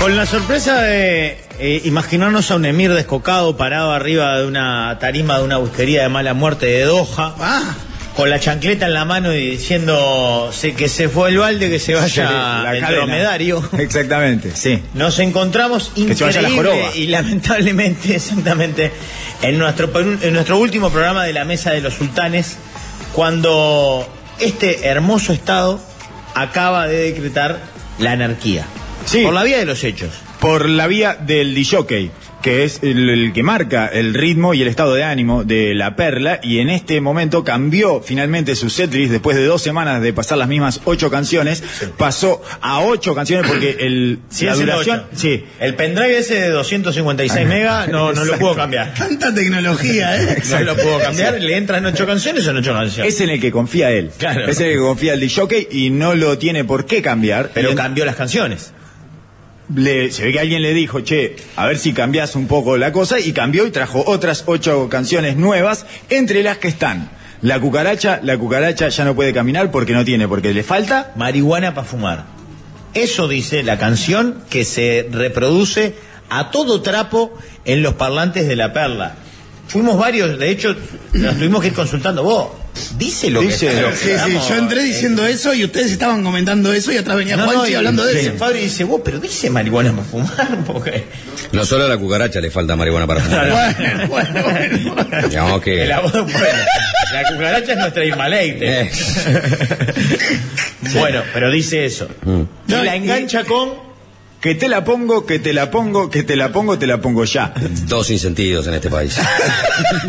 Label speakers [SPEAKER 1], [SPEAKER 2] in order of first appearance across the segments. [SPEAKER 1] Con la sorpresa de eh, imaginarnos a un emir descocado parado arriba de una tarima de una busquería de mala muerte de Doha,
[SPEAKER 2] Ah,
[SPEAKER 1] con la chancleta en la mano y diciendo se- que se fue el balde, que se
[SPEAKER 2] sí,
[SPEAKER 1] vaya el
[SPEAKER 2] cadena.
[SPEAKER 1] dromedario.
[SPEAKER 2] Exactamente, sí.
[SPEAKER 1] Nos encontramos
[SPEAKER 2] se vaya la
[SPEAKER 1] increíble
[SPEAKER 2] joroba.
[SPEAKER 1] y lamentablemente, exactamente, en nuestro, per- en nuestro último programa de la Mesa de los Sultanes, cuando este hermoso Estado acaba de decretar la anarquía.
[SPEAKER 2] Sí.
[SPEAKER 1] Por la vía de los hechos.
[SPEAKER 2] Por la vía del disjockey, que es el, el que marca el ritmo y el estado de ánimo de la perla, y en este momento cambió finalmente su setlist después de dos semanas de pasar las mismas ocho canciones, pasó a ocho canciones porque el, la duración, sí, Ah,
[SPEAKER 1] El pendrive ese de 256 megas no, no lo puedo cambiar.
[SPEAKER 3] Tanta tecnología, ¿eh?
[SPEAKER 1] No lo puedo cambiar. Le entran ocho canciones o no ocho canciones.
[SPEAKER 2] es en el que confía él,
[SPEAKER 1] Claro.
[SPEAKER 2] es en el que confía el disjockey y no lo tiene por qué cambiar. Y
[SPEAKER 1] Pero
[SPEAKER 2] en-
[SPEAKER 1] cambió las canciones.
[SPEAKER 2] Le- se ve que alguien le dijo, che, a ver si cambiás un poco la cosa, y cambió y trajo otras ocho canciones nuevas, entre las que están. La cucaracha, la cucaracha ya no puede caminar porque no tiene, porque le falta.
[SPEAKER 1] marihuana para fumar. Eso dice la canción que se reproduce a todo trapo en los parlantes de la perla. Fuimos varios, de hecho, nos tuvimos que ir consultando. Vos, dice lo
[SPEAKER 2] Dice
[SPEAKER 1] que eh".
[SPEAKER 2] lo
[SPEAKER 3] Sí, sí, yo entré diciendo eso y ustedes estaban comentando eso y atrás venía
[SPEAKER 1] No, no,
[SPEAKER 3] Juanchi
[SPEAKER 1] y-
[SPEAKER 3] hablando de
[SPEAKER 1] sí.
[SPEAKER 3] eso.
[SPEAKER 1] Fabri dice, vos, pero dice marihuana para fumar, porque
[SPEAKER 4] No solo a la cucaracha le falta marihuana para fumar.
[SPEAKER 3] Bueno, bueno, bueno, bueno.
[SPEAKER 4] Digamos que.
[SPEAKER 1] el abono- bueno, la cucaracha es nuestra Himalaya.
[SPEAKER 4] Eh,
[SPEAKER 1] Bueno, pero dice eso.
[SPEAKER 4] Mm.
[SPEAKER 1] Y
[SPEAKER 3] No,
[SPEAKER 1] la
[SPEAKER 3] y-
[SPEAKER 1] engancha con
[SPEAKER 2] Que te la pongo, que te la pongo, que te la pongo, te la pongo ya.
[SPEAKER 4] dos insentidos en este país.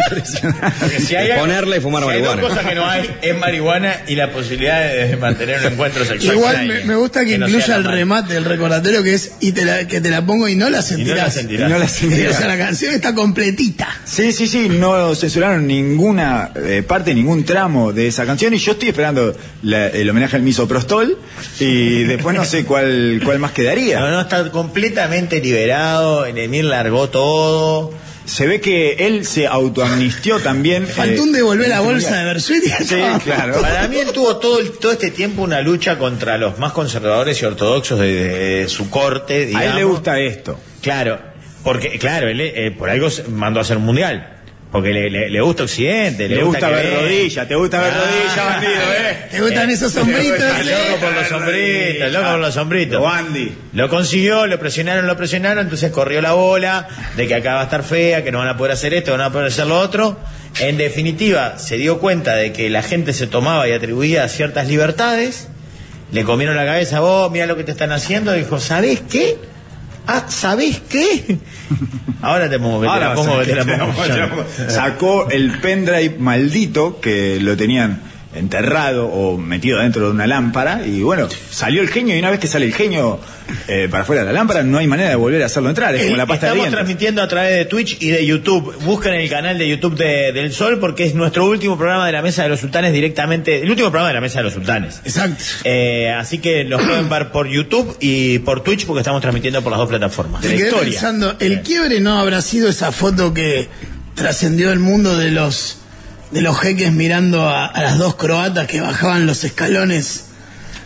[SPEAKER 1] Porque si hay-
[SPEAKER 4] Ponerla y fumar
[SPEAKER 1] si Hay
[SPEAKER 4] marihuana.
[SPEAKER 1] dos cosas que no hay es marihuana y la posibilidad de mantener un encuentro sexual. con
[SPEAKER 3] Igual me,
[SPEAKER 1] alguien.
[SPEAKER 3] me gusta que,
[SPEAKER 1] no
[SPEAKER 3] incluya
[SPEAKER 1] sea
[SPEAKER 3] el
[SPEAKER 1] normal.
[SPEAKER 3] remate, el recordatorio que es y te la, que te la pongo y no la
[SPEAKER 1] Y no
[SPEAKER 3] sentirás.
[SPEAKER 1] la
[SPEAKER 2] Y no
[SPEAKER 1] sentirás.
[SPEAKER 2] la
[SPEAKER 3] O sea,
[SPEAKER 2] sentirás.
[SPEAKER 3] la canción está completita.
[SPEAKER 2] Sí, sí, sí, no censuraron ninguna eh, parte, ningún tramo de esa canción y yo estoy esperando la- el homenaje al misoprostol y después no sé cuál, cuál más quedaría.
[SPEAKER 1] No, no, está completamente liberado. El Emir largó todo.
[SPEAKER 2] Se ve que él se autoamnistió también. eh,
[SPEAKER 3] Faltó un devolver la bolsa de Bersuit y
[SPEAKER 2] Sí, claro.
[SPEAKER 1] Para mí él tuvo todo, el- todo este tiempo una lucha contra los más conservadores y ortodoxos de, de- de su corte.
[SPEAKER 2] A
[SPEAKER 1] digamos.
[SPEAKER 2] él le gusta esto.
[SPEAKER 1] Claro, porque, claro, él eh, por algo se mandó a hacer un mundial. Porque le, le- le gusta Occidente, le,
[SPEAKER 2] Le gusta
[SPEAKER 1] que
[SPEAKER 2] ver
[SPEAKER 1] ven.
[SPEAKER 2] rodillas, te gusta ver rodillas, bandido, ¿eh?
[SPEAKER 3] ¿Te gustan esos sombritos? ¿eh?
[SPEAKER 1] Está loco por los sombritos, loco por los sombritos.
[SPEAKER 2] Lo Andy.
[SPEAKER 1] Lo consiguió, lo presionaron, lo presionaron, entonces corrió la bola de que acá va a estar fea, que no van a poder hacer esto, que no van a poder hacer lo otro. En definitiva, se dio cuenta de que la gente se tomaba y atribuía ciertas libertades. Le comieron la cabeza, vos, mira lo que te están haciendo. Dijo, ¿sabés qué? Ah, ¿sabés qué? Ahora te pongo, que te
[SPEAKER 2] Ahora
[SPEAKER 1] la
[SPEAKER 2] vas a-
[SPEAKER 1] pongo, que te la
[SPEAKER 2] te la
[SPEAKER 1] pongo.
[SPEAKER 2] pongo, te la pongo. Sacó el pendrive maldito que lo tenían enterrado o metido dentro de una lámpara y bueno, salió el genio y una vez que sale el genio eh, para fuera de la lámpara no hay manera de volver a hacerlo entrar, es como la pasta de
[SPEAKER 1] Estamos
[SPEAKER 2] dientes.
[SPEAKER 1] transmitiendo a través de Twitch y de YouTube. Busquen el canal de YouTube de- del Sol porque es nuestro último programa de la Mesa de los Sultanes directamente, el último programa de la Mesa de los Sultanes.
[SPEAKER 3] Exacto.
[SPEAKER 1] Eh, así que los pueden ver por YouTube y por Twitch porque estamos transmitiendo por las dos plataformas.
[SPEAKER 3] Me quedé pensando, el quiebre no habrá sido esa foto que trascendió el mundo de los de los jeques mirando a, a las dos croatas que bajaban los escalones.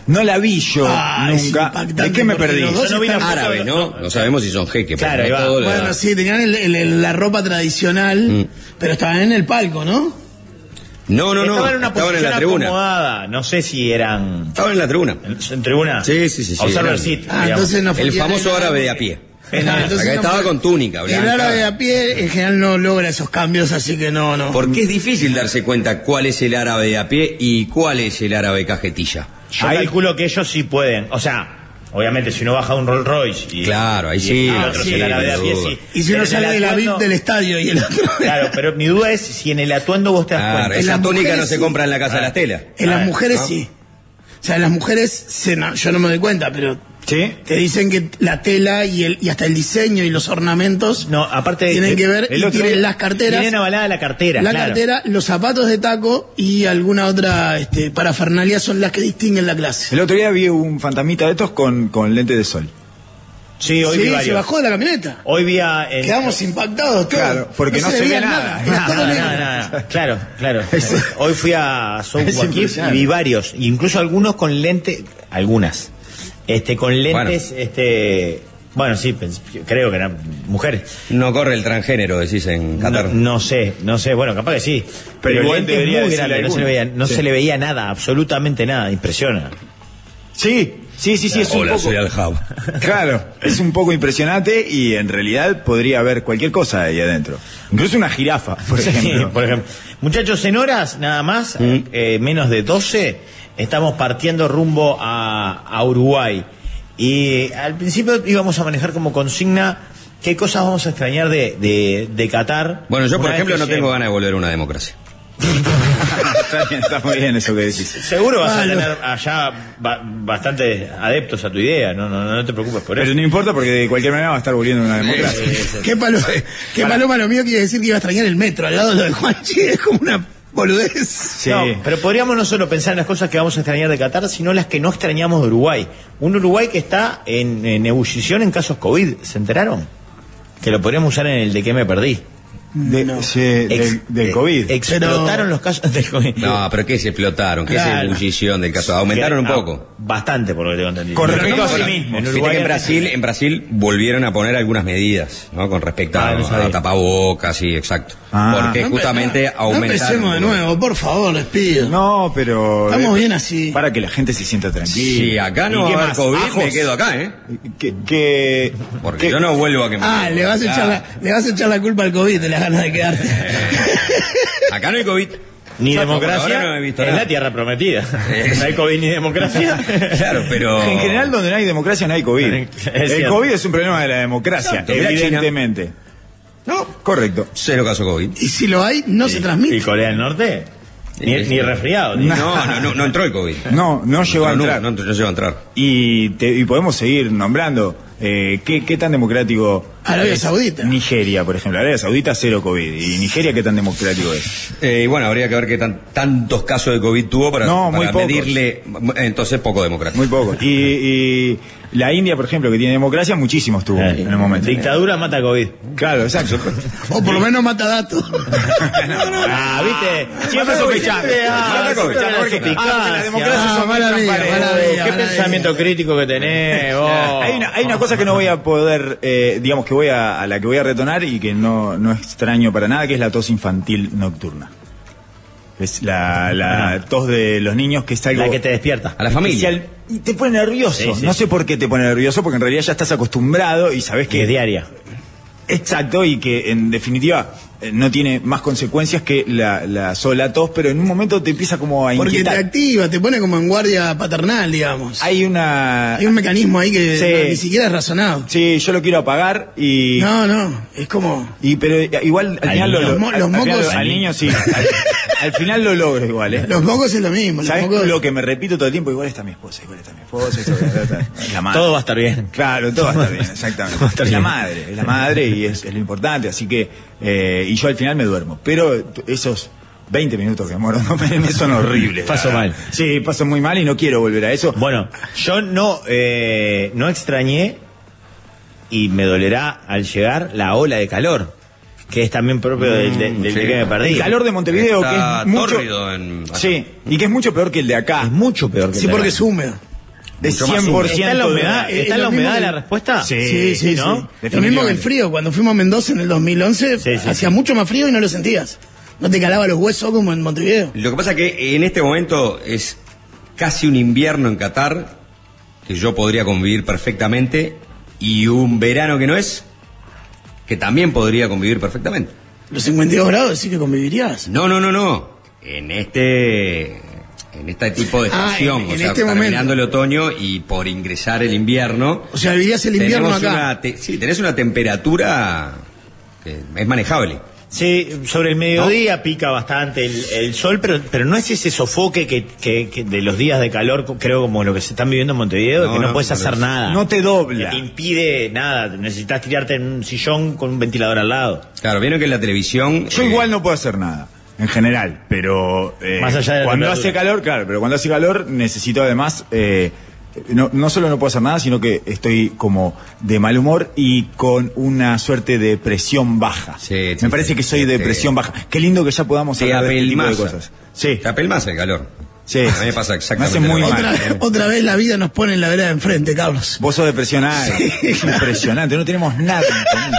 [SPEAKER 2] No la vi yo
[SPEAKER 3] Ah, es
[SPEAKER 2] nunca.
[SPEAKER 3] impactante
[SPEAKER 2] ¿De qué me
[SPEAKER 3] porque
[SPEAKER 2] perdí?
[SPEAKER 3] los dos
[SPEAKER 1] Yo no vi la
[SPEAKER 3] están-
[SPEAKER 1] foto.
[SPEAKER 4] árabe, ¿no? No sabemos si son jeques. porque
[SPEAKER 1] Claro,
[SPEAKER 4] no
[SPEAKER 1] ahí va.
[SPEAKER 4] todo le da-
[SPEAKER 3] Bueno, sí, tenían el- el- el- la ropa tradicional, pero estaban en el palco, ¿no?
[SPEAKER 4] No, no, no.
[SPEAKER 1] Estaban en una
[SPEAKER 4] estaban en
[SPEAKER 1] posición
[SPEAKER 4] la tribuna.
[SPEAKER 1] acomodada. No sé si eran
[SPEAKER 4] Estaban en la tribuna.
[SPEAKER 1] en, en tribuna.
[SPEAKER 4] Sí, sí, sí, sí,
[SPEAKER 1] Observer
[SPEAKER 4] eran.
[SPEAKER 1] seat,
[SPEAKER 3] Ah,
[SPEAKER 1] digamos.
[SPEAKER 3] entonces no fue
[SPEAKER 4] El
[SPEAKER 3] bien
[SPEAKER 4] famoso
[SPEAKER 3] el árabe.
[SPEAKER 4] árabe de a pie.
[SPEAKER 3] Eh, no, entonces
[SPEAKER 4] Acá
[SPEAKER 3] no
[SPEAKER 4] estaba
[SPEAKER 3] fue-
[SPEAKER 4] con túnica
[SPEAKER 3] El
[SPEAKER 4] blanca.
[SPEAKER 3] árabe de a pie en general no logra esos cambios, así que no, no.
[SPEAKER 4] Porque es difícil darse cuenta cuál es el árabe de a pie y cuál es el árabe cajetilla.
[SPEAKER 1] Yo
[SPEAKER 2] Ahí-
[SPEAKER 1] calculo que ellos sí pueden. O sea, obviamente si uno baja un Rolls Royce y.
[SPEAKER 4] Claro, ahí
[SPEAKER 1] y-
[SPEAKER 4] sí,
[SPEAKER 1] ah,
[SPEAKER 4] el
[SPEAKER 1] otro
[SPEAKER 4] otro
[SPEAKER 1] se
[SPEAKER 4] sí,
[SPEAKER 1] la lava de a
[SPEAKER 4] sin
[SPEAKER 1] pie,
[SPEAKER 4] duda.
[SPEAKER 1] sí.
[SPEAKER 3] Y si
[SPEAKER 1] Pero
[SPEAKER 3] uno
[SPEAKER 1] en el
[SPEAKER 3] sale de la VIP
[SPEAKER 1] atuendo-
[SPEAKER 3] del estadio y el otro...
[SPEAKER 1] Claro, pero mi duda es si en el atuendo vos te das
[SPEAKER 4] Claro,
[SPEAKER 1] cuenta.
[SPEAKER 3] es-
[SPEAKER 4] esa
[SPEAKER 3] las
[SPEAKER 4] túnica no
[SPEAKER 3] mujeres
[SPEAKER 4] se
[SPEAKER 3] sí.
[SPEAKER 4] compra en la casa de las telas.
[SPEAKER 3] En
[SPEAKER 1] Ah,
[SPEAKER 3] las mujeres
[SPEAKER 4] ¿no?
[SPEAKER 3] sí. O sea, en las mujeres, se, no, yo no me doy cuenta, pero
[SPEAKER 2] ¿Sí?
[SPEAKER 3] te dicen que la tela y, el, y hasta el diseño y los ornamentos
[SPEAKER 1] No, aparte
[SPEAKER 3] tienen
[SPEAKER 1] el-
[SPEAKER 3] que ver
[SPEAKER 2] el
[SPEAKER 3] y
[SPEAKER 2] otro-
[SPEAKER 3] tienen las carteras.
[SPEAKER 1] Tienen avalada la cartera,
[SPEAKER 3] la
[SPEAKER 1] claro.
[SPEAKER 3] cartera, los zapatos de taco y alguna otra este, parafernalia son las que distinguen la clase.
[SPEAKER 2] El otro día vi un fantasmita de estos con, con lente de sol.
[SPEAKER 1] Sí, hoy
[SPEAKER 3] Sí,
[SPEAKER 1] vi
[SPEAKER 3] se
[SPEAKER 1] varios. Eh,
[SPEAKER 3] bajó de la camioneta.
[SPEAKER 1] Hoy vi a. en-
[SPEAKER 3] Quedamos impactados todos.
[SPEAKER 2] Claro, porque no se
[SPEAKER 3] veía
[SPEAKER 2] ve nada.
[SPEAKER 3] era todo
[SPEAKER 1] Nada,
[SPEAKER 3] negro.
[SPEAKER 1] nada, nada. Claro, claro. Hoy fui a
[SPEAKER 2] Es
[SPEAKER 1] South Kif y
[SPEAKER 2] impresionante.
[SPEAKER 1] vi varios, incluso algunos con lentes, algunas, este, con lentes, este, Bueno, sí, pens- creo que eran mujeres.
[SPEAKER 4] No corre el transgénero, decís en
[SPEAKER 1] No,
[SPEAKER 4] Qatar.
[SPEAKER 1] no sé, no sé, bueno, capaz que sí. Pero,
[SPEAKER 2] igual
[SPEAKER 1] el lente es
[SPEAKER 2] debería
[SPEAKER 1] muy
[SPEAKER 2] decirle
[SPEAKER 1] grande, no, se le,
[SPEAKER 2] alguno.
[SPEAKER 1] veía, no
[SPEAKER 2] Sí.
[SPEAKER 1] se le veía nada, absolutamente nada, impresiona.
[SPEAKER 2] Sí, sí, sí, sí, es un
[SPEAKER 4] Hola,
[SPEAKER 2] poco-
[SPEAKER 4] soy Aljab.
[SPEAKER 2] Claro, es un poco impresionante y en realidad podría haber cualquier cosa ahí adentro. Incluso una jirafa, por
[SPEAKER 1] Sí,
[SPEAKER 2] ejemplo.
[SPEAKER 1] por ejemplo. Muchachos, en horas nada más,
[SPEAKER 4] Mm.
[SPEAKER 1] eh, menos de 12, estamos partiendo rumbo a, a Uruguay. Y al principio íbamos a manejar como consigna qué cosas vamos a extrañar de, de, de Qatar.
[SPEAKER 4] Bueno, yo,
[SPEAKER 1] Una
[SPEAKER 4] por
[SPEAKER 1] vez
[SPEAKER 4] ejemplo,
[SPEAKER 1] que
[SPEAKER 4] no
[SPEAKER 1] llegue.
[SPEAKER 4] tengo ganas de volver a una democracia.
[SPEAKER 2] está, bien, está muy bien eso que decís.
[SPEAKER 1] Seguro vas a
[SPEAKER 3] Malo.
[SPEAKER 1] tener allá ba- bastantes adeptos a tu idea, no, no, no te preocupes por
[SPEAKER 2] Pero
[SPEAKER 1] eso.
[SPEAKER 2] no importa porque de cualquier manera va a estar volviendo a una democracia.
[SPEAKER 3] ¿Qué, palo- qué paloma lo mío quiere decir que iba a extrañar el metro? Al lado de lo de Juanchi es como una boludez.
[SPEAKER 2] Sí.
[SPEAKER 1] No, pero podríamos no solo pensar en las cosas que vamos a extrañar de Qatar, sino las que no extrañamos de Uruguay. Un Uruguay que está en, en ebullición en casos COVID, ¿se enteraron? Que lo podríamos usar en el de que me perdí.
[SPEAKER 2] De- sí, del,
[SPEAKER 1] Ex-
[SPEAKER 2] del
[SPEAKER 1] eh,
[SPEAKER 2] COVID.
[SPEAKER 1] Explotaron
[SPEAKER 3] Pero-
[SPEAKER 1] los casos del COVID.
[SPEAKER 4] No, pero ¿qué se explotaron? ¿Qué
[SPEAKER 1] Claro.
[SPEAKER 4] se ebullición del caso? Aumentaron un
[SPEAKER 1] Ah,
[SPEAKER 4] poco.
[SPEAKER 1] Bastante, por lo que tengo entendido.
[SPEAKER 2] Con
[SPEAKER 1] Pero
[SPEAKER 2] respecto
[SPEAKER 1] no
[SPEAKER 2] a sí
[SPEAKER 1] ahora.
[SPEAKER 2] mismo.
[SPEAKER 1] En
[SPEAKER 4] Viste
[SPEAKER 1] Uruguay
[SPEAKER 4] que en Brasil, en Brasil volvieron a poner algunas medidas, ¿no? Con respecto
[SPEAKER 1] Ah, no
[SPEAKER 4] a,
[SPEAKER 1] sabía.
[SPEAKER 4] a tapabocas, sí, exacto.
[SPEAKER 2] Ah.
[SPEAKER 4] Porque
[SPEAKER 3] No empe-
[SPEAKER 4] justamente
[SPEAKER 3] no, no
[SPEAKER 4] aumentaron.
[SPEAKER 3] empecemos de nuevo, por favor, les pido.
[SPEAKER 2] No, pero.
[SPEAKER 3] Estamos bien así.
[SPEAKER 2] Para que la gente se sienta
[SPEAKER 4] Si
[SPEAKER 2] tranquila.
[SPEAKER 4] acá
[SPEAKER 1] ¿Y
[SPEAKER 4] no
[SPEAKER 1] qué
[SPEAKER 4] va a haber
[SPEAKER 1] más?
[SPEAKER 4] COVID, me
[SPEAKER 1] Ajos.
[SPEAKER 4] quedo acá, ¿eh?
[SPEAKER 2] Que. que-
[SPEAKER 4] Porque
[SPEAKER 2] que-
[SPEAKER 4] yo no vuelvo a que me
[SPEAKER 3] Ah, le vas, a echar la, le vas a echar la culpa al COVID de las ganas de quedarte.
[SPEAKER 4] Acá no hay COVID.
[SPEAKER 1] Ni
[SPEAKER 4] Yo, por
[SPEAKER 1] democracia
[SPEAKER 4] ahora no he visto
[SPEAKER 1] es
[SPEAKER 4] nada.
[SPEAKER 1] la tierra prometida. No hay COVID ni democracia.
[SPEAKER 4] Claro, pero.
[SPEAKER 2] En general, donde no hay democracia, no hay COVID.
[SPEAKER 1] Es
[SPEAKER 2] el
[SPEAKER 1] cierto.
[SPEAKER 2] COVID es un problema de la democracia,
[SPEAKER 4] Exacto. Mirá China.
[SPEAKER 2] evidentemente. No, correcto.
[SPEAKER 4] Cero caso COVID.
[SPEAKER 3] Y si lo hay, no se
[SPEAKER 1] ¿Y
[SPEAKER 3] transmite.
[SPEAKER 1] Corea del Norte? Ni,
[SPEAKER 4] Sí, sí.
[SPEAKER 1] ni resfriado. ni-
[SPEAKER 4] No, no, no, no entró el COVID.
[SPEAKER 2] No, no llegó a
[SPEAKER 4] No, no,
[SPEAKER 2] entrar.
[SPEAKER 4] No, no llegó a entrar.
[SPEAKER 2] Y, te- y podemos seguir nombrando. Eh, ¿qué, qué tan democrático?
[SPEAKER 3] Arabia
[SPEAKER 2] es
[SPEAKER 3] Saudita.
[SPEAKER 2] Nigeria, por ejemplo. Arabia Saudita, cero COVID. ¿Y Nigeria qué tan democrático es?
[SPEAKER 4] Eh, y bueno, habría que ver qué tan- tantos casos de COVID tuvo para,
[SPEAKER 2] No,
[SPEAKER 4] para
[SPEAKER 2] muy pocos.
[SPEAKER 4] medirle. Entonces, poco democrático.
[SPEAKER 2] Muy poco. Y, y la India, por ejemplo, que tiene democracia, muchísimos tuvo
[SPEAKER 1] Eh,
[SPEAKER 2] en el momento.
[SPEAKER 1] Dictadura mata COVID.
[SPEAKER 2] Claro, exacto.
[SPEAKER 3] O por lo menos mata datos.
[SPEAKER 1] Ah, viste. Siempre
[SPEAKER 2] Mata
[SPEAKER 1] sospechando.
[SPEAKER 2] COVID, mata
[SPEAKER 1] Siempre
[SPEAKER 2] COVID.
[SPEAKER 1] la
[SPEAKER 2] Porque- ah, porque la democracia
[SPEAKER 1] suspicacia.
[SPEAKER 3] Ah,
[SPEAKER 2] son muy
[SPEAKER 3] mala mía,
[SPEAKER 2] transparentes.
[SPEAKER 3] mala mía,
[SPEAKER 1] Qué
[SPEAKER 3] mala
[SPEAKER 1] pensamiento
[SPEAKER 3] mía.
[SPEAKER 1] crítico que tenés vos.
[SPEAKER 2] Hay una, hay una cosa que no voy a poder, eh, digamos que voy a, a la que voy a retornar y que no, no extraño para nada, que es la tos infantil nocturna. Es la, la tos de los niños que es algo...
[SPEAKER 1] La que te despierta.
[SPEAKER 4] A la familia.
[SPEAKER 2] especial y te pone nervioso.
[SPEAKER 1] Sí, sí.
[SPEAKER 2] No sé por qué te pone nervioso, porque en realidad ya estás acostumbrado y sabes
[SPEAKER 1] Que
[SPEAKER 2] que
[SPEAKER 1] es diaria.
[SPEAKER 2] Exacto, y que en definitiva eh, no tiene más consecuencias que la, la sola tos, pero en un momento te empieza como a
[SPEAKER 3] Porque te
[SPEAKER 2] inquietar.
[SPEAKER 3] activa, te pone como en guardia paternal, digamos. Hay,
[SPEAKER 2] Hay una...
[SPEAKER 3] un mecanismo ahí que
[SPEAKER 2] Sí.
[SPEAKER 3] no, ni siquiera es razonado.
[SPEAKER 2] Sí, yo lo quiero apagar y...
[SPEAKER 3] No, no, es como...
[SPEAKER 2] Y pero eh, igual al,
[SPEAKER 1] Al
[SPEAKER 2] final lo,
[SPEAKER 1] niño.
[SPEAKER 2] lo-
[SPEAKER 3] Los mo-
[SPEAKER 2] al-
[SPEAKER 3] los
[SPEAKER 2] al final
[SPEAKER 3] mocos-
[SPEAKER 2] lo- al niño sí. Al, al final lo logro igual, ¿eh?
[SPEAKER 3] Los mocos es lo mismo. los
[SPEAKER 2] ¿Sabes
[SPEAKER 3] mocos-
[SPEAKER 2] lo que me repito todo el tiempo? Igual está mi esposa, igual está mi esposa, eso, igual está- la madre.
[SPEAKER 1] Todo va a estar bien.
[SPEAKER 2] Claro, todo va a estar bien, exactamente.
[SPEAKER 1] Todo va a estar
[SPEAKER 2] Es la
[SPEAKER 1] bien.
[SPEAKER 2] madre, es la madre y es, es lo importante, así que eh, y yo al final me duermo, pero t- esos 20 minutos que moro no me, me son horribles.
[SPEAKER 1] Paso
[SPEAKER 2] la verdad.
[SPEAKER 1] mal.
[SPEAKER 2] Sí, paso muy mal y no quiero volver a eso.
[SPEAKER 1] Bueno, yo no, eh, no extrañé y me dolerá al llegar la ola de calor, que es también propio del, del- del
[SPEAKER 4] sí.
[SPEAKER 1] que me perdí.
[SPEAKER 2] el calor de Montevideo
[SPEAKER 4] Está
[SPEAKER 2] que es mucho
[SPEAKER 4] tórrido en-
[SPEAKER 2] Sí, y que es mucho peor que el de acá.
[SPEAKER 1] es mucho peor que
[SPEAKER 3] Sí,
[SPEAKER 1] el de
[SPEAKER 3] porque
[SPEAKER 1] acá.
[SPEAKER 3] es húmedo.
[SPEAKER 2] Es
[SPEAKER 4] Mucho más
[SPEAKER 2] 100%
[SPEAKER 1] ¿Está en la humedad,
[SPEAKER 3] Eh,
[SPEAKER 1] ¿está en
[SPEAKER 3] lo
[SPEAKER 1] la
[SPEAKER 3] mismo
[SPEAKER 1] humedad
[SPEAKER 3] que-
[SPEAKER 1] la respuesta?
[SPEAKER 2] Sí,
[SPEAKER 3] Sí, sí,
[SPEAKER 1] ¿no?
[SPEAKER 3] sí. Lo mismo que el frío. Cuando fuimos a Mendoza en el 2011,
[SPEAKER 1] Sí, sí,
[SPEAKER 3] hacía
[SPEAKER 1] sí.
[SPEAKER 3] mucho más frío y no lo sentías. No te calaba los huesos como en Montevideo.
[SPEAKER 4] Lo que pasa que en este momento es casi un invierno en Qatar, que yo podría convivir perfectamente, y un verano que no es, que también podría convivir perfectamente.
[SPEAKER 3] Los 52 grados sí que convivirías.
[SPEAKER 4] No, no, no, no. En este. En este tipo de
[SPEAKER 3] Ah,
[SPEAKER 4] estación,
[SPEAKER 3] en-
[SPEAKER 4] o
[SPEAKER 3] en
[SPEAKER 4] sea,
[SPEAKER 3] este
[SPEAKER 4] terminando
[SPEAKER 3] momento.
[SPEAKER 4] el otoño y por ingresar el invierno.
[SPEAKER 3] O sea, vivirías el invierno
[SPEAKER 4] tenemos
[SPEAKER 3] acá.
[SPEAKER 4] una te- sí, tenés una temperatura que es manejable.
[SPEAKER 1] Sí, sobre el mediodía pica bastante el, el sol, pero, pero no es ese sofoque que, que- que de los días de calor, co- creo como lo que se están viviendo en Montevideo,
[SPEAKER 4] No,
[SPEAKER 1] que no,
[SPEAKER 4] no,
[SPEAKER 1] puedes
[SPEAKER 4] no
[SPEAKER 1] hacer
[SPEAKER 4] lo-
[SPEAKER 1] nada.
[SPEAKER 2] No te
[SPEAKER 1] Que
[SPEAKER 2] dobla.
[SPEAKER 1] te impide nada, necesitas tirarte en un sillón con un ventilador al lado.
[SPEAKER 4] Claro, vieron que en la televisión.
[SPEAKER 2] Yo
[SPEAKER 4] eh,
[SPEAKER 2] igual no puedo hacer nada. En general, pero eh,
[SPEAKER 1] Más allá de la
[SPEAKER 2] cuando hace
[SPEAKER 1] temperatura.
[SPEAKER 2] calor, claro, pero cuando hace calor necesito además, eh, no, no solo no puedo hacer nada, sino que estoy como de mal humor y con una suerte de presión baja.
[SPEAKER 4] Sí,
[SPEAKER 2] Me
[SPEAKER 4] sí,
[SPEAKER 2] parece
[SPEAKER 4] sí,
[SPEAKER 2] que soy
[SPEAKER 4] sí,
[SPEAKER 2] de
[SPEAKER 4] te-
[SPEAKER 2] presión baja. Qué lindo que ya podamos
[SPEAKER 4] Te
[SPEAKER 2] hablar de este tipo de
[SPEAKER 4] apelmaza.
[SPEAKER 2] cosas. Sí,
[SPEAKER 4] Te apelmaza el calor.
[SPEAKER 2] Sí.
[SPEAKER 4] A mí me pasa exactamente
[SPEAKER 2] Me hace muy
[SPEAKER 4] lo mismo.
[SPEAKER 2] mal.
[SPEAKER 3] Otra,
[SPEAKER 1] eh.
[SPEAKER 2] Vale.
[SPEAKER 3] otra vez la vida nos pone en la vereda de enfrente, Carlos.
[SPEAKER 2] Vos sos de presión alta. Es impresionante, no tenemos nada en común.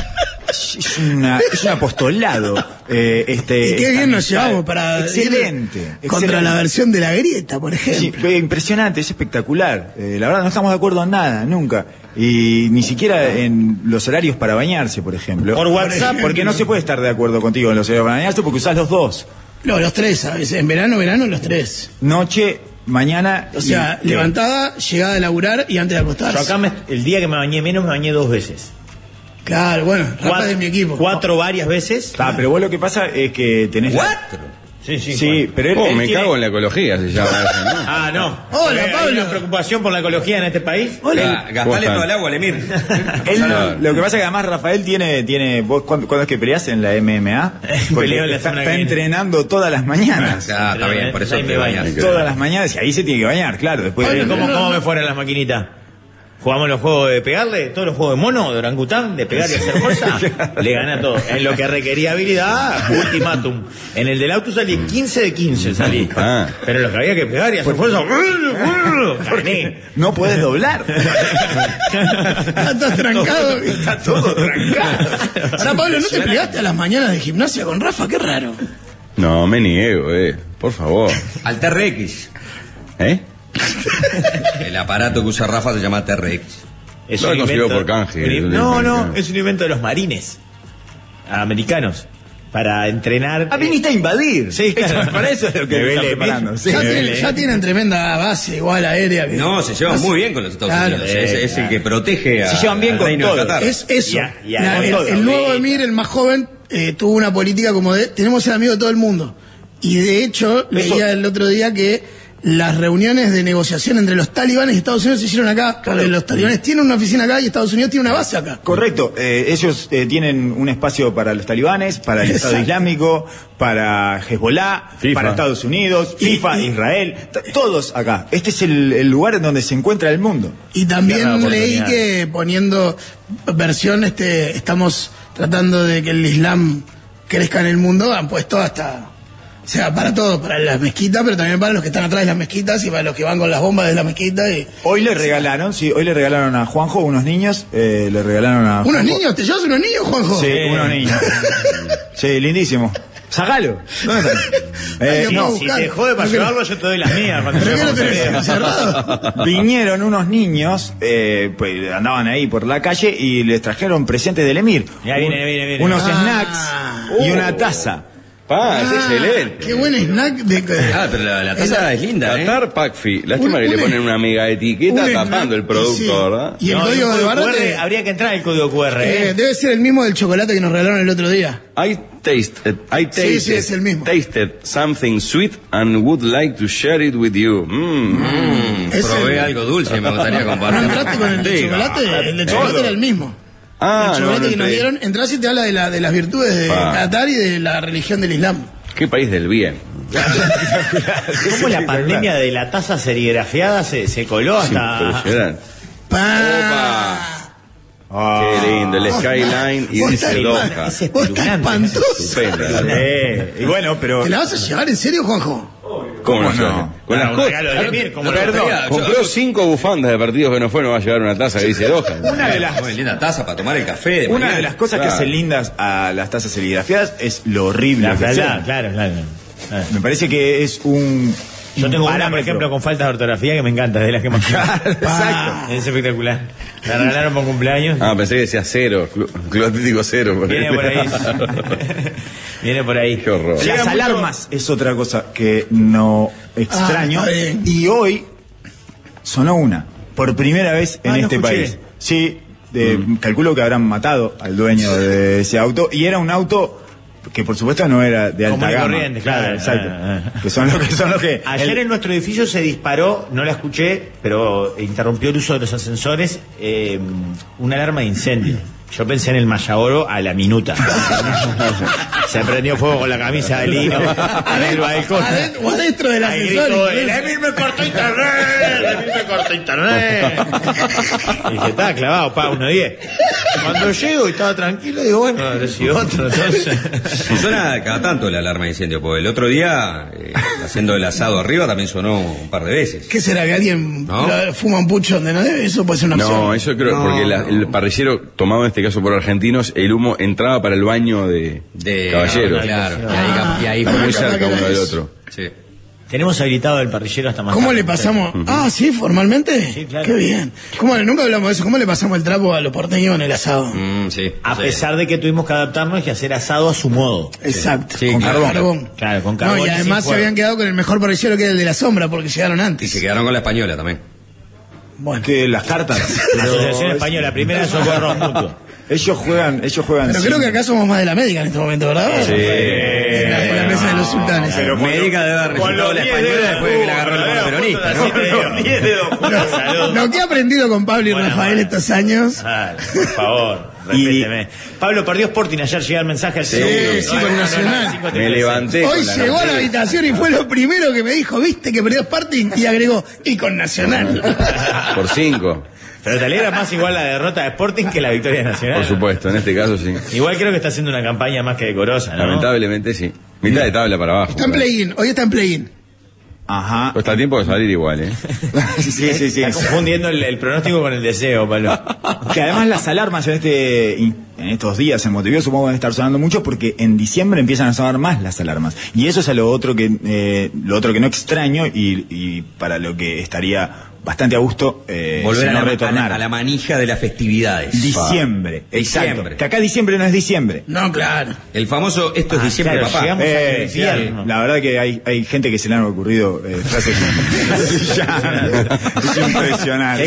[SPEAKER 2] Es, una- es un apostolado. eh, este,
[SPEAKER 3] Y qué
[SPEAKER 2] esta
[SPEAKER 3] bien nos
[SPEAKER 2] amistad.
[SPEAKER 3] llevamos para...
[SPEAKER 2] Excelente.
[SPEAKER 3] Contra
[SPEAKER 2] excelente.
[SPEAKER 3] la versión de la grieta, por ejemplo.
[SPEAKER 2] Sí, eh, impresionante, es espectacular. Eh, la verdad, no estamos de acuerdo en nada, nunca. Y ni siquiera en los horarios para bañarse, por ejemplo.
[SPEAKER 1] Por WhatsApp,
[SPEAKER 2] Porque no se puede estar de acuerdo contigo en los horarios para bañarse porque usás los dos.
[SPEAKER 3] No, los tres, a veces. En verano, verano, los tres.
[SPEAKER 2] Noche, mañana.
[SPEAKER 3] O sea,
[SPEAKER 2] y-
[SPEAKER 3] levantada, llegada a laburar y antes de acostarse.
[SPEAKER 1] Yo acá me- el día que me bañé menos me bañé dos veces.
[SPEAKER 3] Claro, bueno, Rafa es de mi equipo.
[SPEAKER 1] Cuatro varias veces.
[SPEAKER 2] Ah, pero vos lo que pasa es que tenés. la-
[SPEAKER 4] Cuatro.
[SPEAKER 1] Sí, sí.
[SPEAKER 2] Sí,
[SPEAKER 1] cuatro.
[SPEAKER 2] pero él,
[SPEAKER 5] Oh,
[SPEAKER 2] él
[SPEAKER 5] me
[SPEAKER 2] tiene-
[SPEAKER 5] cago en la ecología, se llama eso, ¿no?
[SPEAKER 1] Ah, no.
[SPEAKER 3] Hola,
[SPEAKER 1] Porque hay
[SPEAKER 3] Pablo.
[SPEAKER 1] una preocupación por la ecología en este país.
[SPEAKER 4] Ga-
[SPEAKER 5] ¿Cómo
[SPEAKER 4] Gastale
[SPEAKER 5] están?
[SPEAKER 4] todo el agua, Lemir.
[SPEAKER 2] él-
[SPEAKER 5] Claro.
[SPEAKER 2] lo que pasa es que además Rafael tiene, tiene vos cuándo, cuándo es que peleás en la MMA? Porque
[SPEAKER 1] Peleo la
[SPEAKER 2] está,
[SPEAKER 1] semana
[SPEAKER 2] está
[SPEAKER 1] que viene.
[SPEAKER 2] entrenando todas las
[SPEAKER 4] Ah,
[SPEAKER 2] mañanas.
[SPEAKER 4] está bien, por eso
[SPEAKER 1] Ahí me
[SPEAKER 4] te bañas.
[SPEAKER 1] baño.
[SPEAKER 2] Todas las mañanas y ahí se tiene que bañar, claro. Después
[SPEAKER 1] Pablo,
[SPEAKER 2] de-
[SPEAKER 1] ¿cómo, cómo me fueron las maquinitas? Jugamos los juegos de pegarle, todos los juegos de mono, de orangután, de pegar y hacer fuerza. le gané a todos. En lo que requería habilidad, ultimátum. En el del auto salí 15 de 15, salí.
[SPEAKER 5] Ah.
[SPEAKER 1] Pero en los que había que pegar y hacer fuerza, gané.
[SPEAKER 2] No puedes doblar.
[SPEAKER 3] Estás trancado.
[SPEAKER 2] Está todo trancado.
[SPEAKER 3] Ahora, Pablo, ¿no te plegaste a las mañanas de gimnasia con Rafa? Qué raro.
[SPEAKER 5] No, me niego, eh. Por favor.
[SPEAKER 4] Al TRX.
[SPEAKER 5] ¿Eh?
[SPEAKER 4] El aparato que usa Rafa se llama TRX.
[SPEAKER 1] Es
[SPEAKER 5] Lo
[SPEAKER 1] un
[SPEAKER 5] he conseguido
[SPEAKER 1] invento-
[SPEAKER 5] por canje,
[SPEAKER 1] un-
[SPEAKER 5] es un
[SPEAKER 1] no, no,
[SPEAKER 5] invento.
[SPEAKER 1] es un invento de los marines americanos para entrenar.
[SPEAKER 2] Ah, viniste a invadir.
[SPEAKER 1] Sí, claro.
[SPEAKER 2] Para eso es lo que
[SPEAKER 1] Me
[SPEAKER 2] me está
[SPEAKER 1] vele,
[SPEAKER 2] preparando. sí.
[SPEAKER 3] ya,
[SPEAKER 1] eh,
[SPEAKER 3] tienen, ya
[SPEAKER 1] eh.
[SPEAKER 3] tienen tremenda base, igual aérea. que-
[SPEAKER 4] No, se llevan muy bien con los Estados
[SPEAKER 3] Claro.
[SPEAKER 4] Unidos. Es, es el que protege a.
[SPEAKER 2] Se llevan bien
[SPEAKER 4] al
[SPEAKER 2] con
[SPEAKER 4] reino de
[SPEAKER 2] todos.
[SPEAKER 4] Qatar.
[SPEAKER 3] Es eso.
[SPEAKER 1] Ya, ya,
[SPEAKER 3] La-
[SPEAKER 1] con
[SPEAKER 3] el,
[SPEAKER 1] todo.
[SPEAKER 3] el nuevo Emir, el más joven, eh, tuvo una política como de tenemos el amigo de todo el mundo. Y de hecho, leía el otro día que las reuniones de negociación entre los talibanes y Estados Unidos se hicieron acá. porque Los talibanes tienen una oficina acá y Estados Unidos tiene una base acá.
[SPEAKER 2] Correcto, eh, ellos eh, tienen un espacio para los talibanes, para el Estado
[SPEAKER 3] Exacto.
[SPEAKER 2] Islámico, para Hezbollah,
[SPEAKER 5] FIFA.
[SPEAKER 2] para Estados Unidos, FIFA, Israel, t- todos acá. Este es el, el lugar en donde se encuentra el mundo.
[SPEAKER 3] Y
[SPEAKER 1] Gran
[SPEAKER 3] también
[SPEAKER 1] oportunidad.
[SPEAKER 3] leí que poniendo versión, este, estamos tratando de que el Islam crezca en el mundo, han puesto hasta, o sea, para todos, para las mezquitas, pero también para los que están atrás de las mezquitas y para los que van con las bombas de las mezquitas. Y...
[SPEAKER 2] Hoy le regalaron, sí, hoy le regalaron a Juanjo unos niños, eh, le regalaron a
[SPEAKER 3] ¿Unos
[SPEAKER 2] Juanjo-
[SPEAKER 3] niños? ¿Te llevas unos niños, Juanjo?
[SPEAKER 2] Sí,
[SPEAKER 1] Eh,
[SPEAKER 2] unos niños. sí, lindísimo. Sácalo. ¿Dónde están? Eh,
[SPEAKER 3] Ay,
[SPEAKER 2] no,
[SPEAKER 1] Si te jode para
[SPEAKER 3] No quiero-
[SPEAKER 1] llevarlo, yo te doy las mías. cuando
[SPEAKER 3] ¿Pero qué lo
[SPEAKER 1] lleguemos
[SPEAKER 3] tenés
[SPEAKER 1] a Montevideo.
[SPEAKER 3] encerrado?
[SPEAKER 2] Vinieron unos niños, eh, pues andaban ahí por la calle y les trajeron presentes del Emir.
[SPEAKER 1] Mirá, viene, viene, viene. Uh.
[SPEAKER 2] Unos
[SPEAKER 3] Ah.
[SPEAKER 2] snacks y una taza.
[SPEAKER 1] Ah,
[SPEAKER 5] Pa, es excelente.
[SPEAKER 3] Qué buen snack de...
[SPEAKER 4] Ah, pero la, la taza es linda, ¿eh?
[SPEAKER 5] Qatar Pacfi. Lástima
[SPEAKER 3] Un-
[SPEAKER 5] que le
[SPEAKER 3] un-
[SPEAKER 5] ponen una mega etiqueta
[SPEAKER 3] un
[SPEAKER 5] tapando
[SPEAKER 3] snack,
[SPEAKER 5] el producto,
[SPEAKER 3] sí.
[SPEAKER 5] ¿verdad?
[SPEAKER 3] Y el
[SPEAKER 1] No,
[SPEAKER 3] código de barra
[SPEAKER 1] QR,
[SPEAKER 3] te-
[SPEAKER 1] Habría que entrar el código QR. ¿eh?
[SPEAKER 3] eh, debe ser el mismo del chocolate que nos regalaron el otro día.
[SPEAKER 5] I tasted, I
[SPEAKER 3] Sí,
[SPEAKER 5] tasted,
[SPEAKER 3] sí, es el mismo.
[SPEAKER 5] tasted something sweet and would like to share it with you. Mm.
[SPEAKER 3] Es
[SPEAKER 4] Probé
[SPEAKER 3] el-
[SPEAKER 4] algo dulce y me gustaría
[SPEAKER 3] ¿No
[SPEAKER 4] compartir.
[SPEAKER 3] entraste con el de
[SPEAKER 4] Diga.
[SPEAKER 3] chocolate? El de chocolate era el mismo. el
[SPEAKER 5] Ah, no,
[SPEAKER 3] chocolate
[SPEAKER 5] no
[SPEAKER 3] que nos
[SPEAKER 5] entré.
[SPEAKER 3] dieron, entras y te habla de, la, de las virtudes de
[SPEAKER 5] Pa.
[SPEAKER 3] Qatar y de la religión del Islam.
[SPEAKER 5] Qué país del bien.
[SPEAKER 1] ¿Cómo la pandemia de la taza serigrafiada se, se coló
[SPEAKER 3] Ah.
[SPEAKER 1] hasta.?
[SPEAKER 5] Impresionante.
[SPEAKER 3] Pa.
[SPEAKER 1] Ah.
[SPEAKER 5] Qué lindo, el skyline y
[SPEAKER 3] Ah. Vos
[SPEAKER 5] dice
[SPEAKER 3] estás-
[SPEAKER 5] Doha.
[SPEAKER 1] ese-
[SPEAKER 3] Vos estás
[SPEAKER 1] Espeluznante.
[SPEAKER 3] espantoso.
[SPEAKER 5] Estupendo.
[SPEAKER 2] Eh, y bueno, pero
[SPEAKER 3] ¿Te la vas a llevar en serio, Juanjo?
[SPEAKER 5] ¿Cómo
[SPEAKER 2] ¿Cómo
[SPEAKER 5] no?
[SPEAKER 2] no?
[SPEAKER 5] Con
[SPEAKER 1] Claro,
[SPEAKER 5] las
[SPEAKER 1] un
[SPEAKER 5] cosas.
[SPEAKER 1] regalo de Emir, ¿cómo no?
[SPEAKER 5] Perdón,
[SPEAKER 4] Yo-
[SPEAKER 5] compró cinco bufandas de partidos que no fue, no va a llevar una taza que dice Doha.
[SPEAKER 2] una de las
[SPEAKER 4] Muy linda taza para tomar el café. de
[SPEAKER 2] una
[SPEAKER 4] mañana.
[SPEAKER 2] de las cosas que
[SPEAKER 5] Claro.
[SPEAKER 2] hacen lindas a las tazas serigrafiadas es lo horrible
[SPEAKER 1] La
[SPEAKER 2] que
[SPEAKER 1] verdad,
[SPEAKER 2] hacen.
[SPEAKER 1] claro, claro. Ah.
[SPEAKER 2] Me parece que es un
[SPEAKER 1] Yo
[SPEAKER 2] un
[SPEAKER 1] tengo una, por
[SPEAKER 2] parámetro.
[SPEAKER 1] ejemplo, con faltas de ortografía que me encanta, de las que más.
[SPEAKER 2] exacto.
[SPEAKER 1] Es espectacular. La regalaron por cumpleaños.
[SPEAKER 5] Ah, pensé que decía cero, Clu- Club Atlético cero. por
[SPEAKER 1] Viene
[SPEAKER 5] ahí.
[SPEAKER 1] por ahí. Viene por ahí.
[SPEAKER 5] Qué horror.
[SPEAKER 1] Llega
[SPEAKER 2] Las
[SPEAKER 1] mucho-
[SPEAKER 2] alarmas es otra cosa que no extraño.
[SPEAKER 3] Ah, está bien.
[SPEAKER 2] y hoy sonó una, por primera vez en
[SPEAKER 1] Ah, no
[SPEAKER 2] este
[SPEAKER 1] escuché.
[SPEAKER 2] país. Sí, de-
[SPEAKER 3] Mm.
[SPEAKER 2] calculo que habrán matado al dueño de ese auto. Y era un auto que por supuesto no era de alta
[SPEAKER 1] Común y
[SPEAKER 2] gama.
[SPEAKER 1] corriente, claro.
[SPEAKER 2] exacto.
[SPEAKER 1] Ah, ah.
[SPEAKER 2] Que son los que son los que.
[SPEAKER 1] Ayer en nuestro edificio se disparó, no la escuché, pero interrumpió el uso de los ascensores, eh, una alarma de incendio. Yo pensé en el Mayagoro a la minuta. Se prendió fuego con la camisa de lino. Adentro del coche.
[SPEAKER 3] Aden- o adentro del
[SPEAKER 1] Ahí
[SPEAKER 3] ascensor,
[SPEAKER 1] gritó,
[SPEAKER 3] incluso.
[SPEAKER 1] el Emil me cortó internet, el Emil me cortó internet. Y dije, está clavado, pa, 1.10. Cuando llego y estaba tranquilo, digo, bueno, habrá sido otro, entonces.
[SPEAKER 4] Y suena cada tanto la alarma de incendio, porque el otro día, eh, haciendo el asado arriba, también sonó un par de veces.
[SPEAKER 3] ¿Qué será que alguien
[SPEAKER 4] No.
[SPEAKER 3] lo- fuma un pucho donde no debe? Eso puede ser una opción.
[SPEAKER 5] No, eso creo,
[SPEAKER 4] No,
[SPEAKER 5] porque la-
[SPEAKER 4] no.
[SPEAKER 5] el parrillero, tomado en este caso por argentinos, el humo entraba para el baño de,
[SPEAKER 4] De Ah,
[SPEAKER 5] caballeros.
[SPEAKER 4] Claro, y ahí, cap- y ahí fue
[SPEAKER 5] Muy
[SPEAKER 4] muy
[SPEAKER 5] cerca
[SPEAKER 4] cerca.
[SPEAKER 5] uno del
[SPEAKER 3] eso.
[SPEAKER 5] otro.
[SPEAKER 4] Sí.
[SPEAKER 1] Tenemos habilitado el parrillero hasta más
[SPEAKER 3] ¿Cómo
[SPEAKER 1] tarde.
[SPEAKER 3] le pasamos? Ah, sí, formalmente.
[SPEAKER 1] Sí, claro.
[SPEAKER 3] Qué bien. ¿Cómo, le- nunca hablamos de eso. ¿Cómo le pasamos el trapo a los porteños en el asado?
[SPEAKER 4] Mm, sí.
[SPEAKER 1] A
[SPEAKER 4] Sí.
[SPEAKER 1] pesar de que tuvimos que adaptarnos y hacer asado a su modo.
[SPEAKER 3] Exacto.
[SPEAKER 4] Sí,
[SPEAKER 3] con
[SPEAKER 4] claro.
[SPEAKER 3] carbón.
[SPEAKER 1] Claro, con carbón
[SPEAKER 3] No, y
[SPEAKER 1] y sin
[SPEAKER 3] además se
[SPEAKER 1] fuego.
[SPEAKER 3] habían quedado con el mejor parrillero que era el de la sombra porque llegaron
[SPEAKER 4] Y se
[SPEAKER 3] antes.
[SPEAKER 4] quedaron con la española también.
[SPEAKER 3] Bueno.
[SPEAKER 2] Que las cartas.
[SPEAKER 1] La
[SPEAKER 2] Pero
[SPEAKER 1] Asociación
[SPEAKER 2] es-
[SPEAKER 1] Española, primera de socorro mutuo.
[SPEAKER 2] Ellos juegan, ellos juegan.
[SPEAKER 3] Pero creo
[SPEAKER 2] sin-
[SPEAKER 3] que acá somos más de la médica en este momento, ¿verdad?
[SPEAKER 5] Sí.
[SPEAKER 3] En la, en la mesa de los sultanes.
[SPEAKER 2] Pero con
[SPEAKER 4] Médica debe haber resultado la española después de que la agarró el peronista, ¿no?
[SPEAKER 1] ¿no?
[SPEAKER 3] Lo que he aprendido con Pablo y
[SPEAKER 1] Bueno,
[SPEAKER 3] Rafael
[SPEAKER 1] bueno.
[SPEAKER 3] estos años.
[SPEAKER 1] Ay, por favor,
[SPEAKER 2] Y-
[SPEAKER 1] respéteme. Pablo perdió Sporting, ayer llegó el mensaje al segundo.
[SPEAKER 3] sí, con Nacional.
[SPEAKER 5] Me levanté.
[SPEAKER 3] Hoy
[SPEAKER 5] con la
[SPEAKER 3] llegó a la
[SPEAKER 5] noticia.
[SPEAKER 3] habitación y fue lo primero que me dijo, viste que perdió Sparting y agregó, y con Nacional.
[SPEAKER 5] Por cinco,
[SPEAKER 1] Pero te alegra más igual la derrota de Sporting que la victoria de Nacional.
[SPEAKER 5] por supuesto, en este caso sí.
[SPEAKER 1] Igual creo que está haciendo una campaña más que decorosa, ¿no?
[SPEAKER 5] Lamentablemente sí. Mitad de tabla para abajo.
[SPEAKER 3] Está en play-in, hoy está en play-in.
[SPEAKER 2] Ajá.
[SPEAKER 5] Está a tiempo de salir igual, ¿eh?
[SPEAKER 2] sí, sí, sí.
[SPEAKER 1] Está confundiendo el, el pronóstico con el deseo, Pablo.
[SPEAKER 2] Que además las alarmas en este en estos días en Montevideo supongo van a estar sonando mucho porque en diciembre empiezan a sonar más las alarmas. Y eso es a lo otro que eh, lo otro que no extraño y, y para lo que estaría bastante a gusto eh,
[SPEAKER 4] Volver
[SPEAKER 2] si
[SPEAKER 4] a
[SPEAKER 2] no
[SPEAKER 4] la, a
[SPEAKER 2] retornar.
[SPEAKER 4] la- a la manija de las festividades.
[SPEAKER 2] Diciembre, exacto.
[SPEAKER 4] Diciembre.
[SPEAKER 2] Que acá diciembre no es diciembre.
[SPEAKER 3] No, claro.
[SPEAKER 4] El famoso esto es
[SPEAKER 1] Ah,
[SPEAKER 4] diciembre,
[SPEAKER 1] claro,
[SPEAKER 4] papá.
[SPEAKER 1] llegamos- Vamos
[SPEAKER 2] Eh,
[SPEAKER 1] al infierno.
[SPEAKER 2] sí, La verdad que hay, hay gente que se le han ocurrido eh, frases como- Ya, es impresionante.
[SPEAKER 1] Qué
[SPEAKER 2] Es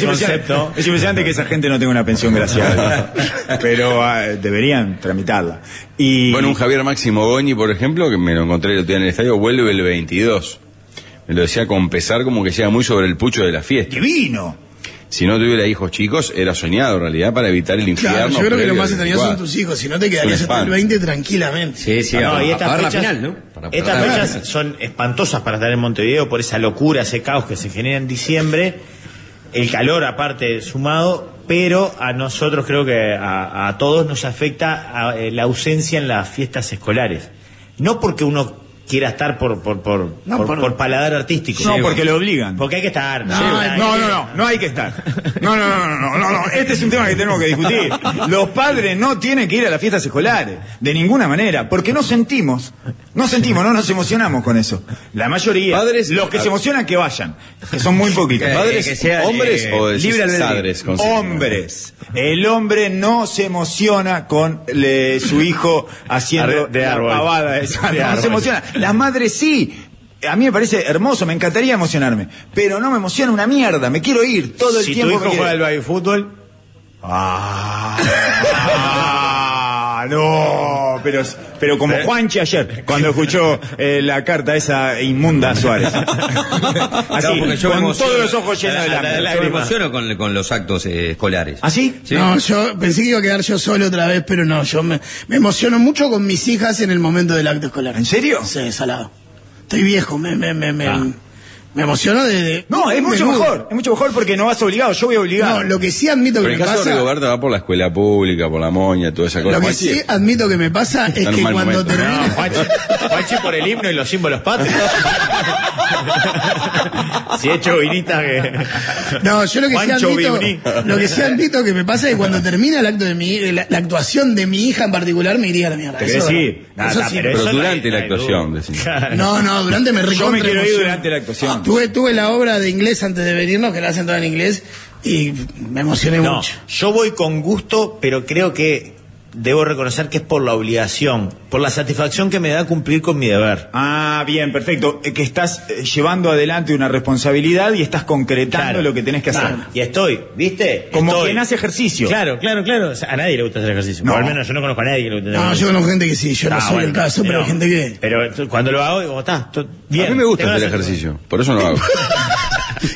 [SPEAKER 2] impresionante-
[SPEAKER 1] concepto.
[SPEAKER 2] Es impresionante que esa gente no tenga una pensión graciada. Pero ah, deberían tramitarla. Y
[SPEAKER 5] Bueno, un Javier Máximo Goñi, por ejemplo, que me lo encontré el otro día en el estadio, vuelve el 22. Me lo decía con pesar, como que llega muy sobre el pucho de la fiesta.
[SPEAKER 2] divino.
[SPEAKER 5] Si no tuviera hijos chicos, era soñado en realidad para evitar el infierno.
[SPEAKER 3] Claro, yo creo que
[SPEAKER 5] previo
[SPEAKER 3] lo más
[SPEAKER 5] del
[SPEAKER 3] extraño son
[SPEAKER 5] 24.
[SPEAKER 3] tus hijos, si no te quedarías hasta el
[SPEAKER 5] espanto.
[SPEAKER 3] 20 tranquilamente.
[SPEAKER 4] Sí, sí,
[SPEAKER 1] No,
[SPEAKER 4] a,
[SPEAKER 1] y
[SPEAKER 4] a
[SPEAKER 1] estas
[SPEAKER 4] ver la
[SPEAKER 1] fechas,
[SPEAKER 4] final, ¿no? Para- para
[SPEAKER 1] estas
[SPEAKER 4] ver la
[SPEAKER 1] fechas
[SPEAKER 4] final.
[SPEAKER 1] son espantosas para estar en Montevideo por esa locura, ese caos que se genera en diciembre, el calor aparte sumado, pero a nosotros creo que a, a todos nos afecta a, eh, la ausencia en las fiestas escolares. No porque uno quiera estar por, por, por,
[SPEAKER 3] No,
[SPEAKER 1] por,
[SPEAKER 3] por-
[SPEAKER 1] por paladar artístico.
[SPEAKER 2] No, porque lo obligan.
[SPEAKER 1] Porque hay que estar.
[SPEAKER 3] No,
[SPEAKER 1] Sí,
[SPEAKER 3] no,
[SPEAKER 1] hay
[SPEAKER 2] No,
[SPEAKER 1] que-
[SPEAKER 2] no, no, no hay que estar. No, no, no, no, no, no, no. Este es un tema que tenemos que discutir. Los padres no tienen que ir a las fiestas escolares, de ninguna manera, porque no sentimos, no sentimos, no nos emocionamos con eso. La mayoría,
[SPEAKER 5] Padres-
[SPEAKER 2] los que se emocionan que vayan, que son muy poquitos.
[SPEAKER 4] Eh,
[SPEAKER 5] ¿Padres,
[SPEAKER 4] que sea,
[SPEAKER 5] hombres
[SPEAKER 4] eh,
[SPEAKER 5] o decís
[SPEAKER 4] libre albedrío.
[SPEAKER 5] sadres? con-
[SPEAKER 2] Hombres, el hombre no se emociona con le- su hijo haciendo
[SPEAKER 1] Arre- de
[SPEAKER 2] la
[SPEAKER 1] árbol.
[SPEAKER 2] pavada esa.
[SPEAKER 1] De
[SPEAKER 2] no
[SPEAKER 1] árbol.
[SPEAKER 2] se emociona. Las madres sí. A mí me parece hermoso, me encantaría emocionarme, pero no me emociona una mierda, me quiero ir todo el
[SPEAKER 1] si tu
[SPEAKER 2] tiempo.
[SPEAKER 1] hijo
[SPEAKER 2] me quiero-
[SPEAKER 1] juega al baby fútbol,
[SPEAKER 2] Ah, ah, no, pero, pero como Juanchi ayer, cuando escuchó eh, la carta esa inmunda a Suárez. Así,
[SPEAKER 4] Claro, porque yo me
[SPEAKER 2] Ah, con
[SPEAKER 4] emociono-
[SPEAKER 2] todos los ojos llenos de
[SPEAKER 4] Yo me
[SPEAKER 2] lágrimas. ¿Ah,
[SPEAKER 4] emociono con, con los actos eh, escolares.
[SPEAKER 2] ¿Así?
[SPEAKER 4] Sí.
[SPEAKER 3] No, yo pensé que iba a quedar yo solo otra vez, pero no, yo me, me emociono mucho con mis hijas en el momento del acto escolar.
[SPEAKER 2] ¿En serio? Ah.
[SPEAKER 3] Sí, salado. Estoy viejo, me, me, me, me, me emociono de, de-
[SPEAKER 2] No, es
[SPEAKER 3] me
[SPEAKER 2] mucho
[SPEAKER 3] mudo.
[SPEAKER 2] mejor, es mucho mejor porque no vas obligado, yo voy obligado.
[SPEAKER 3] No, lo que sí admito que
[SPEAKER 5] Pero en
[SPEAKER 3] me
[SPEAKER 5] caso de
[SPEAKER 3] pasa...
[SPEAKER 5] Rigoberta va por la escuela pública, por la moña, toda esa cosa.
[SPEAKER 3] Lo que
[SPEAKER 5] Juanchi,
[SPEAKER 3] sí admito que me pasa es
[SPEAKER 5] en un
[SPEAKER 3] que
[SPEAKER 5] mal
[SPEAKER 3] cuando
[SPEAKER 5] momento.
[SPEAKER 1] No,
[SPEAKER 3] termina...
[SPEAKER 1] Juanchi, Juanchi por el himno y los símbolos patrios. si he hecho vinita que.
[SPEAKER 3] No, yo lo que, sí
[SPEAKER 1] Juancho Bibri.
[SPEAKER 3] admito, lo que sí admito que me pasa es que cuando termina el acto de mi, la, la actuación de mi hija en particular me iría a la mierda.
[SPEAKER 2] Te
[SPEAKER 3] Eso-
[SPEAKER 2] querés ir.
[SPEAKER 3] eso
[SPEAKER 1] Nada,
[SPEAKER 3] sí.
[SPEAKER 5] Pero
[SPEAKER 1] eso no
[SPEAKER 5] durante
[SPEAKER 1] hay-
[SPEAKER 5] la
[SPEAKER 1] no hay
[SPEAKER 5] actuación,
[SPEAKER 1] duda.
[SPEAKER 5] decís.
[SPEAKER 1] Claro.
[SPEAKER 3] No, no, durante me
[SPEAKER 2] Yo me
[SPEAKER 3] recontra
[SPEAKER 2] quiero ir
[SPEAKER 3] emociono. Ah,
[SPEAKER 2] durante la actuación.
[SPEAKER 3] Tuve, tuve la obra de inglés antes de venirnos, que la hacen toda en inglés, y me emocioné
[SPEAKER 1] No,
[SPEAKER 3] mucho.
[SPEAKER 1] yo voy con gusto, pero creo que debo reconocer que es por la obligación, por la satisfacción que me da cumplir con mi deber.
[SPEAKER 2] Ah, bien, perfecto. Eh, Que estás eh, llevando adelante una responsabilidad y estás concretando
[SPEAKER 1] Claro.
[SPEAKER 2] lo que tenés que hacer.
[SPEAKER 1] Ah, y estoy, ¿viste?
[SPEAKER 2] Como
[SPEAKER 1] Estoy.
[SPEAKER 2] quien hace ejercicio.
[SPEAKER 1] Claro, claro, claro. O sea, a nadie le gusta hacer ejercicio.
[SPEAKER 2] No.
[SPEAKER 1] O al menos yo no conozco a nadie que le guste hacer
[SPEAKER 3] No,
[SPEAKER 1] ejercicio.
[SPEAKER 3] yo conozco gente que sí, yo no
[SPEAKER 1] Ah,
[SPEAKER 3] soy el
[SPEAKER 1] bueno,
[SPEAKER 3] caso, pero hay gente que.
[SPEAKER 1] Pero tú, cuando lo hago, digo, está, to- bien.
[SPEAKER 5] a mí me gusta
[SPEAKER 1] Tengo
[SPEAKER 5] hacer
[SPEAKER 1] la-
[SPEAKER 5] ejercicio, por eso no lo hago.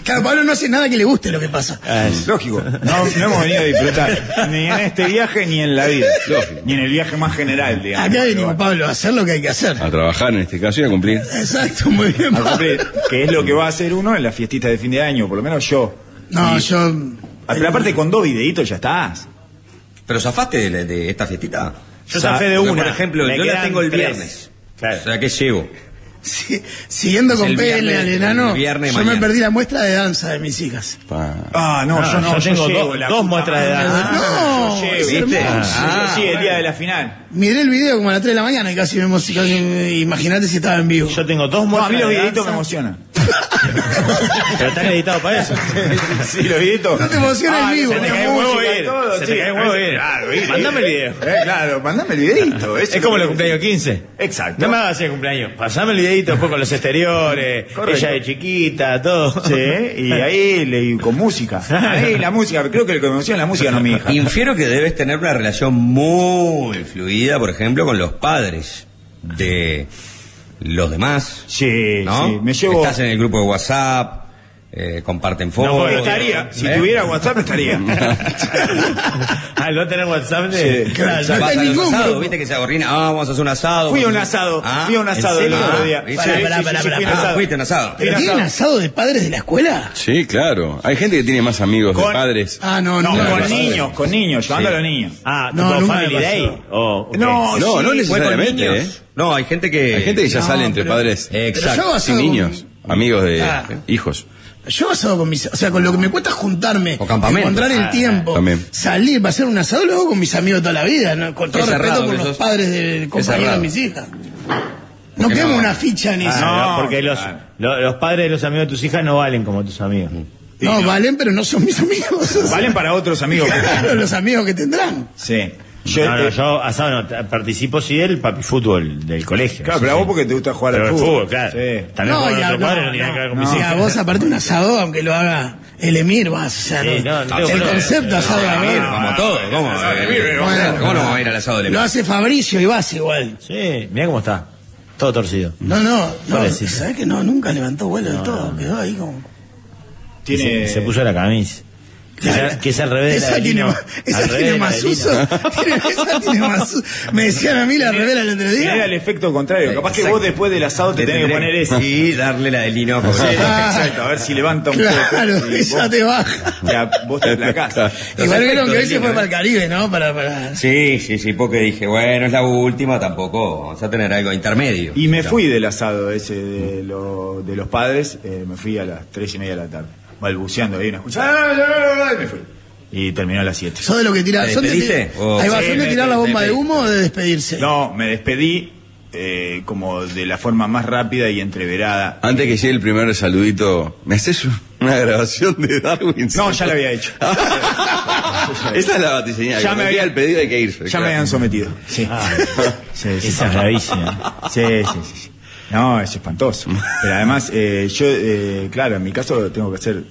[SPEAKER 3] Claro, Pablo no hace nada que le guste lo que pasa.
[SPEAKER 2] Lógico. No, no hemos venido a disfrutar. Ni en este viaje, ni en la vida.
[SPEAKER 5] Lógico.
[SPEAKER 2] Ni en el viaje más general, digamos.
[SPEAKER 3] Acá venimos, Pablo, a hacer lo que hay que hacer.
[SPEAKER 5] A trabajar en este caso y a cumplir.
[SPEAKER 3] Exacto, muy bien.
[SPEAKER 2] A
[SPEAKER 3] Pablo.
[SPEAKER 2] cumplir, que es lo que va a hacer uno en las fiestitas de fin de año, por lo menos yo. Ah,
[SPEAKER 3] No, yo.
[SPEAKER 2] Pero aparte con dos videitos ya estás.
[SPEAKER 4] Pero zafaste de, la- de esta fiestita.
[SPEAKER 1] Yo zafé de
[SPEAKER 4] Porque,
[SPEAKER 1] una.
[SPEAKER 4] Por ejemplo,
[SPEAKER 1] Me
[SPEAKER 4] yo la
[SPEAKER 1] quedan
[SPEAKER 4] tengo el
[SPEAKER 1] tres.
[SPEAKER 4] viernes.
[SPEAKER 1] Claro.
[SPEAKER 4] O sea que llego.
[SPEAKER 3] si- siguiendo
[SPEAKER 4] Es
[SPEAKER 3] con
[SPEAKER 4] el
[SPEAKER 3] Pele
[SPEAKER 4] viernes,
[SPEAKER 3] al
[SPEAKER 4] el
[SPEAKER 3] enano,
[SPEAKER 4] viernes,
[SPEAKER 3] yo me
[SPEAKER 4] mañana.
[SPEAKER 3] perdí la muestra de danza de mis hijas.
[SPEAKER 5] Pa.
[SPEAKER 2] Ah, no,
[SPEAKER 1] No,
[SPEAKER 2] yo no.
[SPEAKER 1] yo tengo
[SPEAKER 2] llego,
[SPEAKER 1] dos-
[SPEAKER 2] la
[SPEAKER 1] dos
[SPEAKER 2] puta
[SPEAKER 1] muestras de
[SPEAKER 2] madre.
[SPEAKER 1] edad.
[SPEAKER 2] Ah,
[SPEAKER 3] No,
[SPEAKER 2] yo
[SPEAKER 3] es
[SPEAKER 2] llego, ¿viste?
[SPEAKER 3] hermoso.
[SPEAKER 2] Ah, sí, el
[SPEAKER 4] bueno.
[SPEAKER 2] día de la final.
[SPEAKER 3] Miré el video como a las 3 de la mañana y casi me emocioné. casi- Imagínate si estaba en vivo.
[SPEAKER 1] Yo tengo dos
[SPEAKER 2] No,
[SPEAKER 1] muestras.
[SPEAKER 2] a mí los
[SPEAKER 1] de
[SPEAKER 2] videitos me
[SPEAKER 1] danza,
[SPEAKER 2] emocionan.
[SPEAKER 1] Pero están editados para eso.
[SPEAKER 2] Sí, los videitos.
[SPEAKER 3] No te emociona
[SPEAKER 2] Ah,
[SPEAKER 3] en vivo.
[SPEAKER 2] Se
[SPEAKER 1] Se
[SPEAKER 2] te
[SPEAKER 1] te
[SPEAKER 2] cae
[SPEAKER 1] cae
[SPEAKER 2] huevo
[SPEAKER 1] música y
[SPEAKER 2] ir.
[SPEAKER 1] todo,
[SPEAKER 2] Se
[SPEAKER 1] sí.
[SPEAKER 2] te cae huevo ir.
[SPEAKER 1] Claro, ir, ir. Eh,
[SPEAKER 2] claro, mandame el videito.
[SPEAKER 1] Es como los cumpleaños 15.
[SPEAKER 2] Exacto.
[SPEAKER 1] No me hagas el cumpleaños. Pasame el videito después con los exteriores.
[SPEAKER 2] Correcto.
[SPEAKER 1] Ella de chiquita, todo.
[SPEAKER 2] Sí, y
[SPEAKER 1] Eh.
[SPEAKER 2] ahí le- y con música. Ahí la música, creo que lo que me emociona es la música, no mi hija.
[SPEAKER 4] Infiero que debes tener una relación muy fluida, por ejemplo, con los padres de los demás.
[SPEAKER 2] Sí,
[SPEAKER 4] ¿no?
[SPEAKER 2] sí, me llevo.
[SPEAKER 4] Estás en el grupo de WhatsApp, eh, comparten fotos.
[SPEAKER 2] No, pero estaría. Si
[SPEAKER 4] ¿eh?
[SPEAKER 2] tuviera WhatsApp, estaría.
[SPEAKER 1] Al Ah, no tener WhatsApp de.
[SPEAKER 2] Sí.
[SPEAKER 1] Claro,
[SPEAKER 3] No
[SPEAKER 4] Vas
[SPEAKER 3] está
[SPEAKER 4] a los
[SPEAKER 3] ningún
[SPEAKER 4] asados,
[SPEAKER 3] grupo.
[SPEAKER 4] viste que se agorrina, ah, vamos a hacer un asado. Ah,
[SPEAKER 2] Fui a un asado, fui a un
[SPEAKER 4] ¿en
[SPEAKER 2] asado el
[SPEAKER 4] serio? Ah,
[SPEAKER 2] otro día.
[SPEAKER 4] ¿viste?
[SPEAKER 3] Pará,
[SPEAKER 2] Sí,
[SPEAKER 3] pará,
[SPEAKER 2] sí,
[SPEAKER 3] pará,
[SPEAKER 2] sí, fui a un
[SPEAKER 3] pará.
[SPEAKER 2] asado.
[SPEAKER 4] Fuiste a un asado.
[SPEAKER 2] Fui a un
[SPEAKER 3] ¿Tienen
[SPEAKER 2] asado.
[SPEAKER 3] asado de padres de la escuela?
[SPEAKER 5] Sí, claro. Hay gente que tiene más amigos de
[SPEAKER 2] Con-
[SPEAKER 5] padres.
[SPEAKER 3] Ah, no, no.
[SPEAKER 2] No,
[SPEAKER 3] no,
[SPEAKER 2] con niños, con niños, llevando a los niños.
[SPEAKER 1] Ah,
[SPEAKER 3] No,
[SPEAKER 1] tipo
[SPEAKER 3] nunca me
[SPEAKER 1] Family
[SPEAKER 3] pasó.
[SPEAKER 1] Day. Oh, ok.
[SPEAKER 2] No,
[SPEAKER 5] No, no
[SPEAKER 2] sí,
[SPEAKER 4] Fue con
[SPEAKER 5] necesariamente,
[SPEAKER 4] niños.
[SPEAKER 5] ¿eh?
[SPEAKER 4] No, hay gente que.
[SPEAKER 5] Hay gente que ya
[SPEAKER 3] No,
[SPEAKER 5] sale entre
[SPEAKER 3] pero-
[SPEAKER 5] padres.
[SPEAKER 3] Pero yo
[SPEAKER 4] Exacto.
[SPEAKER 3] hago
[SPEAKER 5] Sin
[SPEAKER 3] asado
[SPEAKER 5] niños. Amigos de
[SPEAKER 3] Ah.
[SPEAKER 5] hijos.
[SPEAKER 3] Con, yo asado con mis. O sea, con lo que me cuesta juntarme,
[SPEAKER 4] O campamento.
[SPEAKER 3] encontrar el
[SPEAKER 1] Ah,
[SPEAKER 3] tiempo,
[SPEAKER 5] también.
[SPEAKER 3] salir para hacer un asado, lo hago con mis amigos toda la vida. ¿no? Con todo
[SPEAKER 4] Qué
[SPEAKER 3] respeto
[SPEAKER 4] cerrado
[SPEAKER 3] por
[SPEAKER 4] que
[SPEAKER 3] los
[SPEAKER 4] sos.
[SPEAKER 3] padres del
[SPEAKER 4] Qué
[SPEAKER 3] compañero de
[SPEAKER 4] cerrado.
[SPEAKER 3] mis hijas. No
[SPEAKER 4] Porque
[SPEAKER 3] quemo
[SPEAKER 4] no.
[SPEAKER 3] una ficha en eso.
[SPEAKER 1] Ah,
[SPEAKER 2] No,
[SPEAKER 1] porque los,
[SPEAKER 2] claro.
[SPEAKER 1] lo- los padres de los amigos de tus hijas no valen como tus amigos.
[SPEAKER 3] no, valen, pero no son mis amigos.
[SPEAKER 2] Valen para otros amigos.
[SPEAKER 3] Claro, los amigos que tendrán.
[SPEAKER 2] Sí.
[SPEAKER 1] Yo,
[SPEAKER 2] Yo,
[SPEAKER 1] no, no,
[SPEAKER 2] eh,
[SPEAKER 1] yo asado no, t- participo sí del papi fútbol del colegio.
[SPEAKER 2] Claro,
[SPEAKER 1] Sí,
[SPEAKER 2] pero a vos
[SPEAKER 1] sí.
[SPEAKER 2] porque te gusta jugar
[SPEAKER 1] Pero
[SPEAKER 2] al
[SPEAKER 1] el
[SPEAKER 2] fútbol.
[SPEAKER 1] fútbol, claro.
[SPEAKER 2] Sí.
[SPEAKER 1] También
[SPEAKER 3] no,
[SPEAKER 1] juego
[SPEAKER 3] y
[SPEAKER 1] en
[SPEAKER 3] a,
[SPEAKER 1] otro
[SPEAKER 3] no,
[SPEAKER 1] cuadro, no tiene nada que ver con mis
[SPEAKER 3] no. Y a
[SPEAKER 1] hijas.
[SPEAKER 3] vos, aparte, un asado, aunque lo haga el emir, vas. O sea,
[SPEAKER 1] Sí,
[SPEAKER 3] no,
[SPEAKER 1] no, no tengo
[SPEAKER 3] el
[SPEAKER 1] problema.
[SPEAKER 3] concepto asado de emir.
[SPEAKER 4] Como todo, ¿cómo? Eh,
[SPEAKER 3] Bueno.
[SPEAKER 4] ¿Cómo no vamos a ir al asado del
[SPEAKER 3] Lo hace Fabricio y vas igual.
[SPEAKER 1] Sí, mirá cómo está. Todo torcido.
[SPEAKER 3] No, no, no.
[SPEAKER 1] Pobrecito.
[SPEAKER 3] ¿Sabes que no? Nunca levantó vuelo del todo. Quedó ahí como.
[SPEAKER 2] Tiene...
[SPEAKER 1] Se, se puso la camisa. Que,
[SPEAKER 3] Claro.
[SPEAKER 1] sea- que es al revés de la
[SPEAKER 3] Esa
[SPEAKER 1] de
[SPEAKER 3] tiene,
[SPEAKER 1] Lino.
[SPEAKER 3] ma- esa
[SPEAKER 1] Al revés
[SPEAKER 3] tiene
[SPEAKER 1] de la
[SPEAKER 3] más
[SPEAKER 1] de Lino.
[SPEAKER 3] uso. Tiene- esa tiene más uso. Me decían a mí la revela el otro
[SPEAKER 2] Era
[SPEAKER 3] día.
[SPEAKER 2] el efecto contrario. Capaz que
[SPEAKER 4] Exacto.
[SPEAKER 2] vos después del asado te tenés que poner ese.
[SPEAKER 4] Y darle la del lino.
[SPEAKER 2] Exacto, a ver si levanta un
[SPEAKER 3] Ah, Claro,
[SPEAKER 2] poco. Y
[SPEAKER 3] ella
[SPEAKER 2] vos-
[SPEAKER 3] te baja.
[SPEAKER 2] Ya, vos te aplacás.
[SPEAKER 4] Los
[SPEAKER 3] Igual vieron
[SPEAKER 4] efectos
[SPEAKER 3] que hoy se
[SPEAKER 4] del
[SPEAKER 3] fue
[SPEAKER 4] Lino,
[SPEAKER 3] para el
[SPEAKER 4] ¿eh?
[SPEAKER 3] Caribe, ¿no? Para, para.
[SPEAKER 4] Sí, sí, sí, porque dije, bueno, es la última, tampoco vamos a tener algo intermedio.
[SPEAKER 2] Y me fui del asado ese de, lo- de los padres, eh, me fui a las tres y media de la tarde, balbuceando ahí una escucha, y me fui. Y terminó a las 7.
[SPEAKER 3] ¿Sos de lo que tirar?
[SPEAKER 4] ¿Te
[SPEAKER 3] ¿Son de,
[SPEAKER 4] despediste? Oh.
[SPEAKER 3] ahí va,
[SPEAKER 2] Sí,
[SPEAKER 3] ¿son de
[SPEAKER 2] me-
[SPEAKER 3] tirar la
[SPEAKER 2] me-
[SPEAKER 3] bomba
[SPEAKER 2] me-
[SPEAKER 3] de humo o de despedirse?
[SPEAKER 2] No, me despedí eh, como de la forma más rápida y entreverada.
[SPEAKER 5] Antes que llegue el primer saludito, ¿me haces una grabación de Darwin?
[SPEAKER 2] No, ya la había hecho.
[SPEAKER 5] Esa es la batiseñal.
[SPEAKER 2] Ya
[SPEAKER 5] Ya
[SPEAKER 2] me
[SPEAKER 5] me
[SPEAKER 2] había-
[SPEAKER 5] había el pedido, hay que irse.
[SPEAKER 2] Ya
[SPEAKER 5] claro.
[SPEAKER 2] me habían sometido. Sí.
[SPEAKER 3] Ah.
[SPEAKER 2] Sí, sí,
[SPEAKER 1] Esa es bravísima.
[SPEAKER 2] Sí, sí, sí, sí. No, es espantoso. Pero además, eh, yo, eh, claro, en mi caso tengo que hacer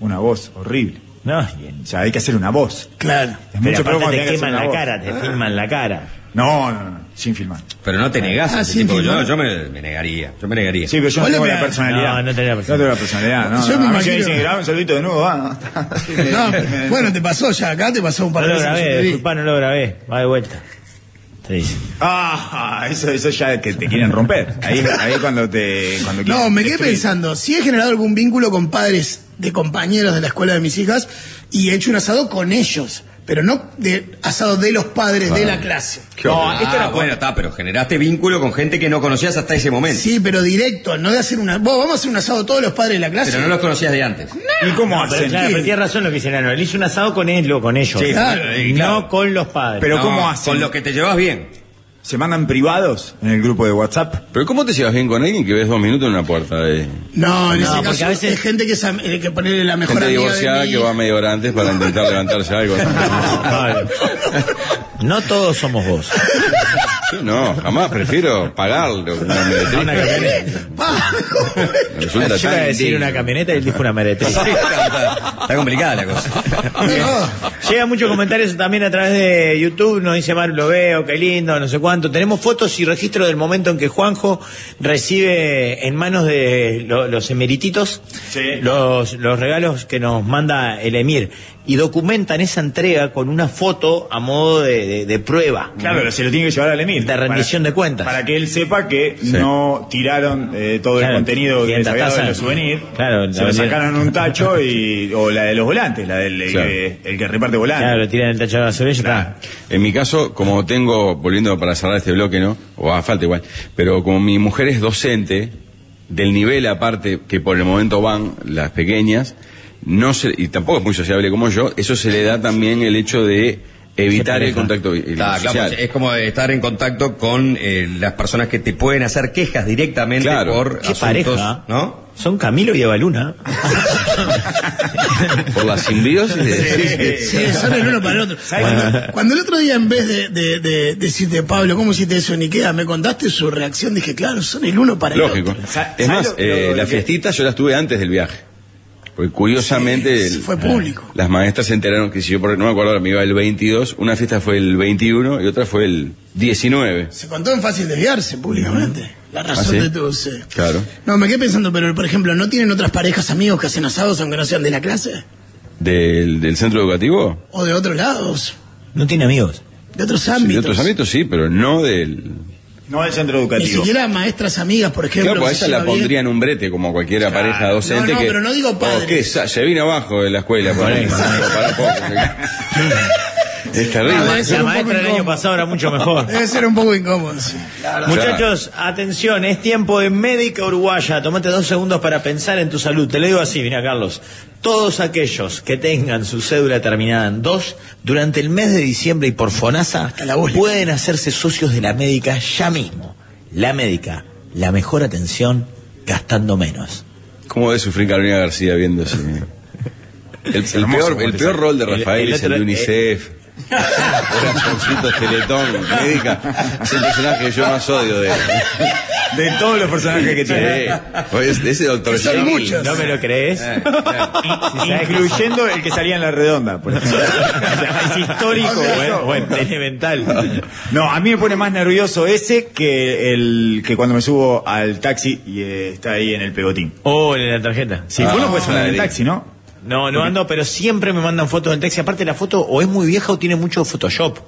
[SPEAKER 2] una voz horrible.
[SPEAKER 1] No, y el-
[SPEAKER 2] O sea, hay que hacer una voz.
[SPEAKER 3] Claro.
[SPEAKER 2] Es
[SPEAKER 1] pero
[SPEAKER 2] mucho peor
[SPEAKER 1] aparte te
[SPEAKER 2] cuando tenés que hacer
[SPEAKER 1] queman
[SPEAKER 2] una
[SPEAKER 1] la
[SPEAKER 2] voz. Ah.
[SPEAKER 1] cara, te filman la cara.
[SPEAKER 2] No, no, no, sin filmar.
[SPEAKER 4] Pero no te negás
[SPEAKER 3] Ah,
[SPEAKER 4] a ese
[SPEAKER 3] sí,
[SPEAKER 4] tipo de-
[SPEAKER 3] filmar.
[SPEAKER 4] Yo, yo me, me negaría, yo me negaría.
[SPEAKER 2] Sí, pero yo no
[SPEAKER 3] Hola,
[SPEAKER 2] tengo la
[SPEAKER 3] pero-
[SPEAKER 2] personalidad.
[SPEAKER 1] No, no tenés la personalidad.
[SPEAKER 2] No tengo la personalidad, no. no.
[SPEAKER 3] Yo me
[SPEAKER 2] A mí
[SPEAKER 3] imagino-
[SPEAKER 2] me dicen, graba un saludito de nuevo, ah, va.
[SPEAKER 3] No, bueno, te pasó ya acá, te pasó un
[SPEAKER 1] No
[SPEAKER 3] par de
[SPEAKER 1] lo
[SPEAKER 3] veces. que yo
[SPEAKER 1] grabé,
[SPEAKER 3] te vi.
[SPEAKER 1] disculpa, no lo grabé. Va de vuelta. Te dice.
[SPEAKER 2] Ah, eso, eso ya que te quieren romper. Ahí, ahí cuando te. Cuando
[SPEAKER 3] No,
[SPEAKER 2] quieren
[SPEAKER 3] me quedé
[SPEAKER 2] destruir.
[SPEAKER 3] pensando, si he generado algún vínculo con padres de compañeros de la escuela de mis hijas y he hecho un asado con ellos, pero no de asado de los padres de la clase.
[SPEAKER 5] Qué
[SPEAKER 4] No,
[SPEAKER 5] horror.
[SPEAKER 4] esto
[SPEAKER 2] Ah,
[SPEAKER 4] era Ah, bueno, está, pero generaste vínculo con gente que no conocías hasta ese momento.
[SPEAKER 3] Sí, pero directo, no de hacer una... Vos, vamos a hacer un asado todos los padres de la clase.
[SPEAKER 4] Pero no los conocías de antes.
[SPEAKER 2] ¿Y cómo
[SPEAKER 1] Pero
[SPEAKER 2] hacen?
[SPEAKER 1] claro, pero tienes razón lo que dice Nano. Él hizo un asado con él, o con ellos.
[SPEAKER 4] Sí,
[SPEAKER 3] claro,
[SPEAKER 4] eh, claro.
[SPEAKER 1] No con los padres.
[SPEAKER 2] Pero
[SPEAKER 4] No,
[SPEAKER 2] ¿cómo hacen?
[SPEAKER 4] Con los que te llevas bien.
[SPEAKER 2] ¿Se mandan privados en el grupo de WhatsApp?
[SPEAKER 5] Pero ¿cómo te llevas bien con alguien que ves dos minutos en una puerta de
[SPEAKER 3] No, en
[SPEAKER 1] No,
[SPEAKER 3] ese
[SPEAKER 1] porque
[SPEAKER 3] caso
[SPEAKER 1] a veces-
[SPEAKER 3] es gente que, es am- eh, que ponerle la mejor
[SPEAKER 5] gente
[SPEAKER 3] amiga de
[SPEAKER 5] divorciada
[SPEAKER 3] mi-
[SPEAKER 5] que va media hora antes para intentar levantarse algo?
[SPEAKER 1] Pablo, no todos somos vos.
[SPEAKER 5] Yo no, jamás prefiero pagarlo. Una meretriz.
[SPEAKER 1] Una camioneta.
[SPEAKER 5] Me
[SPEAKER 1] Yo
[SPEAKER 5] resulta
[SPEAKER 1] iba a
[SPEAKER 5] tan
[SPEAKER 1] decir
[SPEAKER 5] indigno.
[SPEAKER 1] una camioneta y él dijo una meretriz.
[SPEAKER 4] Está complicada la cosa.
[SPEAKER 1] Llega muchos comentarios también a través de YouTube, nos dice Maru, lo veo, qué lindo, no sé cuánto. Tenemos fotos y registro del momento en que Juanjo recibe en manos de lo- los emerititos
[SPEAKER 2] Sí.
[SPEAKER 1] los, los regalos que nos manda el Emir y documentan esa entrega con una foto a modo de, de- de prueba.
[SPEAKER 2] Claro, pero se lo tiene que llevar al Emir.
[SPEAKER 1] De rendición de cuentas.
[SPEAKER 2] Para que él sepa que no tiraron eh, todo
[SPEAKER 1] Claro,
[SPEAKER 2] el contenido
[SPEAKER 1] y
[SPEAKER 2] que
[SPEAKER 1] en
[SPEAKER 2] les
[SPEAKER 1] la
[SPEAKER 2] había dado
[SPEAKER 1] taza-
[SPEAKER 2] en los souvenirs.
[SPEAKER 1] Claro, la
[SPEAKER 2] se lo
[SPEAKER 1] vendieron.
[SPEAKER 2] sacaron en un tacho y, o la de los volantes, la del el
[SPEAKER 5] Claro.
[SPEAKER 2] que- el que reparte volantes.
[SPEAKER 1] Claro, lo tiran en el tacho de la basura y ya está.
[SPEAKER 5] En mi caso, como tengo, volviendo para cerrar este bloque, ¿no? O a falta igual, pero como mi mujer es docente, del nivel aparte que por el momento van las pequeñas, no se, y tampoco es muy sociable como yo, eso se le da también el hecho de evitar el contacto vi- el
[SPEAKER 4] Está, claro, pues, eh.
[SPEAKER 5] social.
[SPEAKER 4] es como estar en contacto con eh, las personas que te pueden hacer quejas directamente
[SPEAKER 5] Claro.
[SPEAKER 4] por
[SPEAKER 1] Qué
[SPEAKER 4] asuntos,
[SPEAKER 1] pareja.
[SPEAKER 4] ¿no?
[SPEAKER 1] Son Camilo y Evaluna.
[SPEAKER 5] Por la simbiosis de-
[SPEAKER 3] Sí, son el uno para el otro. Cuando, cuando el otro día, en vez de, de- de decirte, Pablo, ¿cómo hiciste eso en Ikea? Me contaste su reacción, dije, claro, son el uno para el
[SPEAKER 5] Lógico.
[SPEAKER 3] otro.
[SPEAKER 2] Sa-
[SPEAKER 5] Es
[SPEAKER 2] ¿sabes
[SPEAKER 5] más,
[SPEAKER 2] lo- lo-
[SPEAKER 5] eh,
[SPEAKER 2] lo
[SPEAKER 5] la
[SPEAKER 2] que-
[SPEAKER 5] fiestita yo la tuve antes del viaje. Porque
[SPEAKER 3] Sí,
[SPEAKER 5] curiosamente.
[SPEAKER 3] sí,
[SPEAKER 5] el- Ah,
[SPEAKER 3] fue público.
[SPEAKER 5] Las maestras se enteraron que si yo, porque no me acuerdo, ahora, me iba el 22, una fiesta fue el 21 y otra fue el 19.
[SPEAKER 3] Se contó en fácil desviarse públicamente. La razón
[SPEAKER 5] ¿Ah, sí?
[SPEAKER 3] de tu sí.
[SPEAKER 5] Claro.
[SPEAKER 3] No, me quedé pensando, pero por ejemplo, ¿no tienen otras parejas amigos que hacen asados aunque no sean de la clase?
[SPEAKER 5] ¿Del, del centro educativo?
[SPEAKER 3] ¿O de otros lados?
[SPEAKER 1] No tiene amigos.
[SPEAKER 3] ¿De otros
[SPEAKER 5] Sí,
[SPEAKER 3] ámbitos?
[SPEAKER 5] de otros ámbitos sí, pero no del.
[SPEAKER 2] No del centro
[SPEAKER 3] Ni
[SPEAKER 2] educativo.
[SPEAKER 3] siquiera maestras amigas, por ejemplo.
[SPEAKER 5] Claro, pues
[SPEAKER 3] que
[SPEAKER 5] a ella
[SPEAKER 3] se
[SPEAKER 5] la
[SPEAKER 3] lleva bien.
[SPEAKER 5] pondría en un brete como cualquiera pareja docente.
[SPEAKER 3] No, no,
[SPEAKER 5] que,
[SPEAKER 3] pero no digo
[SPEAKER 5] Oh,
[SPEAKER 3] padres.
[SPEAKER 5] ¿qué? Sa- Se vino abajo de la escuela. por ahí. Pará un poco. es terrible.
[SPEAKER 3] Ah, es- Ser
[SPEAKER 1] La
[SPEAKER 3] un
[SPEAKER 1] maestra
[SPEAKER 3] poco
[SPEAKER 1] del
[SPEAKER 3] incómodo.
[SPEAKER 1] año pasado era mucho mejor.
[SPEAKER 3] Debe ser un poco incómodo, sí.
[SPEAKER 1] Muchachos, atención, es tiempo de médica uruguaya. Tomate dos segundos para pensar en tu salud. Te lo digo así, mira Carlos. Todos aquellos que tengan su cédula terminada en dos, durante el mes de diciembre y por FONASA,
[SPEAKER 3] la bola.
[SPEAKER 1] pueden hacerse socios de la médica ya mismo. La médica, la mejor atención gastando menos.
[SPEAKER 5] ¿Cómo debe sufrir Carolina García viendo ese- El, el peor, el peor rol de
[SPEAKER 1] El-
[SPEAKER 5] Rafael
[SPEAKER 1] el
[SPEAKER 5] es el
[SPEAKER 1] otro- eh.
[SPEAKER 5] de UNICEF. Era Alfonsito Teletón, médica. Es el personaje que yo más odio de él.
[SPEAKER 2] De todos los personajes que tiene.
[SPEAKER 5] Oye, es- ese doctor
[SPEAKER 3] son
[SPEAKER 5] Jekyll.
[SPEAKER 3] muchos.
[SPEAKER 1] ¿No me lo crees? Si sabes que-
[SPEAKER 2] Incluyendo el que salía en la redonda, por ejemplo.
[SPEAKER 1] es histórico, bueno, bueno, elemental.
[SPEAKER 2] No, a mí me pone más nervioso ese que el que cuando me subo al taxi y eh, está ahí en el pegotín.
[SPEAKER 1] Oh, en la tarjeta.
[SPEAKER 2] Sí,
[SPEAKER 5] Ah,
[SPEAKER 2] vos no puedes
[SPEAKER 5] la
[SPEAKER 2] andar en el
[SPEAKER 5] de-
[SPEAKER 2] taxi, ¿no?
[SPEAKER 1] No, no ando, pero siempre me mandan fotos en taxi. Aparte la foto o es muy vieja o tiene mucho Photoshop.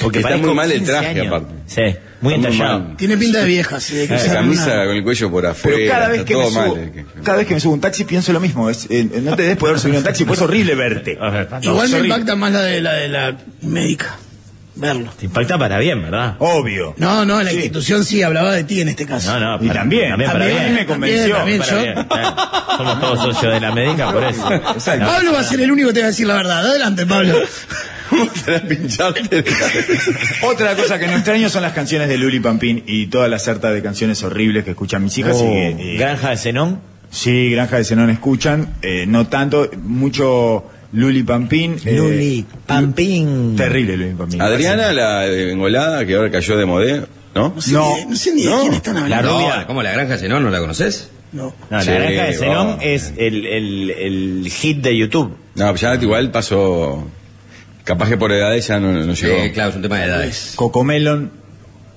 [SPEAKER 1] Porque
[SPEAKER 5] Está
[SPEAKER 1] parezco
[SPEAKER 5] muy mal el
[SPEAKER 1] 15
[SPEAKER 5] traje,
[SPEAKER 1] años.
[SPEAKER 5] aparte.
[SPEAKER 1] Sí, muy
[SPEAKER 5] Está muy
[SPEAKER 1] entallado.
[SPEAKER 5] mal.
[SPEAKER 3] Tiene pinta de vieja, sí. De que
[SPEAKER 5] Esa
[SPEAKER 3] usaron
[SPEAKER 5] Eh, camisa
[SPEAKER 3] una-
[SPEAKER 5] con el cuello por afuera.
[SPEAKER 2] Pero cada vez,
[SPEAKER 5] está
[SPEAKER 2] que me
[SPEAKER 5] todo
[SPEAKER 2] subo,
[SPEAKER 5] mal. eh, que-
[SPEAKER 2] cada vez que me subo a un taxi pienso lo mismo. Es, eh, no te debes poder subir a un taxi, pues es horrible verte.
[SPEAKER 3] Igual
[SPEAKER 2] es
[SPEAKER 3] me
[SPEAKER 2] horrible.
[SPEAKER 3] impacta más la de la, de la médica. Verlo.
[SPEAKER 1] Te impacta para bien, ¿verdad?
[SPEAKER 2] Obvio.
[SPEAKER 3] No, no, la institución sí hablaba de ti en este caso.
[SPEAKER 1] No, no,
[SPEAKER 2] Y también,
[SPEAKER 1] para
[SPEAKER 2] también
[SPEAKER 1] bien.
[SPEAKER 2] a mí me convenció.
[SPEAKER 1] Para
[SPEAKER 3] yo-
[SPEAKER 1] bien, claro. Somos todos socios de la médica, por eso.
[SPEAKER 2] Exacto.
[SPEAKER 3] Pablo va a ser el único que te va a decir la verdad. Adelante, Pablo.
[SPEAKER 5] ¿Cómo te la pinchaste?
[SPEAKER 2] Otra cosa que no extraño son las canciones de Luli Pampín y toda la sarta de canciones horribles que escuchan mis hijas. y
[SPEAKER 1] Oh,
[SPEAKER 2] que, eh,
[SPEAKER 1] Granja de Zenón.
[SPEAKER 2] Sí, Granja de Zenón escuchan, eh, no tanto, mucho Luli Pampín. eh,
[SPEAKER 1] Luli Pampín.
[SPEAKER 2] Terrible Luli Pampín.
[SPEAKER 5] Adriana, la de engolada, que ahora cayó de modé, ¿no?
[SPEAKER 3] No sé,
[SPEAKER 2] No,
[SPEAKER 3] ni- no sé ni de
[SPEAKER 5] no.
[SPEAKER 3] quién están
[SPEAKER 1] La
[SPEAKER 3] hablando.
[SPEAKER 4] No,
[SPEAKER 1] rubia.
[SPEAKER 4] ¿Cómo la granja no? ¿No la conoces?
[SPEAKER 3] No.
[SPEAKER 1] No,
[SPEAKER 5] Sí,
[SPEAKER 1] la granja de Zenón
[SPEAKER 5] va.
[SPEAKER 1] es el, el, el hit de YouTube.
[SPEAKER 5] No, ya igual pasó. Capaz que por edades ya no, no llegó.
[SPEAKER 4] Eh, claro, es un tema de edades.
[SPEAKER 2] Cocomelon.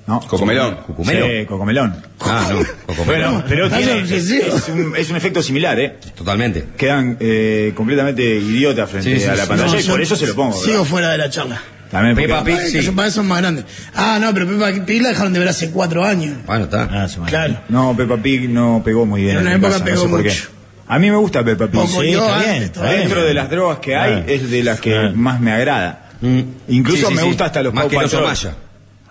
[SPEAKER 2] No.
[SPEAKER 5] Cocomelón.
[SPEAKER 4] Cucumelo.
[SPEAKER 2] Sí, Cocomelón.
[SPEAKER 4] Ah, no. Cocomelo.
[SPEAKER 2] Bueno, pero
[SPEAKER 3] Vaya
[SPEAKER 2] tiene-
[SPEAKER 3] obsesivo.
[SPEAKER 2] es, un, es un efecto similar, ¿eh?
[SPEAKER 4] Totalmente.
[SPEAKER 2] Quedan eh, completamente idiotas frente
[SPEAKER 4] Sí, sí,
[SPEAKER 2] a la
[SPEAKER 4] sí.
[SPEAKER 2] pantalla
[SPEAKER 3] No,
[SPEAKER 2] y por
[SPEAKER 3] yo
[SPEAKER 2] eso se lo pongo.
[SPEAKER 3] Sigo
[SPEAKER 2] ¿verdad? Ah,
[SPEAKER 3] fuera de la charla.
[SPEAKER 2] También porque-
[SPEAKER 4] Peppa Pig.
[SPEAKER 3] Ay,
[SPEAKER 4] sí.
[SPEAKER 3] que Yo para eso es más grande. Ah, no, pero Peppa Pig la dejaron de ver hace cuatro años.
[SPEAKER 4] Bueno, está.
[SPEAKER 1] Ah, su madre.
[SPEAKER 3] Claro.
[SPEAKER 2] No, Peppa Pig no pegó muy bien.
[SPEAKER 3] En una
[SPEAKER 2] mi
[SPEAKER 3] época
[SPEAKER 2] casa,
[SPEAKER 3] pegó
[SPEAKER 2] no sé por qué.
[SPEAKER 3] mucho.
[SPEAKER 2] A mí me gusta Peppa Pig.
[SPEAKER 3] Poco
[SPEAKER 1] sí,
[SPEAKER 3] yo
[SPEAKER 1] está
[SPEAKER 3] antes
[SPEAKER 1] bien, está
[SPEAKER 3] todavía.
[SPEAKER 2] Dentro de las drogas que hay
[SPEAKER 1] Claro.
[SPEAKER 2] es de las que
[SPEAKER 1] Claro.
[SPEAKER 2] más me agrada.
[SPEAKER 4] Mm.
[SPEAKER 2] Incluso
[SPEAKER 4] Sí, sí,
[SPEAKER 2] me
[SPEAKER 4] sí.
[SPEAKER 2] gusta hasta los
[SPEAKER 4] Más que
[SPEAKER 2] Paw
[SPEAKER 4] no son
[SPEAKER 2] Patrol.
[SPEAKER 4] maya.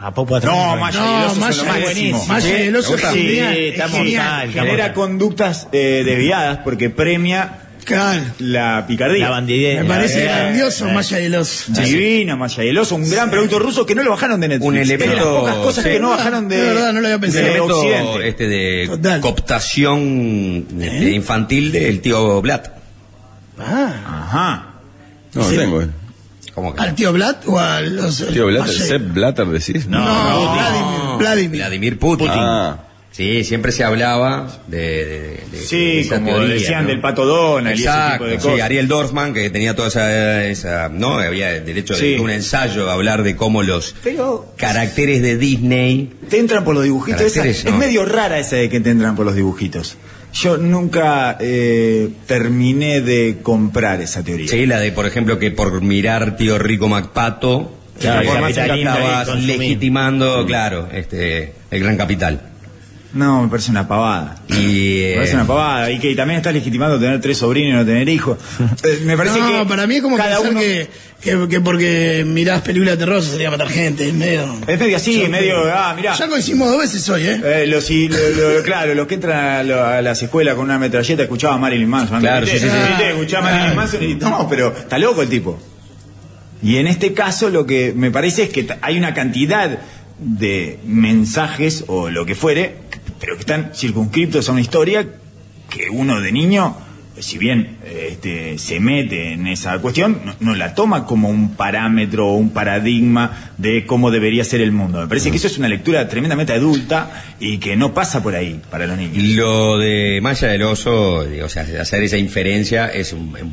[SPEAKER 1] A Popo Atrás.
[SPEAKER 2] No, Maya y el
[SPEAKER 3] No,
[SPEAKER 2] oso son lo
[SPEAKER 3] Maya es
[SPEAKER 2] máximo.
[SPEAKER 3] buenísimo. Maya y el oso
[SPEAKER 1] ¿Te
[SPEAKER 3] es
[SPEAKER 1] gusta?
[SPEAKER 3] genial.
[SPEAKER 1] Sí,
[SPEAKER 3] es
[SPEAKER 1] está
[SPEAKER 3] genial.
[SPEAKER 1] mortal.
[SPEAKER 2] Genera conductas eh, desviadas porque premia
[SPEAKER 3] Claro.
[SPEAKER 2] la picardía.
[SPEAKER 1] La bandidez.
[SPEAKER 3] Me parece
[SPEAKER 2] eh,
[SPEAKER 3] grandioso Maya y el oso.
[SPEAKER 2] Divina, Maya y el oso, un gran producto ruso que no lo bajaron de Netflix.
[SPEAKER 4] Un
[SPEAKER 2] Es de
[SPEAKER 4] elemento-
[SPEAKER 2] las pocas cosas
[SPEAKER 4] sí.
[SPEAKER 2] que no bajaron de.
[SPEAKER 3] De verdad, no lo había pensado.
[SPEAKER 2] de
[SPEAKER 4] El elemento
[SPEAKER 2] Occidente. ¿Eh?
[SPEAKER 4] este de
[SPEAKER 3] Total.
[SPEAKER 4] cooptación este, infantil del tío Blatt.
[SPEAKER 3] Ah.
[SPEAKER 2] Ajá.
[SPEAKER 5] No, no tengo. eh.
[SPEAKER 4] ¿Cómo que
[SPEAKER 2] Ah,
[SPEAKER 4] no?
[SPEAKER 3] ¿Al tío Blatt o a los.
[SPEAKER 5] Tío Blatter,
[SPEAKER 3] Pacheco?
[SPEAKER 5] Sepp Blatter decís.
[SPEAKER 3] No,
[SPEAKER 1] No,
[SPEAKER 2] Ah.
[SPEAKER 3] Vladimir. Vladimir.
[SPEAKER 4] Vladimir Putin.
[SPEAKER 5] Ah.
[SPEAKER 4] Sí, siempre se hablaba de. de- de- de
[SPEAKER 2] Sí,
[SPEAKER 4] esa
[SPEAKER 2] como
[SPEAKER 4] teoría,
[SPEAKER 2] decían
[SPEAKER 4] ¿no?
[SPEAKER 2] del Pato Donald
[SPEAKER 4] Exacto,
[SPEAKER 2] y ese tipo de
[SPEAKER 4] sí,
[SPEAKER 2] cosas.
[SPEAKER 4] Ariel Dorfman, que tenía toda esa, esa- ¿no? Había derecho de
[SPEAKER 2] Sí.
[SPEAKER 4] un ensayo a hablar de cómo los
[SPEAKER 2] Pero-
[SPEAKER 4] caracteres de Disney.
[SPEAKER 2] Te entran por los dibujitos. esa-
[SPEAKER 4] Caracteres,
[SPEAKER 2] Es
[SPEAKER 4] ¿no?
[SPEAKER 2] medio rara esa de que te entran por los dibujitos. Yo nunca eh, terminé de comprar esa teoría.
[SPEAKER 4] Sí, la de, por ejemplo, que por mirar tío Rico MacPato,
[SPEAKER 1] Claro,
[SPEAKER 4] de
[SPEAKER 1] el
[SPEAKER 4] forma se
[SPEAKER 1] capitalismo
[SPEAKER 4] estabas
[SPEAKER 1] y consumir.
[SPEAKER 4] legitimando, claro, este, el gran capital.
[SPEAKER 2] No, me parece una pavada.
[SPEAKER 4] Y, eh,
[SPEAKER 2] Me parece una pavada. Y que también estás legitimando tener tres sobrinos y no tener hijos. Eh, me parece
[SPEAKER 3] no,
[SPEAKER 2] que
[SPEAKER 3] para mí es como
[SPEAKER 2] cada
[SPEAKER 3] pensar
[SPEAKER 2] uno...
[SPEAKER 3] que, que, que porque mirás películas de terror se sería matar gente, es medio.
[SPEAKER 2] Es medio así, medio... Ah, mirá.
[SPEAKER 3] Ya coincidimos dos veces hoy, ¿eh?
[SPEAKER 2] Eh, los, y- lo- lo- claro, los que entran a, lo- a las escuelas con una metralleta escuchaba a Marilyn Manson.
[SPEAKER 4] Claro,
[SPEAKER 2] ¿Viste?
[SPEAKER 4] sí, sí, Ah. sí.
[SPEAKER 2] ¿Viste? Escuchaba a Marilyn Manson y no, pero está loco el tipo. Y en este caso lo que me parece es que ta- hay una cantidad de mensajes o lo que fuere, pero que están circunscriptos a una historia que uno de niño, si bien eh, este, se mete en esa cuestión, no, no la toma como un parámetro o un paradigma de cómo debería ser el mundo. Me parece que eso es una lectura tremendamente adulta y que no pasa por ahí para los niños.
[SPEAKER 4] Lo de Maya del Oso, digo, o sea, hacer esa inferencia es un- em,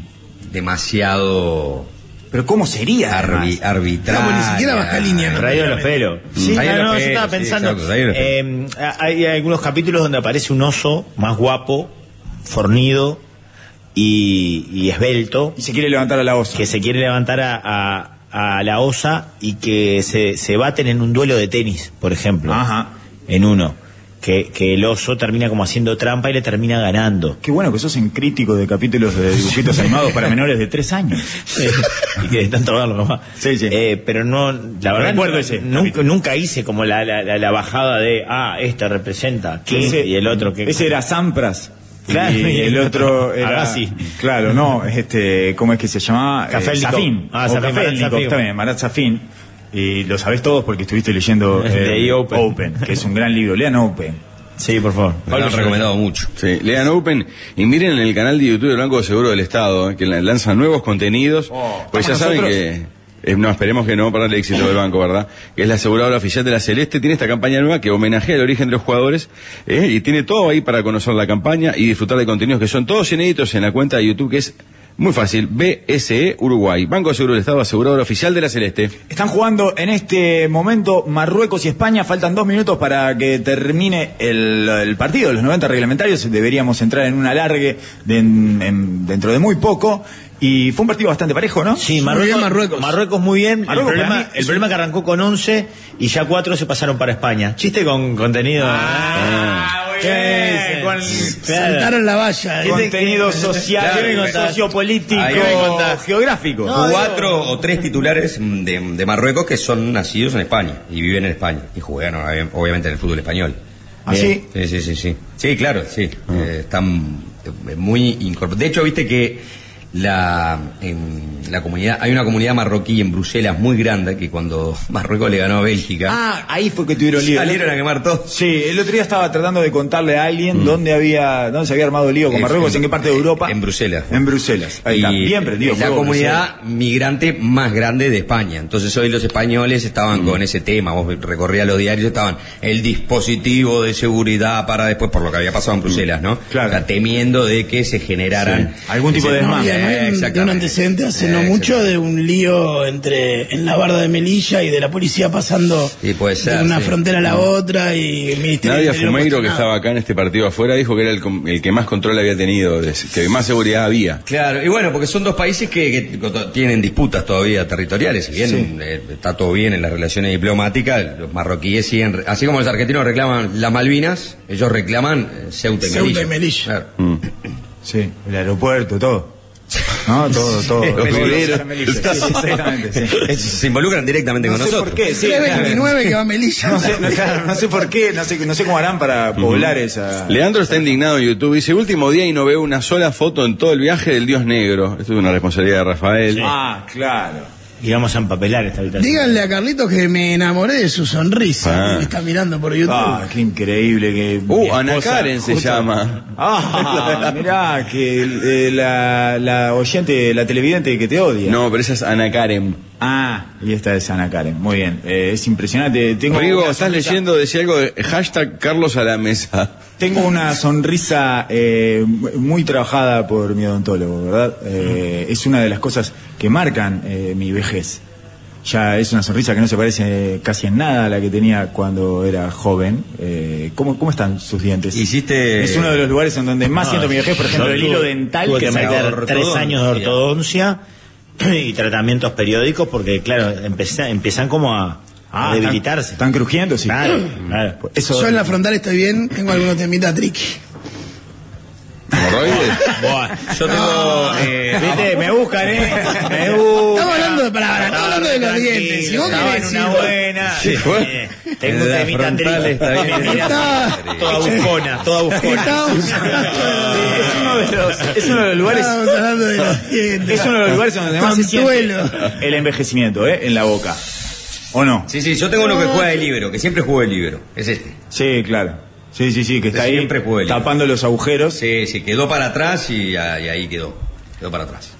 [SPEAKER 4] demasiado
[SPEAKER 2] Pero ¿cómo sería? además?
[SPEAKER 4] arbi- arbitrario.
[SPEAKER 3] No, pues ni siquiera baja línea, ¿no?
[SPEAKER 1] Traído de los pelos.
[SPEAKER 4] Sí,
[SPEAKER 1] Ah,
[SPEAKER 4] traído de
[SPEAKER 1] no,
[SPEAKER 4] los
[SPEAKER 1] yo
[SPEAKER 4] pelos,
[SPEAKER 1] estaba
[SPEAKER 4] sí,
[SPEAKER 1] pensando.
[SPEAKER 4] exacto, traído de los
[SPEAKER 1] eh, hay algunos capítulos donde aparece un oso más guapo, fornido y, y esbelto,
[SPEAKER 2] Y se quiere levantar a la osa.
[SPEAKER 1] que se quiere levantar a, a- a la osa y que se, se baten en un duelo de tenis, por ejemplo.
[SPEAKER 2] Ajá.
[SPEAKER 1] En uno. Que, que el oso termina como haciendo trampa y le termina ganando.
[SPEAKER 2] Qué bueno que sos en crítico de capítulos de dibujitos animados para menores de tres años.
[SPEAKER 1] y que de tanto verlo nomás.
[SPEAKER 2] Sí, sí.
[SPEAKER 1] Eh, pero no, la verdad,
[SPEAKER 2] Recuerdo ese
[SPEAKER 1] nunca,
[SPEAKER 2] capítulo.
[SPEAKER 1] nunca hice como la, la, la- la bajada de, ah, este representa, que
[SPEAKER 2] Ese-
[SPEAKER 1] y el otro que...
[SPEAKER 2] Ese era Sampras.
[SPEAKER 1] Claro.
[SPEAKER 2] Y el otro era.
[SPEAKER 1] Agassi.
[SPEAKER 2] Claro, no, este, ¿cómo es que se llamaba?
[SPEAKER 1] Cafelnikov.
[SPEAKER 2] Safin.
[SPEAKER 1] Ah,
[SPEAKER 2] O
[SPEAKER 1] Safin, Marat
[SPEAKER 2] Cafelnikov,
[SPEAKER 1] Safin.
[SPEAKER 2] está bien, Marat Safin. Y lo sabés todos porque estuviste leyendo
[SPEAKER 1] The
[SPEAKER 2] eh,
[SPEAKER 1] Open.
[SPEAKER 2] que es un gran libro. Lean Open.
[SPEAKER 1] Sí, por favor.
[SPEAKER 4] Me lo han recomendado mucho.
[SPEAKER 5] Sí, lean Open y miren en el canal de YouTube del Banco de Seguro del Estado, eh, que la- lanza nuevos contenidos. pues ya
[SPEAKER 2] ¿estamos
[SPEAKER 5] saben
[SPEAKER 2] nosotros?
[SPEAKER 5] que. eh, no, esperemos que no para el éxito del banco, ¿verdad? Que es la aseguradora oficial de la Celeste, tiene esta campaña nueva que homenajea el origen de los jugadores eh, y tiene todo ahí para conocer la campaña y disfrutar de contenidos que son todos inéditos en la cuenta de YouTube, que es muy fácil, BSE Uruguay, Banco de Seguro del Estado, aseguradora oficial de la Celeste.
[SPEAKER 2] Están jugando en este momento Marruecos y España. Faltan dos minutos para que termine el, el partido. Los 90 reglamentarios deberíamos entrar en un alargue de- en- en- dentro de muy poco. Y fue un partido bastante parejo, ¿no?
[SPEAKER 1] Sí,
[SPEAKER 3] Muy
[SPEAKER 1] Marruecos,
[SPEAKER 3] bien, Marruecos.
[SPEAKER 1] muy bien.
[SPEAKER 2] Marruecos,
[SPEAKER 1] el problema,
[SPEAKER 2] para mí,
[SPEAKER 1] el problema que arrancó con 11 y ya 4 se pasaron para España. Chiste con contenido.
[SPEAKER 2] Ah, muy bien. Con-
[SPEAKER 1] Claro.
[SPEAKER 3] Saltaron la valla. ¿eh?
[SPEAKER 2] Contenido social,
[SPEAKER 1] Ahí me contás.
[SPEAKER 2] sociopolítico,
[SPEAKER 4] Ahí me contás.
[SPEAKER 2] geográfico.
[SPEAKER 4] Cuatro o tres titulares mm, de, de Marruecos que son nacidos en España y viven en España y juegan obvi- obviamente en el fútbol español.
[SPEAKER 2] ¿Ah, sí? Ah.
[SPEAKER 4] Sí, sí, sí, sí. Sí, claro, sí. Eh, están eh, muy incorporados. De hecho, viste que la, en la comunidad, hay una comunidad marroquí en Bruselas muy grande que cuando Marruecos le ganó a Bélgica,
[SPEAKER 2] Ah, ahí fue que tuvieron lío.
[SPEAKER 4] salieron a quemar todo.
[SPEAKER 2] Sí, el otro día estaba tratando de contarle a alguien dónde había, dónde se había armado lío con
[SPEAKER 4] Eh,
[SPEAKER 2] Marruecos,
[SPEAKER 4] Mm. en-
[SPEAKER 2] en qué parte de Europa.
[SPEAKER 4] en Bruselas.
[SPEAKER 2] En Bruselas. Ahí está.
[SPEAKER 4] Y
[SPEAKER 2] Bien prendido.
[SPEAKER 4] Es la
[SPEAKER 2] fuego,
[SPEAKER 4] comunidad migrante más grande de España. Entonces hoy los españoles
[SPEAKER 2] Mm.
[SPEAKER 4] estaban con ese tema. Vos recorrías los diarios, estaban el dispositivo de seguridad para después, por lo que había pasado en Bruselas, ¿no?
[SPEAKER 2] Mm. Claro.
[SPEAKER 4] O sea, temiendo de que se generaran
[SPEAKER 2] Sí. Algún tipo de
[SPEAKER 4] Ese-
[SPEAKER 2] desmán.
[SPEAKER 3] Y además
[SPEAKER 4] Eh,
[SPEAKER 3] de un- de un
[SPEAKER 4] exactamente.
[SPEAKER 3] antecedente hace
[SPEAKER 4] Eh,
[SPEAKER 3] no mucho
[SPEAKER 4] exactamente.
[SPEAKER 3] de un lío entre en la barda de Melilla y de la policía pasando
[SPEAKER 4] Sí, puede ser,
[SPEAKER 3] de una
[SPEAKER 4] sí.
[SPEAKER 3] frontera a la otra y el ministerio
[SPEAKER 5] Nadia
[SPEAKER 3] del Interior
[SPEAKER 5] Fumeiro,
[SPEAKER 3] no
[SPEAKER 5] que
[SPEAKER 3] cuesta nada.
[SPEAKER 5] estaba acá en este partido afuera, dijo que era el, com- el que más control había tenido, des- que más seguridad había.
[SPEAKER 4] Claro, y bueno, porque son dos países que, que to- tienen disputas todavía territoriales. Si bien eh, está todo bien en las relaciones diplomáticas, los marroquíes siguen, re- así como los argentinos reclaman las Malvinas, ellos reclaman eh, Ceuta y
[SPEAKER 3] Ceuta y
[SPEAKER 4] Melilla.
[SPEAKER 3] Melilla.
[SPEAKER 4] Claro.
[SPEAKER 2] sí. Sí, el aeropuerto, todo. No, todo, todo.
[SPEAKER 4] Los
[SPEAKER 5] riberos.
[SPEAKER 2] Exactamente, sí.
[SPEAKER 4] Es- se involucran directamente
[SPEAKER 2] No
[SPEAKER 4] con
[SPEAKER 2] sé
[SPEAKER 4] nosotros.
[SPEAKER 2] por qué, sí. claro.
[SPEAKER 3] 329 que va a Melilla.
[SPEAKER 2] No sé, no, claro, no sé por qué, no sé, no sé cómo harán para poblar esa.
[SPEAKER 5] Leandro está indignado en YouTube. Dice, último día y no veo una sola foto en todo el viaje del Dios Negro. Esto es una responsabilidad de Rafael.
[SPEAKER 2] Ah, claro.
[SPEAKER 1] Y vamos a empapelar esta habitación.
[SPEAKER 3] Díganle a Carlitos que me enamoré de su sonrisa.
[SPEAKER 5] Ah.
[SPEAKER 3] que está mirando por YouTube.
[SPEAKER 2] Ah, qué increíble que.
[SPEAKER 5] Uh,
[SPEAKER 2] mi
[SPEAKER 5] Ana
[SPEAKER 2] esposa
[SPEAKER 5] Karen se llama.
[SPEAKER 2] Ah, mirá, que eh, la, la oyente, la televidente que te odia.
[SPEAKER 5] No, pero esa es Ana Karen.
[SPEAKER 2] Ah, y esta es Ana Karen. Muy bien. Eh, es impresionante. Tengo
[SPEAKER 5] Rigo,
[SPEAKER 2] una
[SPEAKER 5] estás
[SPEAKER 2] sonrisa-
[SPEAKER 5] leyendo, decía algo de hashtag Carlos a la mesa.
[SPEAKER 2] Tengo una sonrisa eh, muy trabajada por mi odontólogo, ¿verdad? Eh, es una de las cosas que marcan eh, mi vejez. Ya es una sonrisa que no se parece eh, casi en nada a la que tenía cuando era joven. Eh, ¿cómo, ¿Cómo están sus dientes?
[SPEAKER 4] Hiciste-
[SPEAKER 2] Es uno de los lugares en donde
[SPEAKER 1] eh,
[SPEAKER 2] más
[SPEAKER 1] No,
[SPEAKER 2] siento mi vejez, por ejemplo,
[SPEAKER 1] yo
[SPEAKER 2] el
[SPEAKER 1] tuve-
[SPEAKER 2] hilo dental
[SPEAKER 1] tuve
[SPEAKER 2] que
[SPEAKER 1] que
[SPEAKER 2] se
[SPEAKER 1] meter
[SPEAKER 2] ahorró.
[SPEAKER 1] tres
[SPEAKER 4] ortodoncia.
[SPEAKER 1] años de ortodoncia y tratamientos periódicos porque, claro, empeza- empiezan como a, a
[SPEAKER 2] Ah, están-
[SPEAKER 1] debilitarse.
[SPEAKER 2] Están crujiendo, sí.
[SPEAKER 1] Claro, claro.
[SPEAKER 2] pues, Eso,
[SPEAKER 3] Yo en la frontal estoy bien, tengo algunos temitas tricky.
[SPEAKER 5] ¿Hemorroides?
[SPEAKER 4] Yo tengo. eh,
[SPEAKER 2] Viste, me buscan, ¿eh? Me
[SPEAKER 3] Estamos
[SPEAKER 2] buscan.
[SPEAKER 3] hablando de palabras, estamos hablando de los
[SPEAKER 1] Tranquilo,
[SPEAKER 3] dientes. Si vos
[SPEAKER 1] estaba
[SPEAKER 3] querés
[SPEAKER 1] en una
[SPEAKER 3] decir-
[SPEAKER 1] buena.
[SPEAKER 5] Sí, bueno.
[SPEAKER 1] eh, tengo
[SPEAKER 4] La
[SPEAKER 1] un temita
[SPEAKER 4] frontal
[SPEAKER 1] anterior.
[SPEAKER 4] está bien.
[SPEAKER 1] Me mira
[SPEAKER 3] Está-
[SPEAKER 1] toda buscona, toda buscona.
[SPEAKER 3] Estábamos hablando de los
[SPEAKER 2] Es uno
[SPEAKER 3] dientes.
[SPEAKER 2] de los- es uno de los lugares
[SPEAKER 1] Ah,
[SPEAKER 3] Estábamos hablando de los dientes.
[SPEAKER 2] Es uno de los lugares donde más se siente
[SPEAKER 3] Consuelo.
[SPEAKER 2] el envejecimiento, ¿eh? En la boca. ¿O no?
[SPEAKER 4] sí, sí, yo tengo uno que juega de libero, que siempre jugó de libero. Es este.
[SPEAKER 2] Sí, claro. Sí, sí, sí, que está ahí
[SPEAKER 4] Siempre jugué libre.
[SPEAKER 2] tapando los agujeros.
[SPEAKER 4] Sí, sí, quedó para atrás y, ah, y ahí quedó. Quedó para atrás.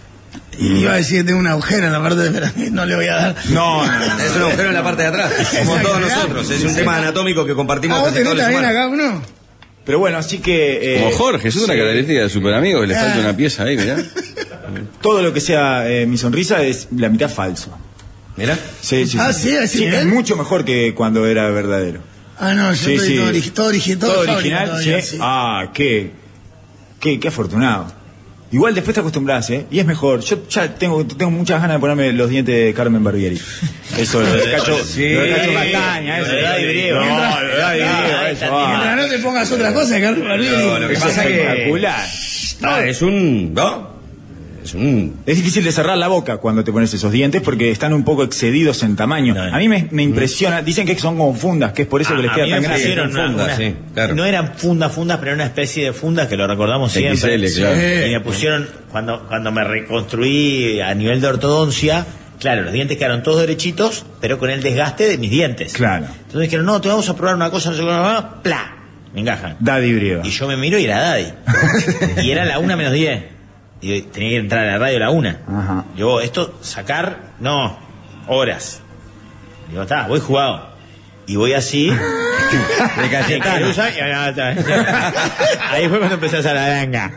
[SPEAKER 3] Y iba a decir que tengo un agujero en la parte de pero no le voy a dar.
[SPEAKER 2] No, no, no.
[SPEAKER 4] Es un agujero en la parte de atrás, como todos nosotros. Es un tema anatómico que compartimos
[SPEAKER 3] Ah, vos
[SPEAKER 4] casi
[SPEAKER 3] tenés
[SPEAKER 4] todos los
[SPEAKER 3] también
[SPEAKER 4] humanos.
[SPEAKER 3] acá uno.
[SPEAKER 2] Pero bueno, así que... eh,
[SPEAKER 5] Como Jorge, es una
[SPEAKER 2] sí, Ah.
[SPEAKER 5] característica de Superamigos, le falta una pieza ahí, mirá.
[SPEAKER 2] Todo lo que sea eh, mi sonrisa es la mitad falso.
[SPEAKER 4] Mirá.
[SPEAKER 2] Sí, sí,
[SPEAKER 3] Ah, sí, así es.
[SPEAKER 2] es mucho mejor que cuando era verdadero.
[SPEAKER 3] Ah, no, yo
[SPEAKER 2] Sí,
[SPEAKER 3] estoy
[SPEAKER 2] sí.
[SPEAKER 3] todo, origi- todo, origi- todo
[SPEAKER 2] Todo
[SPEAKER 3] fábrica
[SPEAKER 2] original,
[SPEAKER 3] todavía,
[SPEAKER 2] sí.
[SPEAKER 3] sí.
[SPEAKER 2] Ah, qué, qué, qué afortunado. Igual después te acostumbras, ¿eh? Y es mejor. Yo ya tengo, tengo muchas ganas de ponerme los dientes de Carmen Barbieri. Eso, lo de Cacho,
[SPEAKER 4] Sí.
[SPEAKER 2] lo de Cacho Castaña, eso.
[SPEAKER 1] Lo de Daddy Brieva.
[SPEAKER 2] No, lo de Daddy Brieva,
[SPEAKER 1] Ahí
[SPEAKER 2] eso,
[SPEAKER 1] está,
[SPEAKER 2] ah.
[SPEAKER 3] Mientras no te pongas otra cosa, Carlos
[SPEAKER 4] No, lo que
[SPEAKER 2] Es
[SPEAKER 4] pasa que-
[SPEAKER 2] espectacular.
[SPEAKER 4] Ah, es un. ¿No? Es un.
[SPEAKER 2] Es difícil de cerrar la boca cuando te pones esos dientes porque están un poco excedidos en tamaño.
[SPEAKER 1] No, no.
[SPEAKER 2] A mí me, me impresiona, dicen que son como fundas, que es por eso que les
[SPEAKER 1] Ah, A- a
[SPEAKER 2] queda
[SPEAKER 1] mí
[SPEAKER 2] tan
[SPEAKER 1] me
[SPEAKER 2] grande.
[SPEAKER 1] ofrecieron una-
[SPEAKER 4] fundas,
[SPEAKER 1] una-
[SPEAKER 4] sí, claro.
[SPEAKER 1] No eran fundas, fundas, pero era una especie de fundas que lo recordamos siempre.
[SPEAKER 5] XL, claro.
[SPEAKER 1] Y me pusieron, cuando, cuando me reconstruí a nivel de ortodoncia, claro, los dientes quedaron todos derechitos, pero con el desgaste de mis dientes.
[SPEAKER 2] Claro.
[SPEAKER 1] Entonces dijeron, no, te vamos a probar una cosa, no sé cómo, ah, ¡plá! Me encajan.
[SPEAKER 2] Daddy Brieva.
[SPEAKER 1] Y yo me miro y era Daddy. y era la una menos 10. Y tenía que entrar a la radio a la una.
[SPEAKER 2] Ajá.
[SPEAKER 1] Yo, esto, sacar, no, horas. Digo, está, voy jugado. Y voy así.
[SPEAKER 4] De
[SPEAKER 1] de
[SPEAKER 4] Cayetano.
[SPEAKER 1] cruza y ahora otra vez. Ahí fue cuando empezás a la ganga.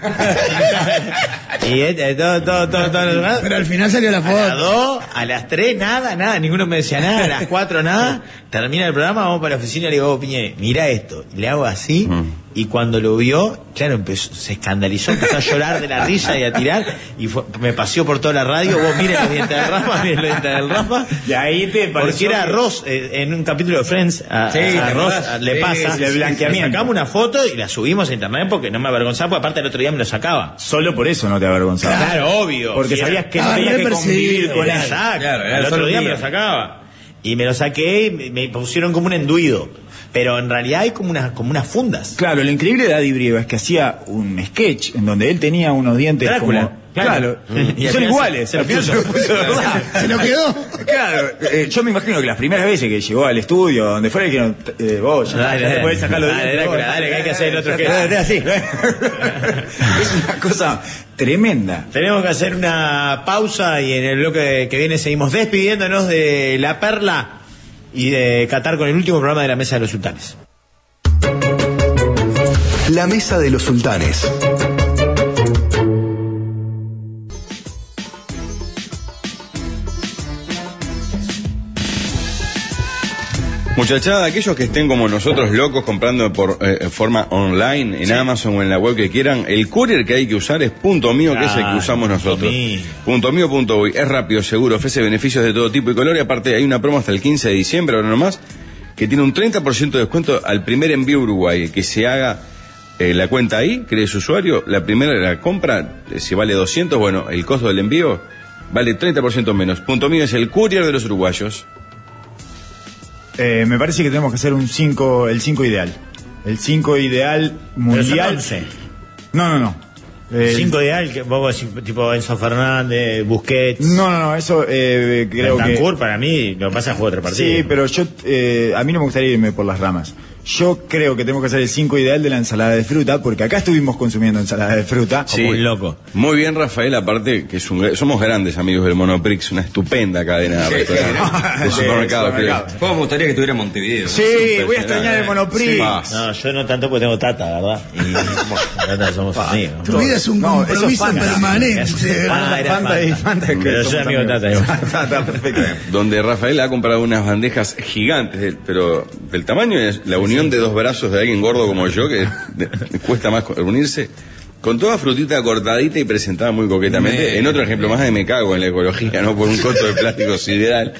[SPEAKER 1] y este, todo, todo, todo, todo. lo demás.
[SPEAKER 3] Pero al final salió la
[SPEAKER 1] A las
[SPEAKER 3] foto.
[SPEAKER 1] 2, a las 3, nada, nada, ninguno me decía nada, a las 4, nada. Termina el programa, vamos para la oficina y le digo, "Vos, Piñe, mirá esto. Y le hago así,
[SPEAKER 2] Mm.
[SPEAKER 1] y cuando lo vio, claro, empezó, se escandalizó, empezó a llorar de la risa y a tirar, y fue- me paseó por toda la radio, vos miren los dientes del Rafa, miren los dientes del Rafa.
[SPEAKER 2] Y ahí te
[SPEAKER 1] Porque
[SPEAKER 2] pareció
[SPEAKER 1] era
[SPEAKER 2] que-
[SPEAKER 1] Ross, eh, en un capítulo de Friends, a,
[SPEAKER 4] Sí,
[SPEAKER 1] a- a
[SPEAKER 4] ¿te
[SPEAKER 1] Ross
[SPEAKER 4] acordás?
[SPEAKER 1] le
[SPEAKER 4] Sí,
[SPEAKER 1] pasa.
[SPEAKER 2] sí, el blanqueamiento.
[SPEAKER 1] Le Sacamos una foto y la subimos a internet porque no me avergonzaba, porque aparte el otro día me lo sacaba.
[SPEAKER 2] Solo por eso no te avergonzaba.
[SPEAKER 1] obvio.
[SPEAKER 2] Porque
[SPEAKER 1] Si era-
[SPEAKER 2] sabías que no
[SPEAKER 3] Ah,
[SPEAKER 2] tenías que
[SPEAKER 3] repercibido,
[SPEAKER 2] convivir con
[SPEAKER 3] era
[SPEAKER 2] eso.
[SPEAKER 1] Exacto.
[SPEAKER 4] Claro, era
[SPEAKER 1] Al
[SPEAKER 4] solo
[SPEAKER 1] otro
[SPEAKER 4] un
[SPEAKER 1] día me
[SPEAKER 4] día.
[SPEAKER 1] lo sacaba. Y me lo saqué y me, me pusieron como un enduido. Pero en realidad hay como unas, como unas fundas.
[SPEAKER 2] Claro, lo increíble de Daddy Brieva es que hacía un sketch en donde él tenía unos dientes
[SPEAKER 1] Drácula,
[SPEAKER 2] como...
[SPEAKER 1] claro. Mm.
[SPEAKER 2] Claro.
[SPEAKER 1] Y
[SPEAKER 2] Y
[SPEAKER 1] al
[SPEAKER 2] son
[SPEAKER 1] final
[SPEAKER 2] iguales.
[SPEAKER 1] se lo
[SPEAKER 2] al final
[SPEAKER 1] puso.
[SPEAKER 2] se lo puso, ¿verdad?
[SPEAKER 3] Se lo quedó.
[SPEAKER 2] Claro, eh, yo me imagino que las primeras veces que llegó al estudio, donde fuera, dijeron, eh, vos, ya,
[SPEAKER 1] Dale,
[SPEAKER 2] ya te
[SPEAKER 1] dale.
[SPEAKER 2] podés sacar los
[SPEAKER 1] Dale,
[SPEAKER 2] dientes,
[SPEAKER 1] Drácula,
[SPEAKER 2] vos.
[SPEAKER 1] dale, que hay que hacer el otro
[SPEAKER 2] Ya está.
[SPEAKER 1] gesto.
[SPEAKER 2] Así. es una cosa tremenda.
[SPEAKER 1] Tenemos que hacer una pausa y en el bloque que viene seguimos despidiéndonos de La Perla y de Qatar con el último programa de la Mesa de los Sultanes.
[SPEAKER 6] La mesa de los sultanes.
[SPEAKER 5] Muchachada, aquellos que estén como nosotros locos comprando por eh, forma online, en Amazon o en la web que quieran, el courier que hay que usar es Punto Mío, que es el que
[SPEAKER 1] Claro,
[SPEAKER 5] usamos
[SPEAKER 1] Punto
[SPEAKER 5] nosotros.
[SPEAKER 1] Mío.
[SPEAKER 5] Punto Mío, punto uy. Es rápido, seguro, ofrece beneficios de todo tipo y color. Y aparte, hay una promo hasta el 15 de diciembre, ahora nomás, que tiene un 30% de descuento al primer envío a Uruguay. Que se haga eh, la cuenta ahí, cree su usuario, la primera la compra, eh, si vale 200, bueno, el costo del envío vale 30% menos. Punto Mío es el courier de los uruguayos.
[SPEAKER 2] Eh, me parece que tenemos que hacer un 5, el 5 ideal. El 5 ideal
[SPEAKER 1] Pero son
[SPEAKER 2] mundial.
[SPEAKER 1] 11.
[SPEAKER 2] No, Eh, no, no. El-
[SPEAKER 1] Cinco ideal, que vos decís, tipo Enzo Fernández, Busquets.
[SPEAKER 2] No, no, no, eso eh, creo que...
[SPEAKER 1] Bentancur, para mí, lo que pasa es jugar otro partido.
[SPEAKER 2] Sí, pero yo, eh, a mí no me gustaría irme por las ramas. Yo creo que tenemos que hacer el 5 ideal de la ensalada de fruta, porque acá estuvimos consumiendo ensalada de fruta.
[SPEAKER 5] Sí.
[SPEAKER 1] un loco.
[SPEAKER 5] Muy bien, Rafael, aparte que es un gra- somos grandes amigos del Monoprix, una estupenda cadena de
[SPEAKER 4] Sí,
[SPEAKER 5] restaurantes, de
[SPEAKER 2] sí,
[SPEAKER 5] supermercados, creo.
[SPEAKER 2] supermercados.
[SPEAKER 4] Ah, ¿Cómo me gustaría que estuviera en Montevideo?
[SPEAKER 2] Sí, voy a extrañar el
[SPEAKER 5] Sí.
[SPEAKER 2] Monoprix.
[SPEAKER 5] Ah.
[SPEAKER 1] No, yo no tanto porque tengo tata, ¿verdad? Y tata somos amigos.
[SPEAKER 3] Tu vida es un
[SPEAKER 2] No, eso es
[SPEAKER 3] compromiso
[SPEAKER 2] Fanta.
[SPEAKER 3] permanente.
[SPEAKER 1] Ah, era
[SPEAKER 2] Fanta y
[SPEAKER 1] Fanta.
[SPEAKER 2] Fanta, que
[SPEAKER 1] Pero
[SPEAKER 2] somos
[SPEAKER 1] soy amigo de
[SPEAKER 2] amigos.
[SPEAKER 1] Tata. igual.
[SPEAKER 2] Está, está, perfecto.
[SPEAKER 5] Donde Rafael ha comprado unas bandejas gigantes, del- pero del tamaño es la unión de dos brazos de alguien gordo como yo, que de- cuesta más co- unirse, con toda frutita cortadita y presentada muy coquetamente.
[SPEAKER 4] Me-
[SPEAKER 5] en otro ejemplo más de me cago en la ecología, ¿no? Por un costo de plástico sideral.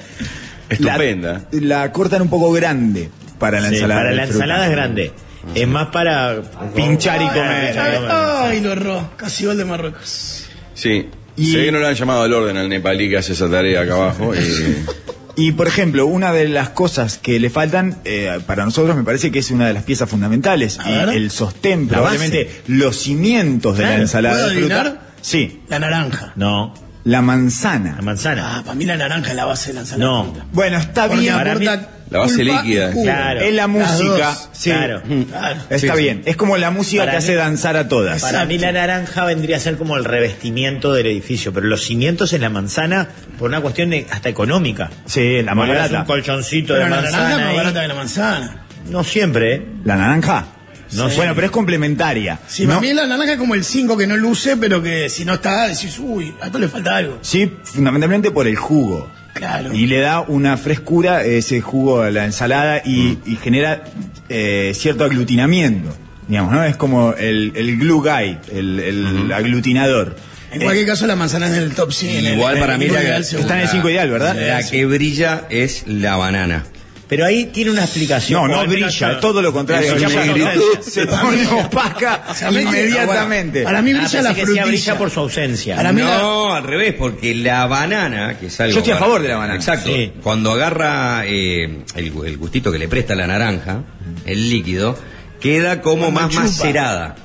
[SPEAKER 5] Estupenda.
[SPEAKER 2] La, la cortan un poco grande para la
[SPEAKER 1] Sí,
[SPEAKER 2] ensalada.
[SPEAKER 1] para
[SPEAKER 2] de
[SPEAKER 1] la
[SPEAKER 2] fruta.
[SPEAKER 1] ensalada es grande. Es más para
[SPEAKER 2] Pinchar y
[SPEAKER 1] Para
[SPEAKER 2] comer.
[SPEAKER 1] pinchar y comer.
[SPEAKER 3] Ay, lo erró. Casi gol de Marruecos.
[SPEAKER 5] Sí.
[SPEAKER 2] Y-
[SPEAKER 5] Se ve que no le han llamado al orden al nepalí que hace esa tarea acá abajo. y-
[SPEAKER 2] Y por ejemplo, una de las cosas que le faltan eh, para nosotros me parece que es una de las piezas fundamentales
[SPEAKER 3] A
[SPEAKER 2] y
[SPEAKER 3] ver.
[SPEAKER 2] el sostén,
[SPEAKER 1] La base.
[SPEAKER 2] probablemente los cimientos de
[SPEAKER 3] Claro,
[SPEAKER 2] la ensalada
[SPEAKER 3] ¿puedo
[SPEAKER 2] de fruta.
[SPEAKER 3] adivinar?
[SPEAKER 2] Sí,
[SPEAKER 3] La naranja.
[SPEAKER 1] No,
[SPEAKER 2] la manzana.
[SPEAKER 1] la manzana.
[SPEAKER 3] Ah, para mí la naranja es la base de la ensalada. de
[SPEAKER 1] no.
[SPEAKER 3] fruta.
[SPEAKER 2] Bueno, está
[SPEAKER 3] Porque
[SPEAKER 2] bien.
[SPEAKER 1] para mí-
[SPEAKER 3] aporta
[SPEAKER 5] La base
[SPEAKER 3] pulpa
[SPEAKER 5] líquida,
[SPEAKER 3] y jugo.
[SPEAKER 1] claro.
[SPEAKER 2] Es la
[SPEAKER 3] Las
[SPEAKER 2] música.
[SPEAKER 3] dos,
[SPEAKER 2] sí. Mm.
[SPEAKER 1] claro.
[SPEAKER 3] Claro.
[SPEAKER 2] Está bien. Es como la música
[SPEAKER 1] Para
[SPEAKER 2] que
[SPEAKER 1] mí-
[SPEAKER 2] hace danzar a todas.
[SPEAKER 1] Para mí la naranja vendría a ser como el revestimiento del edificio, pero los cimientos en la manzana por una cuestión de- hasta económica.
[SPEAKER 2] Sí, la más
[SPEAKER 1] Ponés
[SPEAKER 2] barata.
[SPEAKER 1] un colchoncito
[SPEAKER 3] Pero
[SPEAKER 1] de
[SPEAKER 3] la naranja es
[SPEAKER 1] manzana
[SPEAKER 3] más
[SPEAKER 1] ahí.
[SPEAKER 3] barata que la manzana.
[SPEAKER 1] No siempre, ¿eh?
[SPEAKER 2] La naranja.
[SPEAKER 1] No sé.
[SPEAKER 2] Bueno, pero es complementaria.
[SPEAKER 3] Sí,
[SPEAKER 2] ¿no?
[SPEAKER 3] para mí la naranja es como el 5 que no luce, pero que si no está, decís, uy, a esto le falta algo.
[SPEAKER 2] Sí, fundamentalmente por el jugo.
[SPEAKER 3] Claro.
[SPEAKER 2] Y le da una frescura eh, ese jugo a la ensalada y, y genera eh, cierto aglutinamiento. Digamos, ¿no? Es como el, el glue guy, el, el aglutinador.
[SPEAKER 3] En cualquier caso, la manzana es del top 100.
[SPEAKER 4] Igual para mí la,
[SPEAKER 2] Está en el cinco ideal, ¿verdad?
[SPEAKER 4] La que brilla es la banana.
[SPEAKER 1] Pero ahí tiene una explicación.
[SPEAKER 2] No,
[SPEAKER 1] O
[SPEAKER 2] no
[SPEAKER 1] al menos
[SPEAKER 2] brilla,
[SPEAKER 1] yo-
[SPEAKER 2] todo lo contrario.
[SPEAKER 1] Eso ya pasó, ¿no?
[SPEAKER 2] Se pone opaca inmediatamente.
[SPEAKER 3] Para mí
[SPEAKER 1] Ah,
[SPEAKER 3] brilla
[SPEAKER 1] pensé
[SPEAKER 3] la
[SPEAKER 1] que decía
[SPEAKER 3] frutilla.
[SPEAKER 1] brilla por su ausencia.
[SPEAKER 3] Para mí
[SPEAKER 4] No, al revés, porque la banana, que es algo.
[SPEAKER 2] Yo estoy a
[SPEAKER 4] bar-
[SPEAKER 2] favor de la banana.
[SPEAKER 4] Exacto.
[SPEAKER 1] Sí.
[SPEAKER 4] Cuando agarra eh, el, gu- el gustito que le presta la naranja, el líquido, queda como
[SPEAKER 3] Cuando
[SPEAKER 4] más
[SPEAKER 3] chupa.
[SPEAKER 4] macerada.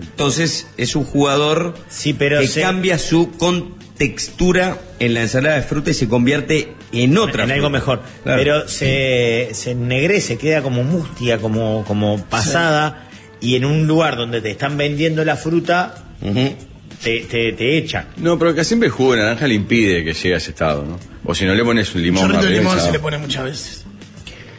[SPEAKER 4] Entonces, es un jugador
[SPEAKER 1] Sí, pero
[SPEAKER 4] que
[SPEAKER 1] se-
[SPEAKER 4] cambia su contextura en la ensalada de fruta y se convierte en otra.
[SPEAKER 1] en algo
[SPEAKER 4] fruta.
[SPEAKER 1] mejor.
[SPEAKER 4] Claro.
[SPEAKER 1] Pero se, se ennegrece, queda como mustia, como, como pasada, y en un lugar donde te están vendiendo la fruta,
[SPEAKER 4] Ujú.
[SPEAKER 1] te, te, te echan.
[SPEAKER 5] No, pero que siempre el jugo de naranja le impide que llegue a ese estado, ¿no? O si no le pones un limón
[SPEAKER 3] chorrito de
[SPEAKER 5] rápido,
[SPEAKER 3] limón
[SPEAKER 5] chao.
[SPEAKER 3] se le pone muchas veces.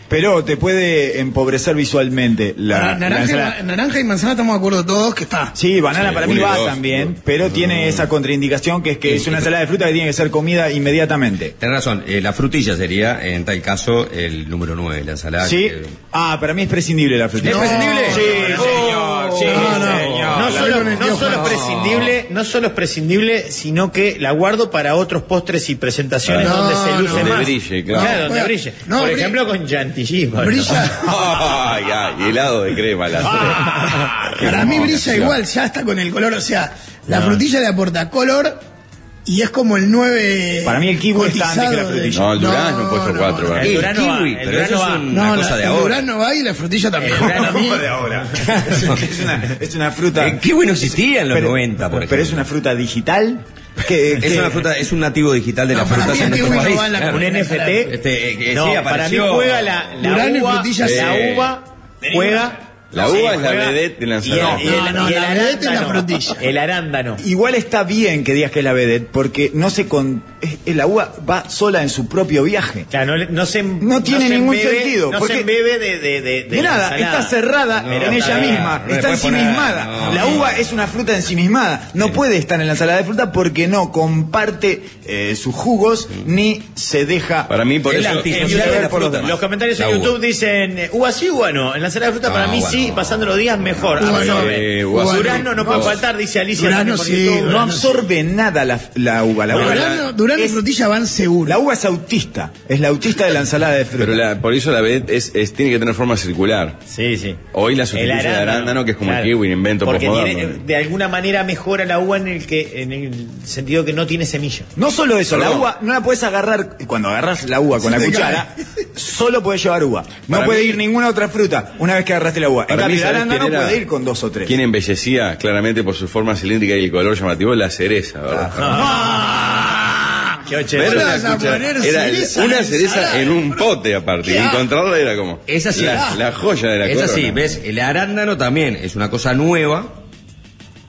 [SPEAKER 2] Pero te puede empobrecer visualmente la,
[SPEAKER 3] Para
[SPEAKER 2] la
[SPEAKER 3] naranja,
[SPEAKER 2] ensalada.
[SPEAKER 3] naranja y manzana estamos de acuerdo todos que está.
[SPEAKER 2] Sí, banana
[SPEAKER 5] Sí,
[SPEAKER 2] para mí
[SPEAKER 5] uno y
[SPEAKER 2] va
[SPEAKER 5] dos,
[SPEAKER 2] también,
[SPEAKER 5] ¿no?
[SPEAKER 2] pero tiene esa contraindicación que es que es una ensalada de fruta que tiene que ser comida inmediatamente.
[SPEAKER 4] Tenés razón, eh, la frutilla sería, en tal caso, el número 9, la ensalada.
[SPEAKER 2] ¿Sí?
[SPEAKER 4] que-
[SPEAKER 2] Ah, para mí es prescindible la frutilla.
[SPEAKER 4] ¿Es prescindible?
[SPEAKER 2] Sí, señor, sí,
[SPEAKER 3] no, no.
[SPEAKER 2] señor.
[SPEAKER 1] No
[SPEAKER 3] la
[SPEAKER 1] solo,
[SPEAKER 3] vi con el
[SPEAKER 1] no
[SPEAKER 3] Dios,
[SPEAKER 1] solo es prescindible, no solo es prescindible, sino que la guardo para otros postres y presentaciones
[SPEAKER 3] Ah, No,
[SPEAKER 1] donde se luce
[SPEAKER 5] donde
[SPEAKER 1] más.
[SPEAKER 5] brille, claro.
[SPEAKER 1] donde
[SPEAKER 3] Bueno,
[SPEAKER 1] brille.
[SPEAKER 3] no,
[SPEAKER 1] Por
[SPEAKER 3] bri-
[SPEAKER 1] ejemplo, con chantilly. bueno.
[SPEAKER 3] Brilla.
[SPEAKER 5] Ay, ay, helado de crema. La
[SPEAKER 3] Ah, Para mí brilla igual, ya está con el color. O sea, la frutilla le aporta color y es como el 9.
[SPEAKER 2] Para mí el kiwi está antes que la frutilla.
[SPEAKER 5] No, el durazno puesto cuatro, eh. para
[SPEAKER 1] El
[SPEAKER 5] mí.
[SPEAKER 1] durazno va,
[SPEAKER 4] Eh, kiwi,
[SPEAKER 1] el
[SPEAKER 4] pero
[SPEAKER 1] durazno
[SPEAKER 4] eso es
[SPEAKER 1] va.
[SPEAKER 4] un-
[SPEAKER 3] No,
[SPEAKER 4] Una
[SPEAKER 3] la,
[SPEAKER 4] cosa de
[SPEAKER 3] el
[SPEAKER 4] ahora.
[SPEAKER 3] durazno va y la frutilla también.
[SPEAKER 2] de ahora. es, una, es una fruta.
[SPEAKER 4] El kiwi no Eh, existía en los
[SPEAKER 2] pero,
[SPEAKER 4] 90, por ejemplo.
[SPEAKER 2] Pero es una fruta digital. Que,
[SPEAKER 4] Es
[SPEAKER 2] que-
[SPEAKER 4] una eh, fruta, es un nativo digital de
[SPEAKER 3] No,
[SPEAKER 4] las
[SPEAKER 3] para
[SPEAKER 4] frutas
[SPEAKER 3] mí
[SPEAKER 5] este
[SPEAKER 4] en
[SPEAKER 3] el
[SPEAKER 4] nuestro
[SPEAKER 3] kiwi no
[SPEAKER 4] país.
[SPEAKER 3] va en la-
[SPEAKER 4] claro.
[SPEAKER 1] Un NFT.
[SPEAKER 4] Este, eh, que
[SPEAKER 1] no,
[SPEAKER 4] sí,
[SPEAKER 1] para mí
[SPEAKER 4] apareció-
[SPEAKER 1] juega la, la
[SPEAKER 3] Durán y
[SPEAKER 1] uva.
[SPEAKER 3] frutillas.
[SPEAKER 1] La
[SPEAKER 5] Sí.
[SPEAKER 1] uva juega.
[SPEAKER 5] La
[SPEAKER 1] Sí,
[SPEAKER 5] uva es la
[SPEAKER 1] juega.
[SPEAKER 5] vedette de la
[SPEAKER 1] Y el-
[SPEAKER 5] ensalada.
[SPEAKER 1] y el-
[SPEAKER 3] No, no,
[SPEAKER 1] y el
[SPEAKER 3] la vedette es la
[SPEAKER 1] arándano.
[SPEAKER 3] frutilla.
[SPEAKER 1] El arándano.
[SPEAKER 2] Igual está bien que digas que es la vedette, porque no se con. es- La uva va sola en su propio viaje.
[SPEAKER 1] Claro, no, le- no se
[SPEAKER 2] No tiene
[SPEAKER 1] se
[SPEAKER 2] ningún
[SPEAKER 1] embebe-
[SPEAKER 2] sentido,
[SPEAKER 1] No
[SPEAKER 2] porque-
[SPEAKER 1] se embebe de, de, de, de
[SPEAKER 2] De
[SPEAKER 1] la
[SPEAKER 2] nada,
[SPEAKER 1] ensalada.
[SPEAKER 2] está cerrada
[SPEAKER 4] No,
[SPEAKER 2] en
[SPEAKER 4] está
[SPEAKER 2] ella
[SPEAKER 4] bien.
[SPEAKER 2] misma,
[SPEAKER 4] No le
[SPEAKER 2] está
[SPEAKER 4] puedes poner-
[SPEAKER 2] ensimismada.
[SPEAKER 4] no.
[SPEAKER 2] la uva es una fruta ensimismada, no puede estar en la ensalada de fruta porque no comparte eh, sus jugos ni se deja.
[SPEAKER 5] Para mí, por
[SPEAKER 4] El
[SPEAKER 5] eso.
[SPEAKER 4] anti-
[SPEAKER 1] Eh,
[SPEAKER 4] Social de la fruta.
[SPEAKER 1] Los comentarios en
[SPEAKER 4] La uva.
[SPEAKER 1] YouTube dicen eh, uva sí, uva no. En la ensalada de fruta para
[SPEAKER 4] No,
[SPEAKER 1] mí
[SPEAKER 4] uva
[SPEAKER 1] sí,
[SPEAKER 4] no.
[SPEAKER 1] pasando los días mejor.
[SPEAKER 3] Uva no.
[SPEAKER 1] Absorbe.
[SPEAKER 5] Eh, uva Ah, sí.
[SPEAKER 1] Durazno no puede faltar, dice Alicia.
[SPEAKER 3] Durazno
[SPEAKER 1] también
[SPEAKER 3] sí,
[SPEAKER 1] por YouTube.
[SPEAKER 2] no
[SPEAKER 3] Durán
[SPEAKER 2] absorbe nada la, la uva. La uva,
[SPEAKER 3] Durano, Durano y
[SPEAKER 2] es-
[SPEAKER 3] frutilla van seguros.
[SPEAKER 2] la uva es autista, es la autista de la ensalada de fruta.
[SPEAKER 5] Pero la- por eso la vedette es, es- tiene que tener forma circular.
[SPEAKER 1] Sí, sí.
[SPEAKER 5] Hoy la sustituye de arándano, que es como el kiwi, pues un invento
[SPEAKER 1] Porque
[SPEAKER 5] postmoderno.
[SPEAKER 1] tiene, de alguna manera mejora la uva en el, que, en el sentido que no tiene semilla.
[SPEAKER 2] No solo eso, la
[SPEAKER 5] Perdón.
[SPEAKER 2] uva no la puedes agarrar, cuando agarras la uva con la
[SPEAKER 3] te
[SPEAKER 2] cuchara, solo puede llevar uva. No
[SPEAKER 5] Para
[SPEAKER 2] puede
[SPEAKER 5] mí-
[SPEAKER 2] ir ninguna otra fruta una vez que agarraste la uva. En
[SPEAKER 5] Para mí,
[SPEAKER 2] cambio, la
[SPEAKER 5] ¿sabés
[SPEAKER 2] aranda
[SPEAKER 5] quién
[SPEAKER 2] no
[SPEAKER 5] era?
[SPEAKER 2] puede ir con dos
[SPEAKER 3] eh,
[SPEAKER 2] o tres.
[SPEAKER 5] ¿Quién embellecía claramente por su forma cilíndrica y el color llamativo? La cereza, ¿verdad?
[SPEAKER 1] Qué
[SPEAKER 5] Pero
[SPEAKER 1] ochero.
[SPEAKER 3] Bueno,
[SPEAKER 5] la
[SPEAKER 3] vas a
[SPEAKER 5] cuchara-
[SPEAKER 3] poner
[SPEAKER 5] era
[SPEAKER 3] cereza
[SPEAKER 5] una
[SPEAKER 3] en
[SPEAKER 5] cereza
[SPEAKER 3] ensalada.
[SPEAKER 5] en un pote aparte. Y encontrarla era como
[SPEAKER 4] Esa sí.
[SPEAKER 5] la, la joya de la
[SPEAKER 4] Es así,
[SPEAKER 5] corona.
[SPEAKER 4] ves, el arándano también es una cosa nueva.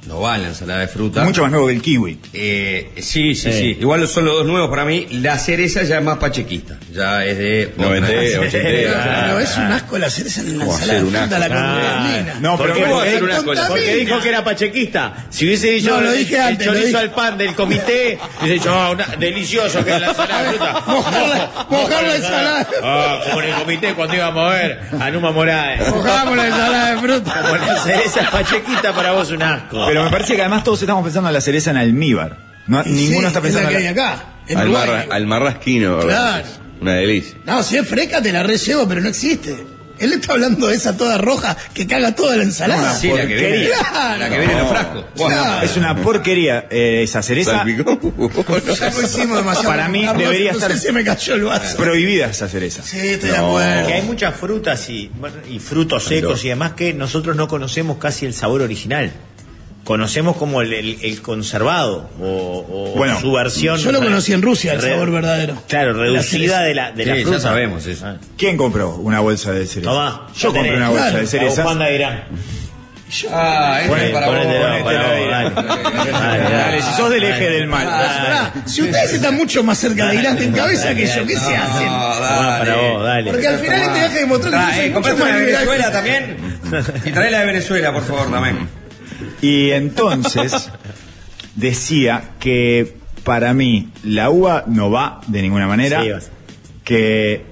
[SPEAKER 4] No va en la ensalada de fruta.
[SPEAKER 2] Mucho más nuevo que el kiwi.
[SPEAKER 4] Eh, sí, sí, sí. Igual son los dos nuevos para mí. La cereza ya es más pachequista. Ya es de.
[SPEAKER 5] Noventero, ochentero.
[SPEAKER 3] Pero es un asco la cereza en la
[SPEAKER 5] ¿Cómo
[SPEAKER 3] ensalada.
[SPEAKER 5] hacer un
[SPEAKER 3] Puta, la
[SPEAKER 5] asco?
[SPEAKER 3] contamina.
[SPEAKER 2] No,
[SPEAKER 1] ¿Por
[SPEAKER 2] pero
[SPEAKER 1] qué
[SPEAKER 2] bueno,
[SPEAKER 1] vos
[SPEAKER 2] eh,
[SPEAKER 1] hacer
[SPEAKER 5] una cosa?
[SPEAKER 1] Porque dijo que era pachequista. Si hubiese dicho
[SPEAKER 3] No, lo dije
[SPEAKER 1] el
[SPEAKER 3] antes, lo
[SPEAKER 1] chorizo
[SPEAKER 3] dije.
[SPEAKER 1] al pan del comité, hubiese dicho, ah, una- delicioso que es la ensalada de fruta.
[SPEAKER 3] Mojar la-
[SPEAKER 1] Mojo,
[SPEAKER 3] mojar
[SPEAKER 1] mojo
[SPEAKER 3] la ensalada.
[SPEAKER 1] Ah, como en el comité cuando íbamos a ver a Numa Morales.
[SPEAKER 3] Mojamos la ensalada de fruta.
[SPEAKER 1] Como la cereza pachequista para vos un asco.
[SPEAKER 2] Pero me parece que además todos estamos pensando en la cereza en almíbar. No,
[SPEAKER 3] Y
[SPEAKER 2] ninguno
[SPEAKER 3] sí,
[SPEAKER 2] está pensando
[SPEAKER 3] es la que
[SPEAKER 2] en
[SPEAKER 3] hay
[SPEAKER 2] la...
[SPEAKER 3] acá. En
[SPEAKER 5] Al,
[SPEAKER 3] Uruguay.
[SPEAKER 5] marra- al marrasquino, ¿verdad?
[SPEAKER 3] Claro.
[SPEAKER 5] Una delicia.
[SPEAKER 3] No, si es fresca te la rellego, pero no existe. Él está hablando de esa toda roja que caga toda la ensalada.
[SPEAKER 4] Sí, la que viene.
[SPEAKER 3] Claro.
[SPEAKER 4] La que viene en los frascos.
[SPEAKER 3] Claro.
[SPEAKER 4] Buah,
[SPEAKER 2] Es una porquería eh, esa cereza.
[SPEAKER 5] ¿Salpicó?
[SPEAKER 3] Ya no hicimos demasiado.
[SPEAKER 2] Para mí
[SPEAKER 3] Carlos,
[SPEAKER 2] debería
[SPEAKER 3] entonces
[SPEAKER 2] estar-
[SPEAKER 3] se me cayó el vaso.
[SPEAKER 2] Prohibida esa cereza.
[SPEAKER 3] Sí, estoy de acuerdo.
[SPEAKER 1] Que hay muchas frutas y, y frutos secos y demás que nosotros no conocemos casi el sabor original. Conocemos como el, el- el conservado o, o
[SPEAKER 2] Bueno,
[SPEAKER 1] su versión.
[SPEAKER 3] Yo lo conocí en Rusia, el
[SPEAKER 1] Re-
[SPEAKER 3] sabor verdadero.
[SPEAKER 1] Claro, reducida
[SPEAKER 3] La
[SPEAKER 1] de la, de la
[SPEAKER 4] Sí, ya
[SPEAKER 1] fruta.
[SPEAKER 4] sabemos eso.
[SPEAKER 1] Ah.
[SPEAKER 2] ¿Quién compró una bolsa de cereza?
[SPEAKER 1] Tomá.
[SPEAKER 2] Yo
[SPEAKER 1] la
[SPEAKER 2] compré
[SPEAKER 1] tenés.
[SPEAKER 2] una bolsa de
[SPEAKER 1] Claro.
[SPEAKER 2] cerezas.
[SPEAKER 1] La bufanda de Irán.
[SPEAKER 4] Ah, este
[SPEAKER 1] Poné-
[SPEAKER 4] es para vos.
[SPEAKER 1] ponételo,
[SPEAKER 4] este
[SPEAKER 1] para
[SPEAKER 4] es
[SPEAKER 1] vos,
[SPEAKER 4] para vos.
[SPEAKER 1] dale. Dale,
[SPEAKER 4] Dale, dale.
[SPEAKER 2] Dale, si sos del eje del
[SPEAKER 3] Ah,
[SPEAKER 2] mal.
[SPEAKER 3] pará, si ustedes están mucho más cerca de Irán que en cabeza que yo, ¿qué se hacen?
[SPEAKER 1] Tomá para vos, dale.
[SPEAKER 3] Porque al final este deja de mostrar que yo
[SPEAKER 4] Ah, Trae, Ah, eh, comprate
[SPEAKER 3] soy mucho
[SPEAKER 4] una
[SPEAKER 3] más
[SPEAKER 4] de
[SPEAKER 3] liberal.
[SPEAKER 4] Venezuela también. Y trae la de Venezuela, por favor, también.
[SPEAKER 2] Y entonces decía que para mí la uva no va de ninguna manera.
[SPEAKER 1] Sí, vas.
[SPEAKER 2] que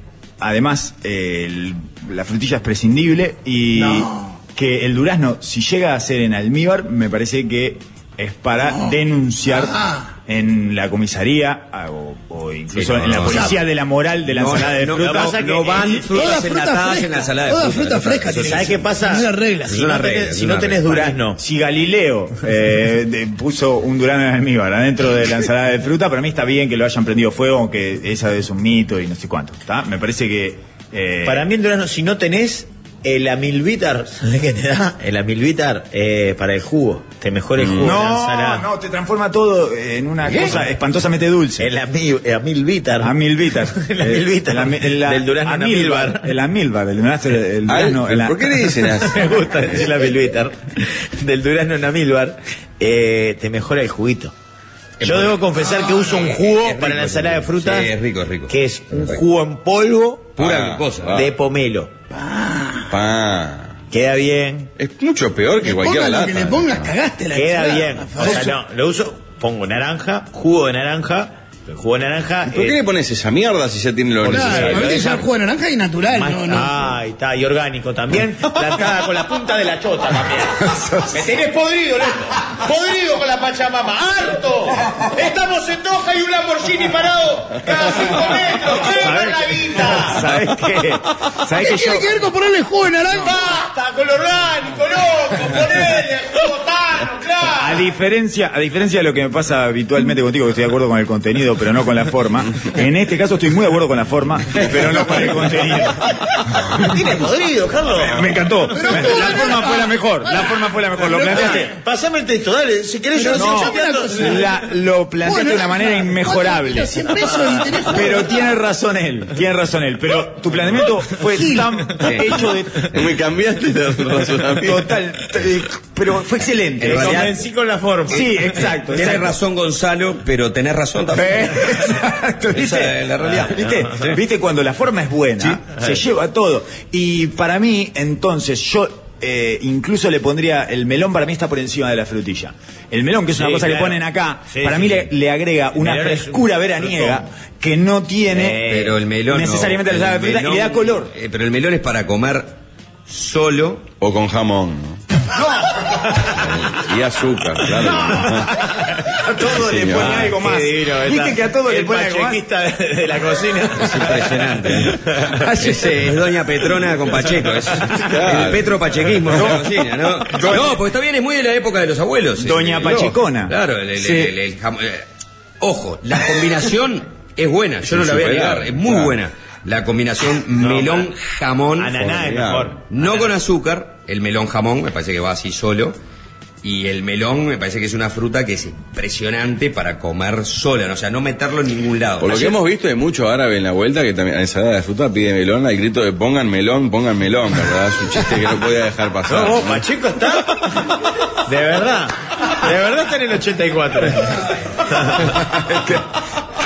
[SPEAKER 2] además eh, el- la frutilla es prescindible y que el durazno, si llega a ser en almíbar, me parece que es para denunciar
[SPEAKER 3] Ah.
[SPEAKER 2] en la comisaría a- o, o incluso
[SPEAKER 4] Sí, no,
[SPEAKER 2] en la
[SPEAKER 4] no,
[SPEAKER 2] policía de la moral de la
[SPEAKER 4] No,
[SPEAKER 2] ensalada de
[SPEAKER 4] no,
[SPEAKER 1] lo
[SPEAKER 2] fruta.
[SPEAKER 1] que pasa es que
[SPEAKER 4] No van
[SPEAKER 1] el-
[SPEAKER 4] frutas
[SPEAKER 3] fruta
[SPEAKER 4] enlatadas
[SPEAKER 3] fresca,
[SPEAKER 4] en la ensalada de
[SPEAKER 3] toda fruta
[SPEAKER 4] eso está-
[SPEAKER 3] fresca
[SPEAKER 4] eso
[SPEAKER 3] tiene
[SPEAKER 4] está-
[SPEAKER 1] ¿Sabes qué pasa?
[SPEAKER 3] Es una regla,
[SPEAKER 1] Si
[SPEAKER 4] es
[SPEAKER 1] no
[SPEAKER 4] una
[SPEAKER 1] tenés-
[SPEAKER 4] regla, es
[SPEAKER 1] si
[SPEAKER 4] una
[SPEAKER 1] no tenés
[SPEAKER 4] regla.
[SPEAKER 1] durazno,
[SPEAKER 2] Si Galileo eh, de- puso un durazno en almíbar adentro de la ensalada de fruta, para mí está bien que lo hayan prendido fuego, aunque esa es un mito y no sé cuánto. ¿tá? Me parece que... eh,
[SPEAKER 1] Para mí el durazno, si no tenés el amilvitar, ¿sabés qué te da? El amilvitar eh, para el jugo. Te mejora el jugo de la ensalada.
[SPEAKER 2] No, no, te transforma todo en una cosa espantosamente dulce.
[SPEAKER 1] El, ami, el amilvitar.
[SPEAKER 2] Amilvitar.
[SPEAKER 1] El amilvitar.
[SPEAKER 2] El, ami- el- Eh, la-
[SPEAKER 1] Del durazno en
[SPEAKER 2] amilbar.
[SPEAKER 1] amilbar.
[SPEAKER 2] El amilbar. El durazno. El durazno
[SPEAKER 5] Al-
[SPEAKER 2] la-
[SPEAKER 5] ¿Por qué le dicen así?
[SPEAKER 1] Me gusta decir amilvitar. Del durazno en amilbar, eh, te mejora el juguito. Yo debo confesar que uso un jugo
[SPEAKER 4] Ah, es rico,
[SPEAKER 1] para la ensalada de
[SPEAKER 4] es rico.
[SPEAKER 1] frutas.
[SPEAKER 4] Sí, es rico, es rico.
[SPEAKER 1] Que es un
[SPEAKER 4] Es rico.
[SPEAKER 1] jugo en polvo
[SPEAKER 4] Pura
[SPEAKER 5] Ah,
[SPEAKER 4] glucosa.
[SPEAKER 5] ah.
[SPEAKER 1] de pomelo.
[SPEAKER 5] Pa.
[SPEAKER 1] Queda bien.
[SPEAKER 5] Ah, Es mucho peor que
[SPEAKER 3] Le
[SPEAKER 5] cualquier
[SPEAKER 3] pongas
[SPEAKER 5] lata.
[SPEAKER 3] lo que le pongas, cagaste la
[SPEAKER 1] Queda
[SPEAKER 3] ensalada,
[SPEAKER 1] bien. O
[SPEAKER 3] Rafael.
[SPEAKER 1] sea, no, lo uso, pongo naranja, jugo de naranja. El jugo de naranja. eh,
[SPEAKER 5] ¿Por qué
[SPEAKER 1] es
[SPEAKER 5] le pones esa mierda si ya tiene lo
[SPEAKER 3] Claro,
[SPEAKER 5] necesario?
[SPEAKER 3] para mí que
[SPEAKER 1] dejan-
[SPEAKER 3] ya el jugo de naranja y natural,
[SPEAKER 1] más-
[SPEAKER 3] no, no.
[SPEAKER 1] Ah, ahí está, y orgánico también. Plantada con la punta de la chota también. Me tenés podrido, loco. Podrido con la Pachamama. ¡Harto! Estamos en Doha y un Lamborghini parado cada cinco metros. ¡Quema la guita!
[SPEAKER 2] ¿Sabes qué? ¿Sabes
[SPEAKER 3] ¿Qué
[SPEAKER 2] que yo.?
[SPEAKER 3] tiene que ver con ponerle jugo de naranja?
[SPEAKER 1] ¡Basta con lo orgánico, loco! ¡Ponele el jugo tano,
[SPEAKER 2] A
[SPEAKER 1] claro!
[SPEAKER 2] diferencia, a diferencia de lo que me pasa habitualmente contigo, que estoy de acuerdo con el contenido, pero no con la forma. En este caso estoy muy de acuerdo con la forma, pero no con el contenido.
[SPEAKER 1] Tienes podrido, Carlos.
[SPEAKER 2] Me encantó.
[SPEAKER 3] tú,
[SPEAKER 2] La forma fue la mejor. La forma fue la mejor. Lo planteaste.
[SPEAKER 1] Pasame el texto, dale. Si querés, yo
[SPEAKER 3] Pero
[SPEAKER 1] lo
[SPEAKER 3] no.
[SPEAKER 1] sigo chateando.
[SPEAKER 2] La- lo planteaste de una manera inmejorable. Pero tiene razón él, tiene razón él. Pero tu planteamiento fue tan hecho de
[SPEAKER 5] Me cambiaste el razonamiento.
[SPEAKER 2] total, eh, pero fue excelente.
[SPEAKER 1] Me
[SPEAKER 4] En realidad-
[SPEAKER 1] convencí con la forma.
[SPEAKER 2] Sí, exacto.
[SPEAKER 4] Tienes
[SPEAKER 2] exacto.
[SPEAKER 4] razón, Gonzalo, pero tenés razón también. Eh,
[SPEAKER 2] Exacto,
[SPEAKER 4] Esa
[SPEAKER 2] ¿viste? Ah,
[SPEAKER 4] es la realidad.
[SPEAKER 2] ¿Viste?
[SPEAKER 4] Sí.
[SPEAKER 2] ¿Viste? Cuando la forma es buena, se lleva todo. Y para mí, entonces, yo eh, incluso le pondría, el melón para mí está por encima de la frutilla. El melón, que es una
[SPEAKER 1] Sí,
[SPEAKER 2] cosa
[SPEAKER 1] claro.
[SPEAKER 2] que ponen acá,
[SPEAKER 1] Sí,
[SPEAKER 2] para
[SPEAKER 1] sí,
[SPEAKER 2] mí
[SPEAKER 1] sí.
[SPEAKER 2] Le, le agrega una
[SPEAKER 1] melón es un
[SPEAKER 2] frescura veraniega que no tiene
[SPEAKER 1] Eh,
[SPEAKER 4] Pero el melón. no.
[SPEAKER 2] necesariamente
[SPEAKER 4] El
[SPEAKER 2] la ensalada de fruta y le da
[SPEAKER 4] melón-
[SPEAKER 2] color.
[SPEAKER 4] eh, pero el melón es para comer solo.
[SPEAKER 5] O con jamón, ¿no? Y azúcar, claro.
[SPEAKER 2] A todo
[SPEAKER 5] Sí,
[SPEAKER 2] le pone
[SPEAKER 5] ah,
[SPEAKER 2] algo más.
[SPEAKER 1] Qué divino,
[SPEAKER 2] Viste
[SPEAKER 1] está.
[SPEAKER 2] que a todo le
[SPEAKER 1] El
[SPEAKER 2] pone algo más.
[SPEAKER 1] pachequista de, de la cocina.
[SPEAKER 4] Es impresionante. Es, es Doña Petrona con Pacheco. Es el Petro Pachequismo de la cocina, ¿no? No, porque está bien, es muy de la época de los abuelos.
[SPEAKER 2] Doña
[SPEAKER 4] Eh,
[SPEAKER 2] Pachecona.
[SPEAKER 4] Claro, el, el-
[SPEAKER 2] Sí.
[SPEAKER 4] el- el jam- eh, Ojo, la combinación es buena. Yo no la voy a
[SPEAKER 5] Superior,
[SPEAKER 4] negar. Es muy
[SPEAKER 5] claro.
[SPEAKER 4] buena. la combinación melón jamón
[SPEAKER 1] Ananá es
[SPEAKER 5] Formidable.
[SPEAKER 1] mejor.
[SPEAKER 4] no con azúcar, el melón jamón me parece que va así solo. Y el melón me parece que es una fruta que es impresionante para comer sola, ¿no? o sea, no meterlo en ningún lado.
[SPEAKER 5] Por lo que
[SPEAKER 4] Ayer-
[SPEAKER 5] hemos visto de mucho árabe en la vuelta que también a ensalada de fruta pide melón al grito de pongan melón, pongan melón, ¿verdad? Es un chiste que no podía dejar pasar.
[SPEAKER 1] No, vos, Pacheco está. De verdad. De verdad está en el 84.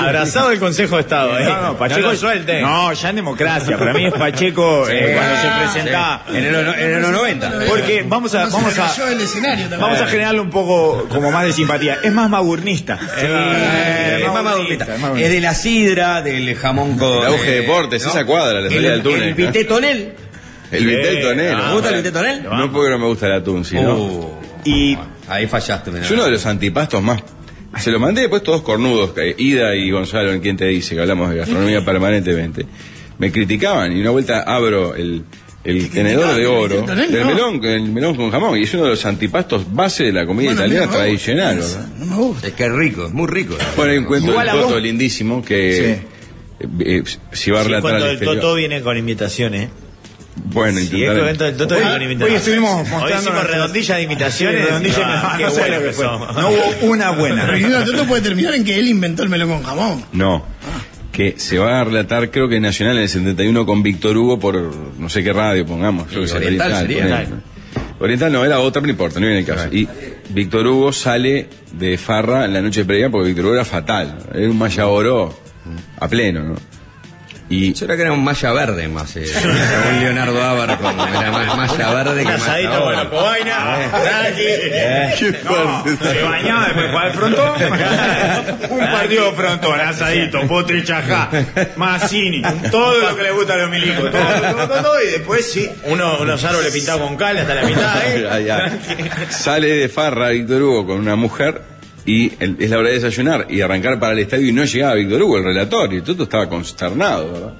[SPEAKER 1] Abrazado el Consejo de Estado. ¿eh?
[SPEAKER 2] No, no, Pacheco.
[SPEAKER 1] lo suelte.
[SPEAKER 2] No, ya en democracia. Para mí es Pacheco eh, cuando se
[SPEAKER 5] ah,
[SPEAKER 2] presenta.
[SPEAKER 4] Sí. En el ono- en los 90.
[SPEAKER 2] Porque vamos a,
[SPEAKER 3] No se
[SPEAKER 2] vamos
[SPEAKER 3] le
[SPEAKER 2] a,
[SPEAKER 3] cayó el escenario también.
[SPEAKER 2] vamos a generarle un poco como más de simpatía. Es más magurnista.
[SPEAKER 4] Eh,
[SPEAKER 2] Eh,
[SPEAKER 4] es más madurita. Es de la sidra, del jamón con.
[SPEAKER 5] El auge de
[SPEAKER 4] eh,
[SPEAKER 5] deportes, esa cuadra, la salida
[SPEAKER 4] el,
[SPEAKER 5] del túnel,
[SPEAKER 4] El
[SPEAKER 5] ¿no?
[SPEAKER 4] vitetonel.
[SPEAKER 5] El vitel tonel.
[SPEAKER 4] ¿Te gusta el vitetonel?
[SPEAKER 5] No porque no me gusta el atún, sino.
[SPEAKER 4] Uh,
[SPEAKER 2] Y
[SPEAKER 4] ahí fallaste, mira.
[SPEAKER 5] Es uno de los antipastos más. Se los mandé después todos cornudos, que Ida y Gonzalo, en quien te dice, que hablamos de gastronomía permanentemente. Me criticaban y una vuelta abro el, el tenedor de oro
[SPEAKER 3] criticaban?
[SPEAKER 5] del
[SPEAKER 3] No.
[SPEAKER 5] melón, el melón con jamón, y es uno de los antipastos base de la comida
[SPEAKER 3] Bueno,
[SPEAKER 5] italiana
[SPEAKER 3] mira, no me gusta
[SPEAKER 5] tradicional.
[SPEAKER 3] esa,
[SPEAKER 5] ¿verdad?
[SPEAKER 3] No me gusta.
[SPEAKER 4] Es que es rico, es muy rico.
[SPEAKER 5] Bueno, hay un cuento
[SPEAKER 2] Igual
[SPEAKER 5] del
[SPEAKER 2] a vos-
[SPEAKER 5] Toto lindísimo que eh, eh, si va a
[SPEAKER 1] Sí,
[SPEAKER 5] relatar
[SPEAKER 1] cuando
[SPEAKER 5] al
[SPEAKER 2] este
[SPEAKER 1] el
[SPEAKER 5] exterior.
[SPEAKER 1] Totó viene con invitaciones. ¿eh?
[SPEAKER 5] Bueno,
[SPEAKER 1] Y el
[SPEAKER 5] intentaré.
[SPEAKER 1] este cuento del Totó
[SPEAKER 2] Hoy-
[SPEAKER 1] viene con
[SPEAKER 2] hoy
[SPEAKER 1] invitaciones.
[SPEAKER 2] estuvimos
[SPEAKER 1] Hoy
[SPEAKER 2] mostrando
[SPEAKER 1] hicimos
[SPEAKER 2] nuestras-
[SPEAKER 1] redondilla de imitaciones.
[SPEAKER 2] redondilla,
[SPEAKER 1] Ah,
[SPEAKER 2] no,
[SPEAKER 1] qué
[SPEAKER 2] no sé
[SPEAKER 1] bueno
[SPEAKER 2] lo
[SPEAKER 1] que
[SPEAKER 2] que fue.
[SPEAKER 1] somos.
[SPEAKER 2] No hubo una buena.
[SPEAKER 3] Pero el tanto puede terminar en que él inventó el melón con jamón.
[SPEAKER 5] No. Que se va a relatar, creo que Nacional en el 71 con Víctor Hugo por no sé qué radio, pongamos. Yo
[SPEAKER 4] Y
[SPEAKER 5] que sé,
[SPEAKER 4] Oriental sería.
[SPEAKER 5] ponele. Oriental no, era otra, pero no importa, no viene el caso. Y Víctor Hugo sale de Farra en la noche previa porque Víctor Hugo era fatal. Era un maya oro a pleno, ¿no? Y
[SPEAKER 4] Yo creo que era un malla verde más. eh, un Leonardo Ávar con era más malla verde que
[SPEAKER 1] Un asadito
[SPEAKER 4] malla
[SPEAKER 1] con la
[SPEAKER 4] oro.
[SPEAKER 2] Ah,
[SPEAKER 1] cobaina. Tranqui.
[SPEAKER 2] Se bañaba después jugaba al frontón. Un partido frontón, asadito, potre chajá, mazzini, todo lo que le gusta a los milicos. todo, todo, todo, todo, y después sí.
[SPEAKER 1] Uno- unos árboles pintados con cal hasta la mitad, ¿eh?
[SPEAKER 5] Ya, ya. Sale de farra Víctor Hugo con una mujer y el- es la hora de desayunar y arrancar para el estadio y no llegaba Víctor Hugo, el relator, y todo estaba consternado, ¿verdad?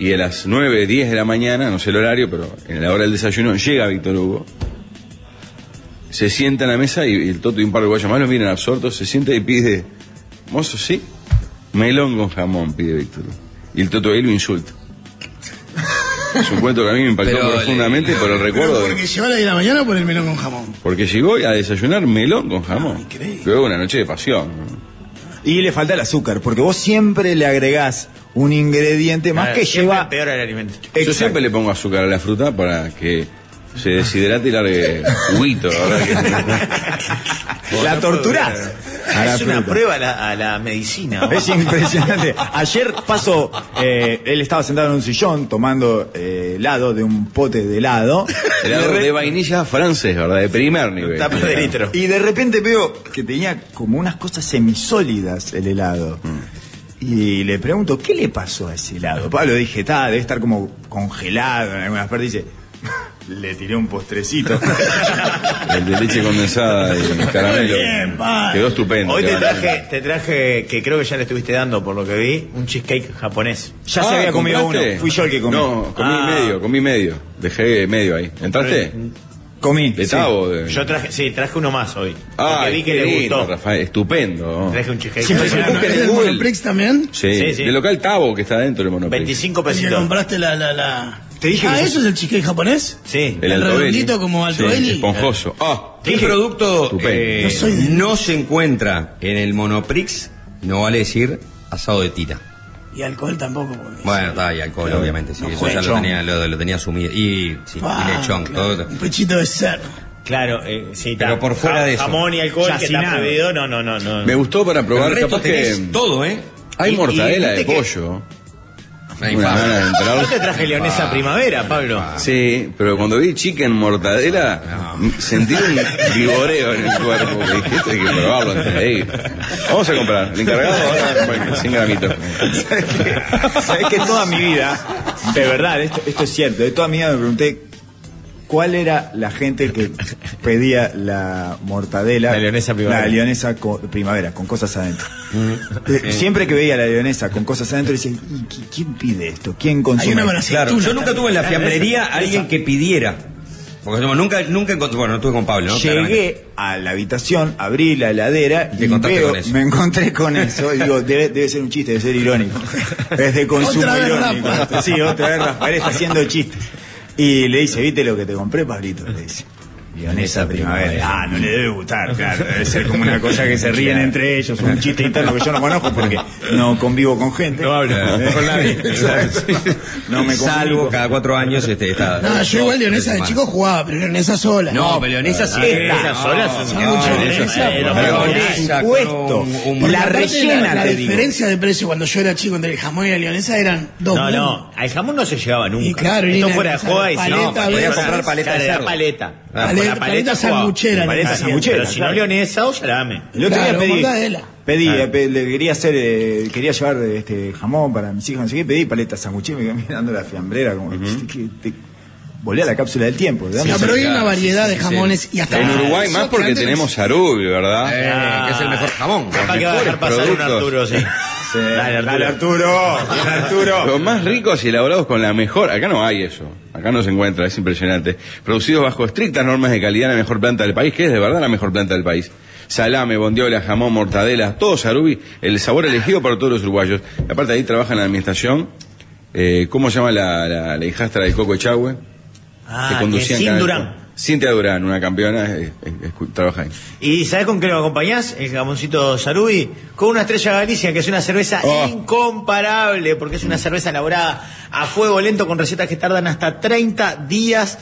[SPEAKER 5] Y a las 9, 10 de la mañana, no sé el horario, pero en la hora del desayuno llega Víctor Hugo, se sienta en la mesa y, y el Toto y un par de guayos más lo miran absortos, se sienta y pide, mozo, sí, melón con jamón, pide Víctor Hugo. Y el Toto ahí lo insulta. Es un cuento que a mí me impactó
[SPEAKER 4] Pero le-
[SPEAKER 5] profundamente, pero el
[SPEAKER 3] Pero
[SPEAKER 5] recuerdo... de-
[SPEAKER 3] porque lleva a la 10 de la mañana por el melón con jamón.
[SPEAKER 5] porque llegó a desayunar melón con
[SPEAKER 1] Ah,
[SPEAKER 5] jamón.
[SPEAKER 3] increíble.
[SPEAKER 5] Luego una noche de pasión.
[SPEAKER 2] Y le falta el azúcar, porque vos siempre le agregás un ingrediente más que
[SPEAKER 1] Siempre
[SPEAKER 2] lleva.
[SPEAKER 1] peor el alimento.
[SPEAKER 5] Yo
[SPEAKER 2] Exacto.
[SPEAKER 5] siempre le pongo azúcar a la fruta para que se deshidrate y largue juguito, la verdad
[SPEAKER 2] La torturás. a la
[SPEAKER 1] es una
[SPEAKER 2] fruta.
[SPEAKER 1] prueba a la, a la medicina. ¿no?
[SPEAKER 2] Es impresionante. Ayer pasó, eh, él estaba sentado en un sillón tomando eh, helado de un pote de helado.
[SPEAKER 5] que- Era algo de vainilla francés, ¿verdad? De primer nivel.
[SPEAKER 1] Tapa de litro.
[SPEAKER 2] Y de repente veo que tenía como unas cosas semisólidas el helado.
[SPEAKER 5] Mm.
[SPEAKER 2] Y le pregunto, ¿qué le pasó a ese helado? Pablo dije, está, debe estar como congelado en algunas partes. Dice, le tiré un postrecito.
[SPEAKER 5] El de leche condensada y caramelo.
[SPEAKER 3] Bien, pa.
[SPEAKER 5] Quedó estupendo.
[SPEAKER 1] Hoy te
[SPEAKER 5] Quedó
[SPEAKER 1] traje, te traje, que creo que ya le estuviste dando por lo que vi, un cheesecake japonés.
[SPEAKER 2] ya se
[SPEAKER 5] Ah,
[SPEAKER 2] había comido
[SPEAKER 5] ¿compraste?
[SPEAKER 2] uno. Fui yo el que comí.
[SPEAKER 5] No, comí
[SPEAKER 1] Ah.
[SPEAKER 5] medio, comí medio. Dejé medio ahí. ¿Entraste?
[SPEAKER 2] comí.
[SPEAKER 5] De
[SPEAKER 2] sí.
[SPEAKER 5] tabo. de-
[SPEAKER 1] Yo traje, sí, traje uno más hoy.
[SPEAKER 5] Ah,
[SPEAKER 1] porque vi que
[SPEAKER 5] qué
[SPEAKER 1] le
[SPEAKER 5] lindo,
[SPEAKER 1] gustó.
[SPEAKER 5] Rafael, estupendo.
[SPEAKER 1] Traje un cheesecake.
[SPEAKER 2] Siempre
[SPEAKER 1] japonés.
[SPEAKER 2] se
[SPEAKER 3] ¿Es
[SPEAKER 5] en
[SPEAKER 3] el
[SPEAKER 5] Google.
[SPEAKER 3] Monoprix también?
[SPEAKER 5] Sí,
[SPEAKER 1] Sí, sí.
[SPEAKER 5] del local Tabo que está dentro del Monoprix.
[SPEAKER 1] 25
[SPEAKER 3] Y le
[SPEAKER 1] pesitos.
[SPEAKER 3] compraste la, la, la...
[SPEAKER 2] Te dije
[SPEAKER 3] Ah,
[SPEAKER 2] que-
[SPEAKER 3] ¿eso es el cheesecake japonés?
[SPEAKER 1] Sí.
[SPEAKER 3] El
[SPEAKER 5] Altobelli.
[SPEAKER 3] redondito como Altobelli.
[SPEAKER 5] Sí, esponjoso. Ah,
[SPEAKER 4] ¿Qué producto
[SPEAKER 5] Estupendo.
[SPEAKER 4] eh,
[SPEAKER 3] No soy de-
[SPEAKER 4] no se encuentra en el Monoprix? No vale decir asado de tira.
[SPEAKER 3] Y alcohol tampoco. porque-
[SPEAKER 4] Bueno, está, y alcohol, obviamente, sí.
[SPEAKER 3] No
[SPEAKER 4] eso
[SPEAKER 3] juega
[SPEAKER 4] ya lo
[SPEAKER 2] lechón.
[SPEAKER 4] tenía, lo, lo tenía asumido. Y, sí,
[SPEAKER 3] Pa,
[SPEAKER 5] Ah,
[SPEAKER 4] y lechón,
[SPEAKER 3] claro,
[SPEAKER 4] todo.
[SPEAKER 3] Un pechito de cerdo.
[SPEAKER 1] Claro, eh, sí,
[SPEAKER 4] Pero
[SPEAKER 1] ta-
[SPEAKER 4] por fuera
[SPEAKER 1] ja-
[SPEAKER 4] de eso.
[SPEAKER 1] Jamón y alcohol que está
[SPEAKER 2] Chacinado.
[SPEAKER 1] prohibido. No, no, no, no.
[SPEAKER 5] me gustó para
[SPEAKER 4] Pero
[SPEAKER 5] probar
[SPEAKER 4] el resto
[SPEAKER 5] capaz que
[SPEAKER 4] tenés todo, ¿eh?
[SPEAKER 5] hay
[SPEAKER 1] Y- y
[SPEAKER 5] mortadela de
[SPEAKER 1] viste que-
[SPEAKER 5] pollo.
[SPEAKER 4] Ahí
[SPEAKER 5] Una
[SPEAKER 4] va.
[SPEAKER 5] gana de entrar.
[SPEAKER 1] Yo te traje leonesa primavera, Pablo.
[SPEAKER 5] Sí, pero cuando vi chicken mortadela sentí un vigoreo en el cuerpo. que Dije, esto hay que probarlo antes de ir. Vamos a comprar. El encargado ahora bueno, 100 gramitos.
[SPEAKER 2] Sabes que toda mi vida, de verdad, esto, esto es cierto, de toda mi vida me pregunté cuál era la gente que pedía la mortadela.
[SPEAKER 1] La leonesa primavera.
[SPEAKER 2] La leonesa co- primavera, con cosas adentro.
[SPEAKER 1] Mm,
[SPEAKER 2] Eh, Siempre que veía la leonesa con cosas adentro, decía, "¿Y qui- ¿quién pide esto? ¿Quién
[SPEAKER 3] Hay
[SPEAKER 2] consume?
[SPEAKER 3] una
[SPEAKER 2] esto?"
[SPEAKER 3] braceletuna.
[SPEAKER 4] Claro, yo nunca tuve en la fiambrería
[SPEAKER 1] Esa.
[SPEAKER 4] alguien que pidiera. Porque somos- nunca, nunca encontré. Bueno, no estuve con Pablo, ¿no? Claramente.
[SPEAKER 2] Llegué a la habitación, abrí la heladera
[SPEAKER 4] Te
[SPEAKER 2] y
[SPEAKER 4] encontraste
[SPEAKER 2] veo-
[SPEAKER 4] con eso.
[SPEAKER 2] me encontré con eso. Y digo, debe, debe ser un chiste, debe ser irónico. Es de consumo
[SPEAKER 3] Otra vez
[SPEAKER 2] irónico.
[SPEAKER 3] Rafa.
[SPEAKER 2] Sí, otra vez Rafael está haciendo chistes. Y le dice, ¿viste lo que te compré, Pablito? Le dice. Leonesa primavera. Ah, no le debe gustar, claro. Debe ser como una cosa que se ríen entre ellos, un chiste interno que yo no conozco porque no convivo con gente.
[SPEAKER 4] Eh, No hablo con nadie.
[SPEAKER 2] Exacto. No me
[SPEAKER 4] Salvo
[SPEAKER 2] comunico.
[SPEAKER 4] cada cuatro años este, está.
[SPEAKER 3] No, yo igual leonesa de chico jugaba, pero leonesa sola.
[SPEAKER 4] No, pero Leonesa sí.
[SPEAKER 1] Leonesa sola, sí,
[SPEAKER 3] mucho Leonesa. Pero
[SPEAKER 2] Puesto. La
[SPEAKER 3] Aparte,
[SPEAKER 2] rellena,
[SPEAKER 3] la, la
[SPEAKER 2] te digo.
[SPEAKER 3] diferencia de precio cuando yo era chico entre el jamón y la leonesa eran dos
[SPEAKER 1] No, no,
[SPEAKER 3] mundos.
[SPEAKER 1] al jamón no se llegaba nunca.
[SPEAKER 3] Y claro, y
[SPEAKER 1] Esto
[SPEAKER 3] la-
[SPEAKER 1] fuera de
[SPEAKER 3] esa
[SPEAKER 1] joda y si no,
[SPEAKER 3] paleta,
[SPEAKER 1] podía
[SPEAKER 3] ¿ves?
[SPEAKER 4] comprar paleta
[SPEAKER 1] Claro,
[SPEAKER 4] de
[SPEAKER 1] era
[SPEAKER 4] cerdo.
[SPEAKER 1] paleta. Ah,
[SPEAKER 4] Paleta-
[SPEAKER 1] Con la
[SPEAKER 3] paleta
[SPEAKER 1] jugaba.
[SPEAKER 3] sanguchera,
[SPEAKER 2] paleta
[SPEAKER 1] Así,
[SPEAKER 2] sanguchera,
[SPEAKER 1] Pero si no
[SPEAKER 2] claro.
[SPEAKER 1] leonesa o salame.
[SPEAKER 2] El otro
[SPEAKER 3] Claro,
[SPEAKER 2] día pedí,
[SPEAKER 3] mortadela.
[SPEAKER 2] pedí,
[SPEAKER 1] Claro.
[SPEAKER 2] eh, pe- le quería hacer, eh, quería llevar eh, este jamón para mis hijos, no sé qué, pedí paletas sanguchín, me quedé mirando la fiambrera, como que te- volé a la cápsula del tiempo. dame-
[SPEAKER 3] No, pero hay una
[SPEAKER 4] claro,
[SPEAKER 3] variedad
[SPEAKER 4] sí,
[SPEAKER 3] de
[SPEAKER 4] sí, sí.
[SPEAKER 3] jamones y hasta
[SPEAKER 5] En Uruguay
[SPEAKER 3] nosotros
[SPEAKER 5] más porque
[SPEAKER 3] antes
[SPEAKER 5] tenemos Arubio, ¿verdad?
[SPEAKER 4] Eh, que es el mejor jamón.
[SPEAKER 1] Ah. Capaz que va a dejar pasar un Arturo, sí.
[SPEAKER 2] Sí,
[SPEAKER 1] Dale, Arturo.
[SPEAKER 2] bien, Arturo.
[SPEAKER 5] Los más ricos y elaborados con la mejor. Acá no hay eso. Acá no se encuentra, es impresionante. Producidos bajo estrictas normas de calidad en la mejor planta del país, que es de verdad la mejor planta del país. Salame, bondiola, jamón, mortadela, todo sarubi, el sabor elegido por todos los uruguayos. Y aparte ahí trabaja en la administración. eh, ¿Cómo se llama la, la- la hijastra de Coco Echagüe?
[SPEAKER 1] Ah, que sin
[SPEAKER 5] cada-
[SPEAKER 1] Durán.
[SPEAKER 5] Cintia Durán, una campeona, eh, eh, escu- trabaja ahí.
[SPEAKER 1] ¿Y sabes con qué lo acompañás? El jamoncito Sarubi. Con una estrella Galicia, que es una cerveza
[SPEAKER 5] Oh.
[SPEAKER 1] incomparable, porque es una cerveza elaborada a fuego lento con recetas que tardan hasta 30 días.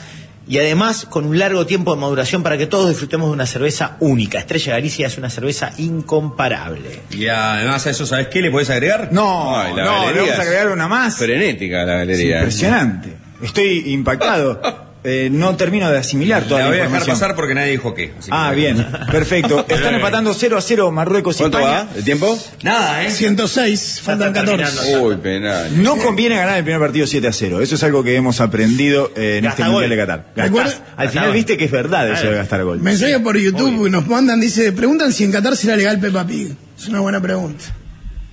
[SPEAKER 1] Y además con un largo tiempo de maduración para que todos disfrutemos de una cerveza única. Estrella Galicia es una cerveza incomparable.
[SPEAKER 4] Y además a eso, ¿sabes qué le podés agregar?
[SPEAKER 2] No,
[SPEAKER 5] Ay, la
[SPEAKER 2] no,
[SPEAKER 5] galería
[SPEAKER 2] le vamos a
[SPEAKER 5] es
[SPEAKER 2] agregar una más.
[SPEAKER 5] Frenética la
[SPEAKER 2] Es
[SPEAKER 5] galería.
[SPEAKER 2] impresionante. Estoy impactado. Eh, no termino de asimilar toda
[SPEAKER 4] La
[SPEAKER 2] la,
[SPEAKER 4] voy a dejar
[SPEAKER 2] información.
[SPEAKER 4] pasar porque nadie dijo qué. así que-
[SPEAKER 2] Ah, bien, perfecto. Están empatando 0 a 0 Marruecos y
[SPEAKER 5] ¿Cuánto
[SPEAKER 2] España.
[SPEAKER 5] va? ¿El tiempo?
[SPEAKER 4] Nada, ¿eh?
[SPEAKER 3] 106, faltan
[SPEAKER 1] está
[SPEAKER 3] 14.
[SPEAKER 1] terminando.
[SPEAKER 5] Uy, penal.
[SPEAKER 2] No conviene ganar el primer partido 7 a 0. Eso es algo que hemos aprendido eh, en
[SPEAKER 1] Gasta
[SPEAKER 2] este
[SPEAKER 1] gol.
[SPEAKER 2] Mundial de Qatar. Gastás.
[SPEAKER 3] Recuerda-
[SPEAKER 2] Al
[SPEAKER 1] Gasta
[SPEAKER 2] final
[SPEAKER 1] gol.
[SPEAKER 2] viste que es verdad eso
[SPEAKER 1] Claro.
[SPEAKER 2] de gastar gol.
[SPEAKER 3] Mensaje por YouTube nos mandan, dice, preguntan si en Qatar será legal Peppa Pig. Es una buena pregunta.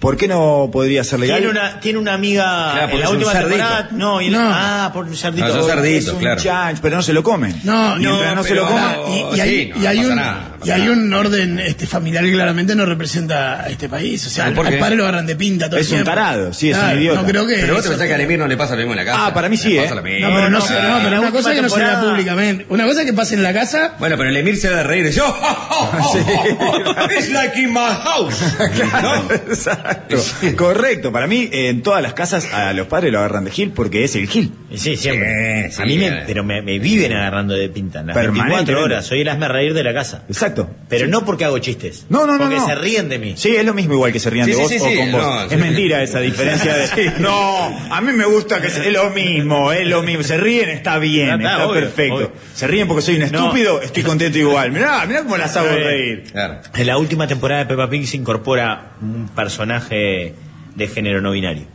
[SPEAKER 2] ¿Por qué no podría ser legal?
[SPEAKER 1] Tiene una, tiene una amiga
[SPEAKER 4] Claro,
[SPEAKER 1] en
[SPEAKER 4] porque
[SPEAKER 1] la
[SPEAKER 4] es un
[SPEAKER 1] última
[SPEAKER 4] cerdito.
[SPEAKER 1] temporada. No, y en-
[SPEAKER 3] No.
[SPEAKER 1] ah, por un cerdito.
[SPEAKER 4] No, es un cerdito.
[SPEAKER 2] Es un
[SPEAKER 4] claro.
[SPEAKER 2] chanch, pero no se lo comen.
[SPEAKER 3] No,
[SPEAKER 2] Mientras no,
[SPEAKER 3] no,
[SPEAKER 2] se lo
[SPEAKER 4] pero-
[SPEAKER 2] coman.
[SPEAKER 4] Claro.
[SPEAKER 3] Y, y
[SPEAKER 4] Sí,
[SPEAKER 3] hay,
[SPEAKER 4] no,
[SPEAKER 3] y
[SPEAKER 4] no
[SPEAKER 3] hay
[SPEAKER 4] pasa
[SPEAKER 3] un,
[SPEAKER 4] nada, no pasa
[SPEAKER 3] y hay
[SPEAKER 4] nada.
[SPEAKER 3] un orden este, familiar que claramente no representa a este país. O sea,
[SPEAKER 4] ¿Por
[SPEAKER 3] al
[SPEAKER 4] qué?
[SPEAKER 3] padre lo agarran de pinta todo
[SPEAKER 2] Es
[SPEAKER 3] el
[SPEAKER 2] un
[SPEAKER 3] tiempo.
[SPEAKER 2] tarado, sí, es un
[SPEAKER 3] Claro,
[SPEAKER 2] idiota.
[SPEAKER 3] No creo que...
[SPEAKER 4] Pero vos te
[SPEAKER 3] eso-
[SPEAKER 4] pensás que a Emir no le pasa lo mismo en la casa.
[SPEAKER 2] Ah, para mí sí,
[SPEAKER 4] Le
[SPEAKER 2] ¿eh?
[SPEAKER 4] pasa lo mismo.
[SPEAKER 3] No, pero no, sé, no, pero
[SPEAKER 1] la
[SPEAKER 3] una cosa es que no se vea
[SPEAKER 1] temporada-
[SPEAKER 3] públicamente. Una cosa es que pase en la casa.
[SPEAKER 4] Bueno, pero el Emir se va a reír. Yo, It's like in my house. ¿No?
[SPEAKER 2] Exacto. Correcto. Para mí, eh, en todas las casas a los padres lo agarran de Gil porque es el Gil.
[SPEAKER 1] Y Sí, siempre.
[SPEAKER 4] Sí, eh. sí,
[SPEAKER 1] a mí me,
[SPEAKER 4] claro.
[SPEAKER 1] pero me, me viven agarrando de pinta. en Las 24
[SPEAKER 2] Permanentemente.
[SPEAKER 1] horas. Soy el hazme reír de la casa.
[SPEAKER 2] Exacto.
[SPEAKER 1] Pero no porque hago chistes.
[SPEAKER 2] No, no, no.
[SPEAKER 1] Porque
[SPEAKER 2] no.
[SPEAKER 1] se ríen de mí.
[SPEAKER 2] Sí, es lo mismo igual que se rían
[SPEAKER 4] Sí,
[SPEAKER 2] de
[SPEAKER 4] sí,
[SPEAKER 2] vos
[SPEAKER 4] sí,
[SPEAKER 2] o
[SPEAKER 4] sí,
[SPEAKER 2] con vos.
[SPEAKER 4] no,
[SPEAKER 2] es
[SPEAKER 4] sí.
[SPEAKER 2] mentira esa diferencia de. No, a mí me gusta que se- es lo mismo, es lo mismo. Se ríen, está bien,
[SPEAKER 1] Ah,
[SPEAKER 2] está,
[SPEAKER 1] está, obvio,
[SPEAKER 2] perfecto.
[SPEAKER 1] obvio.
[SPEAKER 2] Se ríen porque soy un
[SPEAKER 1] No.
[SPEAKER 2] estúpido, estoy contento igual. Mirá, mirá cómo las hago
[SPEAKER 1] Sí.
[SPEAKER 2] reír.
[SPEAKER 4] Claro.
[SPEAKER 1] En la última temporada de Peppa Pig se incorpora un personaje de género no binario.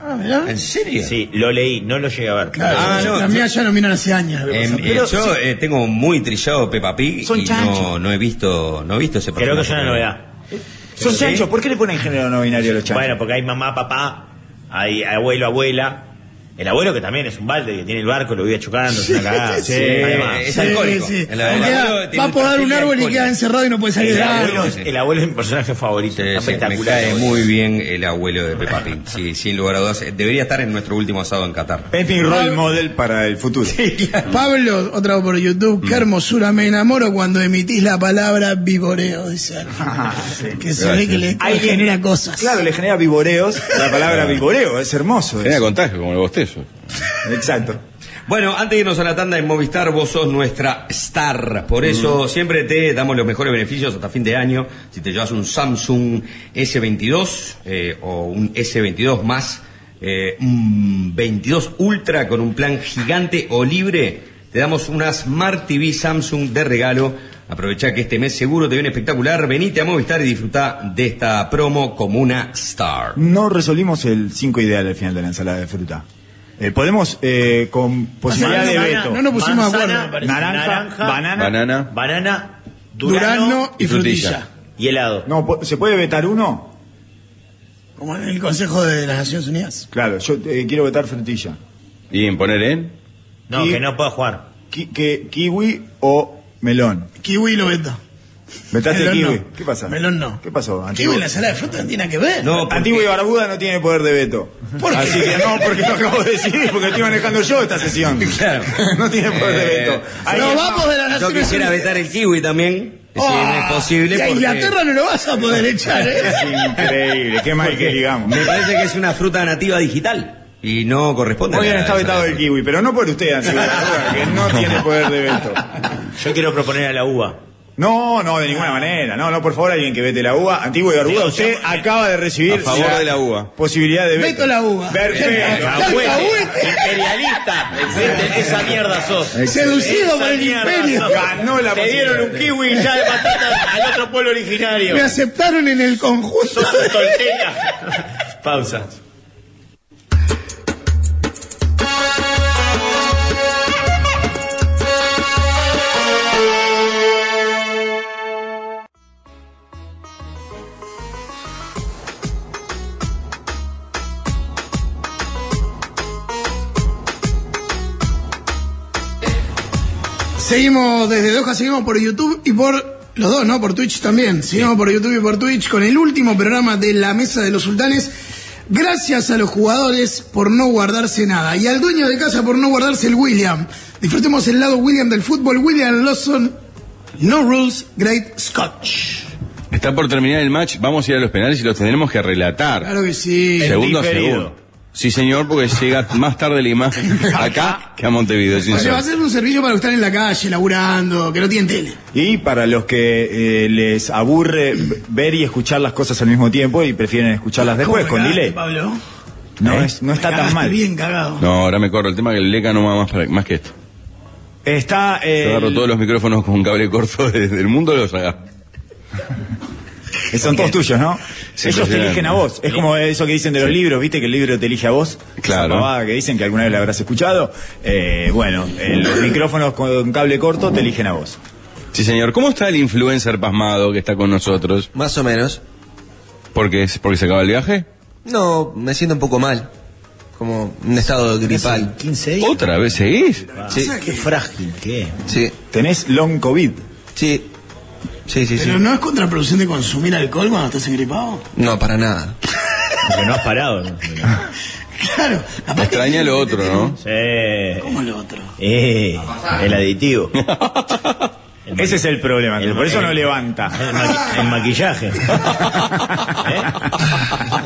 [SPEAKER 3] Ah, mirá.
[SPEAKER 4] ¿En serio?
[SPEAKER 1] Sí, lo leí, no lo llegué a ver.
[SPEAKER 3] Claro,
[SPEAKER 4] Ah,
[SPEAKER 3] yo-
[SPEAKER 4] no,
[SPEAKER 3] las
[SPEAKER 4] yo-
[SPEAKER 3] mías ya no miran hace años. lo que
[SPEAKER 4] Eh,
[SPEAKER 3] pasa.
[SPEAKER 4] eh,
[SPEAKER 3] Pero
[SPEAKER 4] yo eh, tengo muy trillado Peppa Pig
[SPEAKER 2] Son
[SPEAKER 4] y no,
[SPEAKER 2] chanchos.
[SPEAKER 4] no he visto no he visto ese
[SPEAKER 1] Creo que es una
[SPEAKER 4] personaje.
[SPEAKER 1] novedad.
[SPEAKER 2] Son
[SPEAKER 4] Sí.
[SPEAKER 2] chanchos, ¿por qué le ponen género no binario a los chanchos?
[SPEAKER 1] Bueno, porque hay mamá, papá, hay abuelo, abuela. El abuelo que también es un balde, que tiene el barco, lo voy chocando, es una cagada.
[SPEAKER 3] sí,
[SPEAKER 4] sí.
[SPEAKER 1] Además.
[SPEAKER 4] Es alcohólico. El abuelo
[SPEAKER 3] Queda-
[SPEAKER 4] tiene
[SPEAKER 3] va a
[SPEAKER 4] un
[SPEAKER 3] podar un
[SPEAKER 4] perfil
[SPEAKER 3] árbol y
[SPEAKER 4] alcohólico.
[SPEAKER 3] queda encerrado y no puede salir
[SPEAKER 1] El
[SPEAKER 3] del
[SPEAKER 1] abuelo,
[SPEAKER 3] árbol.
[SPEAKER 1] es- el abuelo es mi personaje favorito,
[SPEAKER 4] Sí, sí, eh, me
[SPEAKER 1] espectacular.
[SPEAKER 4] cae muy bien el abuelo de Peppa Pig. Sí, sin lugar a dudas. Debería estar en nuestro último asado en Qatar.
[SPEAKER 2] Es mi role
[SPEAKER 3] Ah.
[SPEAKER 2] model para el futuro.
[SPEAKER 3] Pablo, otra por YouTube,
[SPEAKER 2] Mm.
[SPEAKER 3] qué hermosura, me enamoro cuando emitís la palabra viboreo, dice alguien. Que se ve que le
[SPEAKER 2] Alguien-
[SPEAKER 3] genera cosas.
[SPEAKER 2] Claro, le genera vivoreos. La palabra vivoreo es hermoso.
[SPEAKER 5] Genera
[SPEAKER 2] eso.
[SPEAKER 5] contagio, como el bostezo.
[SPEAKER 2] Exacto.
[SPEAKER 4] Bueno, antes de irnos a la tanda en Movistar, vos sos nuestra star. Por eso siempre te damos los mejores beneficios hasta fin de año. Si te llevas un Samsung S22 eh, o un S22 más, eh, un 22 Ultra con un plan gigante o libre, te damos una Smart TV Samsung de regalo. Aprovecha que este mes seguro te viene espectacular. Venite a Movistar y disfruta de esta promo como una star.
[SPEAKER 2] No resolvimos el 5 ideal al final de la ensalada de fruta. Eh, podemos, eh, con posibilidad de
[SPEAKER 3] no,
[SPEAKER 2] veto.
[SPEAKER 3] no nos pusimos de acuerdo,
[SPEAKER 1] manzana,
[SPEAKER 3] me parece.
[SPEAKER 2] Naranja, banana,
[SPEAKER 5] Banana.
[SPEAKER 1] banana, durano,
[SPEAKER 3] Durano y
[SPEAKER 5] y frutilla.
[SPEAKER 3] frutilla.
[SPEAKER 1] y helado.
[SPEAKER 2] No, po- ¿se puede vetar uno?
[SPEAKER 3] Como en el Consejo de las Naciones Unidas.
[SPEAKER 2] Claro, yo eh, quiero vetar frutilla.
[SPEAKER 5] Y en poner en.
[SPEAKER 1] No,
[SPEAKER 2] Y-
[SPEAKER 1] que no pueda jugar.
[SPEAKER 2] Ki- que- kiwi o melón.
[SPEAKER 3] Kiwi lo vendo.
[SPEAKER 2] ¿Metaste
[SPEAKER 3] Melón
[SPEAKER 2] kiwi?
[SPEAKER 3] no.
[SPEAKER 2] ¿Qué pasa?
[SPEAKER 3] Melón no.
[SPEAKER 2] ¿Qué pasó?
[SPEAKER 3] Kiwi
[SPEAKER 2] Antiguo,
[SPEAKER 3] en la sala de frutas no tiene nada que ver.
[SPEAKER 4] No, porque-
[SPEAKER 2] Antiguo y Barbuda no tiene poder de veto.
[SPEAKER 3] ¿Por qué?
[SPEAKER 2] Así que no, porque lo acabo de decir, porque estoy manejando yo esta sesión.
[SPEAKER 4] Claro.
[SPEAKER 2] No tiene poder de
[SPEAKER 4] Eh,
[SPEAKER 2] veto. Alguien
[SPEAKER 3] Nos
[SPEAKER 2] más-
[SPEAKER 3] vamos de la
[SPEAKER 4] Yo
[SPEAKER 3] Nación
[SPEAKER 4] quisiera vetar el kiwi también. Si no es posible.
[SPEAKER 3] Ah, Y a
[SPEAKER 4] porque
[SPEAKER 3] Inglaterra no lo vas a poder echar, ¿eh?
[SPEAKER 2] Es increíble, qué mal que digamos.
[SPEAKER 4] Me parece que es una fruta nativa digital. Y no corresponde.
[SPEAKER 2] Hoy
[SPEAKER 4] a
[SPEAKER 2] han
[SPEAKER 4] la-
[SPEAKER 2] estado vetado el kiwi, pero no por usted, Antiguo y Barbuda, que no tiene poder de veto.
[SPEAKER 1] Yo quiero proponer a la uva.
[SPEAKER 2] No, no, de ninguna manera. No, no, por favor, alguien que vete la uva. Antiguo y Barbuda,
[SPEAKER 1] Digo,
[SPEAKER 2] usted
[SPEAKER 1] llamo-
[SPEAKER 2] acaba de recibir
[SPEAKER 5] A favor de la uva.
[SPEAKER 2] Posibilidad de veto.
[SPEAKER 3] Veto la uva.
[SPEAKER 2] Perfecto.
[SPEAKER 3] Ya está,
[SPEAKER 1] Alcahuete,
[SPEAKER 3] huete.
[SPEAKER 1] Imperialista. Viste, Esa mierda sos.
[SPEAKER 3] Seducido por
[SPEAKER 1] Esa
[SPEAKER 3] el
[SPEAKER 1] mierda
[SPEAKER 3] imperio.
[SPEAKER 1] sos.
[SPEAKER 2] Ganó la
[SPEAKER 1] Te dieron un kiwi y ya de patata al otro pueblo originario.
[SPEAKER 3] Me aceptaron en el conjunto.
[SPEAKER 1] Sos un tolteca. Pausa.
[SPEAKER 3] Seguimos desde Doha, seguimos por YouTube y por los dos, ¿no? Por Twitch también. Seguimos por YouTube y por Twitch con el último programa de la Mesa de los Sultanes. Gracias a los jugadores por no guardarse nada y al dueño de casa por no guardarse el William. Disfrutemos el lado William del fútbol. William Lawson, No Rules, Great Scotch.
[SPEAKER 5] Está por terminar el match, vamos a ir a los penales y los tendremos que relatar.
[SPEAKER 3] Claro que sí.
[SPEAKER 2] Eh,
[SPEAKER 5] segundo a
[SPEAKER 2] diferido.
[SPEAKER 5] segundo. Sí, señor, porque llega más tarde la imagen acá que a Montevideo, sin
[SPEAKER 3] Oye,
[SPEAKER 5] ser.
[SPEAKER 3] va a ser un servicio para los que están en la calle, laburando, que no tienen tele.
[SPEAKER 2] Y para los que eh, les aburre ver y escuchar las cosas al mismo tiempo y prefieren escucharlas después
[SPEAKER 3] ¿Cómo
[SPEAKER 2] con
[SPEAKER 3] me
[SPEAKER 2] delay.
[SPEAKER 3] cagaste, Pablo.
[SPEAKER 2] No,
[SPEAKER 5] ¿Eh?
[SPEAKER 2] es- no está
[SPEAKER 3] Me
[SPEAKER 2] tan
[SPEAKER 3] cagaste
[SPEAKER 2] mal.
[SPEAKER 3] bien cagado.
[SPEAKER 5] No, ahora me corro el tema que el Leca no va más, para- más que esto.
[SPEAKER 2] Está.
[SPEAKER 5] Yo
[SPEAKER 2] eh,
[SPEAKER 5] agarro todos los micrófonos con cable corto desde el mundo los haga.
[SPEAKER 2] Son todos tuyos, ¿no?
[SPEAKER 5] Sí,
[SPEAKER 2] Ellos te
[SPEAKER 5] presidente.
[SPEAKER 2] eligen a vos. Es como eso que dicen de los libros, ¿viste? Que el libro te elige a vos. Esa
[SPEAKER 5] Claro.
[SPEAKER 2] pavada que dicen que alguna vez la habrás escuchado. Eh, bueno, eh, los micrófonos con cable corto te eligen a vos.
[SPEAKER 5] Sí, señor. ¿Cómo está el influencer pasmado que está con nosotros?
[SPEAKER 7] Más o menos.
[SPEAKER 5] ¿Porque, es, porque se acaba el viaje?
[SPEAKER 7] No, me siento un poco mal. Como un estado gripal.
[SPEAKER 1] 15 días.
[SPEAKER 5] ¿Otra vez seguís?
[SPEAKER 7] Sí,
[SPEAKER 1] Qué frágil que es.
[SPEAKER 7] sí,
[SPEAKER 2] Tenés long COVID.
[SPEAKER 7] sí. Sí, sí, sí.
[SPEAKER 3] Pero no es contraproducente consumir alcohol cuando estás engripado.
[SPEAKER 7] No, para nada.
[SPEAKER 1] Porque no has parado. ¿no?
[SPEAKER 3] Claro, capaz que-
[SPEAKER 5] Extraña lo otro, ¿no?
[SPEAKER 1] Sí.
[SPEAKER 3] ¿Cómo el otro?
[SPEAKER 1] Eh, el aditivo.
[SPEAKER 2] Ese es el problema.
[SPEAKER 1] El-
[SPEAKER 2] por eso no
[SPEAKER 1] el-
[SPEAKER 2] levanta.
[SPEAKER 1] El, maqui- el maquillaje.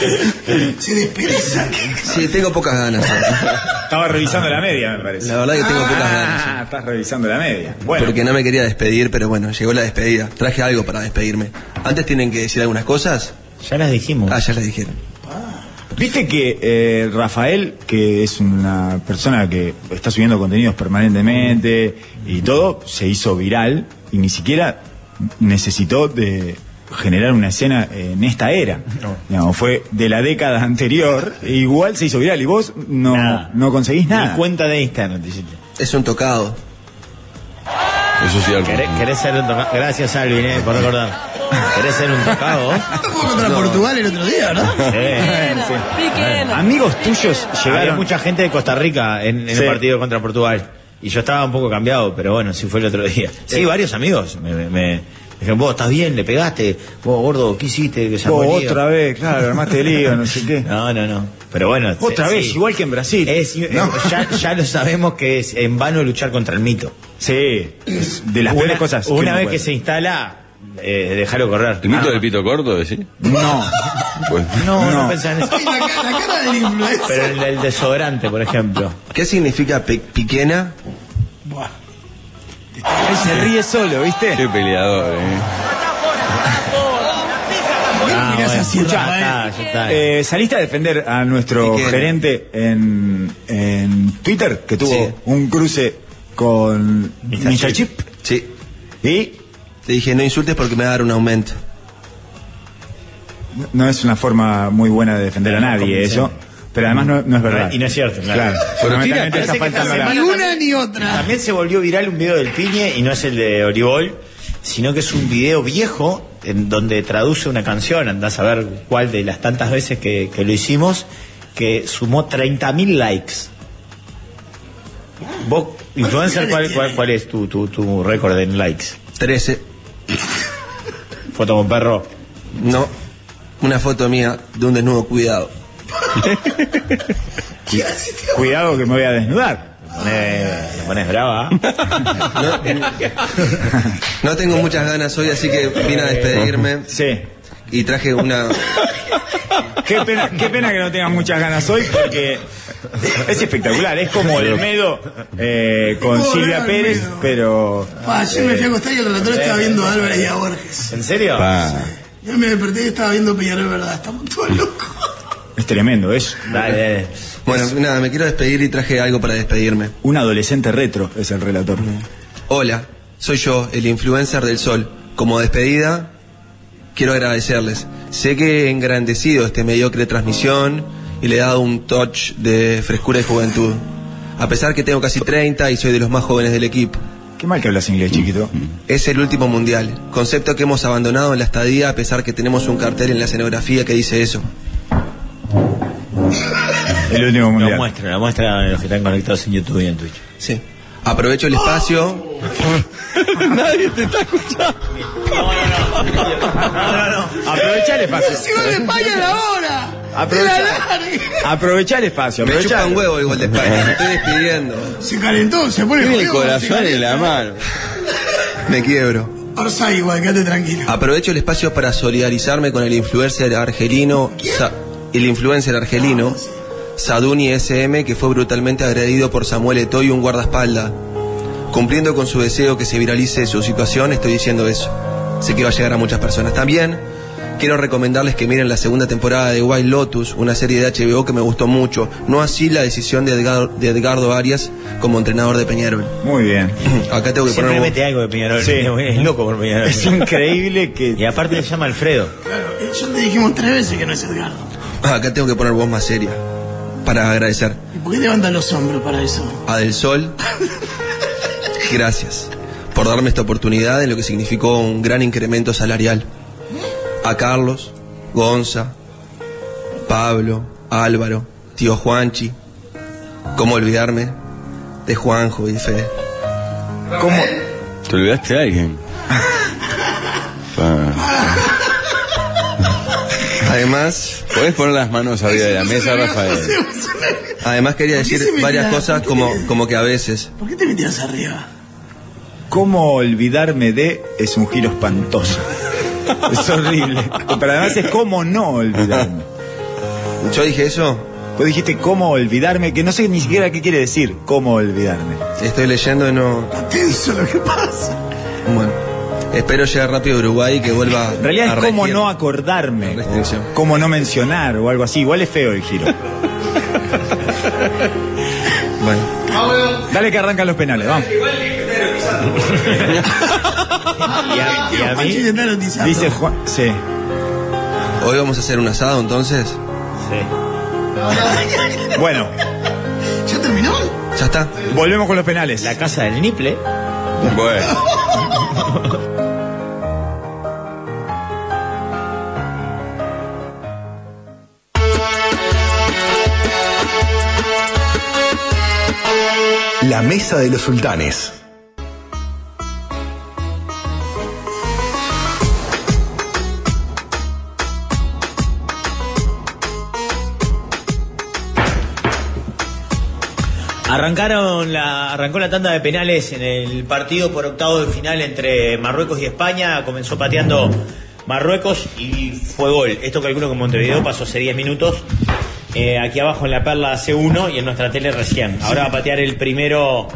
[SPEAKER 1] ¿Eh?
[SPEAKER 3] Se despereza.
[SPEAKER 7] Sí, tengo pocas ganas. ¿eh?
[SPEAKER 2] Estaba revisando la media, me parece.
[SPEAKER 7] La verdad que tengo pocas ganas.
[SPEAKER 2] Ah, estás revisando la media. Bueno,
[SPEAKER 7] Porque no me quería despedir, pero bueno, llegó la despedida. Traje algo para despedirme. Antes tienen que decir algunas cosas.
[SPEAKER 1] Ya las dijimos.
[SPEAKER 7] Ah, ya les dijeron.
[SPEAKER 2] viste que eh, Rafael, que es una persona que está subiendo contenidos permanentemente y todo, se hizo viral y ni siquiera necesitó de generar una escena en esta era. Digamos, fue de la década anterior, e igual se hizo viral y vos no,
[SPEAKER 1] Nada.
[SPEAKER 2] no conseguís nada.
[SPEAKER 1] Ni cuenta de Instagram te hiciste.
[SPEAKER 7] Es un tocado.
[SPEAKER 5] Eso es cierto.
[SPEAKER 1] ¿Querés, querés ser un tocado? Gracias, Alvin, eh, por recordar. ¿Querés ser un tocado vos?
[SPEAKER 3] Jugó contra Portugal el otro día, ¿no?
[SPEAKER 1] Sí.
[SPEAKER 2] Amigos tuyos
[SPEAKER 1] Había
[SPEAKER 2] llegaron.
[SPEAKER 1] mucha gente de Costa Rica en, en
[SPEAKER 2] Sí.
[SPEAKER 1] el partido contra Portugal. Y yo estaba un poco cambiado, pero bueno, sí fue el otro día. Sí, varios amigos me, me- me dijeron, vos estás bien, le pegaste. Vos, gordo, ¿qué hiciste? Que se
[SPEAKER 2] Vos
[SPEAKER 1] armó el lío".
[SPEAKER 2] otra vez, claro, armaste el lío, no sé qué.
[SPEAKER 1] No, no, no. Pero bueno.
[SPEAKER 2] Otra
[SPEAKER 1] sí,
[SPEAKER 2] vez,
[SPEAKER 1] sí.
[SPEAKER 2] igual que en Brasil.
[SPEAKER 1] Es- es- ya, ya lo sabemos que es en vano luchar contra el mito.
[SPEAKER 2] Sí, es de las
[SPEAKER 1] Una-
[SPEAKER 2] peores cosas.
[SPEAKER 1] Una
[SPEAKER 2] uno
[SPEAKER 1] vez
[SPEAKER 2] puede.
[SPEAKER 1] que se instala, eh, déjalo correr.
[SPEAKER 5] ¿El mito del pito corto, decís?
[SPEAKER 2] No,
[SPEAKER 5] Pues,
[SPEAKER 1] No, no,
[SPEAKER 2] No.
[SPEAKER 1] pensás en eso.
[SPEAKER 3] Ay, La, ca- la cara del influencer.
[SPEAKER 1] Pero el, el desodorante, por ejemplo.
[SPEAKER 7] ¿Qué significa pe- piquena?
[SPEAKER 3] Buah.
[SPEAKER 2] él se ríe solo,
[SPEAKER 5] qué
[SPEAKER 2] ¿viste?
[SPEAKER 5] peleador, ¿eh?
[SPEAKER 3] ¿Por qué mirás
[SPEAKER 1] Ah, bueno,
[SPEAKER 3] así,
[SPEAKER 1] ya
[SPEAKER 3] Rafael?
[SPEAKER 1] está, ya está.
[SPEAKER 2] Eh, saliste a defender a nuestro
[SPEAKER 7] ¿Y qué?
[SPEAKER 2] gerente en, en Twitter, que tuvo
[SPEAKER 7] Sí.
[SPEAKER 2] un cruce con
[SPEAKER 1] Mr.
[SPEAKER 2] Mr. Chip.
[SPEAKER 7] Sí.
[SPEAKER 2] Y
[SPEAKER 7] Te dije, no insultes porque me va a dar un aumento.
[SPEAKER 2] no es una forma muy buena de defender a nadie eso. Pero además no, no es verdad.
[SPEAKER 1] Y no es cierto, claro.
[SPEAKER 2] Fundamentalmente
[SPEAKER 1] Parece
[SPEAKER 2] está
[SPEAKER 1] que
[SPEAKER 2] faltando
[SPEAKER 1] esta
[SPEAKER 2] la-
[SPEAKER 3] Ni
[SPEAKER 1] semana-
[SPEAKER 3] una ni otra.
[SPEAKER 1] También se volvió viral un video del Piñe, y no es el de Oribol, sino que es un video viejo en donde traduce una canción, andás a ver cuál de las tantas veces que, que lo hicimos, que sumó 30.000 likes. Vos, influencer, ¿cuál, cuál, cuál es tu, tu, tu récord en likes?
[SPEAKER 7] 13.
[SPEAKER 1] Foto con perro.
[SPEAKER 7] No. Una foto mía de un desnudo, cuidado.
[SPEAKER 2] Cuidado que me voy a desnudar.
[SPEAKER 1] Eh, la pones brava.
[SPEAKER 7] No tengo muchas ganas hoy, así que vine a despedirme
[SPEAKER 2] Sí.
[SPEAKER 7] y traje una.
[SPEAKER 2] Qué pena, qué pena que no tengas muchas ganas hoy porque es espectacular. Es como el medo eh, con
[SPEAKER 3] Puedo
[SPEAKER 2] Silvia
[SPEAKER 3] ver al
[SPEAKER 2] Pérez,
[SPEAKER 3] Medo.
[SPEAKER 2] pero
[SPEAKER 3] Pa, ayer me fui a acostar y el relator estaba viendo a Álvarez y a Borges.
[SPEAKER 1] ¿En serio?
[SPEAKER 3] Yo me desperté y estaba viendo Peñarol, ¿verdad? Estamos todos locos.
[SPEAKER 2] es tremendo. Es
[SPEAKER 1] Dale, dale.
[SPEAKER 7] Bueno, nada, me quiero despedir y traje algo para despedirme.
[SPEAKER 2] un adolescente retro, es el relator.
[SPEAKER 1] Mm.
[SPEAKER 7] Hola, soy yo, el influencer del sol. Como despedida, quiero agradecerles. Sé que he engrandecido este mediocre transmisión y le he dado un touch de frescura y juventud. A pesar que tengo casi 30 y soy de los más jóvenes del equipo.
[SPEAKER 2] Qué mal que hablas inglés, chiquito.
[SPEAKER 1] Mm.
[SPEAKER 7] Es el último mundial, concepto que hemos abandonado en la estadía a pesar que tenemos un cartel en la escenografía que dice eso.
[SPEAKER 2] El último
[SPEAKER 1] Lo
[SPEAKER 2] mundial.
[SPEAKER 1] muestra, lo muestra a los que están conectados en YouTube y en Twitch.
[SPEAKER 7] Sí. Aprovecho el espacio
[SPEAKER 2] Aprovecha el espacio.
[SPEAKER 3] ¡Si gol de España a la hora!
[SPEAKER 2] Aprovecha.
[SPEAKER 3] ¡De la larga!
[SPEAKER 2] Aprovecha el espacio.
[SPEAKER 7] Me
[SPEAKER 2] Aprovecha.
[SPEAKER 7] chupa un huevo igual de España, me estoy despidiendo.
[SPEAKER 3] Se calentó, se pone
[SPEAKER 5] Tiene el
[SPEAKER 3] jodido, se
[SPEAKER 5] corazón
[SPEAKER 3] calienta.
[SPEAKER 5] en la mano.
[SPEAKER 7] Me quiebro.
[SPEAKER 3] Orsay igual, quédate tranquilo.
[SPEAKER 7] Aprovecho el espacio para solidarizarme con el influencer argelino, Sa- el influencer argelino Saduni SM, que fue brutalmente agredido por Samuel Etoy, un guardaespaldas. Cumpliendo con su deseo que se viralice su situación, estoy diciendo eso. Sé que va a llegar a muchas personas. También quiero recomendarles que miren la segunda temporada de Wild Lotus, una serie de HBO que me gustó mucho. No así la decisión de, Edgar- de Edgardo Arias como entrenador de Peñarol.
[SPEAKER 2] Muy bien.
[SPEAKER 7] Acá tengo que
[SPEAKER 1] Siempre
[SPEAKER 7] poner... un-
[SPEAKER 1] mete algo de Peñarol.
[SPEAKER 2] Sí.
[SPEAKER 1] Es loco por Peñarol.
[SPEAKER 2] Es increíble
[SPEAKER 1] Y
[SPEAKER 2] que.
[SPEAKER 1] aparte se llama Alfredo.
[SPEAKER 3] Claro, eh, yo te dijimos tres veces que no es Edgardo.
[SPEAKER 7] Ah, Acá tengo que poner voz más seria para agradecer.
[SPEAKER 3] ¿Y por qué levantan los hombros para eso?
[SPEAKER 7] a Del Sol. Gracias por darme esta oportunidad en lo que significó un gran incremento salarial. A Carlos, Gonza, Pablo, Álvaro, tío Juanchi. ¿Cómo olvidarme de Juanjo y de Fede?
[SPEAKER 2] ¿Cómo?
[SPEAKER 5] ¿Te olvidaste de alguien? Ah. Pa.
[SPEAKER 7] Además,
[SPEAKER 5] ¿Podés poner las manos arriba de la mesa, Rafael?
[SPEAKER 3] Rafael.
[SPEAKER 7] además quería
[SPEAKER 3] ¿Por qué
[SPEAKER 7] decir
[SPEAKER 3] se me
[SPEAKER 7] varias
[SPEAKER 3] tira?
[SPEAKER 7] cosas
[SPEAKER 3] ¿Por qué
[SPEAKER 7] como,
[SPEAKER 3] me-
[SPEAKER 7] como que a veces.
[SPEAKER 3] ¿Por qué te metías arriba?
[SPEAKER 2] ¿Cómo olvidarme de es un giro espantoso? Es horrible. Pero además es cómo no olvidarme.
[SPEAKER 7] Yo dije eso,
[SPEAKER 2] Vos dijiste cómo olvidarme, que no sé ni siquiera qué quiere decir cómo olvidarme.
[SPEAKER 7] estoy leyendo y no...
[SPEAKER 3] Está tenso lo que pasa.
[SPEAKER 7] Bueno, espero llegar rápido a Uruguay y que vuelva
[SPEAKER 2] En realidad
[SPEAKER 7] a
[SPEAKER 2] es cómo
[SPEAKER 7] regir.
[SPEAKER 2] no acordarme,
[SPEAKER 7] Restricción.
[SPEAKER 2] o cómo no mencionar o algo así. Igual es feo el giro.
[SPEAKER 7] Bueno.
[SPEAKER 2] Dale que arrancan los penales, vamos.
[SPEAKER 1] Y a, y a
[SPEAKER 3] Panchito
[SPEAKER 1] mí.
[SPEAKER 3] está notizado.
[SPEAKER 2] Dice Juan. Sí.
[SPEAKER 7] Hoy vamos a hacer un asado entonces.
[SPEAKER 2] Bueno,
[SPEAKER 3] ¿Ya terminó?
[SPEAKER 7] Ya está.
[SPEAKER 2] volvemos con los penales.
[SPEAKER 1] La casa del niple.
[SPEAKER 5] Bueno.
[SPEAKER 6] La mesa de los sultanes.
[SPEAKER 1] Arrancaron la, arrancó la tanda de penales en el partido por octavo de final entre Marruecos y España. Comenzó pateando Marruecos y fue gol. Esto calculo que en Montevideo pasó hace 10 minutos. Eh, aquí abajo en la perla hace uno y en nuestra tele recién. Ahora va a patear el primero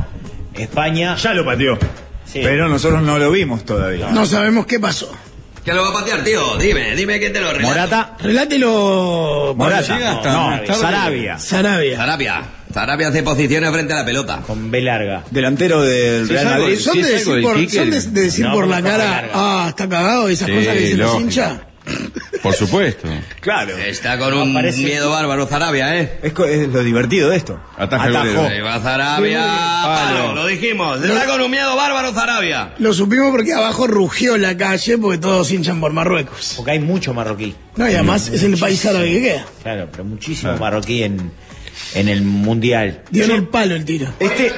[SPEAKER 1] España.
[SPEAKER 2] Ya lo pateó.
[SPEAKER 1] Sí.
[SPEAKER 2] Pero nosotros no lo vimos todavía.
[SPEAKER 3] No sabemos qué pasó.
[SPEAKER 4] ¿Qué lo va a patear, tío? Dime, dime que te lo relato.
[SPEAKER 2] Morata.
[SPEAKER 3] Relátelo.
[SPEAKER 2] Morata.
[SPEAKER 1] llega hasta
[SPEAKER 2] No,
[SPEAKER 1] más tarde.
[SPEAKER 2] Sarabia.
[SPEAKER 3] Sarabia.
[SPEAKER 4] Sarabia. Sarabia se posiciona frente a la pelota.
[SPEAKER 1] Con B larga.
[SPEAKER 2] Delantero del Real
[SPEAKER 5] algo-
[SPEAKER 2] Madrid.
[SPEAKER 5] sí,
[SPEAKER 3] ¿Son, de
[SPEAKER 5] es algo
[SPEAKER 3] decir
[SPEAKER 5] del
[SPEAKER 3] por,
[SPEAKER 5] Quique.
[SPEAKER 3] son de- de decir
[SPEAKER 1] No,
[SPEAKER 3] por
[SPEAKER 1] porque
[SPEAKER 3] la
[SPEAKER 1] está
[SPEAKER 3] cara,
[SPEAKER 1] larga.
[SPEAKER 3] ah, está cagado, esas
[SPEAKER 5] Sí,
[SPEAKER 3] cosas que dicen los
[SPEAKER 5] lógico.
[SPEAKER 3] hinchas?
[SPEAKER 5] Por supuesto.
[SPEAKER 2] Claro.
[SPEAKER 4] Está con un
[SPEAKER 1] Aparece-
[SPEAKER 4] miedo bárbaro Sarabia, ¿eh?
[SPEAKER 2] Es, co- es lo divertido de esto.
[SPEAKER 5] Ataja el golero.
[SPEAKER 4] Ahí va Sarabia. Palo, lo dijimos. Está con un miedo bárbaro Sarabia.
[SPEAKER 3] Lo supimos porque abajo rugió la calle porque todos hinchan por Marruecos.
[SPEAKER 1] Porque hay mucho marroquí.
[SPEAKER 3] No, y además es el país árabe que queda.
[SPEAKER 1] Claro, pero muchísimo marroquí en, en el mundial.
[SPEAKER 3] Dio en el palo el tiro.
[SPEAKER 2] Este,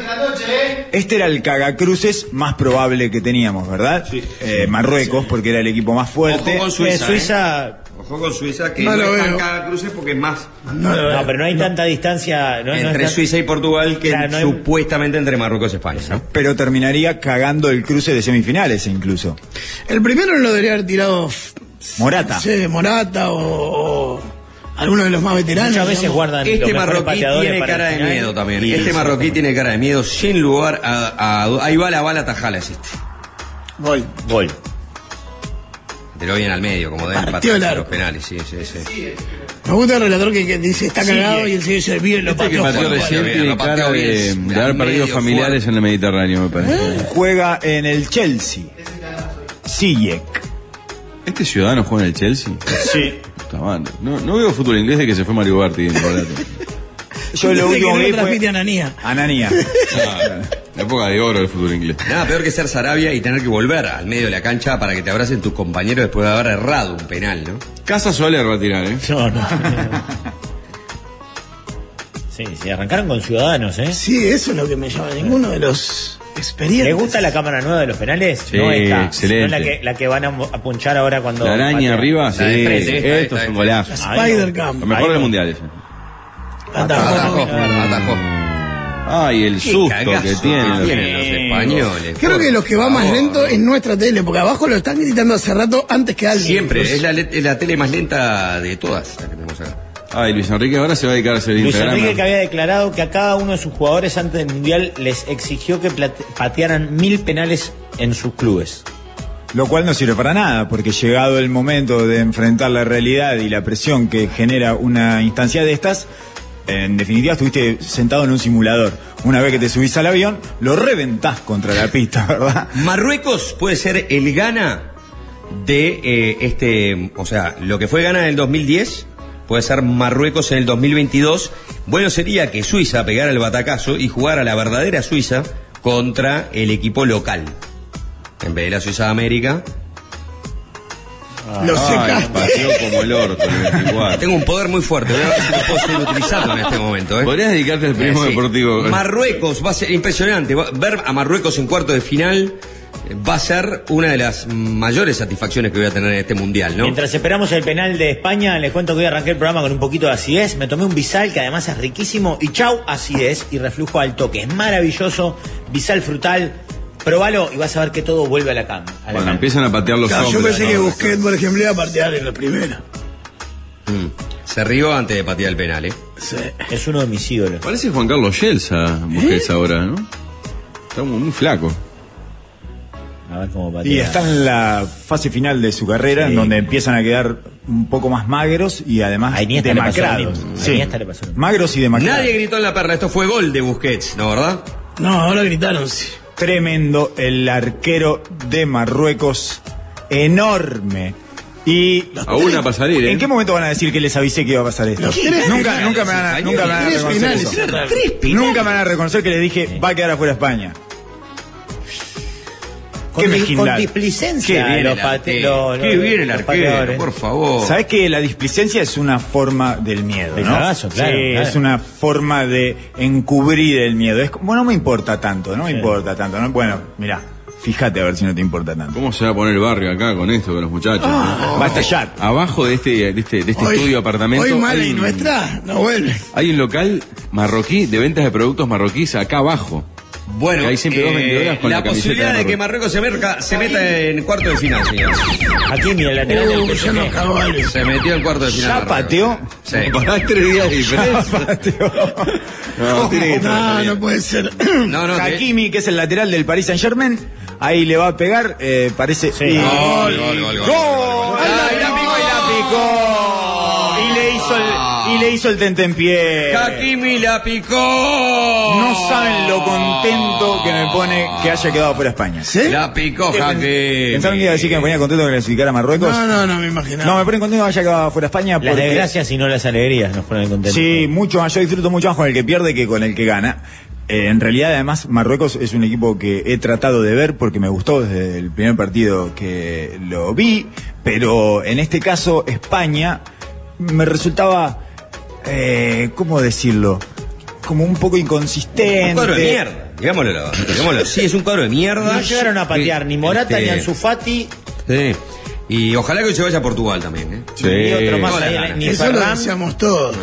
[SPEAKER 2] este era el cagacruces más probable que teníamos, ¿verdad? Eh, Marruecos, porque era el equipo más fuerte.
[SPEAKER 4] Ojo con Suiza.
[SPEAKER 1] Eh, Suiza-
[SPEAKER 4] ¿eh? Ojo con Suiza, que
[SPEAKER 3] No
[SPEAKER 4] no,
[SPEAKER 3] lo
[SPEAKER 4] es
[SPEAKER 3] veo.
[SPEAKER 4] tan cada cruce porque es más
[SPEAKER 1] No, pero no hay tanta distancia. No, no
[SPEAKER 4] entre
[SPEAKER 1] es tan-
[SPEAKER 4] Suiza y Portugal que
[SPEAKER 1] Claro, no hay-
[SPEAKER 4] supuestamente entre Marruecos y España, ¿no?
[SPEAKER 2] Pero terminaría cagando el cruce de semifinales incluso.
[SPEAKER 3] El primero no lo debería haber tirado. f-
[SPEAKER 2] Morata.
[SPEAKER 3] no sé, Morata o, o alguno de los más veteranos.
[SPEAKER 1] Muchas veces
[SPEAKER 3] digamos.
[SPEAKER 1] guardan los
[SPEAKER 4] Este
[SPEAKER 1] mejores
[SPEAKER 4] marroquí
[SPEAKER 1] pateadores
[SPEAKER 4] tiene
[SPEAKER 1] para el
[SPEAKER 4] cara de
[SPEAKER 1] final.
[SPEAKER 4] miedo también.
[SPEAKER 1] Y-
[SPEAKER 4] Este marroquí tiene cara de miedo, sin lugar a, a- Ahí va la bala tajala, es este.
[SPEAKER 3] Gol.
[SPEAKER 1] Gol.
[SPEAKER 4] Te lo vienen al medio, como de
[SPEAKER 3] Partió
[SPEAKER 4] empate
[SPEAKER 3] el
[SPEAKER 4] a
[SPEAKER 3] arco.
[SPEAKER 4] los penales, sí, sí, sí.
[SPEAKER 3] Me gusta el relator que, que dice está cagado y el señor dice bien lo
[SPEAKER 5] Que
[SPEAKER 3] pateó.
[SPEAKER 5] partió
[SPEAKER 4] Bueno,
[SPEAKER 5] recién
[SPEAKER 4] bien,
[SPEAKER 5] tiene
[SPEAKER 4] lo pateó
[SPEAKER 5] cara de,
[SPEAKER 4] bien,
[SPEAKER 5] de
[SPEAKER 4] medio
[SPEAKER 5] haber
[SPEAKER 4] ¿Eh?
[SPEAKER 5] perdido
[SPEAKER 4] fuerte.
[SPEAKER 5] familiares en el Mediterráneo, me parece.
[SPEAKER 2] Juega en el Chelsea. Sijek.
[SPEAKER 5] ¿Este ciudadano juega en el Chelsea?
[SPEAKER 2] Sí.
[SPEAKER 5] Puta madre. No, no veo fútbol inglés de que se fue Mario Barti en Barato.
[SPEAKER 2] Yo lo
[SPEAKER 3] Dice que
[SPEAKER 2] último
[SPEAKER 3] no
[SPEAKER 2] que
[SPEAKER 3] lo
[SPEAKER 2] vi
[SPEAKER 3] transmite
[SPEAKER 2] fue...
[SPEAKER 3] Ananía.
[SPEAKER 2] Ananía.
[SPEAKER 5] La época de oro del fútbol inglés.
[SPEAKER 4] Nada peor que ser Sarabia y tener que volver al medio de la cancha para que te abracen tus compañeros después de haber errado un penal, ¿no?
[SPEAKER 5] Casa suele retirar, ¿eh?
[SPEAKER 1] No, no. sí, sí, arrancaron con Ciudadanos, ¿eh?
[SPEAKER 3] Sí, eso es lo que me llama. Ninguno de los expedientes.
[SPEAKER 1] ¿Le gusta la cámara nueva de los penales?
[SPEAKER 5] Sí,
[SPEAKER 1] no esta,
[SPEAKER 5] excelente.
[SPEAKER 1] sino la que, la que van a mo- a punchar ahora cuando.
[SPEAKER 5] La araña
[SPEAKER 1] patean.
[SPEAKER 5] arriba, sí.
[SPEAKER 4] La de frente, esta,
[SPEAKER 5] Esto
[SPEAKER 4] esta,
[SPEAKER 5] es un
[SPEAKER 4] esta.
[SPEAKER 5] golazo.
[SPEAKER 3] Spider Cam.
[SPEAKER 5] Lo mejor
[SPEAKER 1] Ahí
[SPEAKER 5] del
[SPEAKER 1] no.
[SPEAKER 5] mundial ese.
[SPEAKER 3] Ah,
[SPEAKER 4] Atajó, atajó.
[SPEAKER 5] Ay, el susto
[SPEAKER 4] Ah, Cagazo
[SPEAKER 5] que
[SPEAKER 4] que tienen
[SPEAKER 5] tiene.
[SPEAKER 4] los españoles.
[SPEAKER 3] Creo
[SPEAKER 4] por
[SPEAKER 3] que los que va más
[SPEAKER 4] favor.
[SPEAKER 3] lento es nuestra tele, porque abajo lo están gritando hace rato antes que alguien.
[SPEAKER 4] Siempre, es la, le- es la tele más lenta de todas la que tenemos acá.
[SPEAKER 5] Ay, Luis Enrique ahora se va a dedicar a ser
[SPEAKER 1] Luis Enrique
[SPEAKER 5] Instagram.
[SPEAKER 1] que había declarado que a cada uno de sus jugadores antes del Mundial les exigió que plate- patearan mil penales en sus clubes.
[SPEAKER 2] Lo cual no sirve para nada, porque llegado el momento de enfrentar la realidad y la presión que genera una instancia de estas, en definitiva estuviste sentado en un simulador. Una vez que te subís al avión, lo reventás contra la pista, ¿verdad?
[SPEAKER 4] Marruecos puede ser el Ghana de eh, este, o sea, lo que fue Ghana en el 2010 puede ser Marruecos en el 2022. Bueno sería que Suiza pegara el batacazo y jugara la verdadera Suiza contra el equipo local. En vez de la Suiza de América.
[SPEAKER 3] Lo
[SPEAKER 5] eh. Ay,
[SPEAKER 3] secaste.
[SPEAKER 5] pateó como el orto el 24.
[SPEAKER 4] Tengo un poder muy fuerte, voy a ver si lo puedo seguir utilizando en este momento. ¿eh?
[SPEAKER 5] Podrías dedicarte al periodismo
[SPEAKER 4] Eh, sí.
[SPEAKER 5] deportivo.
[SPEAKER 4] Marruecos va a ser impresionante. Va- Ver a Marruecos en cuarto de final eh, va a ser una de las mayores satisfacciones que voy a tener en este mundial, ¿no?
[SPEAKER 1] Mientras esperamos el penal de España, les cuento que hoy arranqué el programa con un poquito de así es. Me tomé un bisal que además es riquísimo y chau, así es. Y reflujo al toque. Es maravilloso. Bisal frutal. Probalo y vas a ver que todo vuelve a la cama. a la
[SPEAKER 5] Bueno,
[SPEAKER 1] cama.
[SPEAKER 5] empiezan a patear los
[SPEAKER 3] Claro, yo
[SPEAKER 5] hombres,
[SPEAKER 3] pensé
[SPEAKER 5] ¿no?
[SPEAKER 3] que Busquets, por ejemplo, iba a partear en la primera.
[SPEAKER 4] Mm. Se rió antes de patear el penal, ¿eh?
[SPEAKER 3] Sí.
[SPEAKER 1] Es uno de mis ídolos.
[SPEAKER 5] Parece Juan Carlos Yelsa, Busquets ahora, ¿no? Está muy, muy flaco.
[SPEAKER 1] A ver cómo patea.
[SPEAKER 2] Y está en la fase final de su carrera, en donde empiezan a quedar un poco más magros y además
[SPEAKER 1] A Iniesta le pasó lo
[SPEAKER 2] demacrados.
[SPEAKER 1] mismo. A Iniesta le pasó lo mismo.
[SPEAKER 2] Magros y demacrados.
[SPEAKER 4] Nadie gritó en la perla, esto fue gol de Busquets, ¿no, verdad?
[SPEAKER 3] No, ahora gritaron, sí.
[SPEAKER 2] Tremendo el arquero de Marruecos. Enorme. Y
[SPEAKER 5] A una pasaría, ¿eh?
[SPEAKER 2] ¿En qué momento van a decir que les avisé que iba a pasar esto?
[SPEAKER 3] Los tres
[SPEAKER 2] nunca, nunca me van a, nunca me van a
[SPEAKER 3] Tres
[SPEAKER 2] reconocer
[SPEAKER 3] penales,
[SPEAKER 2] eso.
[SPEAKER 3] era
[SPEAKER 2] Nunca me van a reconocer que les dije va a quedar afuera España.
[SPEAKER 1] Con,
[SPEAKER 2] qué
[SPEAKER 1] di-
[SPEAKER 2] mezquindad.
[SPEAKER 1] con displicencia
[SPEAKER 4] bien
[SPEAKER 1] Ah, los
[SPEAKER 4] el
[SPEAKER 1] pate-
[SPEAKER 4] arquero,
[SPEAKER 1] los-
[SPEAKER 4] qué
[SPEAKER 1] los-
[SPEAKER 4] bien el
[SPEAKER 1] los
[SPEAKER 4] arquero,
[SPEAKER 1] pateadores.
[SPEAKER 4] por
[SPEAKER 3] Oh.
[SPEAKER 4] favor.
[SPEAKER 2] Sabes que la displicencia es una forma del miedo,
[SPEAKER 1] Del
[SPEAKER 2] ¿no?
[SPEAKER 1] cagazo, claro,
[SPEAKER 2] Sí,
[SPEAKER 1] claro.
[SPEAKER 2] es una forma de encubrir el miedo. Es como, no me importa tanto, no me importa tanto. ¿no? Bueno, mirá, fíjate a ver si no te importa tanto.
[SPEAKER 5] ¿Cómo se va a poner el barrio acá con esto, con los muchachos?
[SPEAKER 2] Va a estallar.
[SPEAKER 5] Abajo de este, de este, de este
[SPEAKER 3] Ah. Hoy-
[SPEAKER 5] estudio apartamento.
[SPEAKER 3] Hoy mala
[SPEAKER 5] hay
[SPEAKER 3] y
[SPEAKER 5] un-
[SPEAKER 3] nuestra no vuelve.
[SPEAKER 5] Hay un local marroquí de ventas de productos marroquíes acá abajo.
[SPEAKER 4] Bueno, eh,
[SPEAKER 5] Hay siempre dos vendedoras con
[SPEAKER 4] la
[SPEAKER 5] la camiseta
[SPEAKER 4] posibilidad
[SPEAKER 5] de
[SPEAKER 4] de que Marruecos se, merca- se meta en cuarto de final, señor.
[SPEAKER 1] Aquí mira el lateral del
[SPEAKER 3] Uh, ya
[SPEAKER 1] PSG.
[SPEAKER 3] no cabales.
[SPEAKER 4] Se metió en cuarto de final.
[SPEAKER 2] ¿Ya
[SPEAKER 4] Marruecos.
[SPEAKER 2] pateó?
[SPEAKER 4] Sí.
[SPEAKER 5] Para tres días de diferencia. No, tiene que estar
[SPEAKER 3] No,
[SPEAKER 5] saliendo.
[SPEAKER 3] no puede ser.
[SPEAKER 4] No, no, te-
[SPEAKER 2] Hakimi, que es el lateral del Paris Saint Germain, ahí le va a pegar, eh, parece. y-
[SPEAKER 4] Gol, gol, gol, gol.
[SPEAKER 2] ¡Gol!
[SPEAKER 4] Ay,
[SPEAKER 2] ¡Ay, la
[SPEAKER 4] no.
[SPEAKER 2] picó y la picó! Y le hizo el, y le hizo el tentempié.
[SPEAKER 4] eh, Hakimi la picó.
[SPEAKER 2] No saben lo contento que me pone que haya quedado fuera España.
[SPEAKER 3] ¿Sí?
[SPEAKER 4] La picó Hakimi.
[SPEAKER 2] ¿Pensaron que iba a decir que me ponía contento que clasificara a Marruecos?
[SPEAKER 3] No, no, no me
[SPEAKER 2] No,
[SPEAKER 3] imaginaba.
[SPEAKER 2] me pone contento que haya quedado fuera España
[SPEAKER 1] Las
[SPEAKER 2] porque-
[SPEAKER 1] desgracias y no las alegrías nos ponen contentos.
[SPEAKER 2] Sí, mucho más. Yo disfruto mucho más con el que pierde que con el que gana. Eh, en realidad, además, Marruecos es un equipo que he tratado de ver porque me gustó desde el primer partido que lo vi. Pero en este caso, España me resultaba. eh, ¿Cómo decirlo? como un poco inconsistente.
[SPEAKER 4] Un cuadro de mierda. Digámoslo, digámoslo. Sí, es un cuadro de mierda.
[SPEAKER 1] No llegaron a patear ni Morata
[SPEAKER 4] Este,
[SPEAKER 1] ni Anzufati
[SPEAKER 4] Sí. Y ojalá que hoy se vaya a Portugal también, ¿eh?
[SPEAKER 5] Sí.
[SPEAKER 1] ni otro más.
[SPEAKER 4] Hola,
[SPEAKER 1] ahí,
[SPEAKER 4] Nana.
[SPEAKER 1] ni
[SPEAKER 3] Eso lo
[SPEAKER 1] Ferran.
[SPEAKER 3] decíamos todos.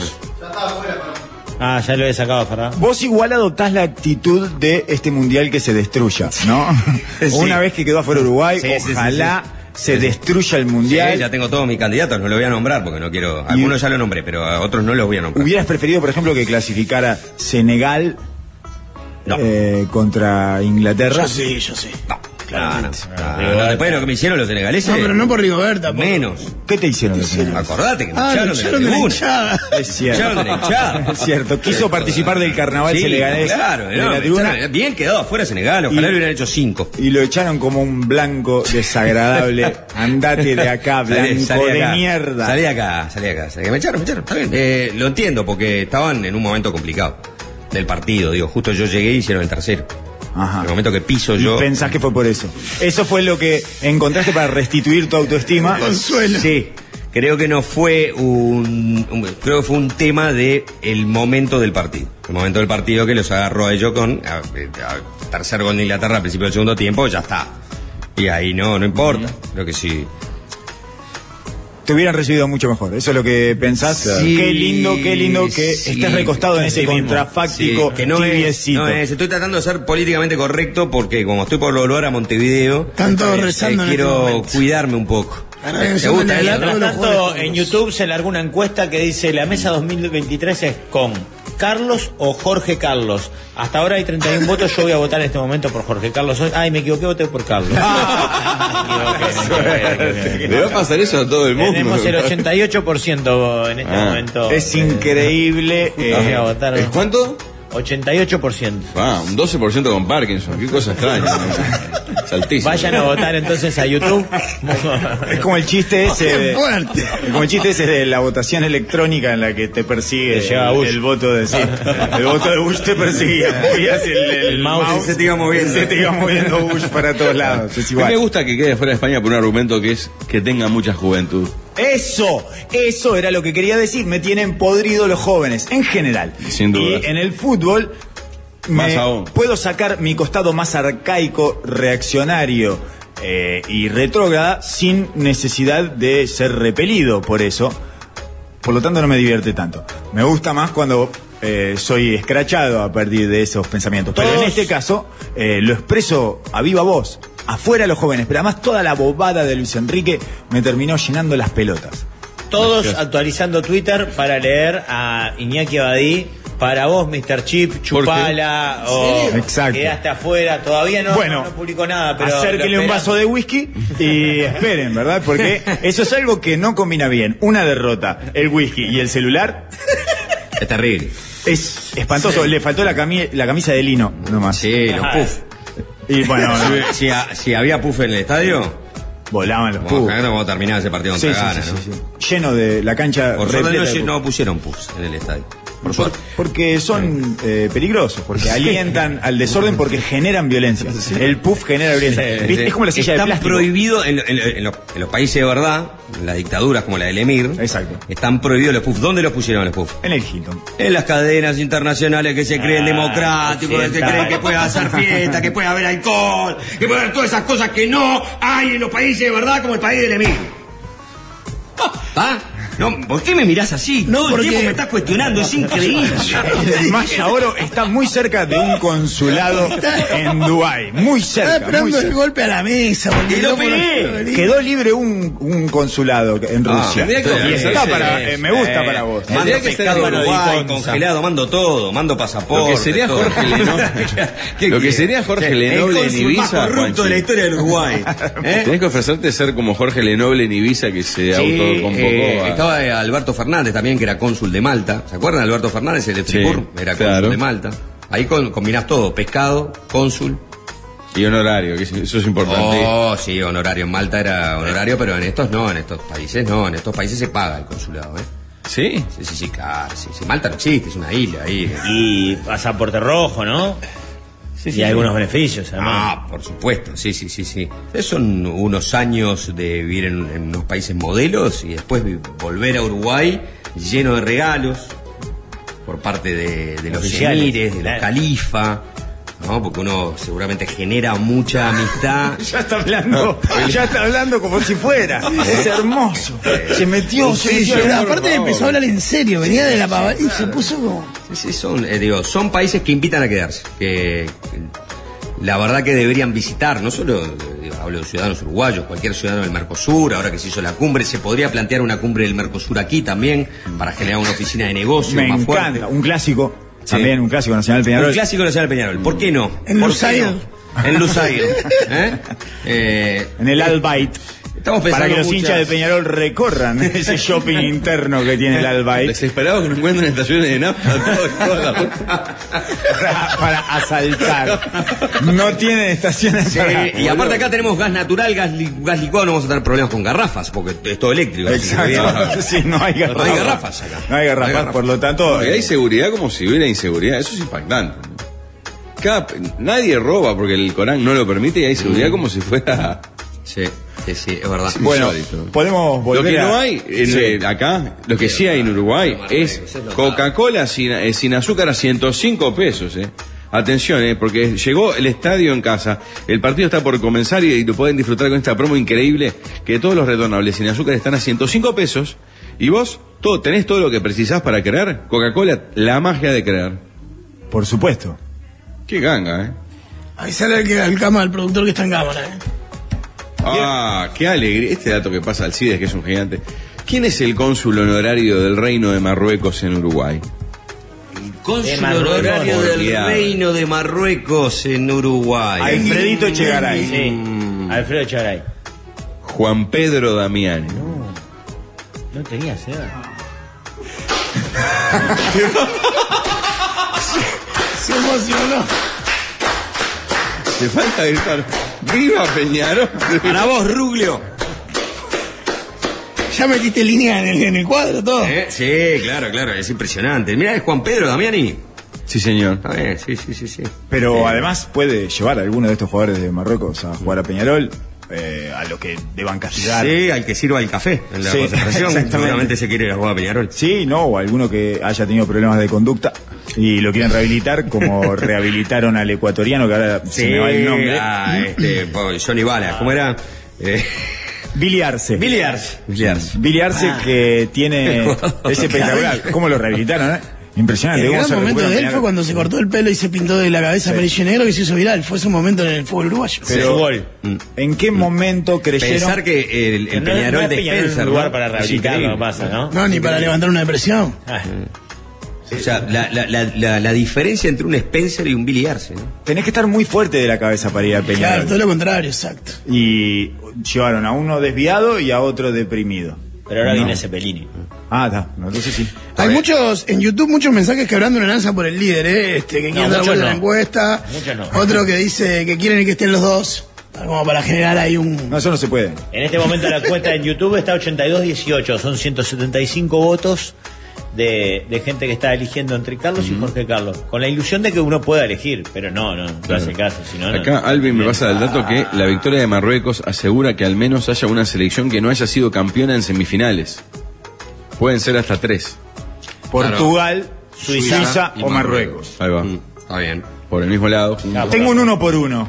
[SPEAKER 1] Ah, ya lo he sacado, Ferran.
[SPEAKER 2] Vos igual adoptás la actitud de este mundial que se destruya, ¿no?
[SPEAKER 4] Sí.
[SPEAKER 2] Una vez que quedó afuera Uruguay,
[SPEAKER 4] Sí, sí, sí,
[SPEAKER 2] ojalá se destruya el
[SPEAKER 4] Sí,
[SPEAKER 2] mundial.
[SPEAKER 4] ya tengo todos mis candidatos, no los voy a nombrar porque no quiero. Algunos ya lo nombré, pero a otros no los voy a nombrar.
[SPEAKER 2] ¿Hubieras preferido, por ejemplo, que clasificara Senegal
[SPEAKER 4] No.
[SPEAKER 2] eh, contra Inglaterra?
[SPEAKER 3] Yo sí, yo sí.
[SPEAKER 4] No, claro, no, no, no, no, Ah, después de lo que me hicieron los senegaleses.
[SPEAKER 3] No, pero no por Rigoberta. por-
[SPEAKER 4] Menos.
[SPEAKER 2] ¿Qué te hicieron los senegal-
[SPEAKER 4] Acordate que me
[SPEAKER 3] Ah,
[SPEAKER 4] echaron
[SPEAKER 3] lo echaron
[SPEAKER 4] de
[SPEAKER 3] de
[SPEAKER 4] la
[SPEAKER 3] la
[SPEAKER 4] tribuna. Ah,
[SPEAKER 3] hinchada.
[SPEAKER 2] Es cierto.
[SPEAKER 4] Echaron de la hinchada.
[SPEAKER 2] Es cierto. Quiso
[SPEAKER 4] Esto,
[SPEAKER 2] participar
[SPEAKER 4] eh.
[SPEAKER 2] del carnaval
[SPEAKER 4] Sí,
[SPEAKER 2] senegalés
[SPEAKER 4] Claro,
[SPEAKER 2] de
[SPEAKER 4] no,
[SPEAKER 2] la
[SPEAKER 4] me
[SPEAKER 2] tribuna.
[SPEAKER 4] echaron- bien quedado afuera Senegal, ojalá
[SPEAKER 2] Y-
[SPEAKER 4] lo hubieran hecho cinco.
[SPEAKER 2] Y lo echaron como un blanco desagradable. Andate de acá, Ah,
[SPEAKER 4] Salí-
[SPEAKER 2] blanco
[SPEAKER 4] salí
[SPEAKER 2] de
[SPEAKER 4] acá.
[SPEAKER 2] mierda.
[SPEAKER 4] Salí acá, salí acá, salí acá. Me echaron, me echaron. Está bien. Eh, lo entiendo porque estaban en un momento complicado del partido. Digo, justo yo llegué y hicieron el tercero.
[SPEAKER 2] Ajá.
[SPEAKER 3] Ah.
[SPEAKER 4] En el momento que piso
[SPEAKER 2] Y
[SPEAKER 4] yo.
[SPEAKER 2] pensás que fue por eso. Eso fue lo que encontraste para restituir tu autoestima.
[SPEAKER 3] Consuelo.
[SPEAKER 4] Sí, creo que no fue un, un- creo que fue un tema de el momento del partido. El momento del partido que los agarró a ellos con a- a- tercer gol de Inglaterra al principio del segundo tiempo, ya está. Y ahí no, no importa. Creo que sí.
[SPEAKER 2] Te hubieran recibido mucho mejor. Eso es lo que pensás.
[SPEAKER 4] Sí,
[SPEAKER 2] qué lindo, qué lindo que
[SPEAKER 4] sí.
[SPEAKER 2] estés recostado en ese
[SPEAKER 4] Sí,
[SPEAKER 2] contrafáctico
[SPEAKER 4] sí, que no es,
[SPEAKER 2] tibiecito.
[SPEAKER 4] no es. Estoy tratando de ser políticamente correcto porque como estoy por volver a Montevideo, eh,
[SPEAKER 3] Están todos rezando en este
[SPEAKER 4] quiero
[SPEAKER 3] momento.
[SPEAKER 4] cuidarme un poco.
[SPEAKER 3] Ahora que
[SPEAKER 4] ¿Te
[SPEAKER 3] se
[SPEAKER 4] gusta
[SPEAKER 3] mandan
[SPEAKER 4] eso, no? eh,
[SPEAKER 3] el
[SPEAKER 1] Mientras
[SPEAKER 3] Todos los
[SPEAKER 1] tanto,
[SPEAKER 3] jugadores
[SPEAKER 1] en
[SPEAKER 3] juntos.
[SPEAKER 1] YouTube se largó una encuesta que dice la mesa 2023 es con Carlos o Jorge Carlos. Hasta ahora hay 31 votos, yo voy a votar en este momento por Jorge Carlos. Ay, me equivoqué, voté por Carlos. Me equivoqué, me equivoqué, me equivoqué.
[SPEAKER 5] Le va a pasar eso a todo el mundo.
[SPEAKER 1] Tenemos el 88% en este
[SPEAKER 5] Ah,
[SPEAKER 1] momento.
[SPEAKER 2] Es increíble. eh,
[SPEAKER 1] Voy a votar.
[SPEAKER 5] ¿Es cuánto?
[SPEAKER 1] 88%.
[SPEAKER 5] Ah, un 12% con Parkinson. Qué cosa extraña. ¿no? Es altísimo.
[SPEAKER 1] Vayan a votar entonces a YouTube.
[SPEAKER 2] es como el chiste ese. de-
[SPEAKER 3] Qué fuerte.
[SPEAKER 2] es como el chiste ese de la votación electrónica en la que te persigue
[SPEAKER 1] Que llega
[SPEAKER 2] el,
[SPEAKER 1] Bush.
[SPEAKER 2] el voto de sí. El voto de Bush te perseguía. Movías el, el
[SPEAKER 1] mouse y
[SPEAKER 2] mouse
[SPEAKER 4] se te iba moviendo.
[SPEAKER 2] Se te iba moviendo Bush para todos lados. Es
[SPEAKER 5] A mí
[SPEAKER 2] igual.
[SPEAKER 5] me gusta que quede fuera de España por un argumento que es que tenga mucha juventud.
[SPEAKER 2] Eso, eso era lo que quería decir. Me tienen podrido los jóvenes, en general.
[SPEAKER 5] Sin duda.
[SPEAKER 2] Y en el fútbol,
[SPEAKER 5] Más
[SPEAKER 2] me-
[SPEAKER 5] aún.
[SPEAKER 2] puedo sacar mi costado más arcaico, reaccionario eh, y retrógrada sin necesidad de ser repelido por eso. Por lo tanto, no me divierte tanto. Me gusta más cuando eh, soy escrachado a partir de esos pensamientos. Pero en
[SPEAKER 1] Todos-
[SPEAKER 2] este caso, eh, lo expreso a viva voz, afuera los jóvenes. Pero además, toda la bobada de Luis Enrique me terminó llenando las pelotas.
[SPEAKER 1] Todos actualizando Twitter para leer a Iñaki Abadí. Para vos, Mr. Chip, Chupala, o
[SPEAKER 2] serio? Exacto.
[SPEAKER 1] quedaste afuera. Todavía no,
[SPEAKER 2] bueno,
[SPEAKER 1] no, no publicó nada, pero.
[SPEAKER 2] acérquenle
[SPEAKER 1] lo
[SPEAKER 2] un vaso de whisky y esperen, ¿verdad? Porque eso es algo que no combina bien. Una derrota, el whisky y el celular
[SPEAKER 4] Es terrible.
[SPEAKER 2] es espantoso. Le faltó la, cami- la camisa de lino nomás.
[SPEAKER 4] Sí, los
[SPEAKER 1] Ajá.
[SPEAKER 4] puff.
[SPEAKER 2] Y bueno, no,
[SPEAKER 4] Si- Si, ha- si había puff en el estadio,
[SPEAKER 2] volaban los
[SPEAKER 4] Vamos
[SPEAKER 2] pubs.
[SPEAKER 4] a ver cómo terminaba ese partido
[SPEAKER 2] Sí,
[SPEAKER 4] contra
[SPEAKER 2] sí,
[SPEAKER 4] Ghana,
[SPEAKER 2] sí,
[SPEAKER 4] ¿no?
[SPEAKER 2] sí, sí. Lleno de la cancha.
[SPEAKER 4] Por suerte
[SPEAKER 2] repleta
[SPEAKER 4] no,
[SPEAKER 2] de
[SPEAKER 4] lle-
[SPEAKER 2] pubs.
[SPEAKER 4] no pusieron pus en el estadio.
[SPEAKER 2] Por-
[SPEAKER 4] Por suerte.
[SPEAKER 2] porque son eh, peligrosos, porque alientan al desorden, porque generan violencia. El puff genera violencia. ¿Viste? Es como la silla
[SPEAKER 4] Está
[SPEAKER 2] de plástico.
[SPEAKER 4] prohibido en, en- en los, en los países de verdad, en las dictaduras como la del Emir.
[SPEAKER 2] Exacto.
[SPEAKER 4] Están prohibidos los puffs. ¿Dónde los pusieron los puffs?
[SPEAKER 2] En el Hilton.
[SPEAKER 4] En las cadenas internacionales que se creen
[SPEAKER 1] Ah,
[SPEAKER 4] democráticos, que se
[SPEAKER 1] occidental.
[SPEAKER 4] creen que puede hacer fiesta, que puede haber alcohol, que puede haber todas esas cosas que no hay en los países de verdad como el país del Emir. ¿Ah? No, ¿Por qué me mirás así?
[SPEAKER 3] No,
[SPEAKER 4] Todo
[SPEAKER 3] porque-
[SPEAKER 4] el tiempo me estás cuestionando, es increíble.
[SPEAKER 2] El Maya Oro está muy cerca de un consulado en Dubái. Muy
[SPEAKER 3] Estaba
[SPEAKER 2] cerca. muy
[SPEAKER 3] esperando el
[SPEAKER 2] cerca.
[SPEAKER 3] golpe a la mesa. porque
[SPEAKER 4] Y lo
[SPEAKER 3] el loco no-
[SPEAKER 4] pegué.
[SPEAKER 2] Quedó libre un, un consulado en
[SPEAKER 4] Ah,
[SPEAKER 2] Rusia.
[SPEAKER 4] tendría que
[SPEAKER 2] Y
[SPEAKER 4] ofrecer
[SPEAKER 2] está
[SPEAKER 4] ese-
[SPEAKER 2] para- eh, me gusta para vos.
[SPEAKER 4] Mando
[SPEAKER 5] Tendría que ser
[SPEAKER 4] pescado
[SPEAKER 5] hermano de
[SPEAKER 4] Uruguay,
[SPEAKER 5] Iconza.
[SPEAKER 4] congelado, mando todo, mando pasaporte.
[SPEAKER 5] Lo que sería
[SPEAKER 4] todo.
[SPEAKER 5] Jorge Lenoble.
[SPEAKER 4] ¿Qué
[SPEAKER 5] Lo que
[SPEAKER 4] quiere?
[SPEAKER 5] sería Jorge
[SPEAKER 4] Sí,
[SPEAKER 5] Lenoble
[SPEAKER 4] El
[SPEAKER 5] en
[SPEAKER 4] cónsul más
[SPEAKER 5] Ibiza,
[SPEAKER 4] corrupto de la
[SPEAKER 5] Juanchi.
[SPEAKER 4] historia del Uruguay. ¿eh?
[SPEAKER 5] Tenés que ofrecerte ser como Jorge Lenoble en Ibiza que
[SPEAKER 4] Sí,
[SPEAKER 5] se autoconvocó.
[SPEAKER 4] eh,
[SPEAKER 5] a-
[SPEAKER 4] estaba eh, Alberto Fernández también, que era cónsul de Malta. ¿Se acuerdan? de Alberto Fernández, el de
[SPEAKER 5] Sí,
[SPEAKER 4] Friburgo, era
[SPEAKER 5] claro.
[SPEAKER 4] cónsul de Malta. Ahí con- combinás todo, pescado, cónsul.
[SPEAKER 5] Y honorario, que eso es importante.
[SPEAKER 4] Oh, sí, honorario. En Malta era honorario, pero en estos no, en estos países no. En estos países se paga el consulado, ¿eh?
[SPEAKER 5] ¿Sí?
[SPEAKER 4] Sí, sí, sí, claro. Sí, sí. Malta no existe, es una isla ahí.
[SPEAKER 1] Y pasaporte rojo, ¿no? y algunos beneficios, además.
[SPEAKER 4] Ah, por supuesto, sí, sí, sí, sí. Son unos años de vivir en, en unos países modelos y después vi- volver a Uruguay lleno de regalos, por parte de, de los
[SPEAKER 1] Oficiales,
[SPEAKER 4] emires, de los
[SPEAKER 1] claro.
[SPEAKER 4] califas, ¿no? Porque uno seguramente genera mucha amistad.
[SPEAKER 2] Ya está hablando, ya está hablando como si fuera. Es hermoso. Se metió, se metió.
[SPEAKER 3] Pero
[SPEAKER 5] por
[SPEAKER 3] aparte
[SPEAKER 5] favor.
[SPEAKER 3] empezó a hablar en serio, venía de la pava y se puso como.
[SPEAKER 4] Sí, sí, son, eh, digo, son países que invitan a quedarse, que que la verdad que deberían visitar, no solo eh, digo, hablo de ciudadanos uruguayos, cualquier ciudadano del Mercosur, ahora que se hizo la cumbre, se podría plantear una cumbre del Mercosur aquí también, para generar una oficina de negocios
[SPEAKER 2] Me
[SPEAKER 4] más fuerte.
[SPEAKER 2] encanta. Un clásico, también un clásico nacional Peñarol.
[SPEAKER 4] Un clásico nacional Peñarol, ¿por qué no?
[SPEAKER 3] En
[SPEAKER 4] ¿Por
[SPEAKER 3] Lusail.
[SPEAKER 4] qué no? En Lusail. ¿eh? Eh,
[SPEAKER 2] En el Albait.
[SPEAKER 4] Estamos pensando
[SPEAKER 2] Para que los
[SPEAKER 4] muchas-
[SPEAKER 2] hinchas de Peñarol recorran ese shopping interno que tiene el Albait
[SPEAKER 5] Desesperado que no encuentren estaciones de nafta. todo- toda la-
[SPEAKER 2] para, para asaltar. No tienen estaciones.
[SPEAKER 4] Sí,
[SPEAKER 2] para-
[SPEAKER 4] y aparte acá tenemos gas natural, gas, li- gas licuado, no vamos a tener problemas con garrafas, porque es todo eléctrico. así que bien.
[SPEAKER 2] Exacto. Sí, no hay garrafas.
[SPEAKER 4] hay garrafas acá.
[SPEAKER 2] No hay garrafas,
[SPEAKER 4] No hay
[SPEAKER 2] por lo tanto.
[SPEAKER 5] Porque hay seguridad como si hubiera inseguridad. Eso es impactante. ¿no? Cada- nadie roba porque el Corán no lo permite y hay seguridad como si fuera.
[SPEAKER 4] Sí, sí, sí, es verdad.
[SPEAKER 2] Bueno,
[SPEAKER 5] insólito.
[SPEAKER 2] podemos
[SPEAKER 5] Lo
[SPEAKER 2] volver
[SPEAKER 5] que
[SPEAKER 2] a-
[SPEAKER 5] no hay en-
[SPEAKER 2] Sí.
[SPEAKER 5] eh, acá, lo que sí hay en Uruguay es Coca-Cola sin, eh, sin azúcar a 105 pesos. Eh. Atención, eh, porque llegó el estadio en casa. El partido está por comenzar y, y lo pueden disfrutar con esta promo increíble que todos los retornables sin azúcar están a 105 pesos. Y vos todo, tenés todo lo que precisás para crear. Coca-Cola, la magia de crear.
[SPEAKER 2] Por supuesto.
[SPEAKER 5] Qué ganga, ¿eh?
[SPEAKER 3] Ahí sale el, que- el cama, el productor que está en cámara. ¿eh?
[SPEAKER 5] Ah, qué alegría. Este dato que pasa al CIDES, que es un gigante. ¿Quién es el cónsul honorario del Reino de Marruecos en Uruguay?
[SPEAKER 4] Cónsul
[SPEAKER 1] Marruecos,
[SPEAKER 4] honorario del
[SPEAKER 5] olvidado.
[SPEAKER 4] Reino de Marruecos en Uruguay.
[SPEAKER 2] Alfredito Chegaray.
[SPEAKER 1] Sí. Alfredo Charay.
[SPEAKER 5] Juan Pedro Damiani.
[SPEAKER 1] No tenía seda.
[SPEAKER 3] Se emocionó.
[SPEAKER 5] Te falta gritar. ¡Viva Peñarol!
[SPEAKER 4] Para vos, Ruglio.
[SPEAKER 3] Ya metiste línea en el, en el cuadro todo.
[SPEAKER 4] Eh, Sí, claro, claro, es impresionante. Mira, es Juan Pedro Damiani.
[SPEAKER 5] Sí, señor.
[SPEAKER 4] Está bien, sí, sí, sí, sí.
[SPEAKER 2] Pero además puede llevar a alguno de estos jugadores de Marruecos a jugar a Peñarol, eh, a lo que deban castigar.
[SPEAKER 4] Sí, al que sirva el café en la
[SPEAKER 2] Sí,
[SPEAKER 4] concentración.
[SPEAKER 2] exactamente.
[SPEAKER 4] Seguramente se quiere ir a jugar a Peñarol.
[SPEAKER 2] Sí, no, o alguno que haya tenido problemas de conducta y lo quieren rehabilitar, como rehabilitaron al ecuatoriano, que ahora se me va el nombre.
[SPEAKER 4] ah, este, po- Johnny Bala, ¿cómo era? Eh,
[SPEAKER 2] Biliarse.
[SPEAKER 4] Billiards. Billiards.
[SPEAKER 2] Biliarse
[SPEAKER 3] Ah.
[SPEAKER 2] que tiene. Es espectacular. ¿Cómo lo rehabilitaron? eh? Impresionante.
[SPEAKER 3] El
[SPEAKER 2] cómo
[SPEAKER 3] gran
[SPEAKER 2] se
[SPEAKER 3] momento
[SPEAKER 2] recuperan
[SPEAKER 3] de él fue
[SPEAKER 2] Peñarol.
[SPEAKER 3] cuando se cortó el pelo y se pintó de la cabeza amarillo y negro que se hizo viral. Fue ese momento en el fútbol uruguayo.
[SPEAKER 2] Pero, mm, ¿En
[SPEAKER 3] Mm.
[SPEAKER 2] qué momento creyeron?
[SPEAKER 4] Pensar que el, el
[SPEAKER 1] No- no
[SPEAKER 4] Peñarol
[SPEAKER 1] es Peñarol
[SPEAKER 4] despensa.
[SPEAKER 1] un
[SPEAKER 4] ¿no?
[SPEAKER 1] lugar para
[SPEAKER 4] Es
[SPEAKER 1] rehabilitar lo
[SPEAKER 4] increíble. Mm.
[SPEAKER 1] que pasa, ¿no?
[SPEAKER 3] No, ni para levantar una depresión.
[SPEAKER 1] Ah,
[SPEAKER 4] O sea, la, la, la, la, la diferencia entre un Spencer y un Billy Arce, ¿no?
[SPEAKER 2] Tenés que estar muy fuerte de la cabeza para ir a Peñarol.
[SPEAKER 3] Claro, todo lo contrario, exacto.
[SPEAKER 2] Y llevaron a uno desviado y a otro deprimido.
[SPEAKER 1] Pero ahora
[SPEAKER 2] No.
[SPEAKER 1] viene Cepelini.
[SPEAKER 2] Ah, está. No, Entonces sí.
[SPEAKER 3] Hay muchos, en YouTube, muchos mensajes quebrando una lanza por el líder, ¿eh? Este, que quieren
[SPEAKER 1] No,
[SPEAKER 3] dar
[SPEAKER 1] muchos
[SPEAKER 3] charla
[SPEAKER 1] no.
[SPEAKER 3] en la encuesta.
[SPEAKER 1] Muchos no.
[SPEAKER 3] Otro que dice que quieren que estén los dos. Como para generar ahí un.
[SPEAKER 2] No, eso no se puede.
[SPEAKER 1] En este momento la cuenta en YouTube está 82-18. Son 175 votos de, de gente que está eligiendo entre Carlos y Jorge Carlos. Con la ilusión de que uno pueda elegir, pero no, no, no hace caso. Si no, no.
[SPEAKER 5] Acá Alvin me pasa el dato que la victoria de Marruecos asegura que al menos haya una selección que no haya sido campeona en semifinales. Pueden ser hasta tres.
[SPEAKER 2] Portugal, Suiza,
[SPEAKER 4] Suiza y
[SPEAKER 2] o Marruecos.
[SPEAKER 4] Marruecos.
[SPEAKER 5] Ahí va.
[SPEAKER 4] Mm, Está bien.
[SPEAKER 5] Por el mismo lado.
[SPEAKER 2] Tengo un uno por uno.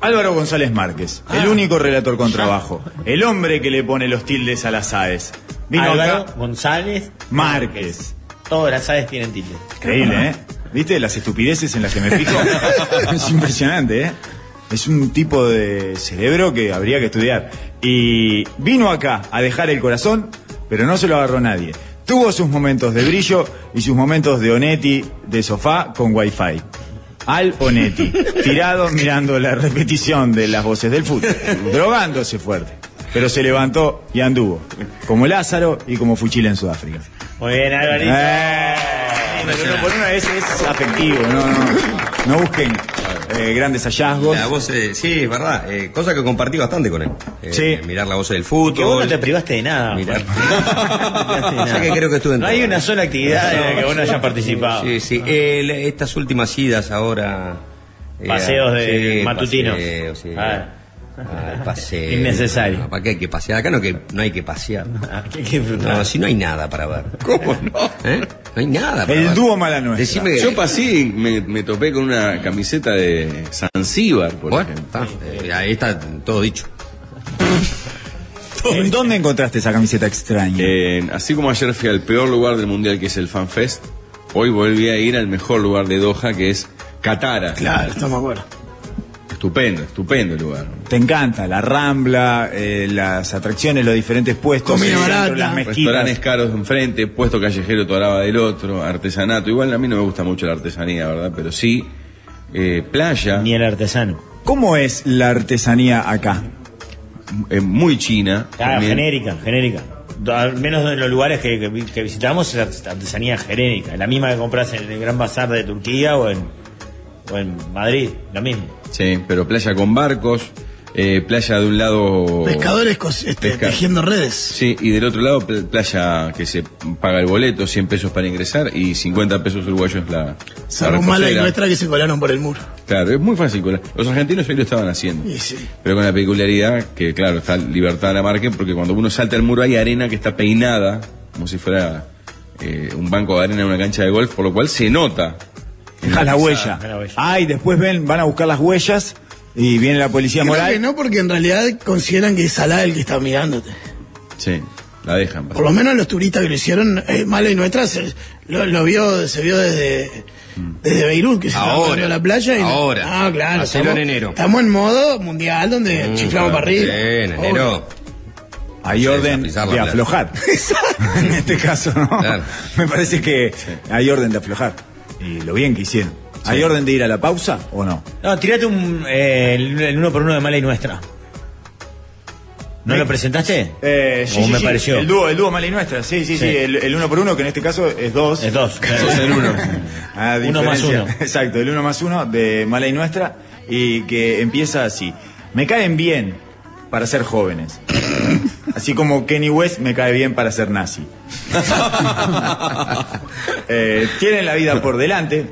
[SPEAKER 2] Álvaro González Márquez, el único relator con trabajo. El hombre que le pone los tildes a las aves. Vino
[SPEAKER 1] Álvaro
[SPEAKER 2] acá.
[SPEAKER 1] González
[SPEAKER 2] Márquez.
[SPEAKER 1] Todas las aves tienen tilde.
[SPEAKER 2] Increíble, ¿eh? ¿Viste las estupideces en las que me fijo? es impresionante, ¿eh? Es un tipo de cerebro que habría que estudiar. Y vino acá a dejar el corazón, pero no se lo agarró nadie. Tuvo sus momentos de brillo y sus momentos de Onetti de sofá con wifi. Al Onetti, tirado mirando la repetición de las voces del fútbol, drogándose fuerte. Pero se levantó y anduvo, como Lázaro y como Fuchila en Sudáfrica.
[SPEAKER 1] Muy bien, Alvarito.
[SPEAKER 2] Eh, pero uno por una vez es afectivo, no, no, no busquen eh, grandes hallazgos.
[SPEAKER 4] La voz, eh, sí, es verdad. eh, cosa que compartí bastante con él. Eh,
[SPEAKER 2] Sí.
[SPEAKER 4] Mirar la voz del
[SPEAKER 1] Que vos no
[SPEAKER 4] fútbol.
[SPEAKER 1] te privaste de nada.
[SPEAKER 4] mirar-
[SPEAKER 1] Juan. No,
[SPEAKER 4] O sea que creo que estuve en
[SPEAKER 1] No hay
[SPEAKER 4] todo.
[SPEAKER 1] una sola actividad en la que vos no hayas participado.
[SPEAKER 4] Sí, sí. Eh, la- estas últimas idas ahora. eh,
[SPEAKER 1] Paseos de matutinos.
[SPEAKER 4] paseos, sí.
[SPEAKER 1] Ah.
[SPEAKER 4] Al paseo.
[SPEAKER 1] Innecesario.
[SPEAKER 4] ¿Para qué hay que pasear? Acá no, que, no hay que pasear.
[SPEAKER 1] Qué- Ah, qué brutal.
[SPEAKER 4] No, si no hay nada para ver.
[SPEAKER 5] ¿Cómo no?
[SPEAKER 4] ¿Eh? No hay nada para
[SPEAKER 2] El
[SPEAKER 4] ver.
[SPEAKER 2] dúo mala nuestra.
[SPEAKER 4] Decime.
[SPEAKER 5] Yo pasé y me, me topé con una camiseta de Zanzíbar, por
[SPEAKER 4] Bueno,
[SPEAKER 5] ejemplo.
[SPEAKER 4] está, eh, ahí está todo dicho.
[SPEAKER 2] ¿En dónde encontraste esa camiseta extraña?
[SPEAKER 5] Eh, así como ayer fui al peor lugar del mundial, que es el FanFest, hoy volví a ir al mejor lugar de Doha, que es Catara.
[SPEAKER 3] Claro, estamos de acuerdo.
[SPEAKER 5] Estupendo, estupendo el lugar.
[SPEAKER 2] Te encanta la rambla, eh, las atracciones, los diferentes puestos,
[SPEAKER 3] Comida
[SPEAKER 2] el centro,
[SPEAKER 3] barata.
[SPEAKER 2] las
[SPEAKER 5] Restaurantes
[SPEAKER 2] mezquitas.
[SPEAKER 5] caros de enfrente, puesto callejero toraba del otro, artesanato. Igual a mí no me gusta mucho la artesanía, ¿verdad? Pero sí, eh, playa,
[SPEAKER 1] Ni el artesano.
[SPEAKER 2] ¿Cómo es la artesanía acá?
[SPEAKER 5] eh, muy china.
[SPEAKER 1] Claro,
[SPEAKER 5] también.
[SPEAKER 1] Ah, genérica, genérica. Do- Al menos en los lugares que, que- que visitamos es artesanía genérica. La misma que compras en el Gran Bazar de Turquía o en, o en Madrid, lo mismo.
[SPEAKER 5] Sí, pero playa con barcos, eh, playa de un lado...
[SPEAKER 3] Pescadores cos- este,
[SPEAKER 5] Oh, Pesca-
[SPEAKER 3] tejiendo redes.
[SPEAKER 5] Sí, y del otro lado pl- playa que se paga el boleto, 100 pesos para ingresar y 50 pesos uruguayos la... la
[SPEAKER 3] Salvo mala y
[SPEAKER 5] repostera.
[SPEAKER 3] nuestra que se colaron por el muro.
[SPEAKER 5] Claro, es muy fácil. con la- Los argentinos hoy lo estaban haciendo.
[SPEAKER 3] Y sí.
[SPEAKER 5] Pero con la peculiaridad que, claro, está libertad de la marca, porque cuando uno salta el muro hay arena que está peinada, como si fuera eh, un banco de arena en una cancha de golf, por lo cual se nota.
[SPEAKER 2] Dejas la huella.
[SPEAKER 1] deja la huella.
[SPEAKER 2] Ah, y después ven, van a buscar las huellas y viene la policía
[SPEAKER 3] Creo
[SPEAKER 2] moral.
[SPEAKER 3] que no, porque en realidad consideran que es Alá el que está mirándote.
[SPEAKER 5] Sí, la dejan.
[SPEAKER 3] Por lo menos los turistas que lo hicieron, eh, mala y nuestra, se, lo, lo vio, se vio desde, desde Beirut, que se estaba
[SPEAKER 4] Ahora.
[SPEAKER 3] parando la playa. Y,
[SPEAKER 4] Ahora.
[SPEAKER 3] Ah, claro.
[SPEAKER 4] Hacelo
[SPEAKER 3] estamos,
[SPEAKER 4] en enero.
[SPEAKER 3] Estamos en modo mundial, donde chiflamos para arriba. Oh,
[SPEAKER 4] Bien,
[SPEAKER 3] Obvio.
[SPEAKER 4] enero.
[SPEAKER 2] Hay
[SPEAKER 4] Sí,
[SPEAKER 2] orden
[SPEAKER 4] desapisar la
[SPEAKER 2] de
[SPEAKER 4] plata.
[SPEAKER 2] aflojar. en este caso, ¿no?
[SPEAKER 4] Claro.
[SPEAKER 2] Me parece que hay orden de aflojar. Y lo bien que hicieron. ¿Hay orden de ir a la pausa o no?
[SPEAKER 1] No, tirate un, eh, el, el uno por uno de mala y nuestra. ¿No lo presentaste?
[SPEAKER 2] Eh,
[SPEAKER 1] Como me pareció.
[SPEAKER 2] El dúo, el dúo mal y nuestra, sí, sí, sí.
[SPEAKER 1] Sí.
[SPEAKER 2] El, el uno por uno, que en este caso es dos.
[SPEAKER 1] Es dos.
[SPEAKER 5] Sos el uno.
[SPEAKER 2] A
[SPEAKER 1] Uno más
[SPEAKER 2] diferencia-
[SPEAKER 1] uno.
[SPEAKER 2] Exacto, el uno más uno de Mala y Nuestra y que empieza así. Me caen bien para ser jóvenes. Así como Kenny West me cae bien para ser nazi. Eh, tienen la vida por delante,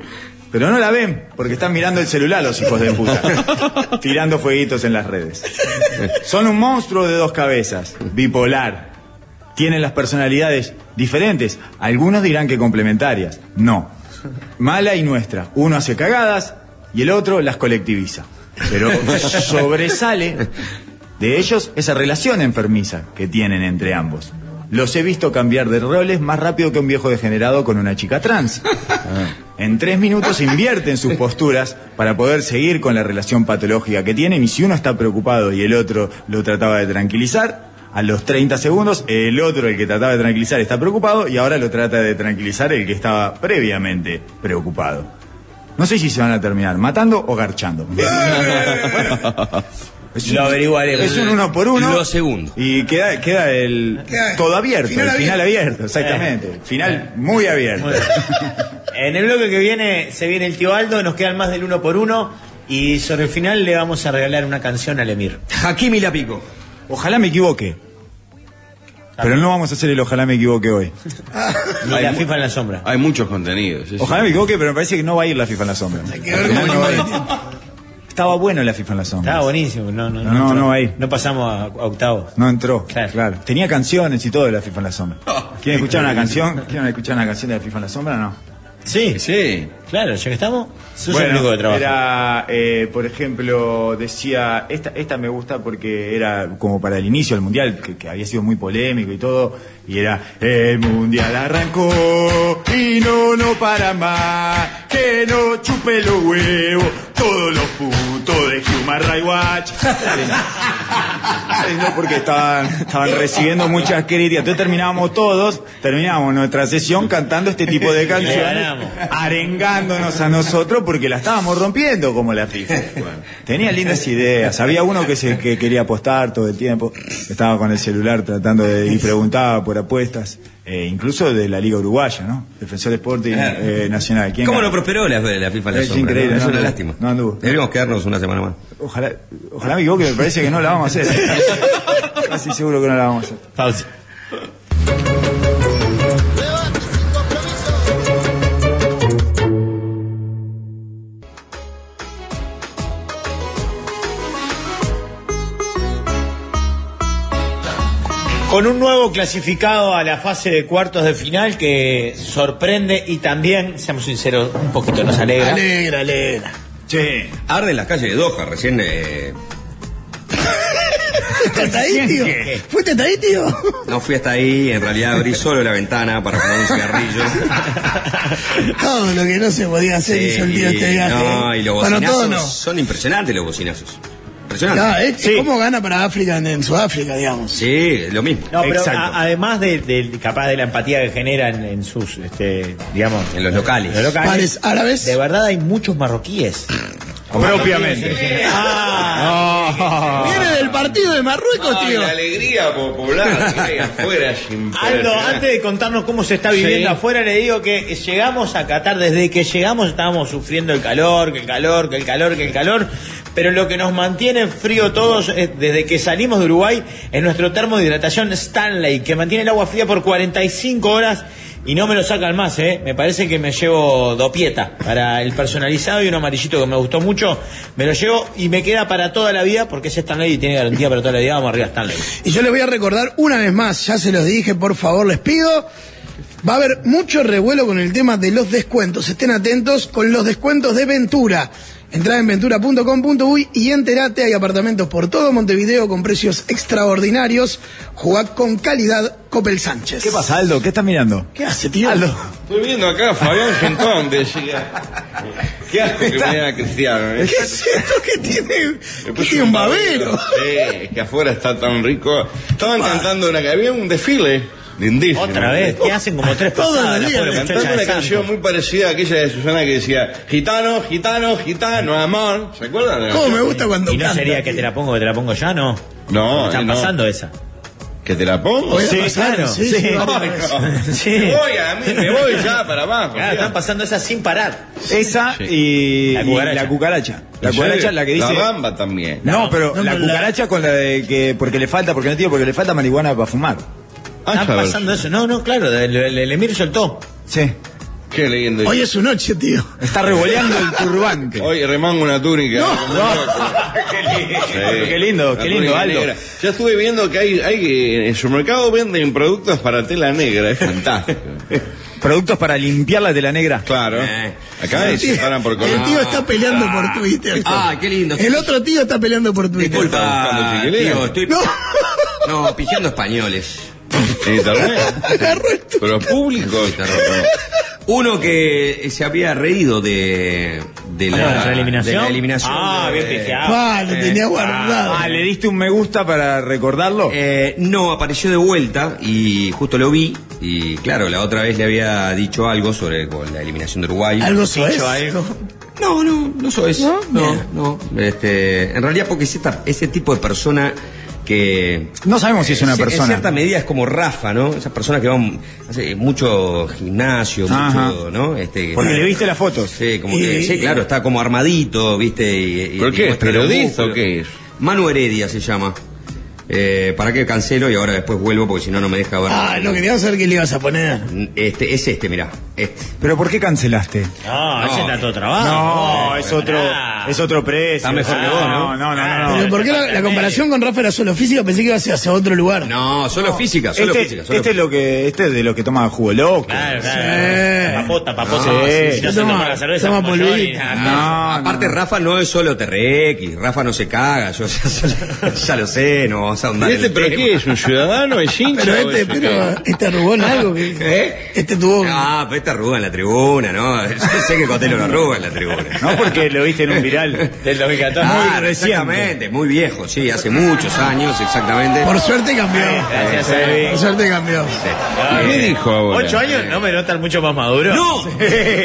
[SPEAKER 2] pero no la ven porque están mirando el celular los hijos de puta. tirando fueguitos en las redes. Son un monstruo de dos cabezas, bipolar. Tienen las personalidades diferentes. Algunos dirán que complementarias. No. Mala y nuestra. Uno hace cagadas y el otro las colectiviza. Pero sobresale de ellos esa relación enfermiza que tienen entre ambos. Los he visto cambiar de roles más rápido que un viejo degenerado con una chica trans. Ah. En tres minutos invierten sus posturas para poder seguir con la relación patológica que tienen y si uno está preocupado y el otro lo trataba de tranquilizar, a los 30 segundos el otro, el que trataba de tranquilizar, está preocupado y ahora lo trata de tranquilizar el que estaba previamente preocupado. No sé si se van a terminar matando o garchando. Es
[SPEAKER 1] Lo
[SPEAKER 2] un-
[SPEAKER 1] averiguaremos.
[SPEAKER 2] Es un uno por uno.
[SPEAKER 4] Lo segundo.
[SPEAKER 2] Y queda, queda el
[SPEAKER 3] Queda-
[SPEAKER 2] todo abierto,
[SPEAKER 3] final
[SPEAKER 2] el final
[SPEAKER 3] abierto. Eh.
[SPEAKER 2] abierto, exactamente. Final muy abierto.
[SPEAKER 1] En el bloque que viene se viene el tío Aldo, nos quedan más del uno por uno y sobre el final le vamos a regalar una canción al Emir.
[SPEAKER 4] Hakimi la pico.
[SPEAKER 2] Ojalá me equivoque. Pero no vamos a hacer el ojalá me equivoque hoy.
[SPEAKER 1] Ni la FIFA en la sombra.
[SPEAKER 5] Hay muchos contenidos. sí, sí.
[SPEAKER 2] Ojalá me equivoque, pero me parece que no va a ir la FIFA en la sombra.
[SPEAKER 3] Que ver cómo
[SPEAKER 2] No va a ir.
[SPEAKER 3] nos va
[SPEAKER 2] Estaba bueno la FIFA en la
[SPEAKER 1] Estaba
[SPEAKER 2] sombra.
[SPEAKER 1] buenísimo. No, no,
[SPEAKER 2] No, no,
[SPEAKER 1] entró.
[SPEAKER 2] no, ahí.
[SPEAKER 1] No pasamos a, a octavos.
[SPEAKER 2] No entró,
[SPEAKER 1] Claro.
[SPEAKER 2] claro. Tenía canciones y todo de la FIFA en la sombra. ¿Quieren escuchar una canción? ¿Quieren escuchar una canción de la FIFA en la sombra o no?
[SPEAKER 1] Sí,
[SPEAKER 5] Sí.
[SPEAKER 1] claro, ya que estamos, sos el único
[SPEAKER 2] Bueno,
[SPEAKER 1] de trabajo.
[SPEAKER 2] era, eh, por ejemplo, decía, esta, esta me gusta porque era como para el inicio del Mundial, que, que había sido muy polémico y todo, y era, el Mundial arrancó y no, no para más, que no chupe los huevos, todos los putos de Human Rights Watch. No, porque estaban, estaban recibiendo muchas críticas. Entonces terminábamos todos, terminábamos nuestra sesión cantando este tipo de canciones,
[SPEAKER 1] ganamos.
[SPEAKER 2] arengándonos a nosotros porque la estábamos rompiendo como la FIFA. Tenía lindas ideas. Había uno que, se, que quería apostar todo el tiempo, estaba con el celular tratando de, y preguntaba por apuestas, eh, incluso de la Liga Uruguaya, ¿no? Defensor Sporting eh, Nacional. ¿Quién
[SPEAKER 4] ¿Cómo
[SPEAKER 2] ganó?
[SPEAKER 4] no prosperó la, la FIFA en la
[SPEAKER 2] Es
[SPEAKER 4] sombra?
[SPEAKER 2] increíble,
[SPEAKER 4] ¿no? es
[SPEAKER 2] no,
[SPEAKER 4] una
[SPEAKER 2] no,
[SPEAKER 4] lástima.
[SPEAKER 2] no anduvo.
[SPEAKER 4] Deberíamos quedarnos una semana más.
[SPEAKER 2] Ojalá, ojalá me equivoque, me parece que no la vamos a hacer. Casi seguro que no la vamos a hacer.
[SPEAKER 1] Pausa. Con un nuevo clasificado a la fase de cuartos de final que sorprende y también, seamos sinceros, un poquito nos alegra.
[SPEAKER 3] Alegra, alegra.
[SPEAKER 2] Che,
[SPEAKER 4] Arden las calles de Doha, recién eh,
[SPEAKER 3] ¿Fuiste hasta ahí, tío?
[SPEAKER 1] ¿Qué?
[SPEAKER 3] ¿Fuiste hasta ahí, tío?
[SPEAKER 4] no fui hasta ahí, en realidad abrí solo la ventana para poner un cigarrillo.
[SPEAKER 3] Todo lo que no se podía hacer hizo el tío
[SPEAKER 4] Eh,
[SPEAKER 3] este viaje.
[SPEAKER 4] No, y los
[SPEAKER 3] bueno,
[SPEAKER 4] bocinazos
[SPEAKER 3] todo no.
[SPEAKER 4] son impresionantes los bocinazos. Impresionantes.
[SPEAKER 3] Claro, es-
[SPEAKER 1] Sí.
[SPEAKER 3] ¿Cómo gana para África en, en Sudáfrica, digamos?
[SPEAKER 4] Sí, lo mismo.
[SPEAKER 1] No, pero
[SPEAKER 2] Exacto.
[SPEAKER 1] a- además de, de- capaz de la empatía que generan en sus, este, digamos,
[SPEAKER 4] En los locales.
[SPEAKER 1] los locales,
[SPEAKER 3] Pares árabes.
[SPEAKER 1] de verdad hay muchos marroquíes.
[SPEAKER 2] propiamente.
[SPEAKER 1] Ah,
[SPEAKER 3] Viene del partido de Marruecos,
[SPEAKER 5] Ay,
[SPEAKER 3] tío.
[SPEAKER 5] la alegría popular que hay afuera es
[SPEAKER 1] Aldo,
[SPEAKER 5] impresionante.
[SPEAKER 1] Ah, antes de contarnos cómo se está viviendo afuera, le digo que llegamos a Qatar, desde que llegamos estábamos sufriendo el calor, que el calor, que el calor, que el calor, pero lo que nos mantiene frío todos es, desde que salimos de Uruguay es nuestro termo de hidratación Stanley, que mantiene el agua fría por 45 horas y no me lo sacan más, ¿eh? Me parece que me llevo dopieta para el personalizado y un amarillito que me gustó mucho, me lo llevo y me queda para toda la vida porque es Stanley y tiene garantía para toda la vida, vamos arriba Stanley.
[SPEAKER 3] Y yo les voy a recordar una vez más, ya se los dije, por favor, les pido. Va a haber mucho revuelo con el tema de los descuentos. Estén atentos con los descuentos de Ventura. Entrá en ventura.com.uy y enterate, hay apartamentos por todo Montevideo con precios extraordinarios. Jugad con calidad Copel Sánchez.
[SPEAKER 2] ¿Qué pasa, Aldo? ¿Qué estás mirando?
[SPEAKER 3] ¿Qué hace, tío?
[SPEAKER 5] Estoy viendo acá a Fabián Gentón de Giga. Qué asco que me da Cristiano. ¿eh?
[SPEAKER 3] ¿Qué es esto que tiene?
[SPEAKER 5] Me
[SPEAKER 3] que
[SPEAKER 5] puse
[SPEAKER 3] tiene un babero?
[SPEAKER 5] Sí, es que afuera está tan rico. Estaban cantando una había un desfile de indígenas.
[SPEAKER 1] Otra vez, que hacen como tres
[SPEAKER 3] Todos los
[SPEAKER 1] pasadas. la
[SPEAKER 3] días
[SPEAKER 1] pobre
[SPEAKER 3] le
[SPEAKER 1] muchacha
[SPEAKER 5] Cantando
[SPEAKER 1] de
[SPEAKER 5] una
[SPEAKER 1] Santos.
[SPEAKER 5] canción muy parecida a aquella de Susana que decía Gitano, gitano, gitano, amor. ¿Se acuerdan? de la
[SPEAKER 3] ¿Cómo me
[SPEAKER 5] canción?
[SPEAKER 3] gusta cuando
[SPEAKER 1] Y no
[SPEAKER 3] canta,
[SPEAKER 1] sería que te la pongo, que te la pongo ya, ¿no?
[SPEAKER 5] No,
[SPEAKER 1] Está
[SPEAKER 5] eh, no.
[SPEAKER 1] pasando esa.
[SPEAKER 5] ¿Que te la pongo?
[SPEAKER 3] Voy a
[SPEAKER 1] Sí,
[SPEAKER 3] pasar,
[SPEAKER 1] claro,
[SPEAKER 3] sí,
[SPEAKER 1] sí.
[SPEAKER 3] sí,
[SPEAKER 5] No,
[SPEAKER 3] vale.
[SPEAKER 5] no.
[SPEAKER 1] Sí.
[SPEAKER 5] Me voy, a mí me voy ya para abajo.
[SPEAKER 1] Claro,
[SPEAKER 5] mira.
[SPEAKER 1] están pasando esa sin parar.
[SPEAKER 2] Esa
[SPEAKER 5] Sí.
[SPEAKER 2] y
[SPEAKER 1] La
[SPEAKER 2] y
[SPEAKER 1] cucaracha.
[SPEAKER 2] la cucaracha. La cucaracha, la que dice...
[SPEAKER 5] La bamba también.
[SPEAKER 2] No, pero
[SPEAKER 3] no,
[SPEAKER 2] la
[SPEAKER 3] pero la-
[SPEAKER 2] cucaracha con la de que porque le falta, porque no tiene, porque le falta marihuana para fumar.
[SPEAKER 5] Ah,
[SPEAKER 1] Están
[SPEAKER 5] ya ves.
[SPEAKER 1] pasando eso. No, no, claro, el, el- el Emir soltó.
[SPEAKER 2] Sí.
[SPEAKER 5] Qué lindo.
[SPEAKER 3] Hoy es su noche, tío.
[SPEAKER 2] Está revoleando el turbante.
[SPEAKER 5] Hoy remango una túnica. Sí.
[SPEAKER 2] Ah, Qué lindo,
[SPEAKER 5] Una
[SPEAKER 2] qué lindo,
[SPEAKER 5] túnica
[SPEAKER 2] Aldo.
[SPEAKER 5] negra. Ya estuve viendo que hay, hay que en su mercado venden productos para tela negra, es fantástico.
[SPEAKER 2] Productos para limpiar la tela negra.
[SPEAKER 5] claro.
[SPEAKER 4] Eh.
[SPEAKER 5] Acá se separan por color.
[SPEAKER 3] El tío está peleando por Twitter.
[SPEAKER 4] Ah, qué lindo.
[SPEAKER 3] El otro tío está peleando por Twitter.
[SPEAKER 4] Disculpa,
[SPEAKER 5] buscando chiquilín.
[SPEAKER 4] tío, estoy...
[SPEAKER 3] No,
[SPEAKER 4] No, pijeando españoles.
[SPEAKER 5] En internet.
[SPEAKER 3] agarró el tu-
[SPEAKER 5] Pero público.
[SPEAKER 4] Uno que se había reído de, de,
[SPEAKER 1] Ah,
[SPEAKER 4] la,
[SPEAKER 1] ¿de la eliminación?
[SPEAKER 4] de la eliminación
[SPEAKER 1] Ah,
[SPEAKER 4] de-
[SPEAKER 1] bien pijeado.
[SPEAKER 3] Ah, lo tenía guardado.
[SPEAKER 2] Ah, le diste un me gusta para recordarlo.
[SPEAKER 4] Eh, no, apareció de vuelta y justo lo vi. Y claro, la otra vez le había dicho algo sobre con la eliminación de Uruguay.
[SPEAKER 3] Algo soez.
[SPEAKER 4] No, no, no soy eso. No, no. Este, en realidad, porque es esta- ese tipo de persona que.
[SPEAKER 2] No sabemos si es una
[SPEAKER 4] en cier- En
[SPEAKER 2] persona.
[SPEAKER 4] cierta medida es como Rafa, ¿no? Esas personas que van hace mucho gimnasio,
[SPEAKER 2] Ajá.
[SPEAKER 4] mucho, ¿no? Este,
[SPEAKER 2] Porque le viste las fotos.
[SPEAKER 4] Sí, como que,
[SPEAKER 3] Y-
[SPEAKER 4] sí, claro, está como armadito, ¿viste? Y, y-
[SPEAKER 5] ¿Pero
[SPEAKER 4] y
[SPEAKER 5] qué es,
[SPEAKER 4] muestra los
[SPEAKER 5] periodista
[SPEAKER 4] músculos.
[SPEAKER 5] o qué es?
[SPEAKER 4] Manu Heredia se llama. Eh, ¿Para qué cancelo? Y ahora después vuelvo porque si no, no me deja ver.
[SPEAKER 3] Ah, lo quería saber qué le ibas a poner.
[SPEAKER 4] Este, es este, mirá. Este.
[SPEAKER 2] Pero ¿por qué cancelaste?
[SPEAKER 1] No, ese está todo trabajo.
[SPEAKER 2] No, es otro,
[SPEAKER 1] pará.
[SPEAKER 2] es otro precio.
[SPEAKER 4] Está mejor que vos, ¿no?
[SPEAKER 2] No, no, no, no.
[SPEAKER 3] Pero ¿por qué la, la comparación con Rafa era solo física? Pensé que iba hacia, hacia otro lugar.
[SPEAKER 4] No, solo física, solo
[SPEAKER 2] Este,
[SPEAKER 4] física. Solo
[SPEAKER 2] este es lo que, este es de lo que toma jugo loco.
[SPEAKER 1] Claro,
[SPEAKER 3] Sí.
[SPEAKER 1] claro. Papota, papota.
[SPEAKER 2] No,
[SPEAKER 1] Si
[SPEAKER 2] sí,
[SPEAKER 1] no se
[SPEAKER 3] toma-
[SPEAKER 1] toma la cerveza
[SPEAKER 3] toma
[SPEAKER 1] como yo,
[SPEAKER 3] polvito.
[SPEAKER 1] ni nada.
[SPEAKER 2] No,
[SPEAKER 4] Ah, Aparte, Rafa no es solo TRX, Rafa no se caga, yo ya, ya- ya lo sé, no vas a ahondar.
[SPEAKER 5] ¿Y este
[SPEAKER 4] el
[SPEAKER 5] pero
[SPEAKER 4] tema.
[SPEAKER 5] qué es? ¿Un ciudadano? ¿Es hincha?
[SPEAKER 3] Pero
[SPEAKER 5] o
[SPEAKER 3] este,
[SPEAKER 5] es-
[SPEAKER 3] pero este arrugó en algo. que-
[SPEAKER 4] ¿Eh?
[SPEAKER 3] Este tuvo.
[SPEAKER 4] Ah, pero esta arruga en la tribuna, ¿no? Yo sé que Cotelo no arruga en la tribuna.
[SPEAKER 5] pues,
[SPEAKER 2] No porque lo viste en un viral.
[SPEAKER 1] Del 2014.
[SPEAKER 4] Claro,
[SPEAKER 2] reciente.
[SPEAKER 4] exactamente, muy viejo, sí, hace muchos años, exactamente.
[SPEAKER 3] Por suerte cambió.
[SPEAKER 1] Gracias,
[SPEAKER 3] Por
[SPEAKER 1] Evi.
[SPEAKER 3] suerte cambió.
[SPEAKER 5] ¿Qué dijo ahora?
[SPEAKER 1] Ocho años no me notan mucho más maduro.
[SPEAKER 4] ¡No!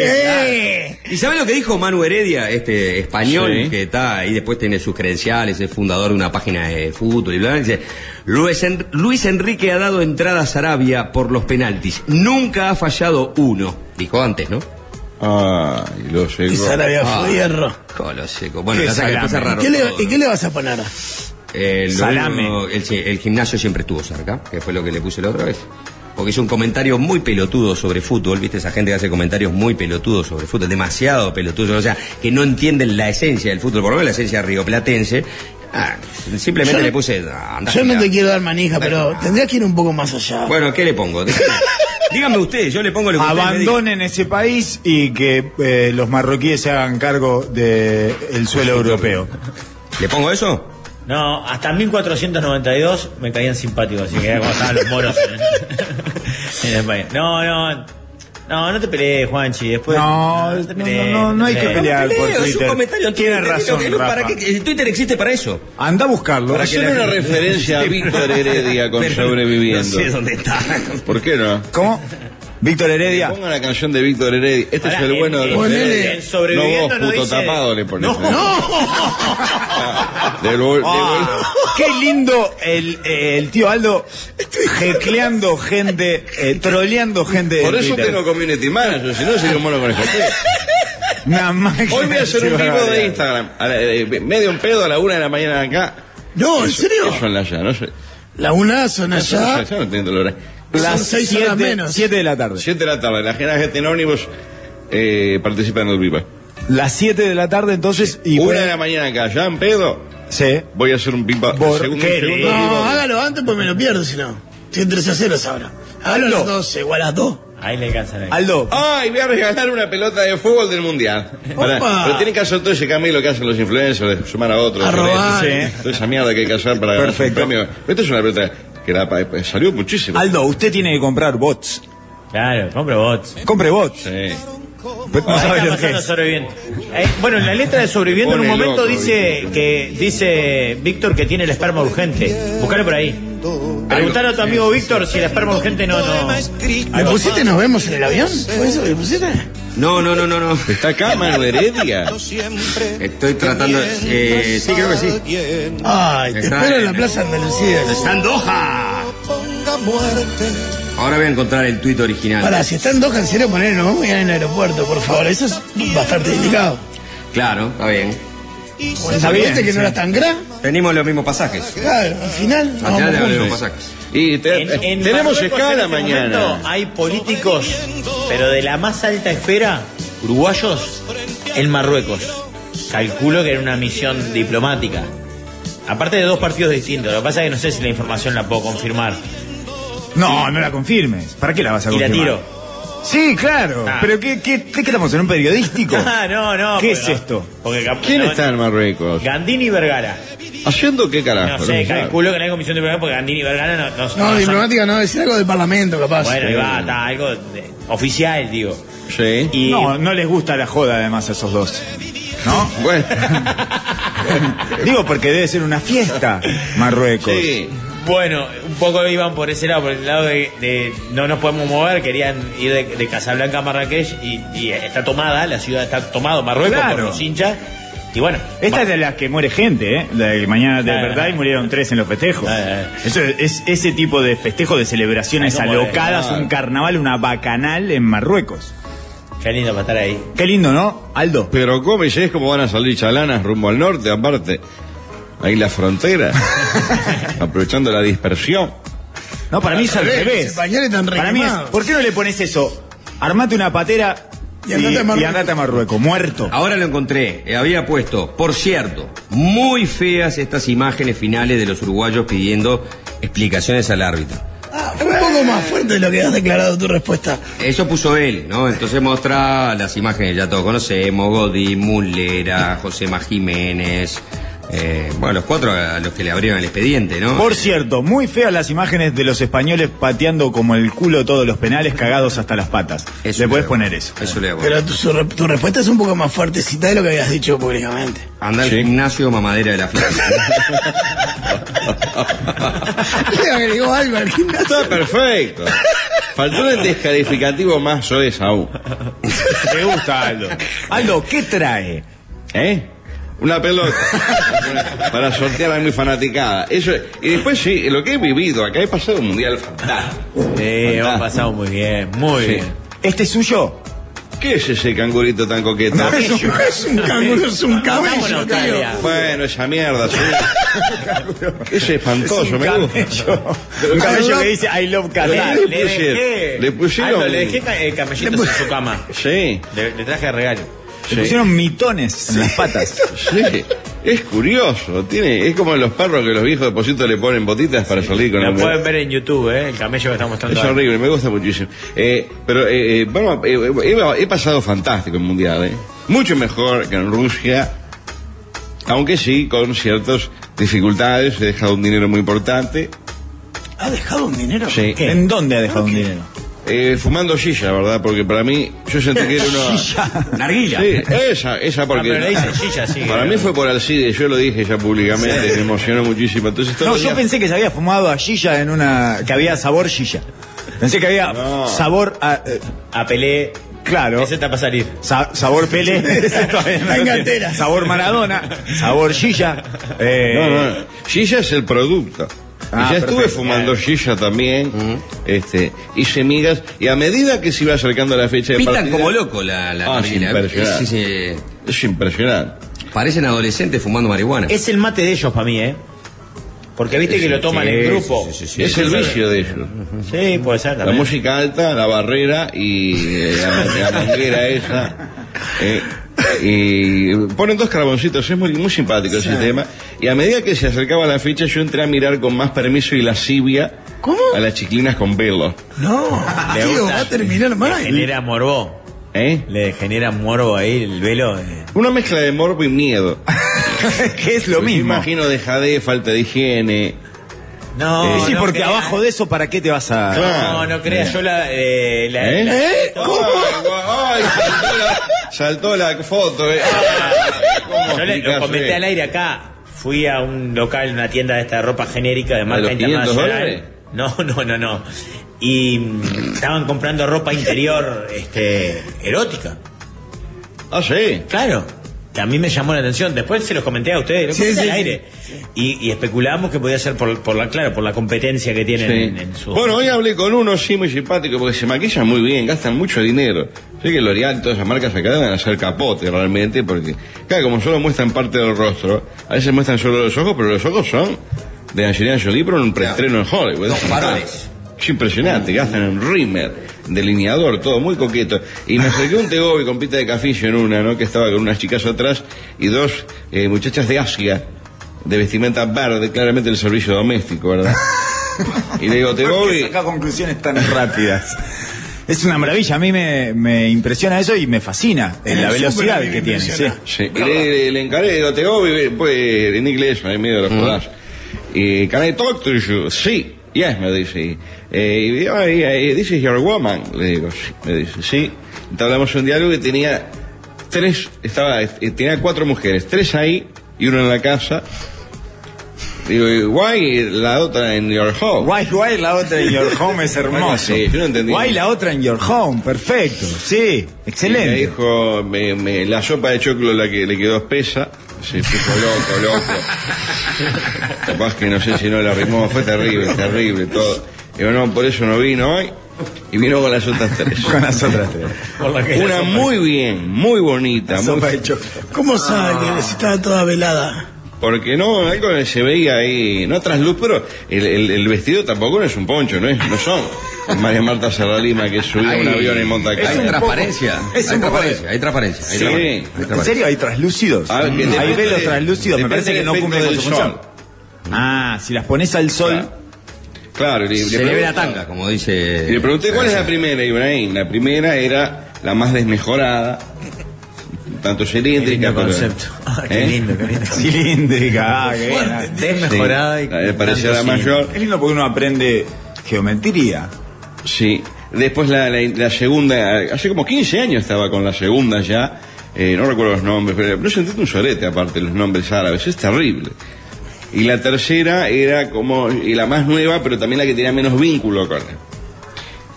[SPEAKER 3] ¡Eh!
[SPEAKER 4] ¿Y sabes lo que dijo Manu Heredia, este español,
[SPEAKER 5] Sí.
[SPEAKER 4] que está ahí después tiene sus credenciales, es fundador de una página de fútbol y bla, bla, dice, Luis, En- Luis Enrique ha dado entradas a Arabia por los penaltis, nunca ha fallado uno, dijo antes, ¿no?
[SPEAKER 5] Ay, lo
[SPEAKER 3] Y
[SPEAKER 5] llegó.
[SPEAKER 3] Sarabia fue
[SPEAKER 4] Ah.
[SPEAKER 3] hierro.
[SPEAKER 4] Colo seco. Bueno,
[SPEAKER 2] Qué
[SPEAKER 4] ya sabes que después es
[SPEAKER 2] salame.
[SPEAKER 4] raro.
[SPEAKER 3] ¿Qué le-
[SPEAKER 4] todo,
[SPEAKER 3] ¿Y
[SPEAKER 4] ¿no?
[SPEAKER 3] qué le vas a poner?
[SPEAKER 4] Eh, lo
[SPEAKER 2] Salame.
[SPEAKER 4] único- el, sí, el gimnasio siempre estuvo cerca, que fue lo que le puse la otra vez. Porque hizo un comentario muy pelotudo sobre fútbol, ¿viste? Esa gente que hace comentarios muy pelotudos sobre fútbol, demasiado pelotudos, o sea, que no entienden la esencia del fútbol, por lo menos la esencia rioplatense. Ah, simplemente
[SPEAKER 3] Yo no-
[SPEAKER 4] le puse. "Ah, andá a
[SPEAKER 3] Yo no
[SPEAKER 4] girar".
[SPEAKER 3] te quiero dar manija, pero tendrías que ir un poco más allá.
[SPEAKER 4] Bueno, ¿qué le pongo? Dígame, dígame ustedes, yo le pongo lo que ustedes me digan.
[SPEAKER 2] Abandonen ese país y que eh, los marroquíes se hagan cargo del suelo europeo.
[SPEAKER 4] ¿Le pongo eso?
[SPEAKER 1] No, hasta 1492 me caían simpáticos, así que era como estaban los moros en, en España. No, no, no, no te pelees, Juanchi. Después,
[SPEAKER 2] No,
[SPEAKER 1] te
[SPEAKER 2] no,
[SPEAKER 1] pelees,
[SPEAKER 2] no, no
[SPEAKER 1] te
[SPEAKER 2] hay que
[SPEAKER 1] pelees.
[SPEAKER 2] pelear.
[SPEAKER 4] Leo,
[SPEAKER 2] por
[SPEAKER 4] es un
[SPEAKER 2] Twitter.
[SPEAKER 4] comentario en
[SPEAKER 2] Tiene
[SPEAKER 4] Twitter,
[SPEAKER 2] razón,
[SPEAKER 4] que- ¿para
[SPEAKER 2] Rafa.
[SPEAKER 4] qué? El Twitter existe para eso.
[SPEAKER 2] Anda a buscarlo.
[SPEAKER 4] Para que
[SPEAKER 5] Hacer una referencia a Víctor Heredia con
[SPEAKER 4] Pero
[SPEAKER 5] Sobreviviendo.
[SPEAKER 4] No sé dónde está.
[SPEAKER 5] ¿Por qué no?
[SPEAKER 2] ¿Cómo? Víctor Heredia.
[SPEAKER 5] Ponga la canción de Víctor Heredia. Este
[SPEAKER 1] Pará,
[SPEAKER 5] es el
[SPEAKER 1] en-
[SPEAKER 5] bueno de los
[SPEAKER 1] en-
[SPEAKER 5] Heredia.
[SPEAKER 1] en Sobreviviendo
[SPEAKER 5] no vos,
[SPEAKER 1] no
[SPEAKER 5] puto
[SPEAKER 1] dice-
[SPEAKER 5] tapado, le pones. Del bol- del bol-
[SPEAKER 2] Ah, qué lindo el, eh, el tío Aldo jecleando gente, eh, troleando gente.
[SPEAKER 5] Por
[SPEAKER 2] en
[SPEAKER 5] eso
[SPEAKER 2] Twitter.
[SPEAKER 5] tengo community manager, si no sería un mono con el café.
[SPEAKER 2] Una máquina
[SPEAKER 5] Hoy voy a hacer un vivo
[SPEAKER 2] barbaridad.
[SPEAKER 5] de Instagram. a la- eh, medio un pedo a la una de la mañana acá.
[SPEAKER 3] No, ¿en
[SPEAKER 5] Eso-
[SPEAKER 3] serio?
[SPEAKER 5] Eso en la ya, no sé.
[SPEAKER 3] La una son allá.
[SPEAKER 5] Yo no tengo el horario.
[SPEAKER 2] Las
[SPEAKER 3] Son seis horas menos.
[SPEAKER 2] 7 de la tarde.
[SPEAKER 5] Siete de la tarde, la gente en ómnibus eh, participa en el vivo.
[SPEAKER 2] Las 7 de la tarde, entonces. Y
[SPEAKER 5] una
[SPEAKER 2] bueno,
[SPEAKER 5] de la mañana acá, ya en pedo,
[SPEAKER 2] Sí.
[SPEAKER 5] voy a hacer un pipa.
[SPEAKER 2] Por-
[SPEAKER 5] segundo,
[SPEAKER 2] qué
[SPEAKER 5] segundo
[SPEAKER 2] lindo.
[SPEAKER 5] vivo.
[SPEAKER 3] No, hágalo antes porque me lo pierdo, si no. Estoy 3 a 0 ahora. Hágalo a las 12 o a las 2.
[SPEAKER 1] Ahí le alcanzan ahí.
[SPEAKER 2] Aldo,
[SPEAKER 5] Ay, voy a regalar una pelota de fútbol del mundial. Pará,
[SPEAKER 3] Opa.
[SPEAKER 5] pero tienen que hacer todo ese camino que hacen los influencers, de sumar a otros.
[SPEAKER 3] A robar. eh.
[SPEAKER 5] de- Toda esa mierda que hay que hacer para ganar un
[SPEAKER 2] Perfecto.
[SPEAKER 5] premio. Esta es una pelota que la pa- eh, salió muchísimo.
[SPEAKER 2] Aldo, usted tiene que comprar bots.
[SPEAKER 1] Claro, compro bots.
[SPEAKER 2] Compre bots.
[SPEAKER 5] Sí.
[SPEAKER 2] No
[SPEAKER 1] Ahí
[SPEAKER 2] sabe
[SPEAKER 1] está
[SPEAKER 2] lo que
[SPEAKER 1] pasando
[SPEAKER 2] es.
[SPEAKER 1] sobreviviendo. Eh, bueno, en la letra de sobreviviendo en un
[SPEAKER 5] Pone
[SPEAKER 1] momento
[SPEAKER 5] loco,
[SPEAKER 1] dice
[SPEAKER 5] Víctor.
[SPEAKER 1] que dice Víctor que tiene el esperma urgente. Buscalo por ahí. Preguntale a tu amigo Víctor si el esperma urgente no, no.
[SPEAKER 3] ¿Me pusiste nos vemos en el avión? ¿Fue eso que me pusiste?
[SPEAKER 4] No, no, no, no, no.
[SPEAKER 5] Está acá, Manu Heredia.
[SPEAKER 4] Estoy tratando. de- eh, sí, creo que sí.
[SPEAKER 3] Ay, te
[SPEAKER 4] Está
[SPEAKER 3] espero en
[SPEAKER 4] en-
[SPEAKER 3] la Plaza Andalucía.
[SPEAKER 4] Está en Doha. Ahora voy a encontrar el tuit original.
[SPEAKER 3] Para, si están dos en serio, poner no vamos a ir al aeropuerto, por favor. Eso es bastante delicado.
[SPEAKER 4] Claro, está bien.
[SPEAKER 2] Está bien,
[SPEAKER 3] ¿Viste que
[SPEAKER 2] sí.
[SPEAKER 3] no eras tan gran?
[SPEAKER 4] Tenemos los mismos pasajes.
[SPEAKER 3] Claro, al final.
[SPEAKER 4] Al
[SPEAKER 3] nos
[SPEAKER 4] final
[SPEAKER 3] vamos
[SPEAKER 4] tenemos los mismos
[SPEAKER 3] juntos.
[SPEAKER 4] pasajes.
[SPEAKER 5] Y te-
[SPEAKER 1] En- en
[SPEAKER 5] Eh, tenemos
[SPEAKER 1] Marruecos, en
[SPEAKER 5] escala
[SPEAKER 1] este
[SPEAKER 5] mañana.
[SPEAKER 1] momento Hay políticos, pero de la más alta esfera, uruguayos, en Marruecos. Calculo que era una misión diplomática. Aparte de dos partidos distintos. Lo que pasa es que no sé si la información la puedo confirmar.
[SPEAKER 2] No, no la confirmes. ¿Para qué la vas a
[SPEAKER 1] Y la
[SPEAKER 2] confirmar?
[SPEAKER 1] tiro.
[SPEAKER 2] Sí, claro.
[SPEAKER 1] Ah.
[SPEAKER 2] Pero ¿qué, qué, qué estamos en un periodístico?
[SPEAKER 1] Ah, no, no.
[SPEAKER 2] ¿Qué
[SPEAKER 1] porque
[SPEAKER 2] es
[SPEAKER 1] no-
[SPEAKER 2] esto?
[SPEAKER 1] Porque cap-
[SPEAKER 5] ¿Quién
[SPEAKER 1] no-
[SPEAKER 5] está Ah, en Marruecos?
[SPEAKER 1] Gandini y Vergara.
[SPEAKER 5] ¿Haciendo qué
[SPEAKER 1] No
[SPEAKER 5] carajo?
[SPEAKER 1] sé,
[SPEAKER 5] se sabe.
[SPEAKER 1] calculo que no hay comisión diplomática porque Gandini y Vergara no, no, no
[SPEAKER 3] No,
[SPEAKER 1] son-
[SPEAKER 3] diplomática no, decir algo del Parlamento, capaz.
[SPEAKER 1] Bueno, ahí va, está algo de- oficial, digo.
[SPEAKER 5] Sí.
[SPEAKER 1] Y
[SPEAKER 2] No, no les gusta la joda además a esos dos. ¿No?
[SPEAKER 5] Bueno.
[SPEAKER 2] Digo porque debe ser una fiesta Marruecos.
[SPEAKER 5] Sí.
[SPEAKER 1] Bueno, un poco iban por ese lado, por el lado de, de no nos podemos mover, querían ir de, de Casablanca a Marrakech y, y está tomada, la ciudad está tomada, Marruecos por
[SPEAKER 2] Claro.
[SPEAKER 1] los hinchas. Y bueno,
[SPEAKER 2] Esta
[SPEAKER 1] ma-
[SPEAKER 2] es de las que muere gente, ¿eh? La de que mañana de
[SPEAKER 1] Ah,
[SPEAKER 2] verdad y
[SPEAKER 1] ah,
[SPEAKER 2] murieron tres en los festejos.
[SPEAKER 1] Ah, ah.
[SPEAKER 2] Eso es, es ese tipo de festejos, de celebraciones
[SPEAKER 1] Ay, cómo
[SPEAKER 2] alocadas,
[SPEAKER 1] es, claro.
[SPEAKER 2] un carnaval, una bacanal en Marruecos.
[SPEAKER 1] qué lindo para estar ahí.
[SPEAKER 2] Qué lindo, ¿no, Aldo?
[SPEAKER 5] Pero ¿cómo y es como van a salir chalanas rumbo al norte, aparte? Ahí la frontera. Aprovechando la dispersión.
[SPEAKER 2] No, para mí es al
[SPEAKER 3] revés,
[SPEAKER 2] revés.
[SPEAKER 3] ese pañal está
[SPEAKER 2] para mí es,
[SPEAKER 3] enrequemado.
[SPEAKER 2] ¿por qué no le pones eso? Armate una patera
[SPEAKER 3] Y andate a Marruecos.
[SPEAKER 2] y andate a Marruecos, muerto.
[SPEAKER 5] Ah,
[SPEAKER 4] Ahora lo encontré. Eh, Había puesto, por cierto, muy feas estas imágenes finales de los uruguayos pidiendo explicaciones al árbitro.
[SPEAKER 3] Ah, fue un poco más fuerte de lo que has declarado tu respuesta.
[SPEAKER 4] Eso puso él, ¿no? Entonces muestra las imágenes que ya todos conocemos, Godín, Mulera, José Más Jiménez, eh, bueno, los cuatro a los que le abrieron el expediente, ¿no?
[SPEAKER 2] Por cierto, muy feas las imágenes de los españoles pateando como el culo todos los penales, cagados hasta las patas.
[SPEAKER 4] Eso
[SPEAKER 2] le
[SPEAKER 4] le
[SPEAKER 2] puedes
[SPEAKER 4] hago.
[SPEAKER 2] poner eso.
[SPEAKER 4] Eso le hago.
[SPEAKER 3] Pero tu, su re- tu respuesta es un poco más fuertecita de lo que habías dicho públicamente.
[SPEAKER 4] Anda al
[SPEAKER 5] Sí.
[SPEAKER 4] gimnasio mamadera de la flaca.
[SPEAKER 3] Le agregó algo al gimnasio.
[SPEAKER 5] Está perfecto. Faltó el descalificativo más soez aún.
[SPEAKER 2] Me gusta, Aldo. Aldo, ¿qué trae?
[SPEAKER 5] ¿Eh? Una pelota para sortear a mi fanaticada. Eso, y después sí, lo que he vivido, acá he pasado un mundial fantástico.
[SPEAKER 1] Eh, hemos pasado muy bien, muy
[SPEAKER 5] Sí.
[SPEAKER 1] bien.
[SPEAKER 2] ¿Este es suyo?
[SPEAKER 5] ¿Qué es ese cangurito tan coqueto?
[SPEAKER 3] Es un, es un canguro, es un
[SPEAKER 1] Vamos a
[SPEAKER 3] camello, tío.
[SPEAKER 1] Australia.
[SPEAKER 5] Bueno, esa mierda, sí. Es espantoso, me gusta.
[SPEAKER 2] Un cabello que dice I love Qatar.
[SPEAKER 1] Le,
[SPEAKER 5] Le pusieron-
[SPEAKER 1] dejé-
[SPEAKER 5] le pusieron-
[SPEAKER 1] Aldo, le dejé ca- eh, camellitos en su cama.
[SPEAKER 5] Sí,
[SPEAKER 1] Le, le traje de regalo.
[SPEAKER 2] Le pusieron mitones en las patas.
[SPEAKER 5] sí. Es curioso, tiene, es como los perros que los viejos de Posito le ponen botitas para salir con
[SPEAKER 1] Lo
[SPEAKER 5] el
[SPEAKER 1] pueden ver en YouTube, ¿eh? El camello que está mostrando.
[SPEAKER 5] Es
[SPEAKER 1] ahora.
[SPEAKER 5] horrible, me gusta muchísimo. Eh, pero eh, eh, vamos, eh, eh, he, he pasado fantástico el mundial, ¿eh? Mucho mejor que en Rusia, aunque sí con ciertas dificultades, he dejado un dinero muy importante.
[SPEAKER 3] ¿Ha dejado un dinero?
[SPEAKER 5] Sí.
[SPEAKER 2] ¿Qué? ¿En dónde ha dejado un dinero?
[SPEAKER 5] Eh, fumando silla, ¿verdad? Porque para mí, yo sentí que era una.
[SPEAKER 4] Narguilla.
[SPEAKER 5] Sí, esa, esa porque.
[SPEAKER 1] Ah, pero le dicen silla, sí. eh.
[SPEAKER 5] Para mí fue por Alcide, yo lo dije ya públicamente, me emocionó muchísimo. Entonces,
[SPEAKER 2] No,
[SPEAKER 5] todavía-
[SPEAKER 2] yo pensé que se había fumado a Gilla en una. que había sabor Gilla. Pensé que había
[SPEAKER 5] No.
[SPEAKER 2] sabor a. eh,
[SPEAKER 1] A Pelé.
[SPEAKER 2] claro.
[SPEAKER 1] Ese está para salir.
[SPEAKER 2] Sa- sabor Pelé. Ese todavía no lo tiene.
[SPEAKER 3] Tangatera.
[SPEAKER 2] Sabor Maradona. Sabor Gilla. Eh,
[SPEAKER 5] No, no, shisha es el producto. Y
[SPEAKER 2] Ah,
[SPEAKER 5] ya estuve
[SPEAKER 2] perfecto.
[SPEAKER 5] fumando shisha también, este, hice migas, y a medida que se iba acercando la fecha de
[SPEAKER 4] Pitan
[SPEAKER 5] partida,
[SPEAKER 4] como loco la, la
[SPEAKER 5] Ah,
[SPEAKER 4] narguila.
[SPEAKER 5] sí, impresionante.
[SPEAKER 4] Es- es- eh,
[SPEAKER 5] es impresionante.
[SPEAKER 4] parecen adolescentes fumando marihuana.
[SPEAKER 1] Es el mate de ellos para mí, ¿eh? Porque viste que lo toman
[SPEAKER 4] Sí,
[SPEAKER 1] en grupo.
[SPEAKER 4] sí, sí, sí,
[SPEAKER 5] es
[SPEAKER 4] sí,
[SPEAKER 5] el
[SPEAKER 4] sí.
[SPEAKER 5] vicio de ellos.
[SPEAKER 1] Sí, puede ser
[SPEAKER 5] La
[SPEAKER 1] también.
[SPEAKER 5] música alta, la barrera y eh, la, la manguera esa. eh, y ponen dos carboncitos, es muy, muy simpático el sistema. Y a medida que se acercaba la fecha, yo entré a mirar con más permiso y lascivia
[SPEAKER 3] ¿Cómo?
[SPEAKER 5] a las chiclinas con velo.
[SPEAKER 3] No,
[SPEAKER 1] Le
[SPEAKER 3] tío,
[SPEAKER 1] gusta.
[SPEAKER 3] va a terminar mal.
[SPEAKER 1] Le genera morbo.
[SPEAKER 5] ¿Eh?
[SPEAKER 1] Le genera morbo ahí el velo. eh.
[SPEAKER 5] Una mezcla de morbo y miedo.
[SPEAKER 2] que es lo
[SPEAKER 5] Me
[SPEAKER 2] mismo.
[SPEAKER 5] imagino dejadez, falta de higiene.
[SPEAKER 1] No,
[SPEAKER 2] Y sí,
[SPEAKER 1] no
[SPEAKER 2] porque
[SPEAKER 1] creas.
[SPEAKER 2] abajo de eso, ¿para qué te vas a.?
[SPEAKER 1] No, no creas. Yo la. eh, la-
[SPEAKER 5] ¿Eh?
[SPEAKER 1] la-
[SPEAKER 5] Ay, saltó, la, saltó la foto. eh. ¿Cómo
[SPEAKER 1] Ah. Yo le- lo
[SPEAKER 5] explicás,
[SPEAKER 1] comenté
[SPEAKER 5] eh?
[SPEAKER 1] al aire acá. Fui a un local, una tienda de esta ropa genérica de marca
[SPEAKER 5] los 500 dólares?
[SPEAKER 1] internacional. No, no, no, no. Y mm, estaban comprando ropa interior este, erótica.
[SPEAKER 5] Ah, sí.
[SPEAKER 1] Claro. Que a mí me llamó la atención. Después se los comenté a ustedes, lo
[SPEAKER 3] Sí,
[SPEAKER 1] comenté
[SPEAKER 3] sí,
[SPEAKER 1] al
[SPEAKER 3] sí.
[SPEAKER 1] aire. Y, y especulamos que podía ser por, por la, claro, por la competencia que tienen en,
[SPEAKER 5] Sí.
[SPEAKER 1] en su.
[SPEAKER 5] Bueno, hoy hablé con uno, sí, muy simpático, porque se maquillan muy bien, gastan mucho dinero. Sé que L'Oreal y todas esas marcas acá deben hacer capote realmente, porque, claro, como solo muestran parte del rostro, a veces muestran solo los ojos, pero los ojos son de Angelina Jolie, pero en un preestreno en Hollywood.
[SPEAKER 4] Los
[SPEAKER 5] Es
[SPEAKER 4] faroles.
[SPEAKER 5] Es impresionante, gastan en rimmer, delineador, todo muy coqueto. Y me acerqué a un tegobi con pita de cafillo en una, ¿no? Que estaba con unas chicas atrás y dos eh, muchachas de Asia, de vestimenta verde, claramente el servicio doméstico, ¿verdad? Y le digo, te
[SPEAKER 2] ¿Por qué
[SPEAKER 5] voy.
[SPEAKER 2] saca conclusiones tan rápidas? Es una maravilla, a mí me, me impresiona eso y me fascina eh,
[SPEAKER 3] En
[SPEAKER 2] la
[SPEAKER 3] el
[SPEAKER 2] velocidad
[SPEAKER 3] súper a mí
[SPEAKER 2] que
[SPEAKER 3] me
[SPEAKER 2] tiene.
[SPEAKER 3] impresiona.
[SPEAKER 2] sí.
[SPEAKER 5] Sí, y le, le- le encaré, digo, te voy, pues en inglés, en medio de los jodas. Y can I talk to you? Sí, yes, me dice. Eh, y digo, "Ay, ay, this is your woman. Le digo, sí, me dice, sí. Entablamos un diálogo y tenía tres, estaba, eh, tenía cuatro mujeres, tres ahí y una en la casa. Digo, "Y why la otra en your house?
[SPEAKER 2] Why, why la otra en your home es hermoso.
[SPEAKER 5] Sí, yo no entendí.
[SPEAKER 2] Why la otra en your home, perfecto. Sí,
[SPEAKER 5] Me
[SPEAKER 2] excelente.
[SPEAKER 5] dijo, me- me- la sopa de choclo la que le quedó espesa. Se puso loco, loco. Capaz que no sé si no la rimó. Fue terrible, terrible todo. Digo, no, por eso no vino hoy. Y vino con las otras tres.
[SPEAKER 2] Con las otras tres.
[SPEAKER 1] Por la que-
[SPEAKER 5] Una muy bien, muy bonita. muy-
[SPEAKER 2] Sopa de choclo.
[SPEAKER 3] ¿Cómo sabe que estaba toda velada?
[SPEAKER 5] porque no, algo se veía ahí, no tras luz, pero el, el- el vestido tampoco no es un poncho, no, es, no son. María Marta Serralima que subió a un
[SPEAKER 4] Hay-
[SPEAKER 5] avión y monta acá.
[SPEAKER 4] Hay transparencia.
[SPEAKER 2] es
[SPEAKER 4] Hay
[SPEAKER 2] un poco de-
[SPEAKER 4] transparencia. Hay transparencia. hay
[SPEAKER 5] Sí.
[SPEAKER 4] transparencia, hay
[SPEAKER 2] ¿En
[SPEAKER 4] transparencia.
[SPEAKER 2] serio hay traslúcidos?
[SPEAKER 5] Ah, que
[SPEAKER 2] hay
[SPEAKER 5] depende
[SPEAKER 2] velos
[SPEAKER 5] de-
[SPEAKER 2] traslúcidos, me
[SPEAKER 5] depende
[SPEAKER 2] parece que
[SPEAKER 5] del
[SPEAKER 2] no
[SPEAKER 5] efecto
[SPEAKER 2] cumplen con
[SPEAKER 5] del
[SPEAKER 2] su función.
[SPEAKER 5] sol.
[SPEAKER 2] Ah, si las pones al sol.
[SPEAKER 5] Claro, y le- le
[SPEAKER 4] Se le ve la
[SPEAKER 5] pregunto-
[SPEAKER 4] tanga, como dice.
[SPEAKER 5] Y le pregunté cuál es la primera, Ibrahim. La primera era la más desmejorada, tanto
[SPEAKER 1] Qué
[SPEAKER 5] cilíndrica.
[SPEAKER 1] lindo
[SPEAKER 5] pero-
[SPEAKER 1] concepto. Ah, qué
[SPEAKER 5] ¿Eh?
[SPEAKER 1] lindo, qué lindo.
[SPEAKER 2] cilíndrica. Ah, qué bien.
[SPEAKER 5] Sí,
[SPEAKER 1] Desmejorada y.
[SPEAKER 5] la- parecía la
[SPEAKER 1] tanto sí.
[SPEAKER 5] mayor.
[SPEAKER 2] Es lindo porque uno aprende geometría.
[SPEAKER 5] Sí. Después la, la- la segunda, hace como 15 años estaba con la segunda ya. Eh, no recuerdo los nombres, pero no se entiende un sorete aparte los nombres árabes, es terrible. Y la tercera era como, y la más nueva, pero también la que tenía menos vínculo con él.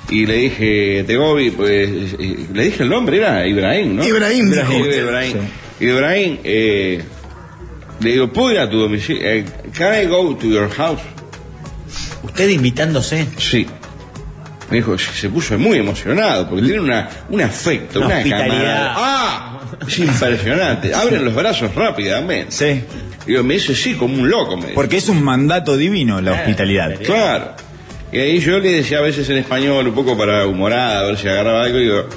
[SPEAKER 5] Y le dije, Tegobi, pues, eh, le dije el nombre, era Ibrahim, ¿no?
[SPEAKER 3] Ibrahim, dijo
[SPEAKER 5] Ibrahim.
[SPEAKER 3] usted.
[SPEAKER 5] Ibrahim. Ibrahim, eh, le digo, ¿puedo ir a tu domicilio? Eh, can I go to your house?
[SPEAKER 1] Usted invitándose.
[SPEAKER 5] Sí. Me dijo, se se puso muy emocionado porque tiene una, un afecto,
[SPEAKER 1] Una
[SPEAKER 5] una,
[SPEAKER 1] hospitalidad.
[SPEAKER 5] camaradería. ¡Ah! Es impresionante. Abren los brazos rápidamente.
[SPEAKER 2] Sí.
[SPEAKER 5] Y yo, me dice, sí, como un loco. Me dice.
[SPEAKER 2] Porque es un mandato divino la hospitalidad.
[SPEAKER 5] Claro. Y ahí yo le decía a veces en español, un poco para humorada, a ver si agarraba algo, y digo,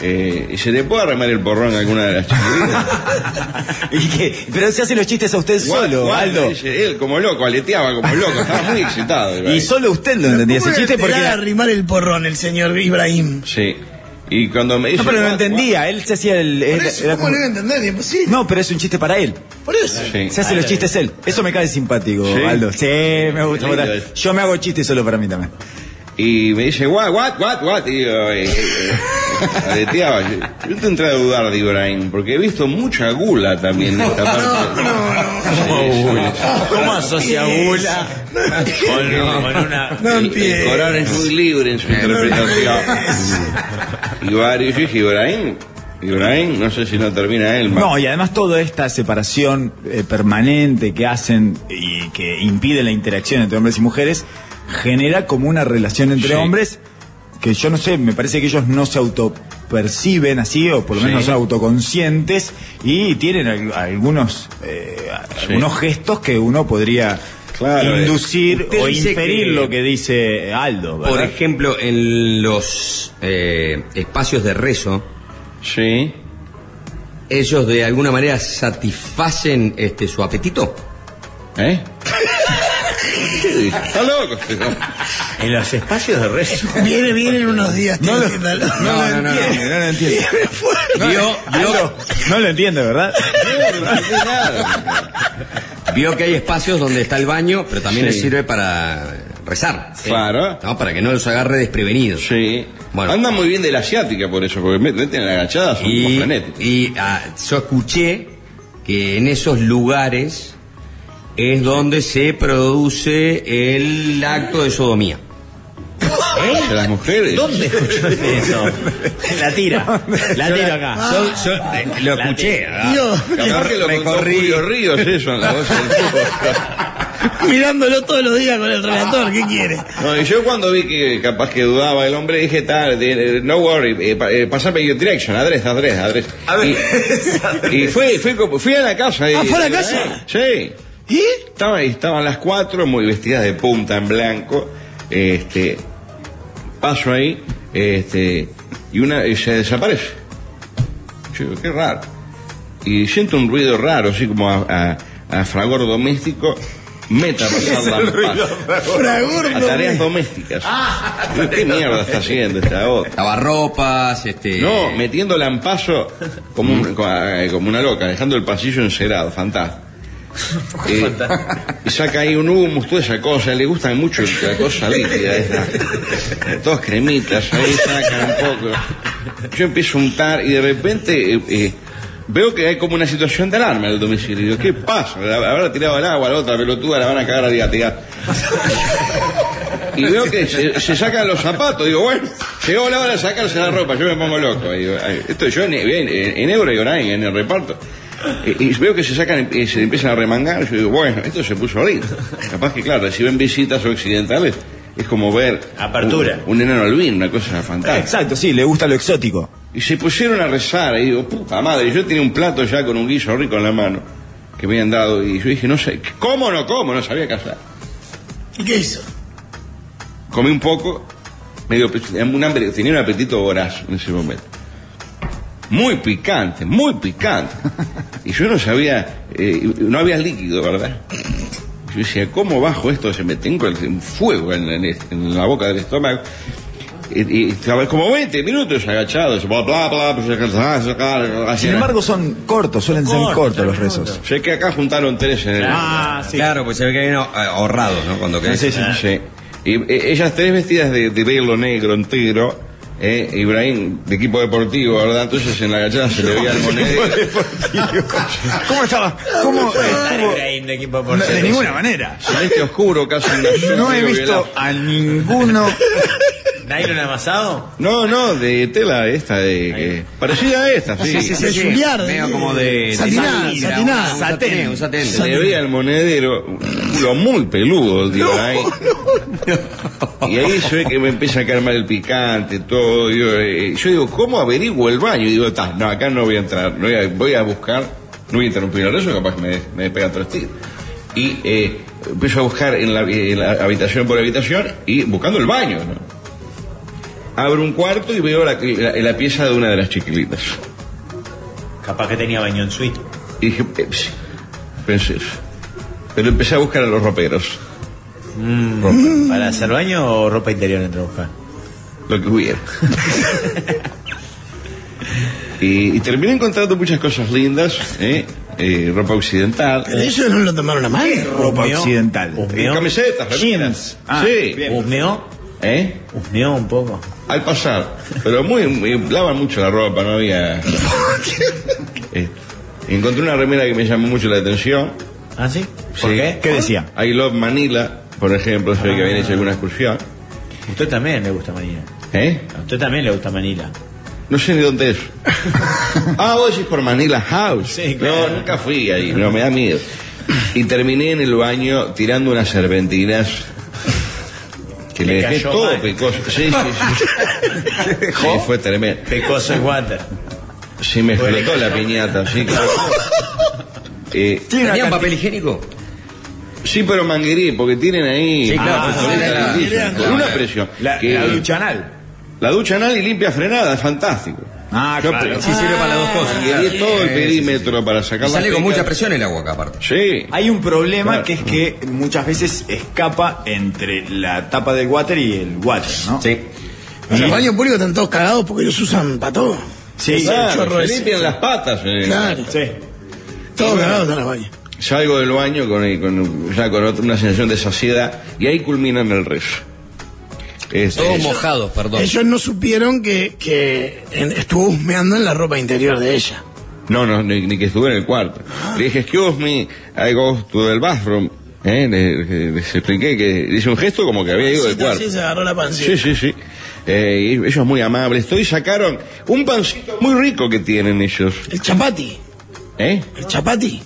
[SPEAKER 5] eh, ¿se te puede arremar el porrón a alguna de las
[SPEAKER 2] Ah,
[SPEAKER 5] chicas?
[SPEAKER 2] ¿Y qué? Pero se hacen los chistes a usted solo, Aldo.
[SPEAKER 5] Él como loco, aleteaba como loco, estaba muy excitado. el
[SPEAKER 2] Y
[SPEAKER 5] Brian.
[SPEAKER 2] solo usted lo entendía ese
[SPEAKER 3] ¿Cómo
[SPEAKER 2] chiste
[SPEAKER 3] le
[SPEAKER 2] porque...
[SPEAKER 3] tiraba a
[SPEAKER 2] la-
[SPEAKER 3] arrimar el porrón el señor Ibrahim?
[SPEAKER 5] Sí. Y cuando me dice...
[SPEAKER 2] No, pero no
[SPEAKER 5] "Juan,
[SPEAKER 2] entendía, él se hacía el...
[SPEAKER 3] Por
[SPEAKER 2] era-
[SPEAKER 3] eso,
[SPEAKER 2] era
[SPEAKER 3] ¿cómo
[SPEAKER 2] como-
[SPEAKER 3] no lo entendés? Imposible.
[SPEAKER 2] No, pero es un chiste para él.
[SPEAKER 3] Por eso.
[SPEAKER 5] Sí.
[SPEAKER 2] Se hace los chistes él. Eso me cae simpático,
[SPEAKER 5] ¿Sí?
[SPEAKER 2] Aldo. Sí, me gusta.
[SPEAKER 5] Lindo
[SPEAKER 2] gusta.
[SPEAKER 5] eso.
[SPEAKER 2] Yo me hago chistes solo para mí también.
[SPEAKER 5] Y me dice, what, what, what, what. Y digo, eh, eh, eh, aleteaba. Yo te entré a dudar de Ibrahim, porque he visto mucha gula también en esta parte.
[SPEAKER 1] ¿Cómo asocia Gula con, con una...
[SPEAKER 3] No
[SPEAKER 5] El- el,
[SPEAKER 3] empieces.
[SPEAKER 5] Corán es muy libre en su interpretación. y varios, yo dije, Ibrahim, Ibrahim, no sé si no termina él.
[SPEAKER 2] No, y además toda esta separación eh, permanente que hacen y que impide la interacción entre hombres y mujeres genera como una relación entre
[SPEAKER 5] Sí.
[SPEAKER 2] hombres que yo no sé, me parece que ellos no se autoperciben así o por lo menos
[SPEAKER 5] Sí.
[SPEAKER 2] no son autoconscientes y tienen al- algunos eh, algunos gestos que uno podría
[SPEAKER 5] Claro, eh.
[SPEAKER 2] inducir
[SPEAKER 4] Usted
[SPEAKER 2] o
[SPEAKER 4] dice
[SPEAKER 2] inferir
[SPEAKER 4] que-
[SPEAKER 2] lo que dice Aldo, ¿verdad?
[SPEAKER 4] Por ejemplo, en los eh, espacios de rezo,
[SPEAKER 5] Sí.
[SPEAKER 4] ellos de alguna manera satisfacen este su apetito.
[SPEAKER 5] ¿Eh? ¿Qué dice? Está loco.
[SPEAKER 1] En los espacios de rezo.
[SPEAKER 3] Viene, viene en unos días. No, no,
[SPEAKER 4] no, no, no.
[SPEAKER 2] no lo entiendo.
[SPEAKER 4] Vio, vio-
[SPEAKER 2] No lo entiendo, ¿verdad?
[SPEAKER 4] vio que hay espacios donde está el baño, pero también
[SPEAKER 5] Sí.
[SPEAKER 4] les sirve para rezar.
[SPEAKER 5] Claro.
[SPEAKER 4] ¿no? Para que no los agarre desprevenidos.
[SPEAKER 5] Sí.
[SPEAKER 4] Bueno.
[SPEAKER 5] Anda muy bien de la asiática por eso, porque meten la agachada, son como
[SPEAKER 4] Y,
[SPEAKER 5] frenéticos.
[SPEAKER 4] y, ah, yo escuché que en esos lugares es donde se produce el acto de sodomía.
[SPEAKER 5] De las mujeres.
[SPEAKER 1] ¿Dónde escuchaste eso? La tira. La tiro acá.
[SPEAKER 4] Yo- yo, eh, lo escuché. ¿verdad?
[SPEAKER 3] Dios,
[SPEAKER 5] Capaz que lo contó
[SPEAKER 4] Recorrí.
[SPEAKER 5] Julio Ríos eso en la voz del fútbol.
[SPEAKER 3] mirándolo todos los días con el relator, ¿qué quiere?
[SPEAKER 5] No, y yo cuando vi que capaz que dudaba el hombre dije tal, de- eh, no worry, eh, pa- eh, pasame your direction, address, address, address. Y, y fui, fui, como- fui a la casa. y- "Eh,
[SPEAKER 3] Ah, ¿fue a la casa?
[SPEAKER 5] Sí.
[SPEAKER 3] ¿Y?
[SPEAKER 5] Estaban, ahí, estaban las cuatro, muy vestidas de punta en blanco. Este, paso ahí, este, y una y se desaparece. Yo digo, qué raro. Y siento un ruido raro, así como a, a- a fragor doméstico. Meta a pasar las pasas. A tareas
[SPEAKER 3] Fragordo.
[SPEAKER 5] domésticas. Digo, ¿Qué mierda está haciendo esta otra?
[SPEAKER 4] Lavarropas, este.
[SPEAKER 5] No, metiendo lampazo como, un- co- eh, como una loca, dejando el pasillo encerado, fantasma. Eh, y saca ahí un humus, toda esa cosa, le gusta mucho la cosa líquida esa. Todos cremitas, ahí sacan un poco. Yo empiezo a untar y de repente eh, eh, veo que hay como una situación de alarma en el domicilio. Digo, ¿qué pasa? La- Habrá tirado el agua a la otra pelotuda, la van a cagar a diatear. Y veo que se, se sacan los zapatos. Digo, bueno, llegó la hora de sacarse la ropa. Yo me pongo loco. Digo, ay, esto yo en, en, en Euro y Orain, en el reparto. Y, y veo que se sacan y se empiezan a remangar. Yo digo, bueno, esto se puso lindo. Capaz que, claro, reciben visitas occidentales. Es como ver.
[SPEAKER 1] Apertura.
[SPEAKER 5] Un, un enano albino, una cosa fantástica.
[SPEAKER 2] Exacto, sí, le gusta lo exótico.
[SPEAKER 5] Y se pusieron a rezar. Y digo, puta madre, yo tenía un plato ya con un guiso rico en la mano que me habían dado. Y yo dije, no sé, ¿cómo no como? No sabía qué hacer.
[SPEAKER 3] ¿Y qué hizo?
[SPEAKER 5] Comí un poco, medio, un hambre, tenía un apetito voraz en ese momento. Muy picante, muy picante. Y yo no sabía, eh, no había líquido, ¿verdad? Yo decía, ¿cómo bajo esto? Se me tengo el un fuego en, en este- en la boca del estómago. Y, y estaba como 20 minutos agachados, bla, bla, bla, pues, ah, ah, ah,
[SPEAKER 2] Sin embargo, son cortos, suelen ser
[SPEAKER 1] Cortos,
[SPEAKER 2] cortos los
[SPEAKER 1] tres
[SPEAKER 2] rezos.
[SPEAKER 1] minutos.
[SPEAKER 5] sé que acá juntaron tres en el...
[SPEAKER 1] Ah, sí.
[SPEAKER 4] Claro, pues se ve que hay uno, eh, ahorrado, ¿no? Cuando querés.
[SPEAKER 5] Sí, sí, sí. Y eh, ellas tres vestidas de, de velo negro entero, eh, Ibrahim de equipo deportivo, ¿verdad? Entonces en la gachada se le veía el monedero.
[SPEAKER 2] ¿Cómo estaba? ¿Cómo? estuvo?
[SPEAKER 1] Ibrahim de equipo por
[SPEAKER 2] No, de
[SPEAKER 1] ser.
[SPEAKER 2] ninguna manera.
[SPEAKER 5] Celeste oscuro, casi un azul
[SPEAKER 2] No he
[SPEAKER 5] medio
[SPEAKER 2] visto
[SPEAKER 5] violado.
[SPEAKER 2] a ninguno.
[SPEAKER 1] ¿Nylon amasado?
[SPEAKER 5] No, no, de tela esta, de que- parecida a esta, sí.
[SPEAKER 4] Sí, sí,
[SPEAKER 3] De
[SPEAKER 4] sí.
[SPEAKER 3] chulear,
[SPEAKER 4] Medio
[SPEAKER 3] de-
[SPEAKER 4] como de.
[SPEAKER 3] satinada,
[SPEAKER 4] de salida,
[SPEAKER 3] satinada.
[SPEAKER 4] un satén, un satén.
[SPEAKER 5] Se le veía el monedero, un culo muy peludo el de Ibrahim. Y ahí se ve que me empieza a caer mal el picante, todo. Yo, eh, yo digo, ¿cómo averiguo el baño? Y digo, "Ta, no, acá no voy a entrar, no voy a, voy a buscar, no voy a interrumpir el rezo, capaz que me, me pegan tres tiros. Y eh, empiezo a buscar en la, en la habitación por habitación y buscando el baño, ¿no? Abro un cuarto y veo la, la- la pieza de una de las chiquilitas.
[SPEAKER 1] Capaz que tenía baño en suite.
[SPEAKER 5] Y dije, "Eps", pensé eso. Pero empecé a buscar a los roperos,
[SPEAKER 1] Mm. ¿Para hacer baño o ropa interior entró a buscar?
[SPEAKER 5] lo que hubiera. y, y terminé encontrando muchas cosas lindas, ¿eh? Eh, ropa occidental,
[SPEAKER 3] Pero ellos no lo tomaron a mal.
[SPEAKER 2] Ropa
[SPEAKER 1] Husmeó,
[SPEAKER 2] occidental.
[SPEAKER 5] eh,
[SPEAKER 1] Husmeó,
[SPEAKER 5] camisetas, remeras.
[SPEAKER 2] Ah,
[SPEAKER 5] sí,
[SPEAKER 2] bien.
[SPEAKER 1] husmeó,
[SPEAKER 5] ¿eh?
[SPEAKER 1] husmeó un poco.
[SPEAKER 5] Al pasar, pero muy, muy- lavan mucho la ropa, no había. Eh, encontré una remera que me llamó mucho la atención.
[SPEAKER 1] ¿Ah, sí? ¿Por
[SPEAKER 5] Sí.
[SPEAKER 1] qué?
[SPEAKER 2] ¿Qué decía?
[SPEAKER 5] I Love Manila, por ejemplo, se ve que habían hecho alguna excursión.
[SPEAKER 1] A usted también le gusta Manila.
[SPEAKER 5] ¿Eh?
[SPEAKER 1] A usted también le gusta Manila.
[SPEAKER 5] No sé ni dónde es. ah, vos decís por Manila House.
[SPEAKER 1] Sí, claro.
[SPEAKER 5] No, nunca fui ahí, no me da miedo. Y terminé en el baño tirando unas serpentinas. Que
[SPEAKER 1] Le
[SPEAKER 5] le dejé
[SPEAKER 1] cayó
[SPEAKER 5] todo
[SPEAKER 1] mal.
[SPEAKER 5] pecoso. Sí, sí, sí. Sí, fue tremendo.
[SPEAKER 1] Pecoso es water.
[SPEAKER 5] Sí, me explotó la piñata, sí, claro. Eh,
[SPEAKER 4] ¿Tenían papel higiénico?
[SPEAKER 5] sí, pero manguerí, porque tienen ahí
[SPEAKER 4] Sí, claro,
[SPEAKER 5] con,
[SPEAKER 4] sí,
[SPEAKER 5] esa-
[SPEAKER 4] claro.
[SPEAKER 5] con una presión.
[SPEAKER 2] La,
[SPEAKER 5] que-
[SPEAKER 2] la ducha anal.
[SPEAKER 5] La ducha anal y limpia frenada, es fantástico.
[SPEAKER 2] Ah,
[SPEAKER 5] Yo
[SPEAKER 2] claro.
[SPEAKER 5] pre-
[SPEAKER 4] Sí, sirve para las dos cosas.
[SPEAKER 5] manguerí Ah, todo el
[SPEAKER 4] Sí, sí,
[SPEAKER 5] perímetro para
[SPEAKER 4] sí. Eh, Y
[SPEAKER 5] sacar la
[SPEAKER 4] sale con
[SPEAKER 5] peca.
[SPEAKER 4] mucha presión el agua acá, aparte.
[SPEAKER 5] Sí.
[SPEAKER 2] Hay un problema
[SPEAKER 5] Claro.
[SPEAKER 2] que es que muchas veces escapa entre la tapa del water y el water, ¿no?
[SPEAKER 4] Sí.
[SPEAKER 3] En los baños públicos están todos cagados porque ellos usan para todo.
[SPEAKER 2] Sí,
[SPEAKER 5] Claro,
[SPEAKER 3] chorro
[SPEAKER 5] se
[SPEAKER 3] ese.
[SPEAKER 5] limpian las patas. eh.
[SPEAKER 3] Claro.
[SPEAKER 2] sí.
[SPEAKER 3] Todos cagados están los baños.
[SPEAKER 5] Salgo del baño con, con- ya con otra- una sensación de saciedad y ahí culminan el rezo. Es-
[SPEAKER 4] Todos
[SPEAKER 5] es-
[SPEAKER 4] mojados, perdón.
[SPEAKER 3] Ellos no supieron que, que en- estuvo husmeando en la ropa interior de ella.
[SPEAKER 5] No, no, ni, ni que estuve en el cuarto. Le dije, excuse me, I go to the bathroom. Eh, le- le- les expliqué que hice un gesto como que había ido del
[SPEAKER 3] Sí,
[SPEAKER 5] cuarto.
[SPEAKER 3] sí, se agarró la pancita.
[SPEAKER 5] Sí, sí, sí. Eh, y ellos muy amables. Estoy sacaron un pancito muy rico que tienen ellos.
[SPEAKER 3] El chapati.
[SPEAKER 5] ¿Eh?
[SPEAKER 3] El chapati.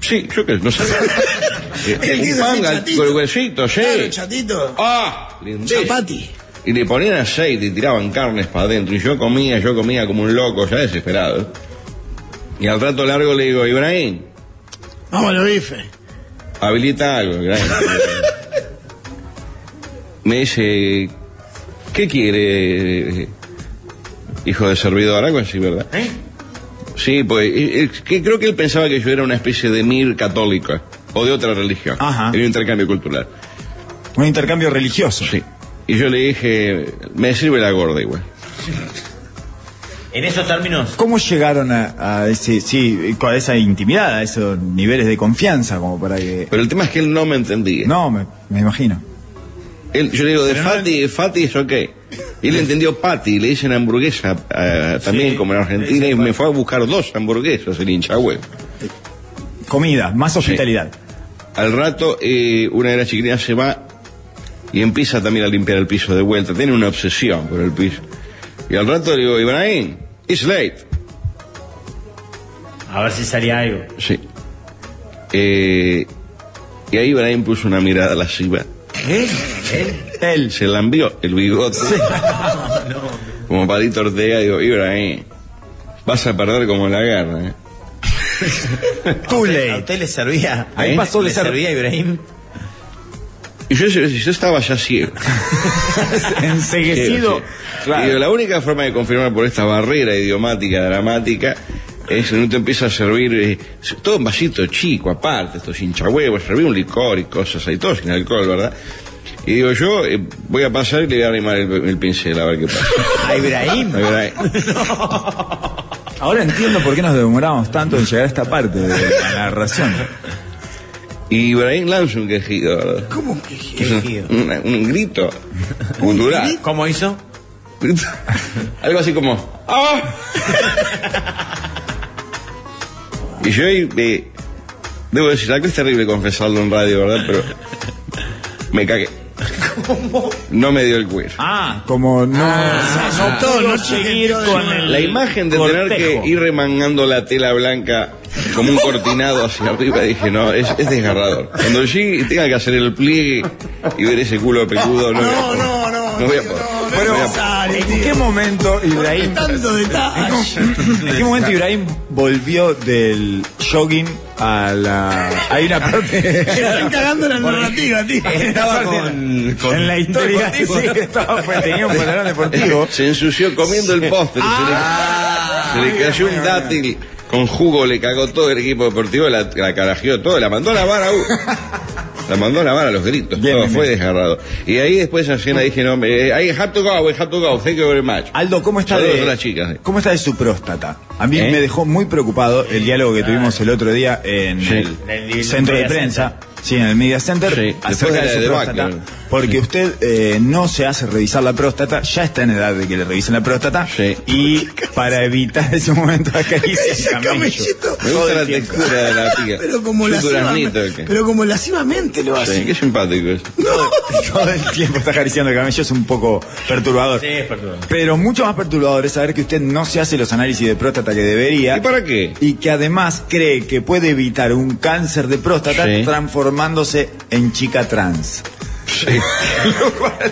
[SPEAKER 5] Sí, yo que no sé. Eh,
[SPEAKER 3] El que es así
[SPEAKER 5] un pan al-
[SPEAKER 3] chatito.
[SPEAKER 5] con el huesito, sí.
[SPEAKER 3] Claro, chatito.
[SPEAKER 5] ¡Ah! lindísimo.
[SPEAKER 3] Chapati.
[SPEAKER 5] Y le ponían aceite y tiraban carnes para adentro. Y yo comía, yo comía como un loco, ya desesperado. Y al rato largo le digo, Ibrahim,
[SPEAKER 3] Vamos a los bifes.
[SPEAKER 5] Habilita algo, gracias. Me dice, ¿qué quiere, eh, hijo de servidor? Algo así, ¿verdad? Sí, pues, eh, eh, que creo que él pensaba que yo era una especie de mir católica o de otra religión.
[SPEAKER 2] Ajá.
[SPEAKER 5] Era un intercambio cultural.
[SPEAKER 2] Un intercambio religioso.
[SPEAKER 5] Sí. Y yo le dije, me sirve la gorda igual.
[SPEAKER 1] En esos términos,
[SPEAKER 2] ¿Cómo llegaron a, a ese, sí, a esa intimidad, a esos niveles de confianza como para que...
[SPEAKER 5] Pero el tema es que él no me entendía.
[SPEAKER 2] No, me, me imagino.
[SPEAKER 5] Él- yo le digo, de Fati, Fati es ok. Y él entendió Pati, le dicen hamburguesa ah, también como en Argentina, y me fue a buscar dos hamburguesas, el hincha huevo.
[SPEAKER 2] Comida, más hospitalidad.
[SPEAKER 5] Al rato, eh, una de las chiquillas se va y empieza también a limpiar el piso de vuelta. Tiene una obsesión por el piso. Y al rato le digo, Ibrahim, it's late.
[SPEAKER 1] a ver si salía algo.
[SPEAKER 5] Sí. Eh, y ahí Ibrahim puso una mirada lasciva.
[SPEAKER 1] ¿Qué? ¿Eh?
[SPEAKER 2] Él.
[SPEAKER 5] Se lambió el bigote. Como Palito Ortega, digo, Ibrahim, vas a perder como la guerra. ¿eh?".
[SPEAKER 1] ¿A usted- ¿A usted le servía?
[SPEAKER 5] Ahí
[SPEAKER 1] ¿Eh?
[SPEAKER 5] pasó
[SPEAKER 1] ¿Le
[SPEAKER 5] de ser-
[SPEAKER 1] servía Ibrahim?
[SPEAKER 5] Y yo, yo- yo estaba ya ciego.
[SPEAKER 2] Enseguecido.
[SPEAKER 5] Sí, sí. Y digo, la única forma de confirmar por esta barrera idiomática, dramática, es que no te empieza a servir eh, todo en vasito chico, aparte, estos hinchahuevos, serví un licor y cosas ahí, todo sin alcohol, ¿verdad? Y digo, yo eh, voy a pasar y le voy a arrimar el, el pincel a ver qué pasa.
[SPEAKER 1] ¿A Ibrahim?
[SPEAKER 5] La verdad, eh,
[SPEAKER 2] Ahora entiendo por qué nos demoramos tanto en llegar a esta parte de la narración.
[SPEAKER 5] Y Ibrahim lanza un quejido, ¿verdad?
[SPEAKER 3] ¿Cómo que?
[SPEAKER 5] Es un-
[SPEAKER 1] quejido?
[SPEAKER 5] una- un grito cultural.
[SPEAKER 1] ¿Cómo hizo?
[SPEAKER 5] Algo así como. "Ah". y yo eh, debo decir, algo es terrible confesarlo en radio, ¿verdad? Pero me cagué. No me dio el cuello.
[SPEAKER 2] Ah, como no...
[SPEAKER 5] Ah.
[SPEAKER 3] no todo, no seguir con el...
[SPEAKER 5] La imagen de tener
[SPEAKER 2] cortejo.
[SPEAKER 5] que ir remangando la tela blanca como un cortinado hacia arriba, dije, no, es, es desgarrador. Cuando llegue y tenga que hacer el pliegue y ver ese culo pecudo, no. voy a
[SPEAKER 3] Ah, No,
[SPEAKER 5] poder.
[SPEAKER 3] no, no.
[SPEAKER 5] No voy a
[SPEAKER 3] tío,
[SPEAKER 5] poder.
[SPEAKER 3] No,
[SPEAKER 5] No voy a
[SPEAKER 3] no
[SPEAKER 5] poder.
[SPEAKER 3] sale,
[SPEAKER 2] ¿En
[SPEAKER 3] tío.
[SPEAKER 2] qué momento Ibrahim...
[SPEAKER 3] Tanto detalle.
[SPEAKER 2] ¿En qué momento Ibrahim volvió del jogging a la. Hay una parte.
[SPEAKER 3] Están cagando la narrativa, tío.
[SPEAKER 4] Estaba con, con-
[SPEAKER 2] en la historia. Sí, que estaba, pues, tenía un pantalón deportivo. Ah.
[SPEAKER 5] Se ensució comiendo el postre. se le- se le, cayó un dátil con jugo, le cagó todo el equipo deportivo, la, la carajeó todo, la mandó a la vara. uh. La mandó a la vara a los gritos,
[SPEAKER 2] Bien,
[SPEAKER 5] todo
[SPEAKER 2] bien,
[SPEAKER 5] fue
[SPEAKER 2] bien. Ah.
[SPEAKER 5] desgarrado. Y ahí después en la cena dije, no, me- I have to go, I have to go, thank you very much.
[SPEAKER 2] Aldo, ¿cómo está
[SPEAKER 5] Saludos
[SPEAKER 2] de,
[SPEAKER 5] a las chicas, eh.
[SPEAKER 2] ¿cómo está de su próstata? A mí
[SPEAKER 5] ¿Eh? Ah.
[SPEAKER 2] me dejó muy preocupado el diálogo que tuvimos el otro día en
[SPEAKER 5] Sí.
[SPEAKER 2] el,
[SPEAKER 1] En el
[SPEAKER 2] centro de
[SPEAKER 1] Media
[SPEAKER 2] prensa. Sí, en el Media Center,
[SPEAKER 5] Sí, después
[SPEAKER 2] acerca
[SPEAKER 5] de la
[SPEAKER 2] de su
[SPEAKER 5] de
[SPEAKER 2] próstata.
[SPEAKER 5] Bacler.
[SPEAKER 2] Porque usted eh, no se hace revisar la próstata, ya está en edad de que le revisen la próstata.
[SPEAKER 5] Sí.
[SPEAKER 2] Y para evitar ese momento acaricia el camello.
[SPEAKER 3] Camellito.
[SPEAKER 5] Me gusta la textura de la tía.
[SPEAKER 3] Pero como
[SPEAKER 5] Es un
[SPEAKER 3] lascivamente,
[SPEAKER 5] duraznito, ¿qué?
[SPEAKER 3] pero como lascivamente lo
[SPEAKER 5] Sí,
[SPEAKER 3] hace.
[SPEAKER 5] qué simpático es.
[SPEAKER 2] Todo el tiempo está acariciando el camello, es un poco perturbador.
[SPEAKER 1] Sí, es perturbador.
[SPEAKER 2] Pero mucho más perturbador es saber que usted no se hace los análisis de próstata que debería.
[SPEAKER 5] ¿Y para qué?
[SPEAKER 2] Y que además cree que puede evitar un cáncer de próstata
[SPEAKER 5] Sí.
[SPEAKER 2] transformándose en chica trans. Lo cual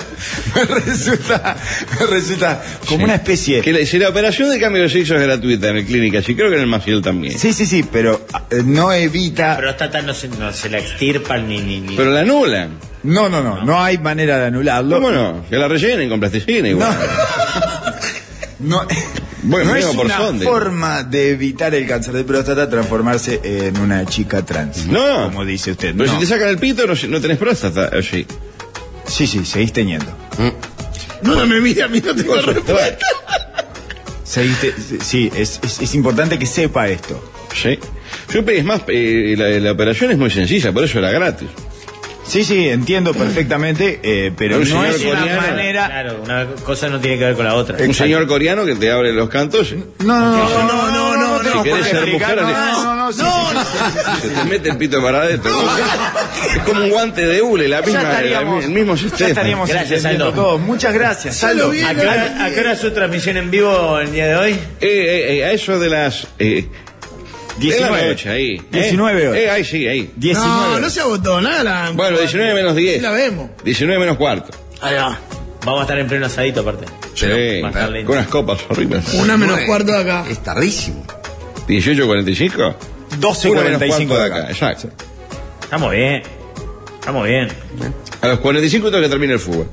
[SPEAKER 2] me resulta, me resulta como una especie.
[SPEAKER 5] Que la, si la operación de cambio de sexo es gratuita en el clínica, sí creo que en el Maciel también.
[SPEAKER 2] Sí, sí, sí, pero eh, no evita.
[SPEAKER 1] Pero esta no se, no se la extirpan ni, ni, ni.
[SPEAKER 5] Pero la anulan.
[SPEAKER 2] No, no, no, no hay manera de anularlo.
[SPEAKER 5] ¿Cómo no? Que la rellenen con plasticina igual.
[SPEAKER 2] No. No,
[SPEAKER 5] Bueno,
[SPEAKER 2] no es
[SPEAKER 5] mismo por
[SPEAKER 2] una
[SPEAKER 5] sonde.
[SPEAKER 2] forma de evitar el cáncer de próstata transformarse en una chica trans.
[SPEAKER 5] No.
[SPEAKER 2] Como dice usted.
[SPEAKER 5] Pero
[SPEAKER 2] no.
[SPEAKER 5] si te sacan el pito, no, no tenés próstata. o Sí.
[SPEAKER 2] Sí, sí, seguís teniendo.
[SPEAKER 3] No, no me mire a mí, no tengo
[SPEAKER 5] Por supuesto.
[SPEAKER 3] respuesta.
[SPEAKER 2] Seguís te- sí, es, es- es importante que sepa esto.
[SPEAKER 5] Sí. Yo, pe- es más, eh, la, la operación es muy sencilla, por eso era gratis.
[SPEAKER 2] Sí, sí, entiendo perfectamente, eh, pero
[SPEAKER 5] Un
[SPEAKER 2] no
[SPEAKER 5] señor
[SPEAKER 2] es una
[SPEAKER 5] coreano.
[SPEAKER 2] manera...
[SPEAKER 1] Claro, una cosa no tiene que ver con la otra.
[SPEAKER 5] Un señor coreano que te abre los cantos,
[SPEAKER 2] No, no, no, no, no, no, no,
[SPEAKER 5] Si
[SPEAKER 2] no,
[SPEAKER 5] querés
[SPEAKER 2] no,
[SPEAKER 5] ser
[SPEAKER 2] explicar-
[SPEAKER 5] mujer,
[SPEAKER 2] no, no, no, sí, sí, sí, sí, sí.
[SPEAKER 5] se te mete el pito para adentro. Es como un guante de hule, la
[SPEAKER 2] Ya
[SPEAKER 5] misma, la-
[SPEAKER 2] estaríamos,
[SPEAKER 5] el mismo
[SPEAKER 2] ya
[SPEAKER 5] sistema.
[SPEAKER 2] estaríamos
[SPEAKER 1] Gracias,
[SPEAKER 2] entendiendo
[SPEAKER 1] Aldo.
[SPEAKER 2] todo. Muchas gracias,
[SPEAKER 3] Ya lo
[SPEAKER 2] Aldo.
[SPEAKER 3] vi,
[SPEAKER 1] ¿A qué, hora, a qué hora es su transmisión en vivo el día de hoy?
[SPEAKER 5] Eh, eh, eh, a eso de las... Eh, de la
[SPEAKER 2] 19.
[SPEAKER 5] noche, ahí. ¿eh?
[SPEAKER 2] 19 horas.
[SPEAKER 5] Eh, ahí sí, ahí.
[SPEAKER 2] 19.
[SPEAKER 3] No, no se agotó nada.
[SPEAKER 5] Bueno, 19 menos 10.
[SPEAKER 3] La vemos.
[SPEAKER 5] 19 menos cuarto.
[SPEAKER 3] Ahí va.
[SPEAKER 1] Vamos a estar en pleno asadito aparte.
[SPEAKER 5] Sí,
[SPEAKER 1] Más tarde.
[SPEAKER 5] con unas copas horribles.
[SPEAKER 3] Una menos
[SPEAKER 4] Nueve.
[SPEAKER 3] cuarto de acá.
[SPEAKER 4] Es tardísimo.
[SPEAKER 5] 18.45.
[SPEAKER 2] 12.45 de acá.
[SPEAKER 5] Exacto.
[SPEAKER 1] Estamos bien. Estamos bien.
[SPEAKER 5] A los 45 tengo que terminar el fútbol.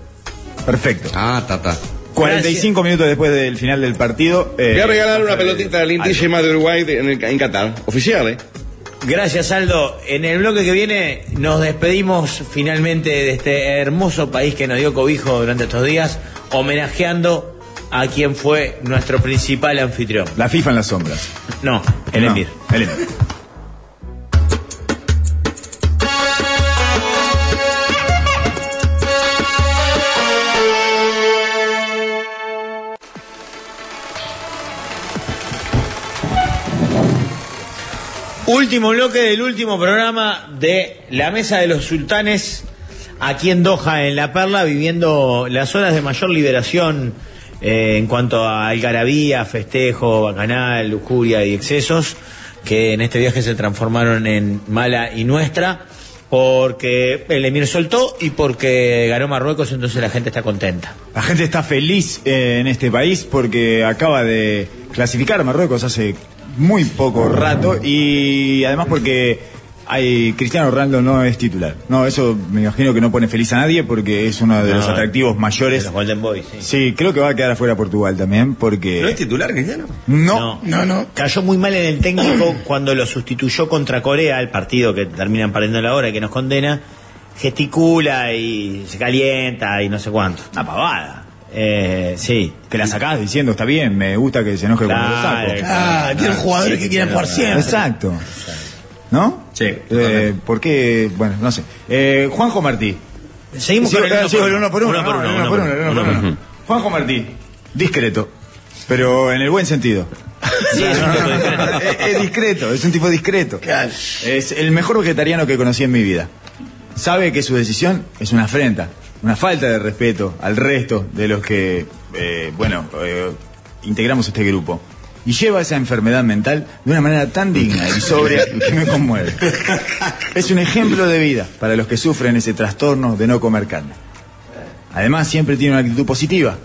[SPEAKER 2] Perfecto.
[SPEAKER 4] Ah, tata.
[SPEAKER 2] 45 minutos después del final del partido. eh,
[SPEAKER 5] Voy a regalar una
[SPEAKER 2] eh,
[SPEAKER 5] pelotita lindísima de Uruguay de- en, el- en Qatar. Oficial, ¿eh?
[SPEAKER 1] Gracias, Aldo. En el bloque que viene nos despedimos finalmente de este hermoso país que nos dio cobijo durante estos días, homenajeando a quien fue nuestro principal anfitrión.
[SPEAKER 2] La FIFA en las sombras.
[SPEAKER 1] No, el
[SPEAKER 2] No,
[SPEAKER 1] Emir.
[SPEAKER 2] El Emir.
[SPEAKER 1] Último bloque del último programa de la Mesa de los Sultanes, aquí en Doha, en La Perla, viviendo las horas de mayor liberación eh, en cuanto a algarabía, festejo, bacanal, lujuria y excesos, que en este viaje se transformaron en mala y nuestra, porque el Emir soltó y porque ganó Marruecos, entonces la gente está contenta.
[SPEAKER 2] La gente está feliz eh, en este país porque acaba de clasificar a Marruecos hace muy poco rato y además porque hay, Cristiano Ronaldo no es titular. No, eso me imagino que no pone feliz a nadie porque es uno de los
[SPEAKER 1] No, eh,
[SPEAKER 2] atractivos mayores.
[SPEAKER 1] Ah, Los Golden Boys, sí.
[SPEAKER 2] Sí, creo que va a quedar afuera Portugal también porque...
[SPEAKER 4] ¿No es titular, Cristiano?
[SPEAKER 2] No.
[SPEAKER 3] No, no.
[SPEAKER 1] Cayó muy mal en el técnico cuando lo sustituyó contra Corea, el partido que terminan perdiendo la hora y que nos condena. Gesticula y se calienta y no sé cuánto.
[SPEAKER 2] Una pavada.
[SPEAKER 1] Eh, sí.
[SPEAKER 2] Te la sacás diciendo, está bien, me gusta que se enoje cuando lo saco.
[SPEAKER 3] Ah, tienen jugadores que quieren jugar siempre.
[SPEAKER 2] Exacto. ¿No?
[SPEAKER 4] Sí,
[SPEAKER 2] Eh,
[SPEAKER 4] totalmente.
[SPEAKER 2] ¿Por qué? Bueno, no sé. Eh, Juanjo Martí.
[SPEAKER 1] Seguimos
[SPEAKER 2] Sí,
[SPEAKER 1] con el
[SPEAKER 2] claro,
[SPEAKER 1] uno
[SPEAKER 2] sí,
[SPEAKER 1] por
[SPEAKER 2] el
[SPEAKER 1] uno.
[SPEAKER 2] uno por uno,
[SPEAKER 1] Uno por
[SPEAKER 2] no,
[SPEAKER 1] uno, uno
[SPEAKER 2] el uno por
[SPEAKER 1] por
[SPEAKER 2] uno, el uno
[SPEAKER 1] uno.
[SPEAKER 2] por uno. Juanjo Martí, discreto, pero en el buen sentido.
[SPEAKER 1] Sí, es un tipo de
[SPEAKER 2] es,
[SPEAKER 1] diferente.
[SPEAKER 2] es discreto, es un tipo discreto. Es el mejor vegetariano que conocí en mi vida. Sabe que su decisión es una afrenta, una falta de respeto al resto de los que, eh, bueno, eh, integramos este grupo. Y lleva esa enfermedad mental de una manera tan digna y sobria que me conmueve. Es un ejemplo de vida para los que sufren ese trastorno de no comer carne. Además, siempre tiene una actitud positiva,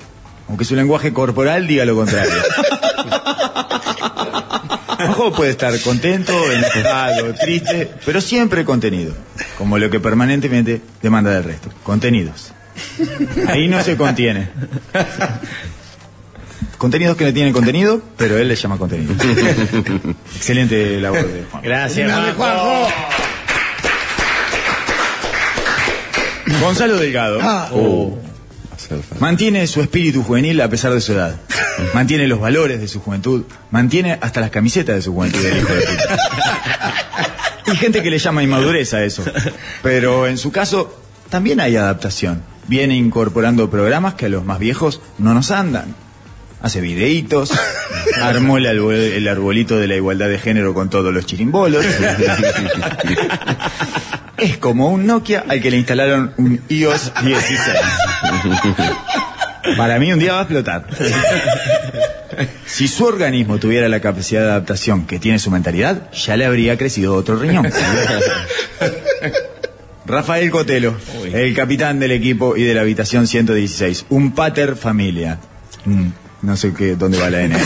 [SPEAKER 2] aunque su lenguaje corporal diga lo contrario. Ojo puede estar contento, enojado, triste, pero siempre contenido. Como lo que permanentemente demanda del resto. Contenidos. Ahí no se contiene. Contenidos que no tienen contenido, pero él le llama contenido. Excelente labor de Juan.
[SPEAKER 1] Gracias,
[SPEAKER 3] Grande,
[SPEAKER 1] Juanjo.
[SPEAKER 2] Gonzalo Delgado.
[SPEAKER 3] Ah.
[SPEAKER 2] Oh. Mantiene su espíritu juvenil a pesar de su edad. Mantiene los valores de su juventud. Mantiene hasta las camisetas de su juventud. el hijo de puta. Hay gente que le llama inmadurez a eso. Pero en su caso, también hay adaptación. Viene incorporando programas que a los más viejos no nos andan. Hace videitos, armó el, árbol- el arbolito de la igualdad de género con todos los chirimbolos. Es como un Nokia al que le instalaron un iOS 16. Para mí un día va a explotar. Si su organismo tuviera la capacidad de adaptación que tiene su mentalidad, ya le habría crecido otro riñón. Rafael Cotelo, el capitán del equipo y de la habitación 116. Un pater familia. Mm, No sé qué, dónde va la N.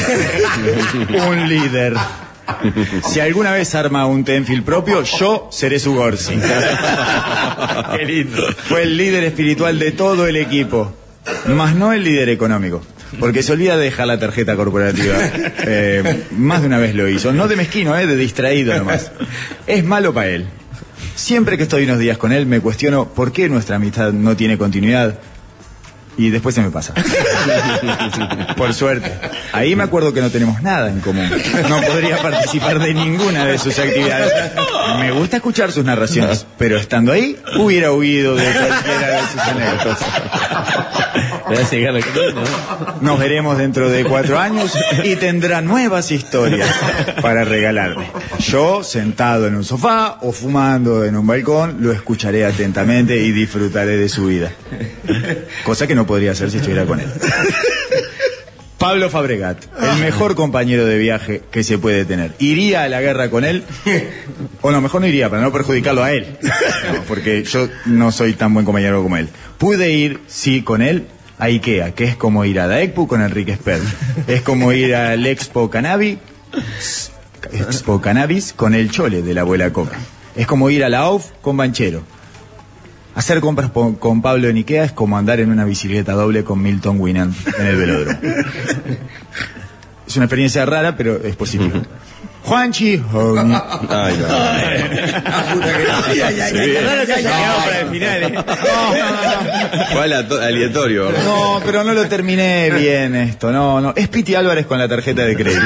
[SPEAKER 2] un líder. Si alguna vez arma un Tenfield propio, yo seré su Gorsi.
[SPEAKER 1] Qué lindo.
[SPEAKER 2] Fue el líder espiritual de todo el equipo, más no el líder económico. Porque se olvida de dejar la tarjeta corporativa. Eh, más de una vez lo hizo. No de mezquino, eh, de distraído nomás. Es malo para él. Siempre que estoy unos días con él, me cuestiono por qué nuestra amistad no tiene continuidad. Y después se me pasa. Por suerte. Ahí me acuerdo que no tenemos nada en común. No podría participar de ninguna de sus actividades. Me gusta escuchar sus narraciones, pero estando ahí hubiera huido de cualquiera de sus anécdotas.
[SPEAKER 1] Gracias, Carlos. Qué lindo, ¿eh?
[SPEAKER 2] Nos veremos dentro de cuatro años y tendrá nuevas historias para regalarme. Yo, sentado en un sofá o fumando en un balcón, lo escucharé atentamente y disfrutaré de su vida. Cosa que no podría hacer si estuviera con él. Pablo Fabregat, el mejor compañero de viaje que se puede tener. ¿Iría a la guerra con él? O no, mejor no iría, para no perjudicarlo a él. No, porque yo no soy tan buen compañero como él. Pude ir, sí, con él a Ikea, que es como ir a la Expo con Enrique Sperl. Es como ir al Expo Cannabis, Expo Cannabis con el Chole de la abuela Coca. Es como ir a la OFF con Banchero. Hacer compras po- con Pablo en Ikea es como andar en una bicicleta doble con Milton Winan en el velódromo. es una experiencia rara, pero es posible. Juanchi Hong.
[SPEAKER 5] Ay, no.
[SPEAKER 3] Ay, ay, ay, ay, raro que haya quedado para el
[SPEAKER 1] final, ¿eh?
[SPEAKER 2] No, no, no.
[SPEAKER 5] Fue ala- aleatorio. ¿verdad?
[SPEAKER 2] No, pero no lo terminé bien esto. No, no. Es Piti Álvarez con la tarjeta de crédito.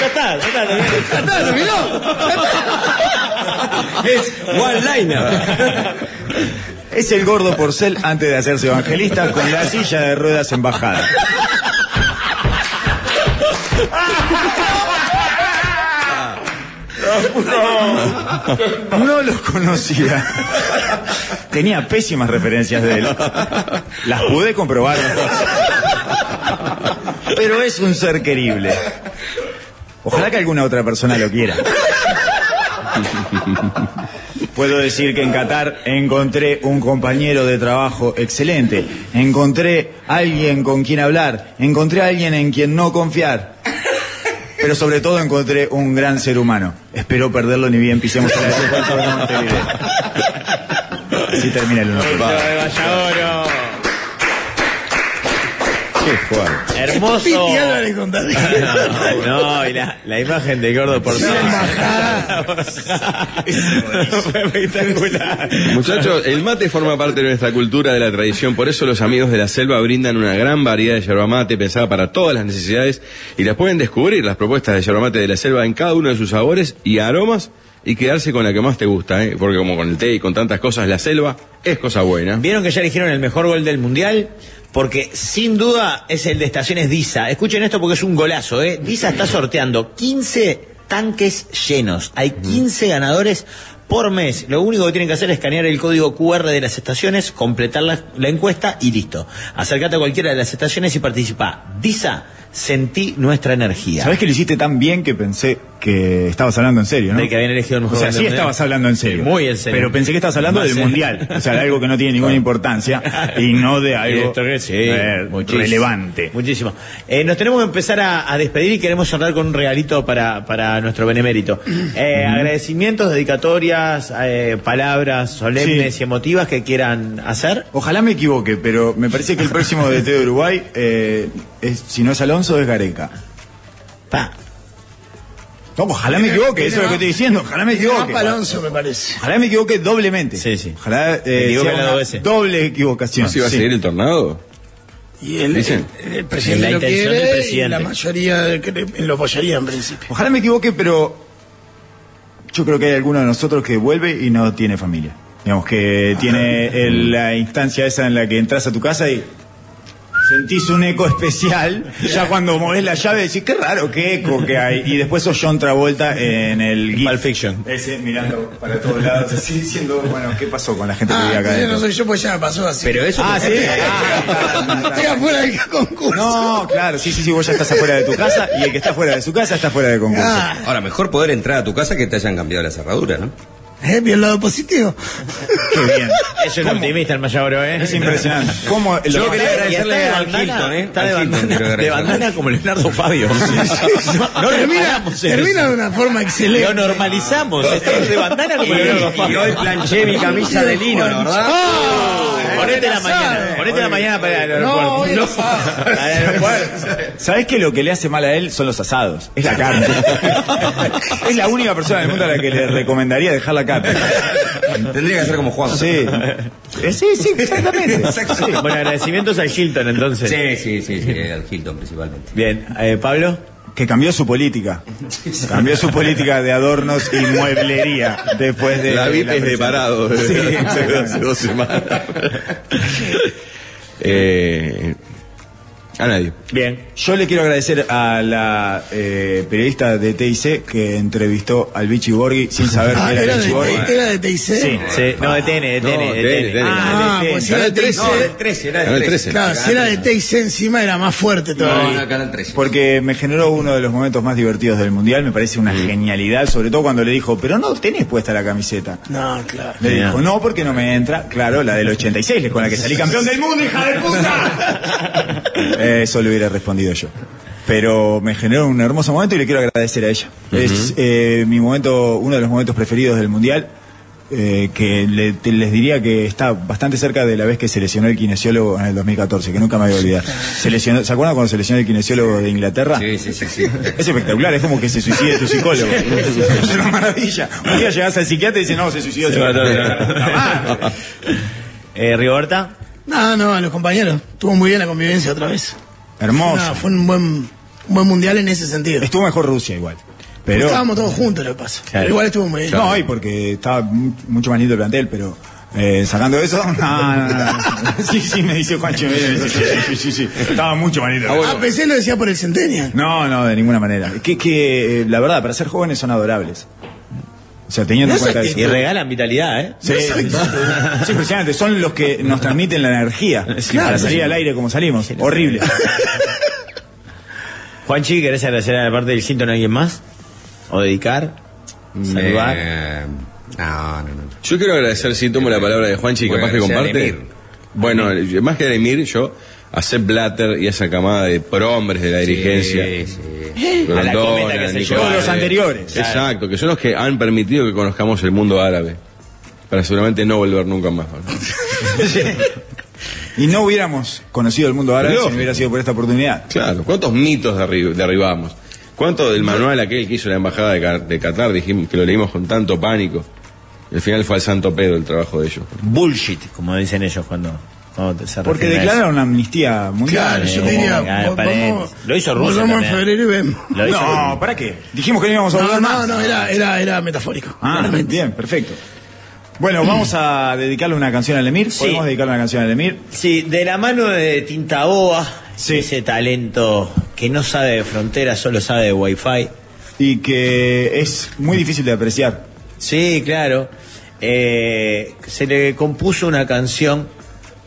[SPEAKER 1] Ya está, ya está, terminó.
[SPEAKER 3] final. Terminó.
[SPEAKER 4] Es one liner.
[SPEAKER 2] Es el gordo porcel antes de hacerse evangelista con la silla de ruedas en bajada. No los conocía. Tenía pésimas referencias de él. Las pude comprobar. Pero es un ser querible. Ojalá que alguna otra persona lo quiera. Puedo decir que en Qatar encontré un compañero de trabajo excelente. Encontré alguien con quien hablar. Encontré alguien en quien no confiar. Pero sobre todo encontré un gran ser humano. Espero perderlo ni bien pisemos el aeropuerto de Montevideo. Así termina el 1
[SPEAKER 1] Lo de Valladoro.
[SPEAKER 5] Qué fuerte.
[SPEAKER 1] Hermoso.
[SPEAKER 3] Piti Álvarez con tarjeta.
[SPEAKER 1] No, no, y la, la imagen de gordo por Fue espectacular.
[SPEAKER 5] Muchachos, el mate forma parte de nuestra cultura, de la tradición. Por eso los amigos de la selva brindan una gran variedad de yerba mate pensada para todas las necesidades y las pueden descubrir las propuestas de yerba mate de la selva en cada uno de sus sabores y aromas y quedarse con la que más te gusta, ¿eh? porque como con el té y con tantas cosas, la selva es cosa buena.
[SPEAKER 1] Vieron que ya eligieron el mejor gol del mundial. Porque sin duda es el de Estaciones Disa. Escuchen esto porque es un golazo, ¿eh? Disa está sorteando 15 tanques llenos. Hay
[SPEAKER 2] Mm.
[SPEAKER 1] 15 ganadores por mes. Lo único que tienen que hacer es escanear el código QR de las estaciones, completar la, la encuesta y listo. Acércate a cualquiera de las estaciones y participa. Disa sentí nuestra energía.
[SPEAKER 2] Sabés que lo hiciste tan bien que pensé que estabas hablando en serio, ¿no?
[SPEAKER 1] De que habían elegido el mejor
[SPEAKER 2] O sea,
[SPEAKER 1] banda
[SPEAKER 2] sí
[SPEAKER 1] del
[SPEAKER 2] estabas
[SPEAKER 1] mundial.
[SPEAKER 2] hablando en serio.
[SPEAKER 1] Sí, muy en serio.
[SPEAKER 2] Pero pensé que estabas hablando
[SPEAKER 1] Más
[SPEAKER 2] del
[SPEAKER 1] en-
[SPEAKER 2] mundial. O sea, de algo que no tiene ninguna importancia y no de
[SPEAKER 1] Y
[SPEAKER 2] algo
[SPEAKER 1] esto que sí,
[SPEAKER 2] eh,
[SPEAKER 1] muchísimo.
[SPEAKER 2] relevante.
[SPEAKER 1] Muchísimo. Eh, nos tenemos que empezar a, a despedir y queremos honrar con un regalito para, para nuestro benemérito. Eh, Agradecimientos, dedicatorias, eh, palabras solemnes
[SPEAKER 2] Sí.
[SPEAKER 1] y emotivas que quieran hacer.
[SPEAKER 2] Ojalá me equivoque, pero me parece que el próximo DT de Uruguay, eh, es- si no es Alonso, es Gareca.
[SPEAKER 1] Pa.
[SPEAKER 2] No, ojalá me equivoque, eso es lo que estoy diciendo. Ojalá me equivoque.
[SPEAKER 3] Mapa Alonso, me parece.
[SPEAKER 2] Ojalá me equivoque doblemente.
[SPEAKER 1] Sí, sí.
[SPEAKER 2] Ojalá
[SPEAKER 1] Me
[SPEAKER 2] eh,
[SPEAKER 1] equivoque
[SPEAKER 2] sea
[SPEAKER 1] las
[SPEAKER 2] una
[SPEAKER 1] dos veces.
[SPEAKER 2] doble
[SPEAKER 5] ¿No
[SPEAKER 2] equivocación.
[SPEAKER 5] se iba a
[SPEAKER 2] sí.
[SPEAKER 5] seguir el tornado?
[SPEAKER 3] Y el,
[SPEAKER 5] Dicen.
[SPEAKER 3] el- el presidente
[SPEAKER 1] La
[SPEAKER 3] lo
[SPEAKER 1] intención
[SPEAKER 3] quiere
[SPEAKER 1] del
[SPEAKER 3] y
[SPEAKER 1] presidente.
[SPEAKER 3] la mayoría de- que lo apoyaría en principio.
[SPEAKER 2] Ojalá me equivoque, pero yo creo que hay alguno de nosotros que vuelve y no tiene familia. Digamos que
[SPEAKER 1] Ah.
[SPEAKER 2] tiene el- la instancia esa en la que entras a tu casa y sentís un eco especial. Ya cuando movés la llave decís, qué raro, qué eco que hay. Y después sos John Travolta en el GIF.
[SPEAKER 1] Pulp Fiction.
[SPEAKER 2] Ese mirando para todos lados, así diciendo, bueno, ¿qué pasó con la gente que
[SPEAKER 3] Ah,
[SPEAKER 2] vive acá?
[SPEAKER 3] entonces no
[SPEAKER 2] adentro?
[SPEAKER 3] soy yo, pues ya me pasó así.
[SPEAKER 4] Pero eso
[SPEAKER 1] Ah,
[SPEAKER 4] te-
[SPEAKER 1] sí.
[SPEAKER 3] Estoy afuera del concurso.
[SPEAKER 2] No, claro, sí, sí, sí, vos ya estás afuera de tu casa y el que está fuera de su casa está fuera de concurso.
[SPEAKER 3] Ah,
[SPEAKER 4] Ahora, mejor poder entrar a tu casa que te hayan cambiado la cerradura, ¿no?
[SPEAKER 3] ¿eh? ¿Vio el lado positivo?
[SPEAKER 2] Qué bien.
[SPEAKER 1] Es un optimista el Mayabro, ¿eh?
[SPEAKER 2] Es impresionante. ¿Cómo el
[SPEAKER 4] Yo quería
[SPEAKER 1] Y
[SPEAKER 4] agradecerle
[SPEAKER 1] está de
[SPEAKER 4] al
[SPEAKER 1] bandana,
[SPEAKER 4] Hilton, ¿eh?
[SPEAKER 1] Está
[SPEAKER 4] Al
[SPEAKER 1] de
[SPEAKER 4] Hilton, quiero
[SPEAKER 1] bandana, de
[SPEAKER 4] agradecerle.
[SPEAKER 1] bandana como Leonardo Fabio. No, no
[SPEAKER 3] termina
[SPEAKER 1] reparamos en
[SPEAKER 3] termina
[SPEAKER 1] eso.
[SPEAKER 3] de una forma excelente.
[SPEAKER 1] Lo normalizamos. Estamos de bandana como Leonardo
[SPEAKER 4] Y, y hoy
[SPEAKER 1] Fabio.
[SPEAKER 4] planché mi camisa de lino, la verdad.
[SPEAKER 1] Ponete la mañana. Ponete la mañana para el
[SPEAKER 3] No,
[SPEAKER 1] aeropuerto.
[SPEAKER 3] hoy no sabe.
[SPEAKER 1] Para el aeropuerto.
[SPEAKER 2] ¿Sabés que lo que le hace mal a él son los asados? Es la carne. es la única persona del mundo a la que le recomendaría dejar la carne.
[SPEAKER 4] Tendría que ser como Juan.
[SPEAKER 2] Sí. Eh, Sí, sí, exactamente.
[SPEAKER 1] Sí, Bueno, agradecimientos al Hilton entonces.
[SPEAKER 4] Sí, sí, sí, sí, al Hilton principalmente.
[SPEAKER 1] Bien, eh, Pablo.
[SPEAKER 2] Que cambió su política. Cambió su política de adornos y mueblería después de.
[SPEAKER 5] la VIP
[SPEAKER 2] de
[SPEAKER 5] es de parado. eh.
[SPEAKER 2] presentación. Sí,
[SPEAKER 5] hace hace
[SPEAKER 2] exactamente.
[SPEAKER 5] dos semanas. Eh, a nadie.
[SPEAKER 1] Bien.
[SPEAKER 2] Yo le quiero agradecer a la eh, periodista de TIC que entrevistó al Bichi Borghi sin saber
[SPEAKER 3] Ah,
[SPEAKER 2] que era
[SPEAKER 3] era,
[SPEAKER 2] Bichi Borghi.
[SPEAKER 3] de, era de TIC.
[SPEAKER 2] Sí.
[SPEAKER 1] Sí, no, detene, detene,
[SPEAKER 5] No,
[SPEAKER 1] detene.
[SPEAKER 5] detene,
[SPEAKER 3] Ah, pues era de
[SPEAKER 5] Canal
[SPEAKER 3] TIC.
[SPEAKER 5] 13.
[SPEAKER 4] No, del 13,
[SPEAKER 1] Ah,
[SPEAKER 4] era del
[SPEAKER 5] Canal
[SPEAKER 4] 13.
[SPEAKER 3] Claro, si era de TIC encima era más fuerte
[SPEAKER 4] No,
[SPEAKER 3] todavía.
[SPEAKER 4] no, Canal 13.
[SPEAKER 2] Porque me generó uno de los momentos más divertidos del mundial, me parece una genialidad, sobre todo cuando le dijo, pero no tenés puesta la camiseta.
[SPEAKER 3] No, claro.
[SPEAKER 2] Le dijo, no, porque no me entra. Claro, la del 86, con la que salí campeón del mundo, hija de puta. Eh, Eso le hubiera respondido yo. Pero me generó un hermoso momento y le quiero agradecer a ella. Es eh, mi momento, uno de los momentos preferidos del mundial. eh, que le- te- les diría que está bastante cerca de la vez que se lesionó el kinesiólogo en el 2014, que nunca me voy a olvidar. Se, lesionó, ¿se acuerdan cuando se lesionó el kinesiólogo de Inglaterra?
[SPEAKER 4] Sí, sí, sí, sí.
[SPEAKER 2] Es espectacular, es como que se suicide tu psicólogo. es una maravilla. Un día llegas al psiquiatra y dices, no, se suicidó. el psiquiatra.
[SPEAKER 1] Eh, Rigoberta.
[SPEAKER 3] No, no, a los compañeros. Estuvo muy bien la convivencia otra vez. No,
[SPEAKER 2] Hermoso.
[SPEAKER 3] fue un buen, un buen mundial en ese sentido.
[SPEAKER 2] Estuvo mejor Rusia igual. Pero.
[SPEAKER 3] Estábamos todos juntos, lo que pasa.
[SPEAKER 1] Claro.
[SPEAKER 3] Pero igual estuvo muy bien.
[SPEAKER 2] No, hoy porque estaba mu- mucho más lindo el plantel, pero. eh, sacando eso, no, no, no. Sí, sí, me dice Juancho. me dice, Sí, sí, sí, sí. Estaba mucho más lindo.
[SPEAKER 3] Ah, pensé lo decía por el centenio.
[SPEAKER 2] No, no, de ninguna manera. Que, que eh, la verdad, para ser jóvenes son adorables. O sea, teniendo en
[SPEAKER 3] No sé
[SPEAKER 2] cuenta
[SPEAKER 3] qué-
[SPEAKER 1] Y
[SPEAKER 2] eso.
[SPEAKER 1] regalan vitalidad, ¿eh?
[SPEAKER 2] Sí, es impresionante. Son los que nos transmiten la energía para salir al aire como salimos. Horrible.
[SPEAKER 1] Juanchi, ¿querés agradecer a la parte del Hilton a alguien más? ¿O dedicar? ¿Saludar?
[SPEAKER 4] Eh, no, no, no.
[SPEAKER 5] Yo quiero agradecer, si tomo la palabra de Juanchi,
[SPEAKER 4] Bueno,
[SPEAKER 5] capaz que
[SPEAKER 4] agradecer a
[SPEAKER 5] comparte.
[SPEAKER 4] Emir.
[SPEAKER 5] Bueno, más que a Emir, yo a Sepp Blatter y a esa camada de prohombres de la dirigencia.
[SPEAKER 4] Sí, sí.
[SPEAKER 1] A la
[SPEAKER 5] Grondona,
[SPEAKER 1] cometa que se
[SPEAKER 5] Nicolás.
[SPEAKER 1] llevó.
[SPEAKER 2] Todos los anteriores.
[SPEAKER 5] Exacto, que son los que han permitido que conozcamos el mundo árabe. Para seguramente no volver nunca más.
[SPEAKER 2] Y no hubiéramos conocido el mundo árabe si no
[SPEAKER 5] Lógico.
[SPEAKER 2] hubiera sido por esta oportunidad.
[SPEAKER 5] Claro, ¿cuántos mitos derri- derribamos? ¿Cuánto del manual aquel que hizo la embajada de, Ca- de Qatar dijimos que lo leímos con tanto pánico? El final fue al santo pedo el trabajo de ellos.
[SPEAKER 1] Bullshit, como dicen ellos cuando, cuando te- se
[SPEAKER 2] Porque
[SPEAKER 1] refieren a eso.
[SPEAKER 2] declararon amnistía mundial.
[SPEAKER 3] Claro, yo
[SPEAKER 1] como-
[SPEAKER 3] diría.
[SPEAKER 1] ah,
[SPEAKER 3] vo-
[SPEAKER 1] paré.
[SPEAKER 3] vamos-
[SPEAKER 1] Lo hizo Rusia
[SPEAKER 3] Volvamos en
[SPEAKER 1] también.
[SPEAKER 3] febrero y vemos.
[SPEAKER 1] Lo hizo-
[SPEAKER 2] No, ¿para qué? Dijimos que no íbamos a
[SPEAKER 3] No,
[SPEAKER 2] hablar
[SPEAKER 3] no,
[SPEAKER 2] más.
[SPEAKER 3] no, era, era, era metafórico.
[SPEAKER 2] Ah,
[SPEAKER 3] claramente.
[SPEAKER 2] bien, perfecto. Bueno, vamos a dedicarle una canción al Emir.
[SPEAKER 1] Sí.
[SPEAKER 2] Podemos dedicarle una canción al Emir.
[SPEAKER 1] Sí, de la mano de Tintaboa,
[SPEAKER 2] Sí.
[SPEAKER 1] ese talento que no sabe de fronteras, solo sabe de wifi.
[SPEAKER 2] Y que es muy difícil de apreciar.
[SPEAKER 1] Sí, claro. Eh, se le compuso una canción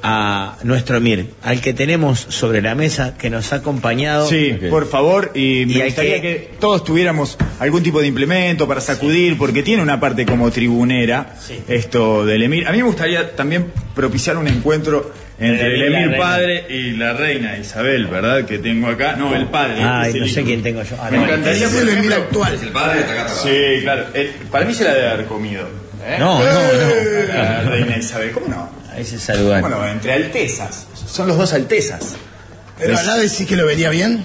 [SPEAKER 1] a nuestro Mir, al que tenemos sobre la mesa, que nos ha acompañado.
[SPEAKER 2] Sí,
[SPEAKER 5] Ok.
[SPEAKER 2] por favor, y me
[SPEAKER 1] Y hay
[SPEAKER 2] gustaría que...
[SPEAKER 1] que-
[SPEAKER 2] todos tuviéramos algún tipo de implemento para sacudir, porque tiene una parte como tribunera esto del Emir. A mí me gustaría también propiciar un encuentro entre
[SPEAKER 1] El
[SPEAKER 2] el
[SPEAKER 1] Emir y la
[SPEAKER 2] Emir
[SPEAKER 1] reina.
[SPEAKER 2] padre y la reina Isabel, ¿verdad? Que tengo acá. No, el padre.
[SPEAKER 1] Ay,
[SPEAKER 2] este es
[SPEAKER 1] no
[SPEAKER 2] el
[SPEAKER 1] sé
[SPEAKER 2] hijo.
[SPEAKER 1] quién tengo yo. Ah,
[SPEAKER 2] Me
[SPEAKER 1] no.
[SPEAKER 2] encantaría,
[SPEAKER 3] Ese
[SPEAKER 2] por
[SPEAKER 3] es el Emir
[SPEAKER 2] ejemplo-
[SPEAKER 3] actual.
[SPEAKER 4] Es el padre de Tacata.
[SPEAKER 2] Sí, claro. El- para mí se la debe haber comido. ¿eh?
[SPEAKER 1] Oh, No, no, no.
[SPEAKER 2] La reina Isabel, ¿cómo no?
[SPEAKER 1] Ahí se saludan.
[SPEAKER 2] Eh. Bueno, entre altezas. Son los dos altezas.
[SPEAKER 3] Pero Alá decís que lo vería bien.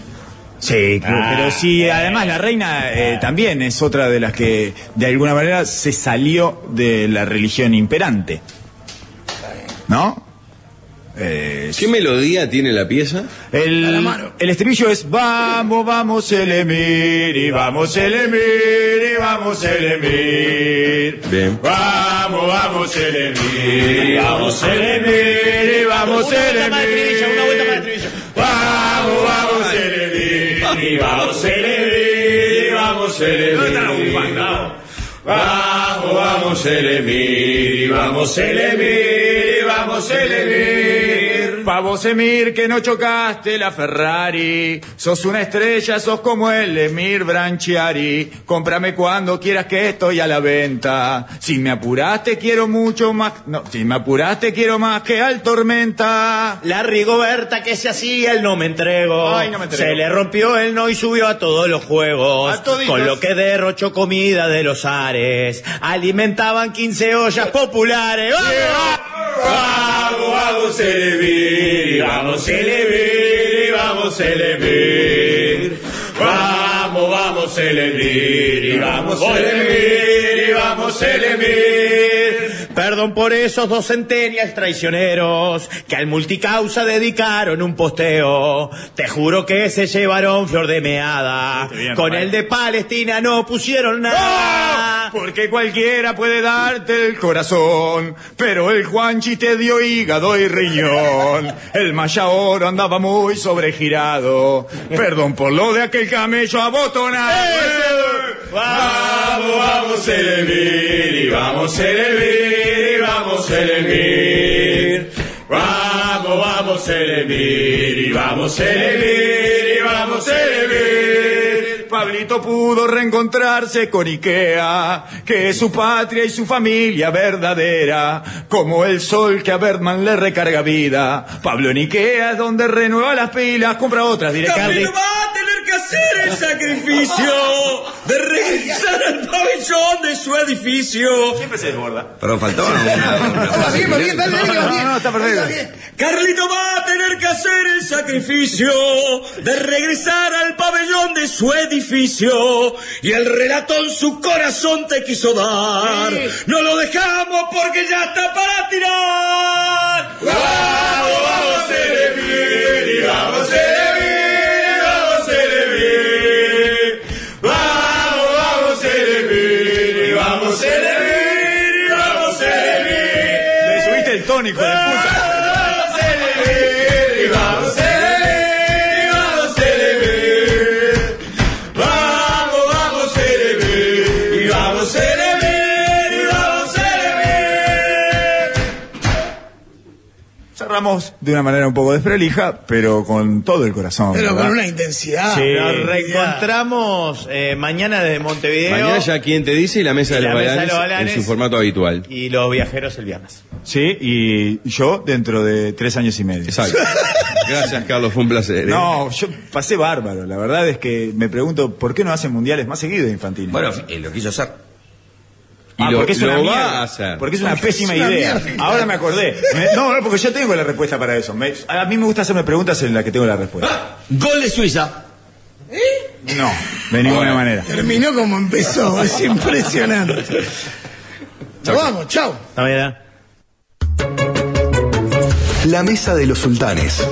[SPEAKER 2] Sí, claro, pero sí, además la reina eh, también es otra de las que de alguna manera se salió de la religión imperante. ¿No? Eh,
[SPEAKER 5] ¿Qué melodía tiene la pieza?
[SPEAKER 2] el,
[SPEAKER 3] Calamaro.
[SPEAKER 2] el estribillo es vamos, vamos el emir y vamos el emir y vamos el emir.
[SPEAKER 5] Bien.
[SPEAKER 2] Vamos, vamos el emir, y vamos el emir y vamos
[SPEAKER 1] Una
[SPEAKER 2] el
[SPEAKER 1] vuelta más de
[SPEAKER 2] emir.
[SPEAKER 1] estribillo, una vuelta más de estribillo.
[SPEAKER 2] Vamos, vamos el emir y vamos el emir y vamos el emir. Vamos, vamos el emir y vamos el emir y vamos el emir. Vamos emir que no chocaste la Ferrari, sos una estrella, sos como el emir Branchiari. Cómprame cuando quieras que estoy a la venta. Si me apuraste quiero mucho más, no, si me apuraste quiero más que al Tormenta.
[SPEAKER 1] La Rigoberta que se hacía, él no me entregó.
[SPEAKER 2] Ay, no me entrego.
[SPEAKER 1] Se le rompió el no y subió a todos los juegos.
[SPEAKER 2] A toditos.
[SPEAKER 1] Con lo que derrochó comida de los ares. Alimentaban 15 ollas populares. ¡Vamos!
[SPEAKER 2] Vamos, vamos el Emir, vamos el Emir, vamos el Emir. Vamos, vamos el Emir, y vamos el Emir, y vamos el Emir.
[SPEAKER 1] Perdón por esos dos centenias traicioneros que al multicausa dedicaron un posteo. Te juro que se llevaron flor de meada.
[SPEAKER 2] bien,
[SPEAKER 1] Con
[SPEAKER 2] Rafael. ¡Ah!
[SPEAKER 1] el de Palestina no pusieron nada.
[SPEAKER 2] Porque cualquiera puede darte el corazón, pero el Juanchi te dio hígado y riñón. El Mayaoro andaba muy sobregirado. Perdón por lo de aquel camello abotonado. Ese- Vamos, vamos el Emir, y vamos el Emir, y vamos el Emir. Vamos, vamos el Emir, y vamos el Emir, y vamos el Emir. Pablito pudo reencontrarse con Ikea, que es su patria y su familia verdadera, como el sol que a Bertman le recarga vida. Pablo en Ikea es donde renueva las pilas, compra otras directamente.
[SPEAKER 8] Camilo va a tener que hacer el sacrificio de regresar al pabellón de su edificio.
[SPEAKER 4] Perdón, faltaba una, una
[SPEAKER 3] Está
[SPEAKER 4] frase
[SPEAKER 3] bien, va bien,
[SPEAKER 4] final.
[SPEAKER 3] dale, dale, va
[SPEAKER 2] No,
[SPEAKER 3] bien.
[SPEAKER 2] no, está perfecto.
[SPEAKER 3] Está bien.
[SPEAKER 8] Carlito va a tener que hacer el sacrificio de regresar al pabellón de su edificio. Y el relatón su corazón te quiso dar. No lo dejamos porque ya está para tirar. ¡Vamos, vamos, Eremir! ¡Vamos, Eremir! ¡Vamos, Eremir! ¡Vamos, vamos, Eremir! ¡Vamos, Eremir! ¡Vamos, Eremir!
[SPEAKER 2] Le subiste el tónico de puta.
[SPEAKER 8] Vamos Eremir, vamos Eremir. Vamos, vamos Eremir. Y vamos Eremir, y vamos Eremir.
[SPEAKER 2] Cerramos de una manera un poco desprolija, pero con todo el corazón.
[SPEAKER 3] Pero con
[SPEAKER 2] ¿verdad?
[SPEAKER 3] una intensidad.
[SPEAKER 2] Sí.
[SPEAKER 1] Nos reencontramos eh, mañana desde Montevideo
[SPEAKER 5] Eh, Mañana ya quien te dice y la mesa,
[SPEAKER 1] Y
[SPEAKER 5] de,
[SPEAKER 1] la
[SPEAKER 5] los
[SPEAKER 1] mesa de
[SPEAKER 5] Balanes
[SPEAKER 1] los
[SPEAKER 5] en
[SPEAKER 1] Balanes.
[SPEAKER 5] su formato habitual.
[SPEAKER 1] y los viajeros el viernes.
[SPEAKER 2] Sí, y yo dentro de tres años y medio.
[SPEAKER 5] Exacto. Gracias, Carlos, fue un placer. ¿eh?
[SPEAKER 2] No, yo pasé bárbaro. La verdad es que me pregunto por qué no hacen mundiales más seguidos infantiles.
[SPEAKER 4] Bueno, eh, lo quiso hacer.
[SPEAKER 5] y
[SPEAKER 2] Ah,
[SPEAKER 5] lo,
[SPEAKER 2] porque es una
[SPEAKER 5] lo
[SPEAKER 2] mierda.
[SPEAKER 5] va a hacer.
[SPEAKER 2] Porque es una pésima
[SPEAKER 3] una
[SPEAKER 2] idea.
[SPEAKER 3] mierda.
[SPEAKER 2] Ahora me acordé. Me- no, no, porque yo tengo la respuesta para eso. Me- a mí me gusta hacerme preguntas en las que tengo la
[SPEAKER 5] ¡Ah!
[SPEAKER 2] respuesta.
[SPEAKER 8] Gol de Suiza.
[SPEAKER 2] No, de ninguna manera.
[SPEAKER 3] Terminó como empezó, es impresionante. Nos vamos, chao.
[SPEAKER 1] eh? Hasta mañana.
[SPEAKER 6] La mesa de los sultanes.